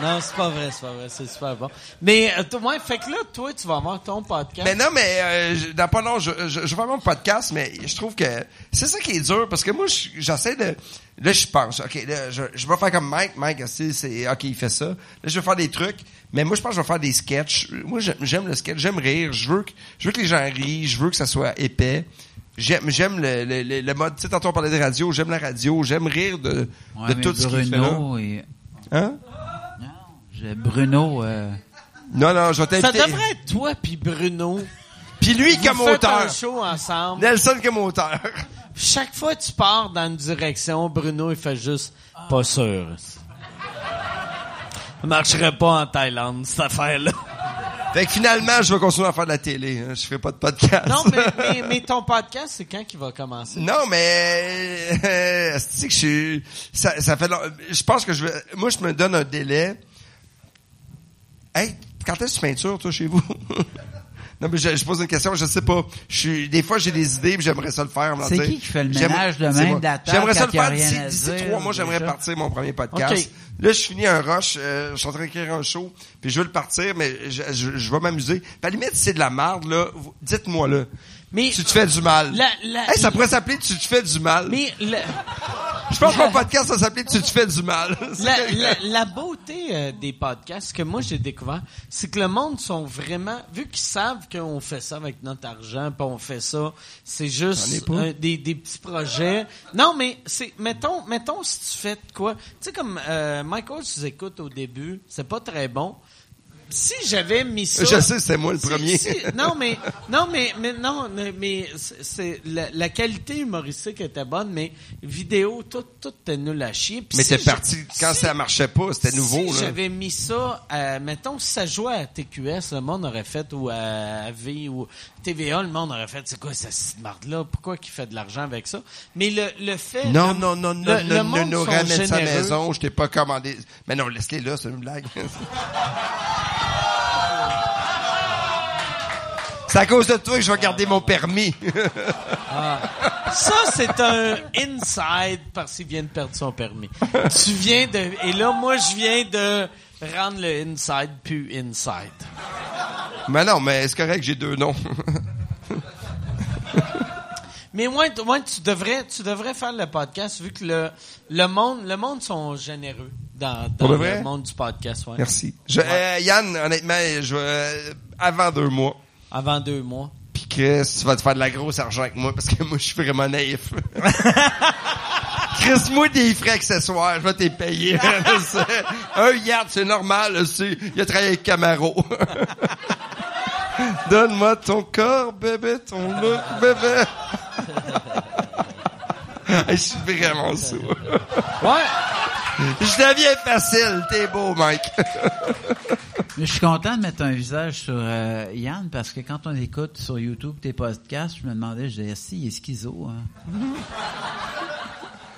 Speaker 2: non, non, c'est pas vrai, c'est pas vrai, c'est super bon. Mais euh, toi, ouais, fait que là, toi, tu vas avoir ton podcast.
Speaker 5: Mais non, mais euh, je- dans pas long, je, je, je vais faire mon podcast, mais je trouve que c'est ça qui est dur parce que moi, je- j'essaie de. Là, je pense, ok, là, je, je vais faire comme Mike. Mike, c'est, c'est- ok, il fait ça. Là, je vais faire des trucs, mais moi, je pense que je vais faire des sketchs. Moi, j'aime, j'aime le sketch, j'aime rire, je veux que, je veux que les gens rient, je veux que ça soit épais. J'aime, j'aime le, le, le, le mode. Tu sais, tantôt on parlait de radio, j'aime la radio, j'aime rire de,
Speaker 6: Ouais,
Speaker 5: de
Speaker 6: mais
Speaker 5: tout ce qui fait là.
Speaker 6: Bruno et...
Speaker 5: Hein?
Speaker 6: Non, j'ai- Bruno... euh,
Speaker 5: Non, non, je vais
Speaker 2: ça
Speaker 5: t'inviter.
Speaker 2: devrait être toi puis Bruno.
Speaker 5: Puis lui,
Speaker 2: Vous
Speaker 5: comme
Speaker 2: faites un
Speaker 5: auteur.
Speaker 2: show ensemble.
Speaker 5: Nelson comme auteur.
Speaker 2: Chaque fois que tu pars dans une direction, Bruno, il fait juste pas sûr. Ça marcherait pas en Thaïlande, cette
Speaker 5: (laughs)
Speaker 2: affaire-là.
Speaker 5: Fait que Ben, finalement, je vais continuer à faire de la télé. hein. Je ferai pas de podcast.
Speaker 2: Non, mais,
Speaker 5: (laughs)
Speaker 2: mais, mais ton podcast, c'est quand qu'il va commencer?
Speaker 5: Non, mais euh, (laughs) c'est que je suis- ça, ça fait long- je pense que je vais moi je me donne un délai. Hey, quand est-ce que tu peintures toi chez vous (laughs) Non, mais je, je pose une question, je sais pas. Je suis, des fois, j'ai des idées, puis j'aimerais ça le faire. mais
Speaker 6: C'est
Speaker 5: tu sais,
Speaker 6: qui qui fait le
Speaker 5: j'aimerais-
Speaker 6: ménage de
Speaker 5: c'est
Speaker 6: même
Speaker 5: moi.
Speaker 6: d'attente
Speaker 5: J'aimerais ça
Speaker 6: quand
Speaker 5: le
Speaker 6: il y a
Speaker 5: faire d'ici,
Speaker 6: rien à
Speaker 5: d'ici
Speaker 6: dire,
Speaker 5: trois mois,
Speaker 6: déjà?
Speaker 5: j'aimerais partir mon premier podcast.
Speaker 2: OK.
Speaker 5: Là, je finis un rush, euh, je suis en train d'écrire un show, puis je veux le partir, mais je, je, je vais m'amuser. Puis à la limite, c'est de la merde, là. vous- Dites-moi, là.
Speaker 2: Mais-
Speaker 5: tu te fais du mal.
Speaker 2: La- la-
Speaker 5: Hey, ça pourrait s'appeler Tu te fais du mal.
Speaker 2: Mais la-
Speaker 5: je pense
Speaker 2: (laughs)
Speaker 5: que mon podcast, ça s'appelait Tu te fais du mal. (laughs)
Speaker 2: la, la- la beauté euh, des podcasts que moi j'ai découvert, c'est que le monde sont vraiment vu qu'ils savent qu'on fait ça avec notre argent, puis on fait ça, c'est juste euh, des, des petits projets. Non mais c'est mettons mettons si tu fais de quoi, tu sais comme euh, Michael tu les écoutes au début, c'est pas très bon. Si j'avais mis ça
Speaker 5: Je sais, c'est moi le
Speaker 2: Si-
Speaker 5: premier.
Speaker 2: si- non mais non mais mais non mais- mais c'est- c'est la, la qualité humoristique était bonne mais vidéo tout tout était nul à chier. Puis
Speaker 5: Mais
Speaker 2: si
Speaker 5: t'es
Speaker 2: je-
Speaker 5: parti quand
Speaker 2: si-
Speaker 5: ça marchait pas, c'était nouveau.
Speaker 2: si
Speaker 5: là.
Speaker 2: j'avais mis ça, à, mettons, si ça jouait à TQS, le monde aurait fait, ou à V, ou TVA, le monde aurait fait, c'est quoi cette marde-là? Pourquoi qu'il fait de l'argent avec ça? Mais le, le fait...
Speaker 5: Non,
Speaker 2: le-
Speaker 5: non, non, non,
Speaker 2: le- le
Speaker 5: non, non,
Speaker 2: monde
Speaker 5: non,
Speaker 2: sont
Speaker 5: ramène sa
Speaker 2: généreux.
Speaker 5: maison, je t'ai pas commandé. Mais non, laisse-les là, c'est une blague. (laughs) c'est à cause de toi que je vais garder mon permis.
Speaker 2: Ah.
Speaker 5: (laughs)
Speaker 2: Ça, c'est un inside parce qu'il vient de perdre son permis. tu viens de... Et là, moi, je viens de rendre le inside plus inside.
Speaker 5: mais non, mais c'est correct, j'ai deux noms. (laughs)
Speaker 2: Mais moi, t- moi, tu devrais, tu devrais faire le podcast vu que le, le monde, le monde sont généreux dans, dans
Speaker 5: Pour de vrai?
Speaker 2: le monde du podcast, ouais.
Speaker 5: Merci. Je- euh, Yann, honnêtement, je euh, avant deux mois.
Speaker 2: Avant deux mois.
Speaker 5: Puis Chris, tu vas te faire de la grosse argent avec moi parce que (laughs) moi, je suis vraiment naïf. Chris, moi, des frais accessoires, je vais t'es payer. C'est- un yard, c'est normal, là, c'est, il a travaillé avec Camaro. (laughs) Donne-moi ton corps, bébé, ton look, bébé. je suis vraiment sourd.
Speaker 2: Ouais.
Speaker 5: Je deviens facile, t'es beau, Mike.
Speaker 6: Mais Je suis content de mettre un visage sur euh, Yann parce que quand on écoute sur YouTube tes podcasts, je me demandais, je disais, si, il est schizo. hein.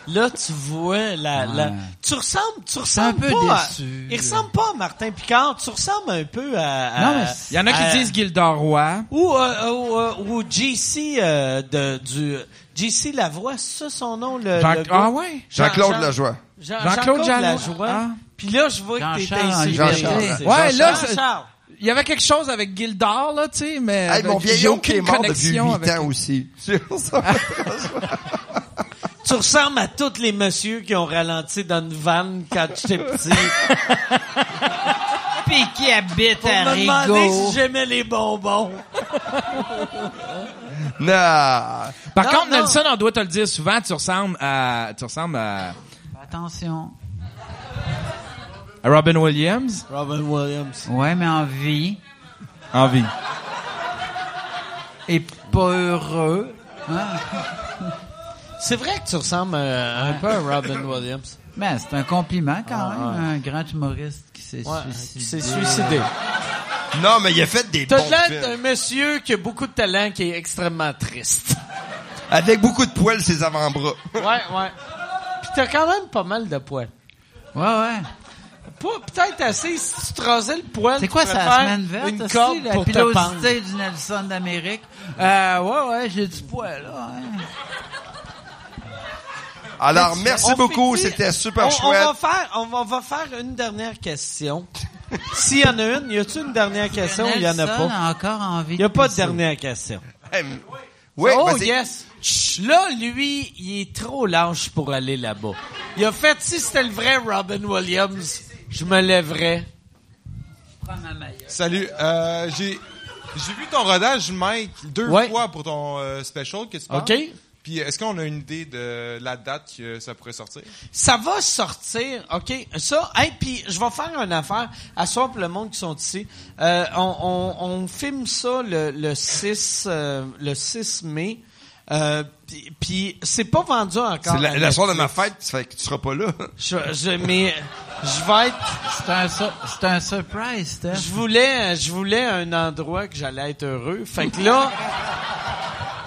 Speaker 2: Là, tu vois, la, la- tu ressembles, tu
Speaker 6: un
Speaker 2: ressembles
Speaker 6: peu
Speaker 2: pas
Speaker 6: déçu.
Speaker 2: À, il ressemble pas à Martin Picard, tu ressembles un peu à... à-
Speaker 6: Non, mais c'est-
Speaker 4: Il y en a qui
Speaker 2: à-
Speaker 4: disent Gildor Roy.
Speaker 2: Ou, euh, euh, ou, euh, ou JC euh, de, du... JC Lavoie, c'est ça son nom? Le,
Speaker 4: Jean-
Speaker 2: le gars?
Speaker 4: ah ouais?
Speaker 2: Jean-
Speaker 5: Jean-Claude
Speaker 2: Jean-
Speaker 5: Lajoie.
Speaker 2: Jean-
Speaker 4: Jean-Claude
Speaker 2: Jean-Claude
Speaker 4: Jean-
Speaker 2: Lajoie.
Speaker 4: Ah.
Speaker 2: Puis là, je vois que t'es
Speaker 6: Jean-Charles en
Speaker 2: insulté.
Speaker 5: Jean-Charles.
Speaker 4: Ouais, là,
Speaker 2: Jean-Charles.
Speaker 4: ça- il y avait quelque chose avec Gildor, là, tu sais, mais.
Speaker 5: Hey, mon
Speaker 4: avec- j'ai
Speaker 5: vieillot qui
Speaker 4: aucune
Speaker 5: est mort depuis huit
Speaker 4: connexion avec-
Speaker 5: ans aussi.
Speaker 2: Tu ressembles à tous les messieurs qui ont ralenti dans une vanne quand j'étais petit.
Speaker 6: (laughs) Puis qui habite
Speaker 2: Pour
Speaker 6: à
Speaker 2: me demander si
Speaker 6: Rigaud.
Speaker 2: j'aimais les bonbons.
Speaker 5: non.
Speaker 4: Par
Speaker 2: Non,
Speaker 4: contre,
Speaker 2: non.
Speaker 4: Nelson, on doit te le dire souvent, tu ressembles à, tu ressembles à,
Speaker 6: Attention.
Speaker 4: à Robin Williams.
Speaker 2: Robin Williams.
Speaker 6: Ouais, mais en vie.
Speaker 4: En vie.
Speaker 6: Et pas heureux. Hein?
Speaker 2: C'est vrai que tu ressembles euh, un peu à Robin Williams.
Speaker 6: Ben, c'est un compliment quand
Speaker 2: Ah,
Speaker 6: même. Un grand humoriste qui
Speaker 2: (laughs)
Speaker 6: s'est
Speaker 2: Ouais,
Speaker 6: suicidé.
Speaker 2: qui s'est suicidé.
Speaker 5: Non, mais il a fait des
Speaker 2: T'as
Speaker 5: bons
Speaker 2: de l'air
Speaker 5: films.
Speaker 2: d'un monsieur qui a beaucoup de talent, qui est extrêmement triste.
Speaker 5: Avec beaucoup de poils ses avant-bras.
Speaker 2: (laughs) Ouais, ouais. Puis t'as quand même pas mal de poils.
Speaker 6: Ouais, ouais.
Speaker 2: Pas peut-être assez si tu te rasais le poil.
Speaker 6: C'est
Speaker 2: tu
Speaker 6: quoi
Speaker 2: pourrais
Speaker 6: ça, la
Speaker 2: faire
Speaker 6: semaine verte?
Speaker 2: Une
Speaker 6: aussi,
Speaker 2: corde
Speaker 6: la
Speaker 2: pour te pendre.
Speaker 6: pilosité du Nelson d'Amérique. Euh, ouais, ouais, j'ai du poids, là. hein. ouais.
Speaker 5: Alors, merci
Speaker 2: On
Speaker 5: beaucoup,
Speaker 2: finit-
Speaker 5: c'était super
Speaker 2: on,
Speaker 5: chouette.
Speaker 2: On va faire, on va, on va faire une dernière question. (laughs) S'il y en a une, y a-tu une dernière question ou y en a
Speaker 6: Nelson
Speaker 2: pas?
Speaker 6: encore envie
Speaker 2: Y a pas de
Speaker 6: pousser.
Speaker 2: dernière question.
Speaker 5: Hey, m- oui,
Speaker 2: oh
Speaker 5: vas-y.
Speaker 2: yes. Chut, Là, lui, il est trop lâche pour aller là-bas. Il a fait si c'était le vrai Robin Williams, je me lèverais.
Speaker 8: Salut, euh, j'ai j'ai vu ton rodage, Mike, deux
Speaker 2: Ouais.
Speaker 8: fois pour ton euh, special que tu parles.
Speaker 2: OK.
Speaker 8: Puis est-ce qu'on a une idée de la date que ça pourrait sortir?
Speaker 2: Ça va sortir, OK? Ça, hey, puis je vais faire une affaire. À soir, pour le monde qui sont ici, euh, on, on, on filme ça le, le 6, euh, le 6 mai. Euh, puis- Puis c'est pas vendu encore.
Speaker 5: C'est la,
Speaker 2: à
Speaker 5: la soirée de ma
Speaker 2: Netflix.
Speaker 5: fête, ça fait que tu seras pas là.
Speaker 2: Je, je- mais je vais être...
Speaker 6: C'est un, sur- c'est un surprise, Steph.
Speaker 2: Je voulais, je voulais un endroit que j'allais être heureux. Fait que là...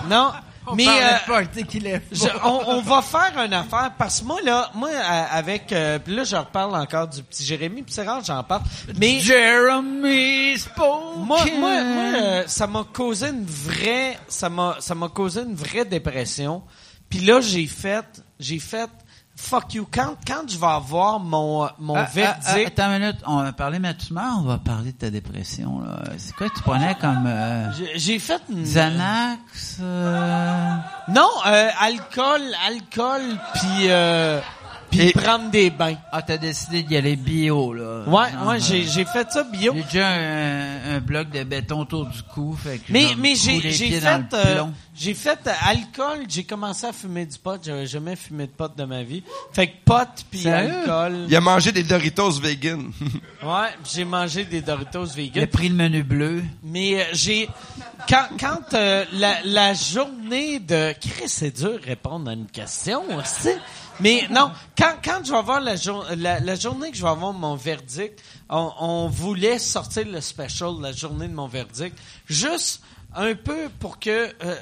Speaker 2: Non... Mais,
Speaker 6: parlait
Speaker 2: euh,
Speaker 6: pas, tu sais qu'il est
Speaker 2: Je- on, on va faire une affaire parce que moi là, moi à- avec euh, puis là je reparle encore du petit Jérémy, puis c'est rare que j'en parle. Mais
Speaker 6: Jeremy Spoken.
Speaker 2: moi, moi, moi, euh, ça m'a causé une vraie, ça m'a, ça m'a causé une vraie dépression. Puis là j'ai fait, j'ai fait fuck you quand quand je vais avoir mon euh, mon
Speaker 6: Ah, ah, ah,
Speaker 2: verdict.
Speaker 6: attends une minute, on va parler de ma tumeur, on va parler de ta dépression. Là. C'est quoi que tu prenais comme euh,
Speaker 2: j'ai- j'ai fait une-
Speaker 6: Xanax? euh,
Speaker 2: non euh, alcool, alcool puis euh, puis
Speaker 6: Et-
Speaker 2: prendre des bains.
Speaker 6: Ah, t'as décidé d'y aller bio, là.
Speaker 2: Ouais,
Speaker 6: Non,
Speaker 2: ouais,
Speaker 6: euh,
Speaker 2: j'ai j'ai fait ça bio.
Speaker 6: J'ai déjà un, un bloc de béton autour du cou, fait que
Speaker 2: Mais,
Speaker 6: je me
Speaker 2: mais
Speaker 6: fous
Speaker 2: j'ai
Speaker 6: les
Speaker 2: j'ai
Speaker 6: pieds
Speaker 2: fait,
Speaker 6: dans le
Speaker 2: euh,
Speaker 6: plomb.
Speaker 2: j'ai fait euh, alcool, j'ai commencé à fumer du pot, j'avais jamais fumé de pot de ma vie. Fait que pot puis
Speaker 6: Sérieux?
Speaker 2: alcool.
Speaker 5: Il a mangé des Doritos vegan. (laughs)
Speaker 2: Ouais, puis j'ai mangé des Doritos
Speaker 6: J'ai
Speaker 2: vegan.
Speaker 6: pris le menu bleu.
Speaker 2: Mais euh, j'ai quand quand euh, la, la journée de Chris, c'est dur de répondre à une question aussi. Mais non, quand quand je vais avoir la, jour- la la journée que je vais avoir mon verdict, on, on voulait sortir le special la journée de mon verdict, juste un peu pour que euh,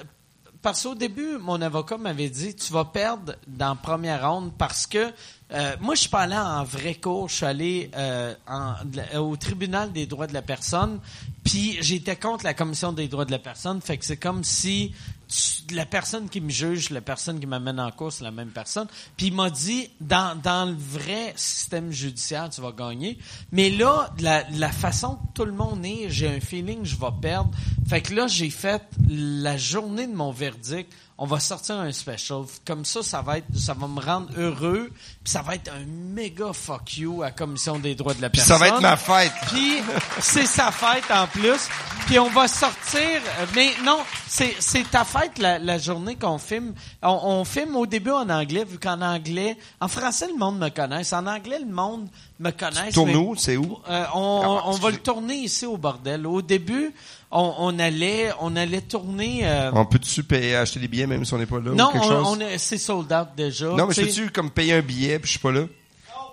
Speaker 2: parce qu'au début, mon avocat m'avait dit tu vas perdre dans la première ronde parce que euh, moi, je suis pas allé en vrai cours, je suis allé euh, en- de la- au tribunal des droits de la personne, puis j'étais contre la commission des droits de la personne, fait que c'est comme si tu- la personne qui me juge, la personne qui m'amène en cours, c'est la même personne. Puis il m'a dit, dans, dans le vrai système judiciaire, tu vas gagner. Mais là, de la, de la façon que tout le monde est, j'ai un feeling que je vais perdre. Fait que là, j'ai fait la journée de mon verdict. On va sortir un special. Comme ça, ça va être, ça va me rendre heureux. Puis ça va être un méga fuck you à la Commission des droits de la
Speaker 5: Puis ça
Speaker 2: personne.
Speaker 5: va être ma fête.
Speaker 2: Puis c'est sa fête en plus. Puis on va sortir. euh, Mais non, c'est c'est ta fête la, la journée qu'on filme. On, on filme au début en anglais, vu qu'en anglais, en français le monde me connaisse. En anglais le monde me connaisse.
Speaker 5: Tourne-nous,
Speaker 2: mais-
Speaker 5: c'est où?
Speaker 2: euh, on,
Speaker 5: Ah,
Speaker 2: on va
Speaker 5: excusez.
Speaker 2: le tourner ici au bordel. Au début, on, on allait on allait tourner. euh,
Speaker 5: On peut-tu payer, acheter des billets même si on n'est pas là?
Speaker 2: non,
Speaker 5: ou quelque
Speaker 2: on,
Speaker 5: chose?
Speaker 2: on est- c'est sold out déjà.
Speaker 5: Non, mais je
Speaker 2: tu sais.
Speaker 5: peux-tu comme payer un billet puis je suis pas là?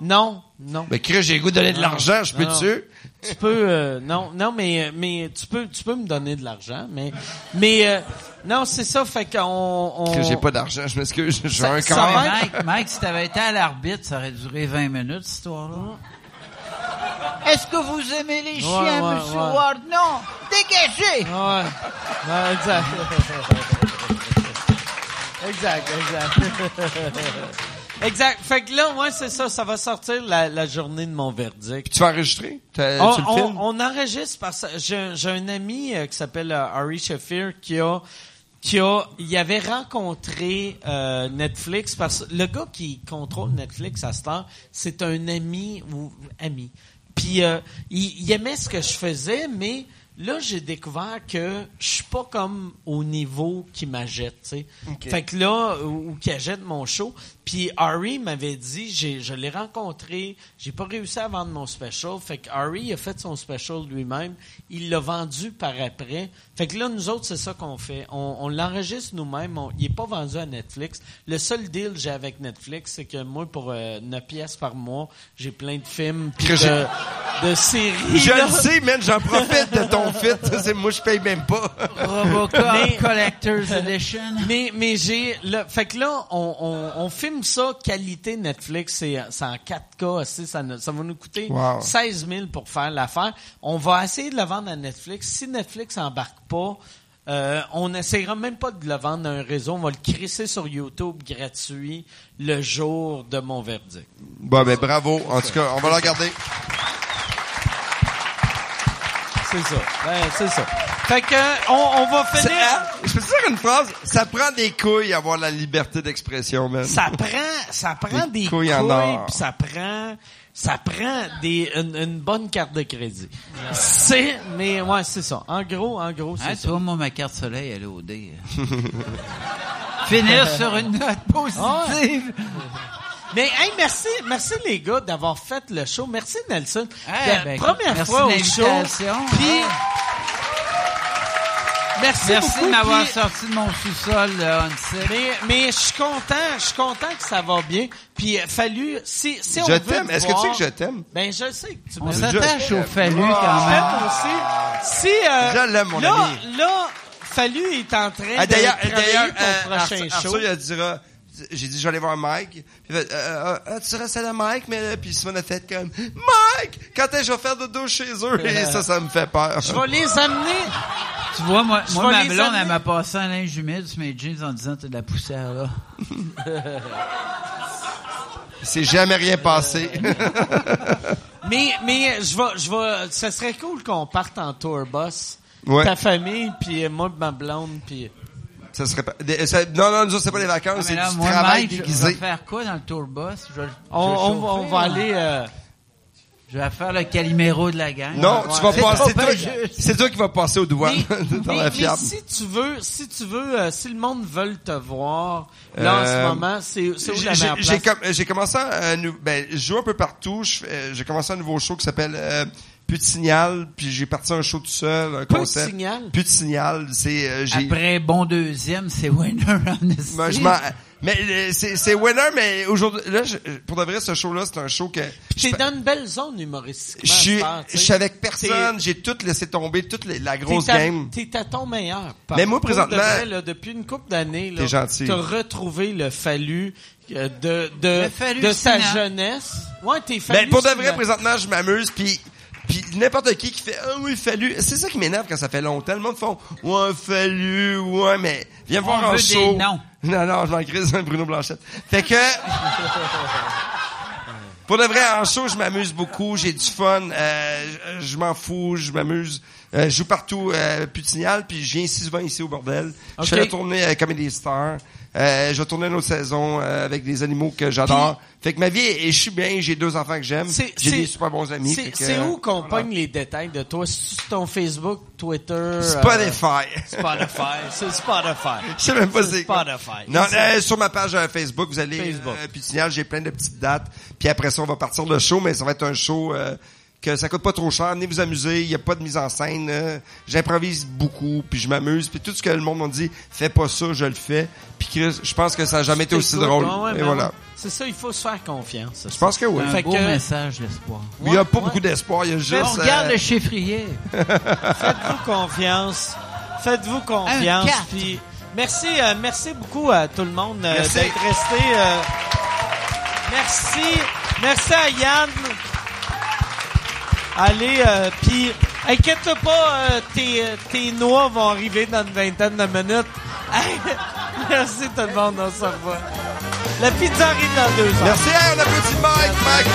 Speaker 2: Non, non.
Speaker 5: Ben, Chris, j'ai le goût de donner de
Speaker 2: Non.
Speaker 5: l'argent, je
Speaker 2: Non,
Speaker 5: peux-tu?
Speaker 2: tu peux euh, non non mais euh, mais tu peux tu peux me donner de l'argent mais mais euh, non c'est ça fait qu'on on-
Speaker 5: Chris, j'ai pas d'argent, je m'excuse, (laughs) j'ai
Speaker 2: Ça-
Speaker 5: un
Speaker 2: ça
Speaker 5: corps.
Speaker 2: va
Speaker 6: Mike, Mike, si t'avais été à l'arbitre, ça aurait duré 20 minutes, cette histoire-là.
Speaker 2: Mm.
Speaker 6: Est-ce que vous aimez les chiens,
Speaker 2: ouais,
Speaker 6: Monsieur
Speaker 2: ouais.
Speaker 6: Ward? Non! Dégagez!
Speaker 2: Ouais. Ouais, exact. exact, exact. exact. Fait que là, ouais, c'est ça. Ça va sortir la, la journée de mon verdict.
Speaker 5: Tu vas enregistrer? T'as-
Speaker 2: On,
Speaker 5: euh, tu le
Speaker 2: Ah, on-
Speaker 5: filmes?
Speaker 2: on enregistre parce que j'ai un- j'ai un ami euh, qui s'appelle euh, Ari Shafir qui a qui a il avait rencontré euh, Netflix parce que le gars qui contrôle Netflix à ce temps, c'est un ami ou ami. Puis euh, il, il aimait ce que je faisais mais là j'ai découvert que je suis pas comme au niveau qui m'ajette, tu sais. Fait que là ou ou qui achète mon show, puis Ari m'avait dit j'ai je l'ai rencontré, j'ai pas réussi à vendre mon special, fait que Ari a fait son special lui-même, il l'a vendu par après. Fait que là nous autres c'est ça qu'on fait, on, on l'enregistre nous-mêmes, on- il est pas vendu à Netflix. Le seul deal que j'ai avec Netflix, c'est que moi pour euh, 9 pièces par mois, j'ai plein de films puis
Speaker 5: Que j'ai-
Speaker 2: de, de séries.
Speaker 5: Je
Speaker 2: là.
Speaker 5: le sais, man, j'en profite de
Speaker 2: (laughs)
Speaker 5: ton fit. Ça, c'est- Moi, je paye même pas.
Speaker 6: Robocop
Speaker 2: Mais- (laughs)
Speaker 6: Collector's Edition. Hein,
Speaker 2: Mais, mais j'ai. le- Fait que là, on, on, on filme ça qualité Netflix. C'est c'est en 4K. aussi, Ça, ne- ça va nous coûter
Speaker 5: Wow.
Speaker 2: 16 000 pour faire l'affaire. On va essayer de le vendre à Netflix. Si Netflix embarque pas, euh, on n'essayera même pas de le vendre à un réseau. On va le crisser sur YouTube gratuit le jour de mon verdict.
Speaker 5: Bon, ben, bravo. En tout cas, on va le regarder.
Speaker 2: C'est ça. Ben, c'est ça. Fait que, on, on va
Speaker 5: Ça-
Speaker 2: finir.
Speaker 5: Je peux te dire une phrase? Ça prend des couilles avoir la liberté d'expression, man.
Speaker 2: ça prend ça prend des,
Speaker 5: Des
Speaker 2: couilles,
Speaker 5: couilles en or.
Speaker 2: puis ça prend ça prend des une, une bonne carte de crédit. C'est mais ouais, c'est ça. En gros, en gros, c'est
Speaker 6: Hein, tu
Speaker 2: ça.
Speaker 6: vois, moi, ma carte soleil, elle est
Speaker 2: (laughs)
Speaker 6: au dé. Finir sur une note positive.
Speaker 2: Mais hey, merci merci les gars d'avoir fait le show. Merci Nelson.
Speaker 6: Hey,
Speaker 2: La
Speaker 6: ben,
Speaker 2: première
Speaker 6: merci
Speaker 2: fois au
Speaker 6: de
Speaker 2: show.
Speaker 6: l'invitation.
Speaker 2: Puis
Speaker 6: Ouais.
Speaker 2: Merci,
Speaker 6: Merci
Speaker 2: beaucoup,
Speaker 6: de m'avoir
Speaker 2: puis-
Speaker 6: sorti de mon sous-sol, là, on sait.
Speaker 2: Mais, mais je suis content, je suis content que ça va bien. Puis euh, fallu si si on
Speaker 5: Je
Speaker 2: veut
Speaker 5: t'aime.
Speaker 2: te
Speaker 5: Est-ce que tu sais
Speaker 2: voir-
Speaker 5: que je t'aime?
Speaker 2: Ben je sais que tu
Speaker 6: On
Speaker 2: m'aimes.
Speaker 6: s'attache
Speaker 5: Je-
Speaker 6: au fallu
Speaker 2: Je
Speaker 6: quand même.
Speaker 2: l'aime aussi. Si, euh,
Speaker 5: Ah. Je l'aime, mon
Speaker 2: là,
Speaker 5: ami.
Speaker 2: Là, Fallu est en train
Speaker 5: Ah,
Speaker 2: de
Speaker 5: d'ailleurs,
Speaker 2: travailler
Speaker 5: d'ailleurs,
Speaker 2: ton
Speaker 5: euh,
Speaker 2: prochain
Speaker 5: Arthur-
Speaker 2: show.
Speaker 5: Arthur, il a dit, euh, j'ai dit, j'allais voir Mike. Puis il fait, euh, euh, ah, tu restes à la Mike, mais là, puis Simon a fait comme, Mike, quand est-ce que je vais faire dodo chez eux? Et ça, ça me fait peur.
Speaker 2: Je vais les amener.
Speaker 6: Tu vois, moi,
Speaker 2: Je
Speaker 6: moi
Speaker 2: vais
Speaker 6: ma
Speaker 2: les
Speaker 6: blonde,
Speaker 2: amener.
Speaker 6: elle m'a passé un linge humide sur mes jeans en disant t'as de la poussière là.
Speaker 5: Ah, C'est jamais
Speaker 2: (laughs)
Speaker 5: rien passé.
Speaker 2: Mais, mais je vais, je vais, ça serait cool qu'on parte en tour bus.
Speaker 5: Ouais.
Speaker 2: Ta famille, puis moi, pis ma blonde, puis
Speaker 5: ça serait pas, des- ça- non, non, nous autres, c'est pas des vacances,
Speaker 6: Ah,
Speaker 5: c'est
Speaker 6: mais là,
Speaker 5: du
Speaker 6: moi,
Speaker 5: travail
Speaker 6: Mike, je je vais
Speaker 5: déguisé.
Speaker 6: faire quoi dans le tour bus? Je, vais- je vais
Speaker 2: on, on, va- on
Speaker 6: chauffer,
Speaker 2: va
Speaker 6: hein?
Speaker 2: aller. euh,
Speaker 6: Je vais faire le Calimero de la gang.
Speaker 5: Non, tu vas
Speaker 6: C'est
Speaker 5: passer,
Speaker 6: pas
Speaker 5: toi,
Speaker 6: bien juste.
Speaker 5: c'est toi qui vas passer aux douanes.
Speaker 2: mais,
Speaker 5: (laughs) dans
Speaker 2: mais-
Speaker 5: la
Speaker 2: mais
Speaker 5: fiable.
Speaker 2: si tu veux, si tu veux, euh, si le monde veut te voir, là
Speaker 5: Euh,
Speaker 2: en ce moment, c'est c'est où
Speaker 5: J'ai-
Speaker 2: la meilleure
Speaker 5: j'ai- J'ai
Speaker 2: place?
Speaker 5: com- j'ai commencé à nou- ben, je joue un peu partout. Je fais- euh, J'ai commencé un nouveau show qui s'appelle euh, Plus de signal, puis j'ai parti un show tout seul, un
Speaker 2: Plus de
Speaker 5: concept.
Speaker 2: signal?
Speaker 5: Plus de signal, c'est euh, j'ai-
Speaker 6: Après bon deuxième, c'est winner en esti.
Speaker 5: moi, je m'en- mais euh, c'est c'est winner, mais aujourd'hui là, je- pour de vrai, ce show-là, c'est un show que
Speaker 2: T'es
Speaker 5: je,
Speaker 2: dans une belle zone humoristique.
Speaker 5: je suis je suis avec personne. J'ai tout laissé tomber, toute la- la grosse
Speaker 2: t'es à,
Speaker 5: game.
Speaker 2: T'es à ton meilleur. par
Speaker 5: Mais moi,
Speaker 2: contre. Pour de
Speaker 5: présentement-
Speaker 2: vrai, là, depuis une couple d'années, là,
Speaker 5: T'es gentil.
Speaker 2: t'as retrouvé le fallu euh, de, de,
Speaker 6: Le fallu
Speaker 2: de sa
Speaker 6: Sinan.
Speaker 2: jeunesse. Ouais, t'es fallu.
Speaker 5: Mais Ben, pour de vrai,
Speaker 2: Sinan.
Speaker 5: présentement, je m'amuse, puis puis n'importe qui qui fait ah oui fallu c'est ça qui m'énerve quand ça fait longtemps le monde font ouais fallu ouais mais viens
Speaker 6: On
Speaker 5: voir en
Speaker 6: veut des
Speaker 5: show
Speaker 6: noms.
Speaker 5: non non je m'en crise Bruno Blanchette fait que pour de vrai en show je m'amuse beaucoup j'ai du fun euh, je je m'en fous je m'amuse Euh, je joue partout euh, plus de signal puis je viens ici souvent ici au bordel je fais la tournée euh, Comedy Star euh, je vais tourner une autre saison euh, avec des animaux que j'adore fait que ma vie est- je suis bien j'ai deux enfants que j'aime
Speaker 2: C'est-
Speaker 5: j'ai
Speaker 2: c'est-
Speaker 5: des super bons amis. fait
Speaker 2: C'est
Speaker 5: que- euh,
Speaker 2: c'est où qu'on pogne les détails de toi? C'est sur ton Facebook, Twitter? euh,
Speaker 5: Spotify.
Speaker 2: Spotify. C'est Spotify.
Speaker 5: (laughs) Je sais même pas c'est quoi.
Speaker 2: Spotify.
Speaker 5: Non, euh, sur ma page euh, Facebook, vous allez
Speaker 2: Facebook.
Speaker 5: euh, puis signal, j'ai plein de petites dates. Puis après ça, on va partir le show, mais ça va être un show euh, que ça coûte pas trop cher. Venez vous amuser, il y a pas de mise en scène. euh, J'improvise beaucoup, puis je m'amuse, puis tout ce que le monde m'a dit, fais pas ça, je le fais. Puis Chris, je pense que ça a jamais été aussi
Speaker 2: T'écoutes,
Speaker 5: drôle.
Speaker 2: ouais, ouais,
Speaker 5: Et
Speaker 2: ben
Speaker 5: voilà.
Speaker 2: ouais. C'est ça, il faut se faire confiance.
Speaker 5: Je pense que oui.
Speaker 6: Un
Speaker 2: Fait
Speaker 6: beau
Speaker 2: que-
Speaker 6: message d'espoir.
Speaker 5: Il y a pas beaucoup d'espoir, il y a juste
Speaker 6: On regarde
Speaker 5: euh,
Speaker 6: le chiffrier.
Speaker 2: Faites-vous confiance. Faites-vous
Speaker 6: Un
Speaker 2: confiance.
Speaker 6: quatre.
Speaker 2: Puis merci, euh, merci beaucoup à tout le monde euh,
Speaker 5: Merci.
Speaker 2: d'être resté. euh, merci, merci à Yann. Allez, euh, puis inquiète-toi pas, euh, tes, tes noix vont arriver dans une vingtaine de minutes. (laughs) merci tout le monde, on se revoit. La pizza arrive dans deux heures.
Speaker 5: Merci, hey, on applaudit Mike, Mike.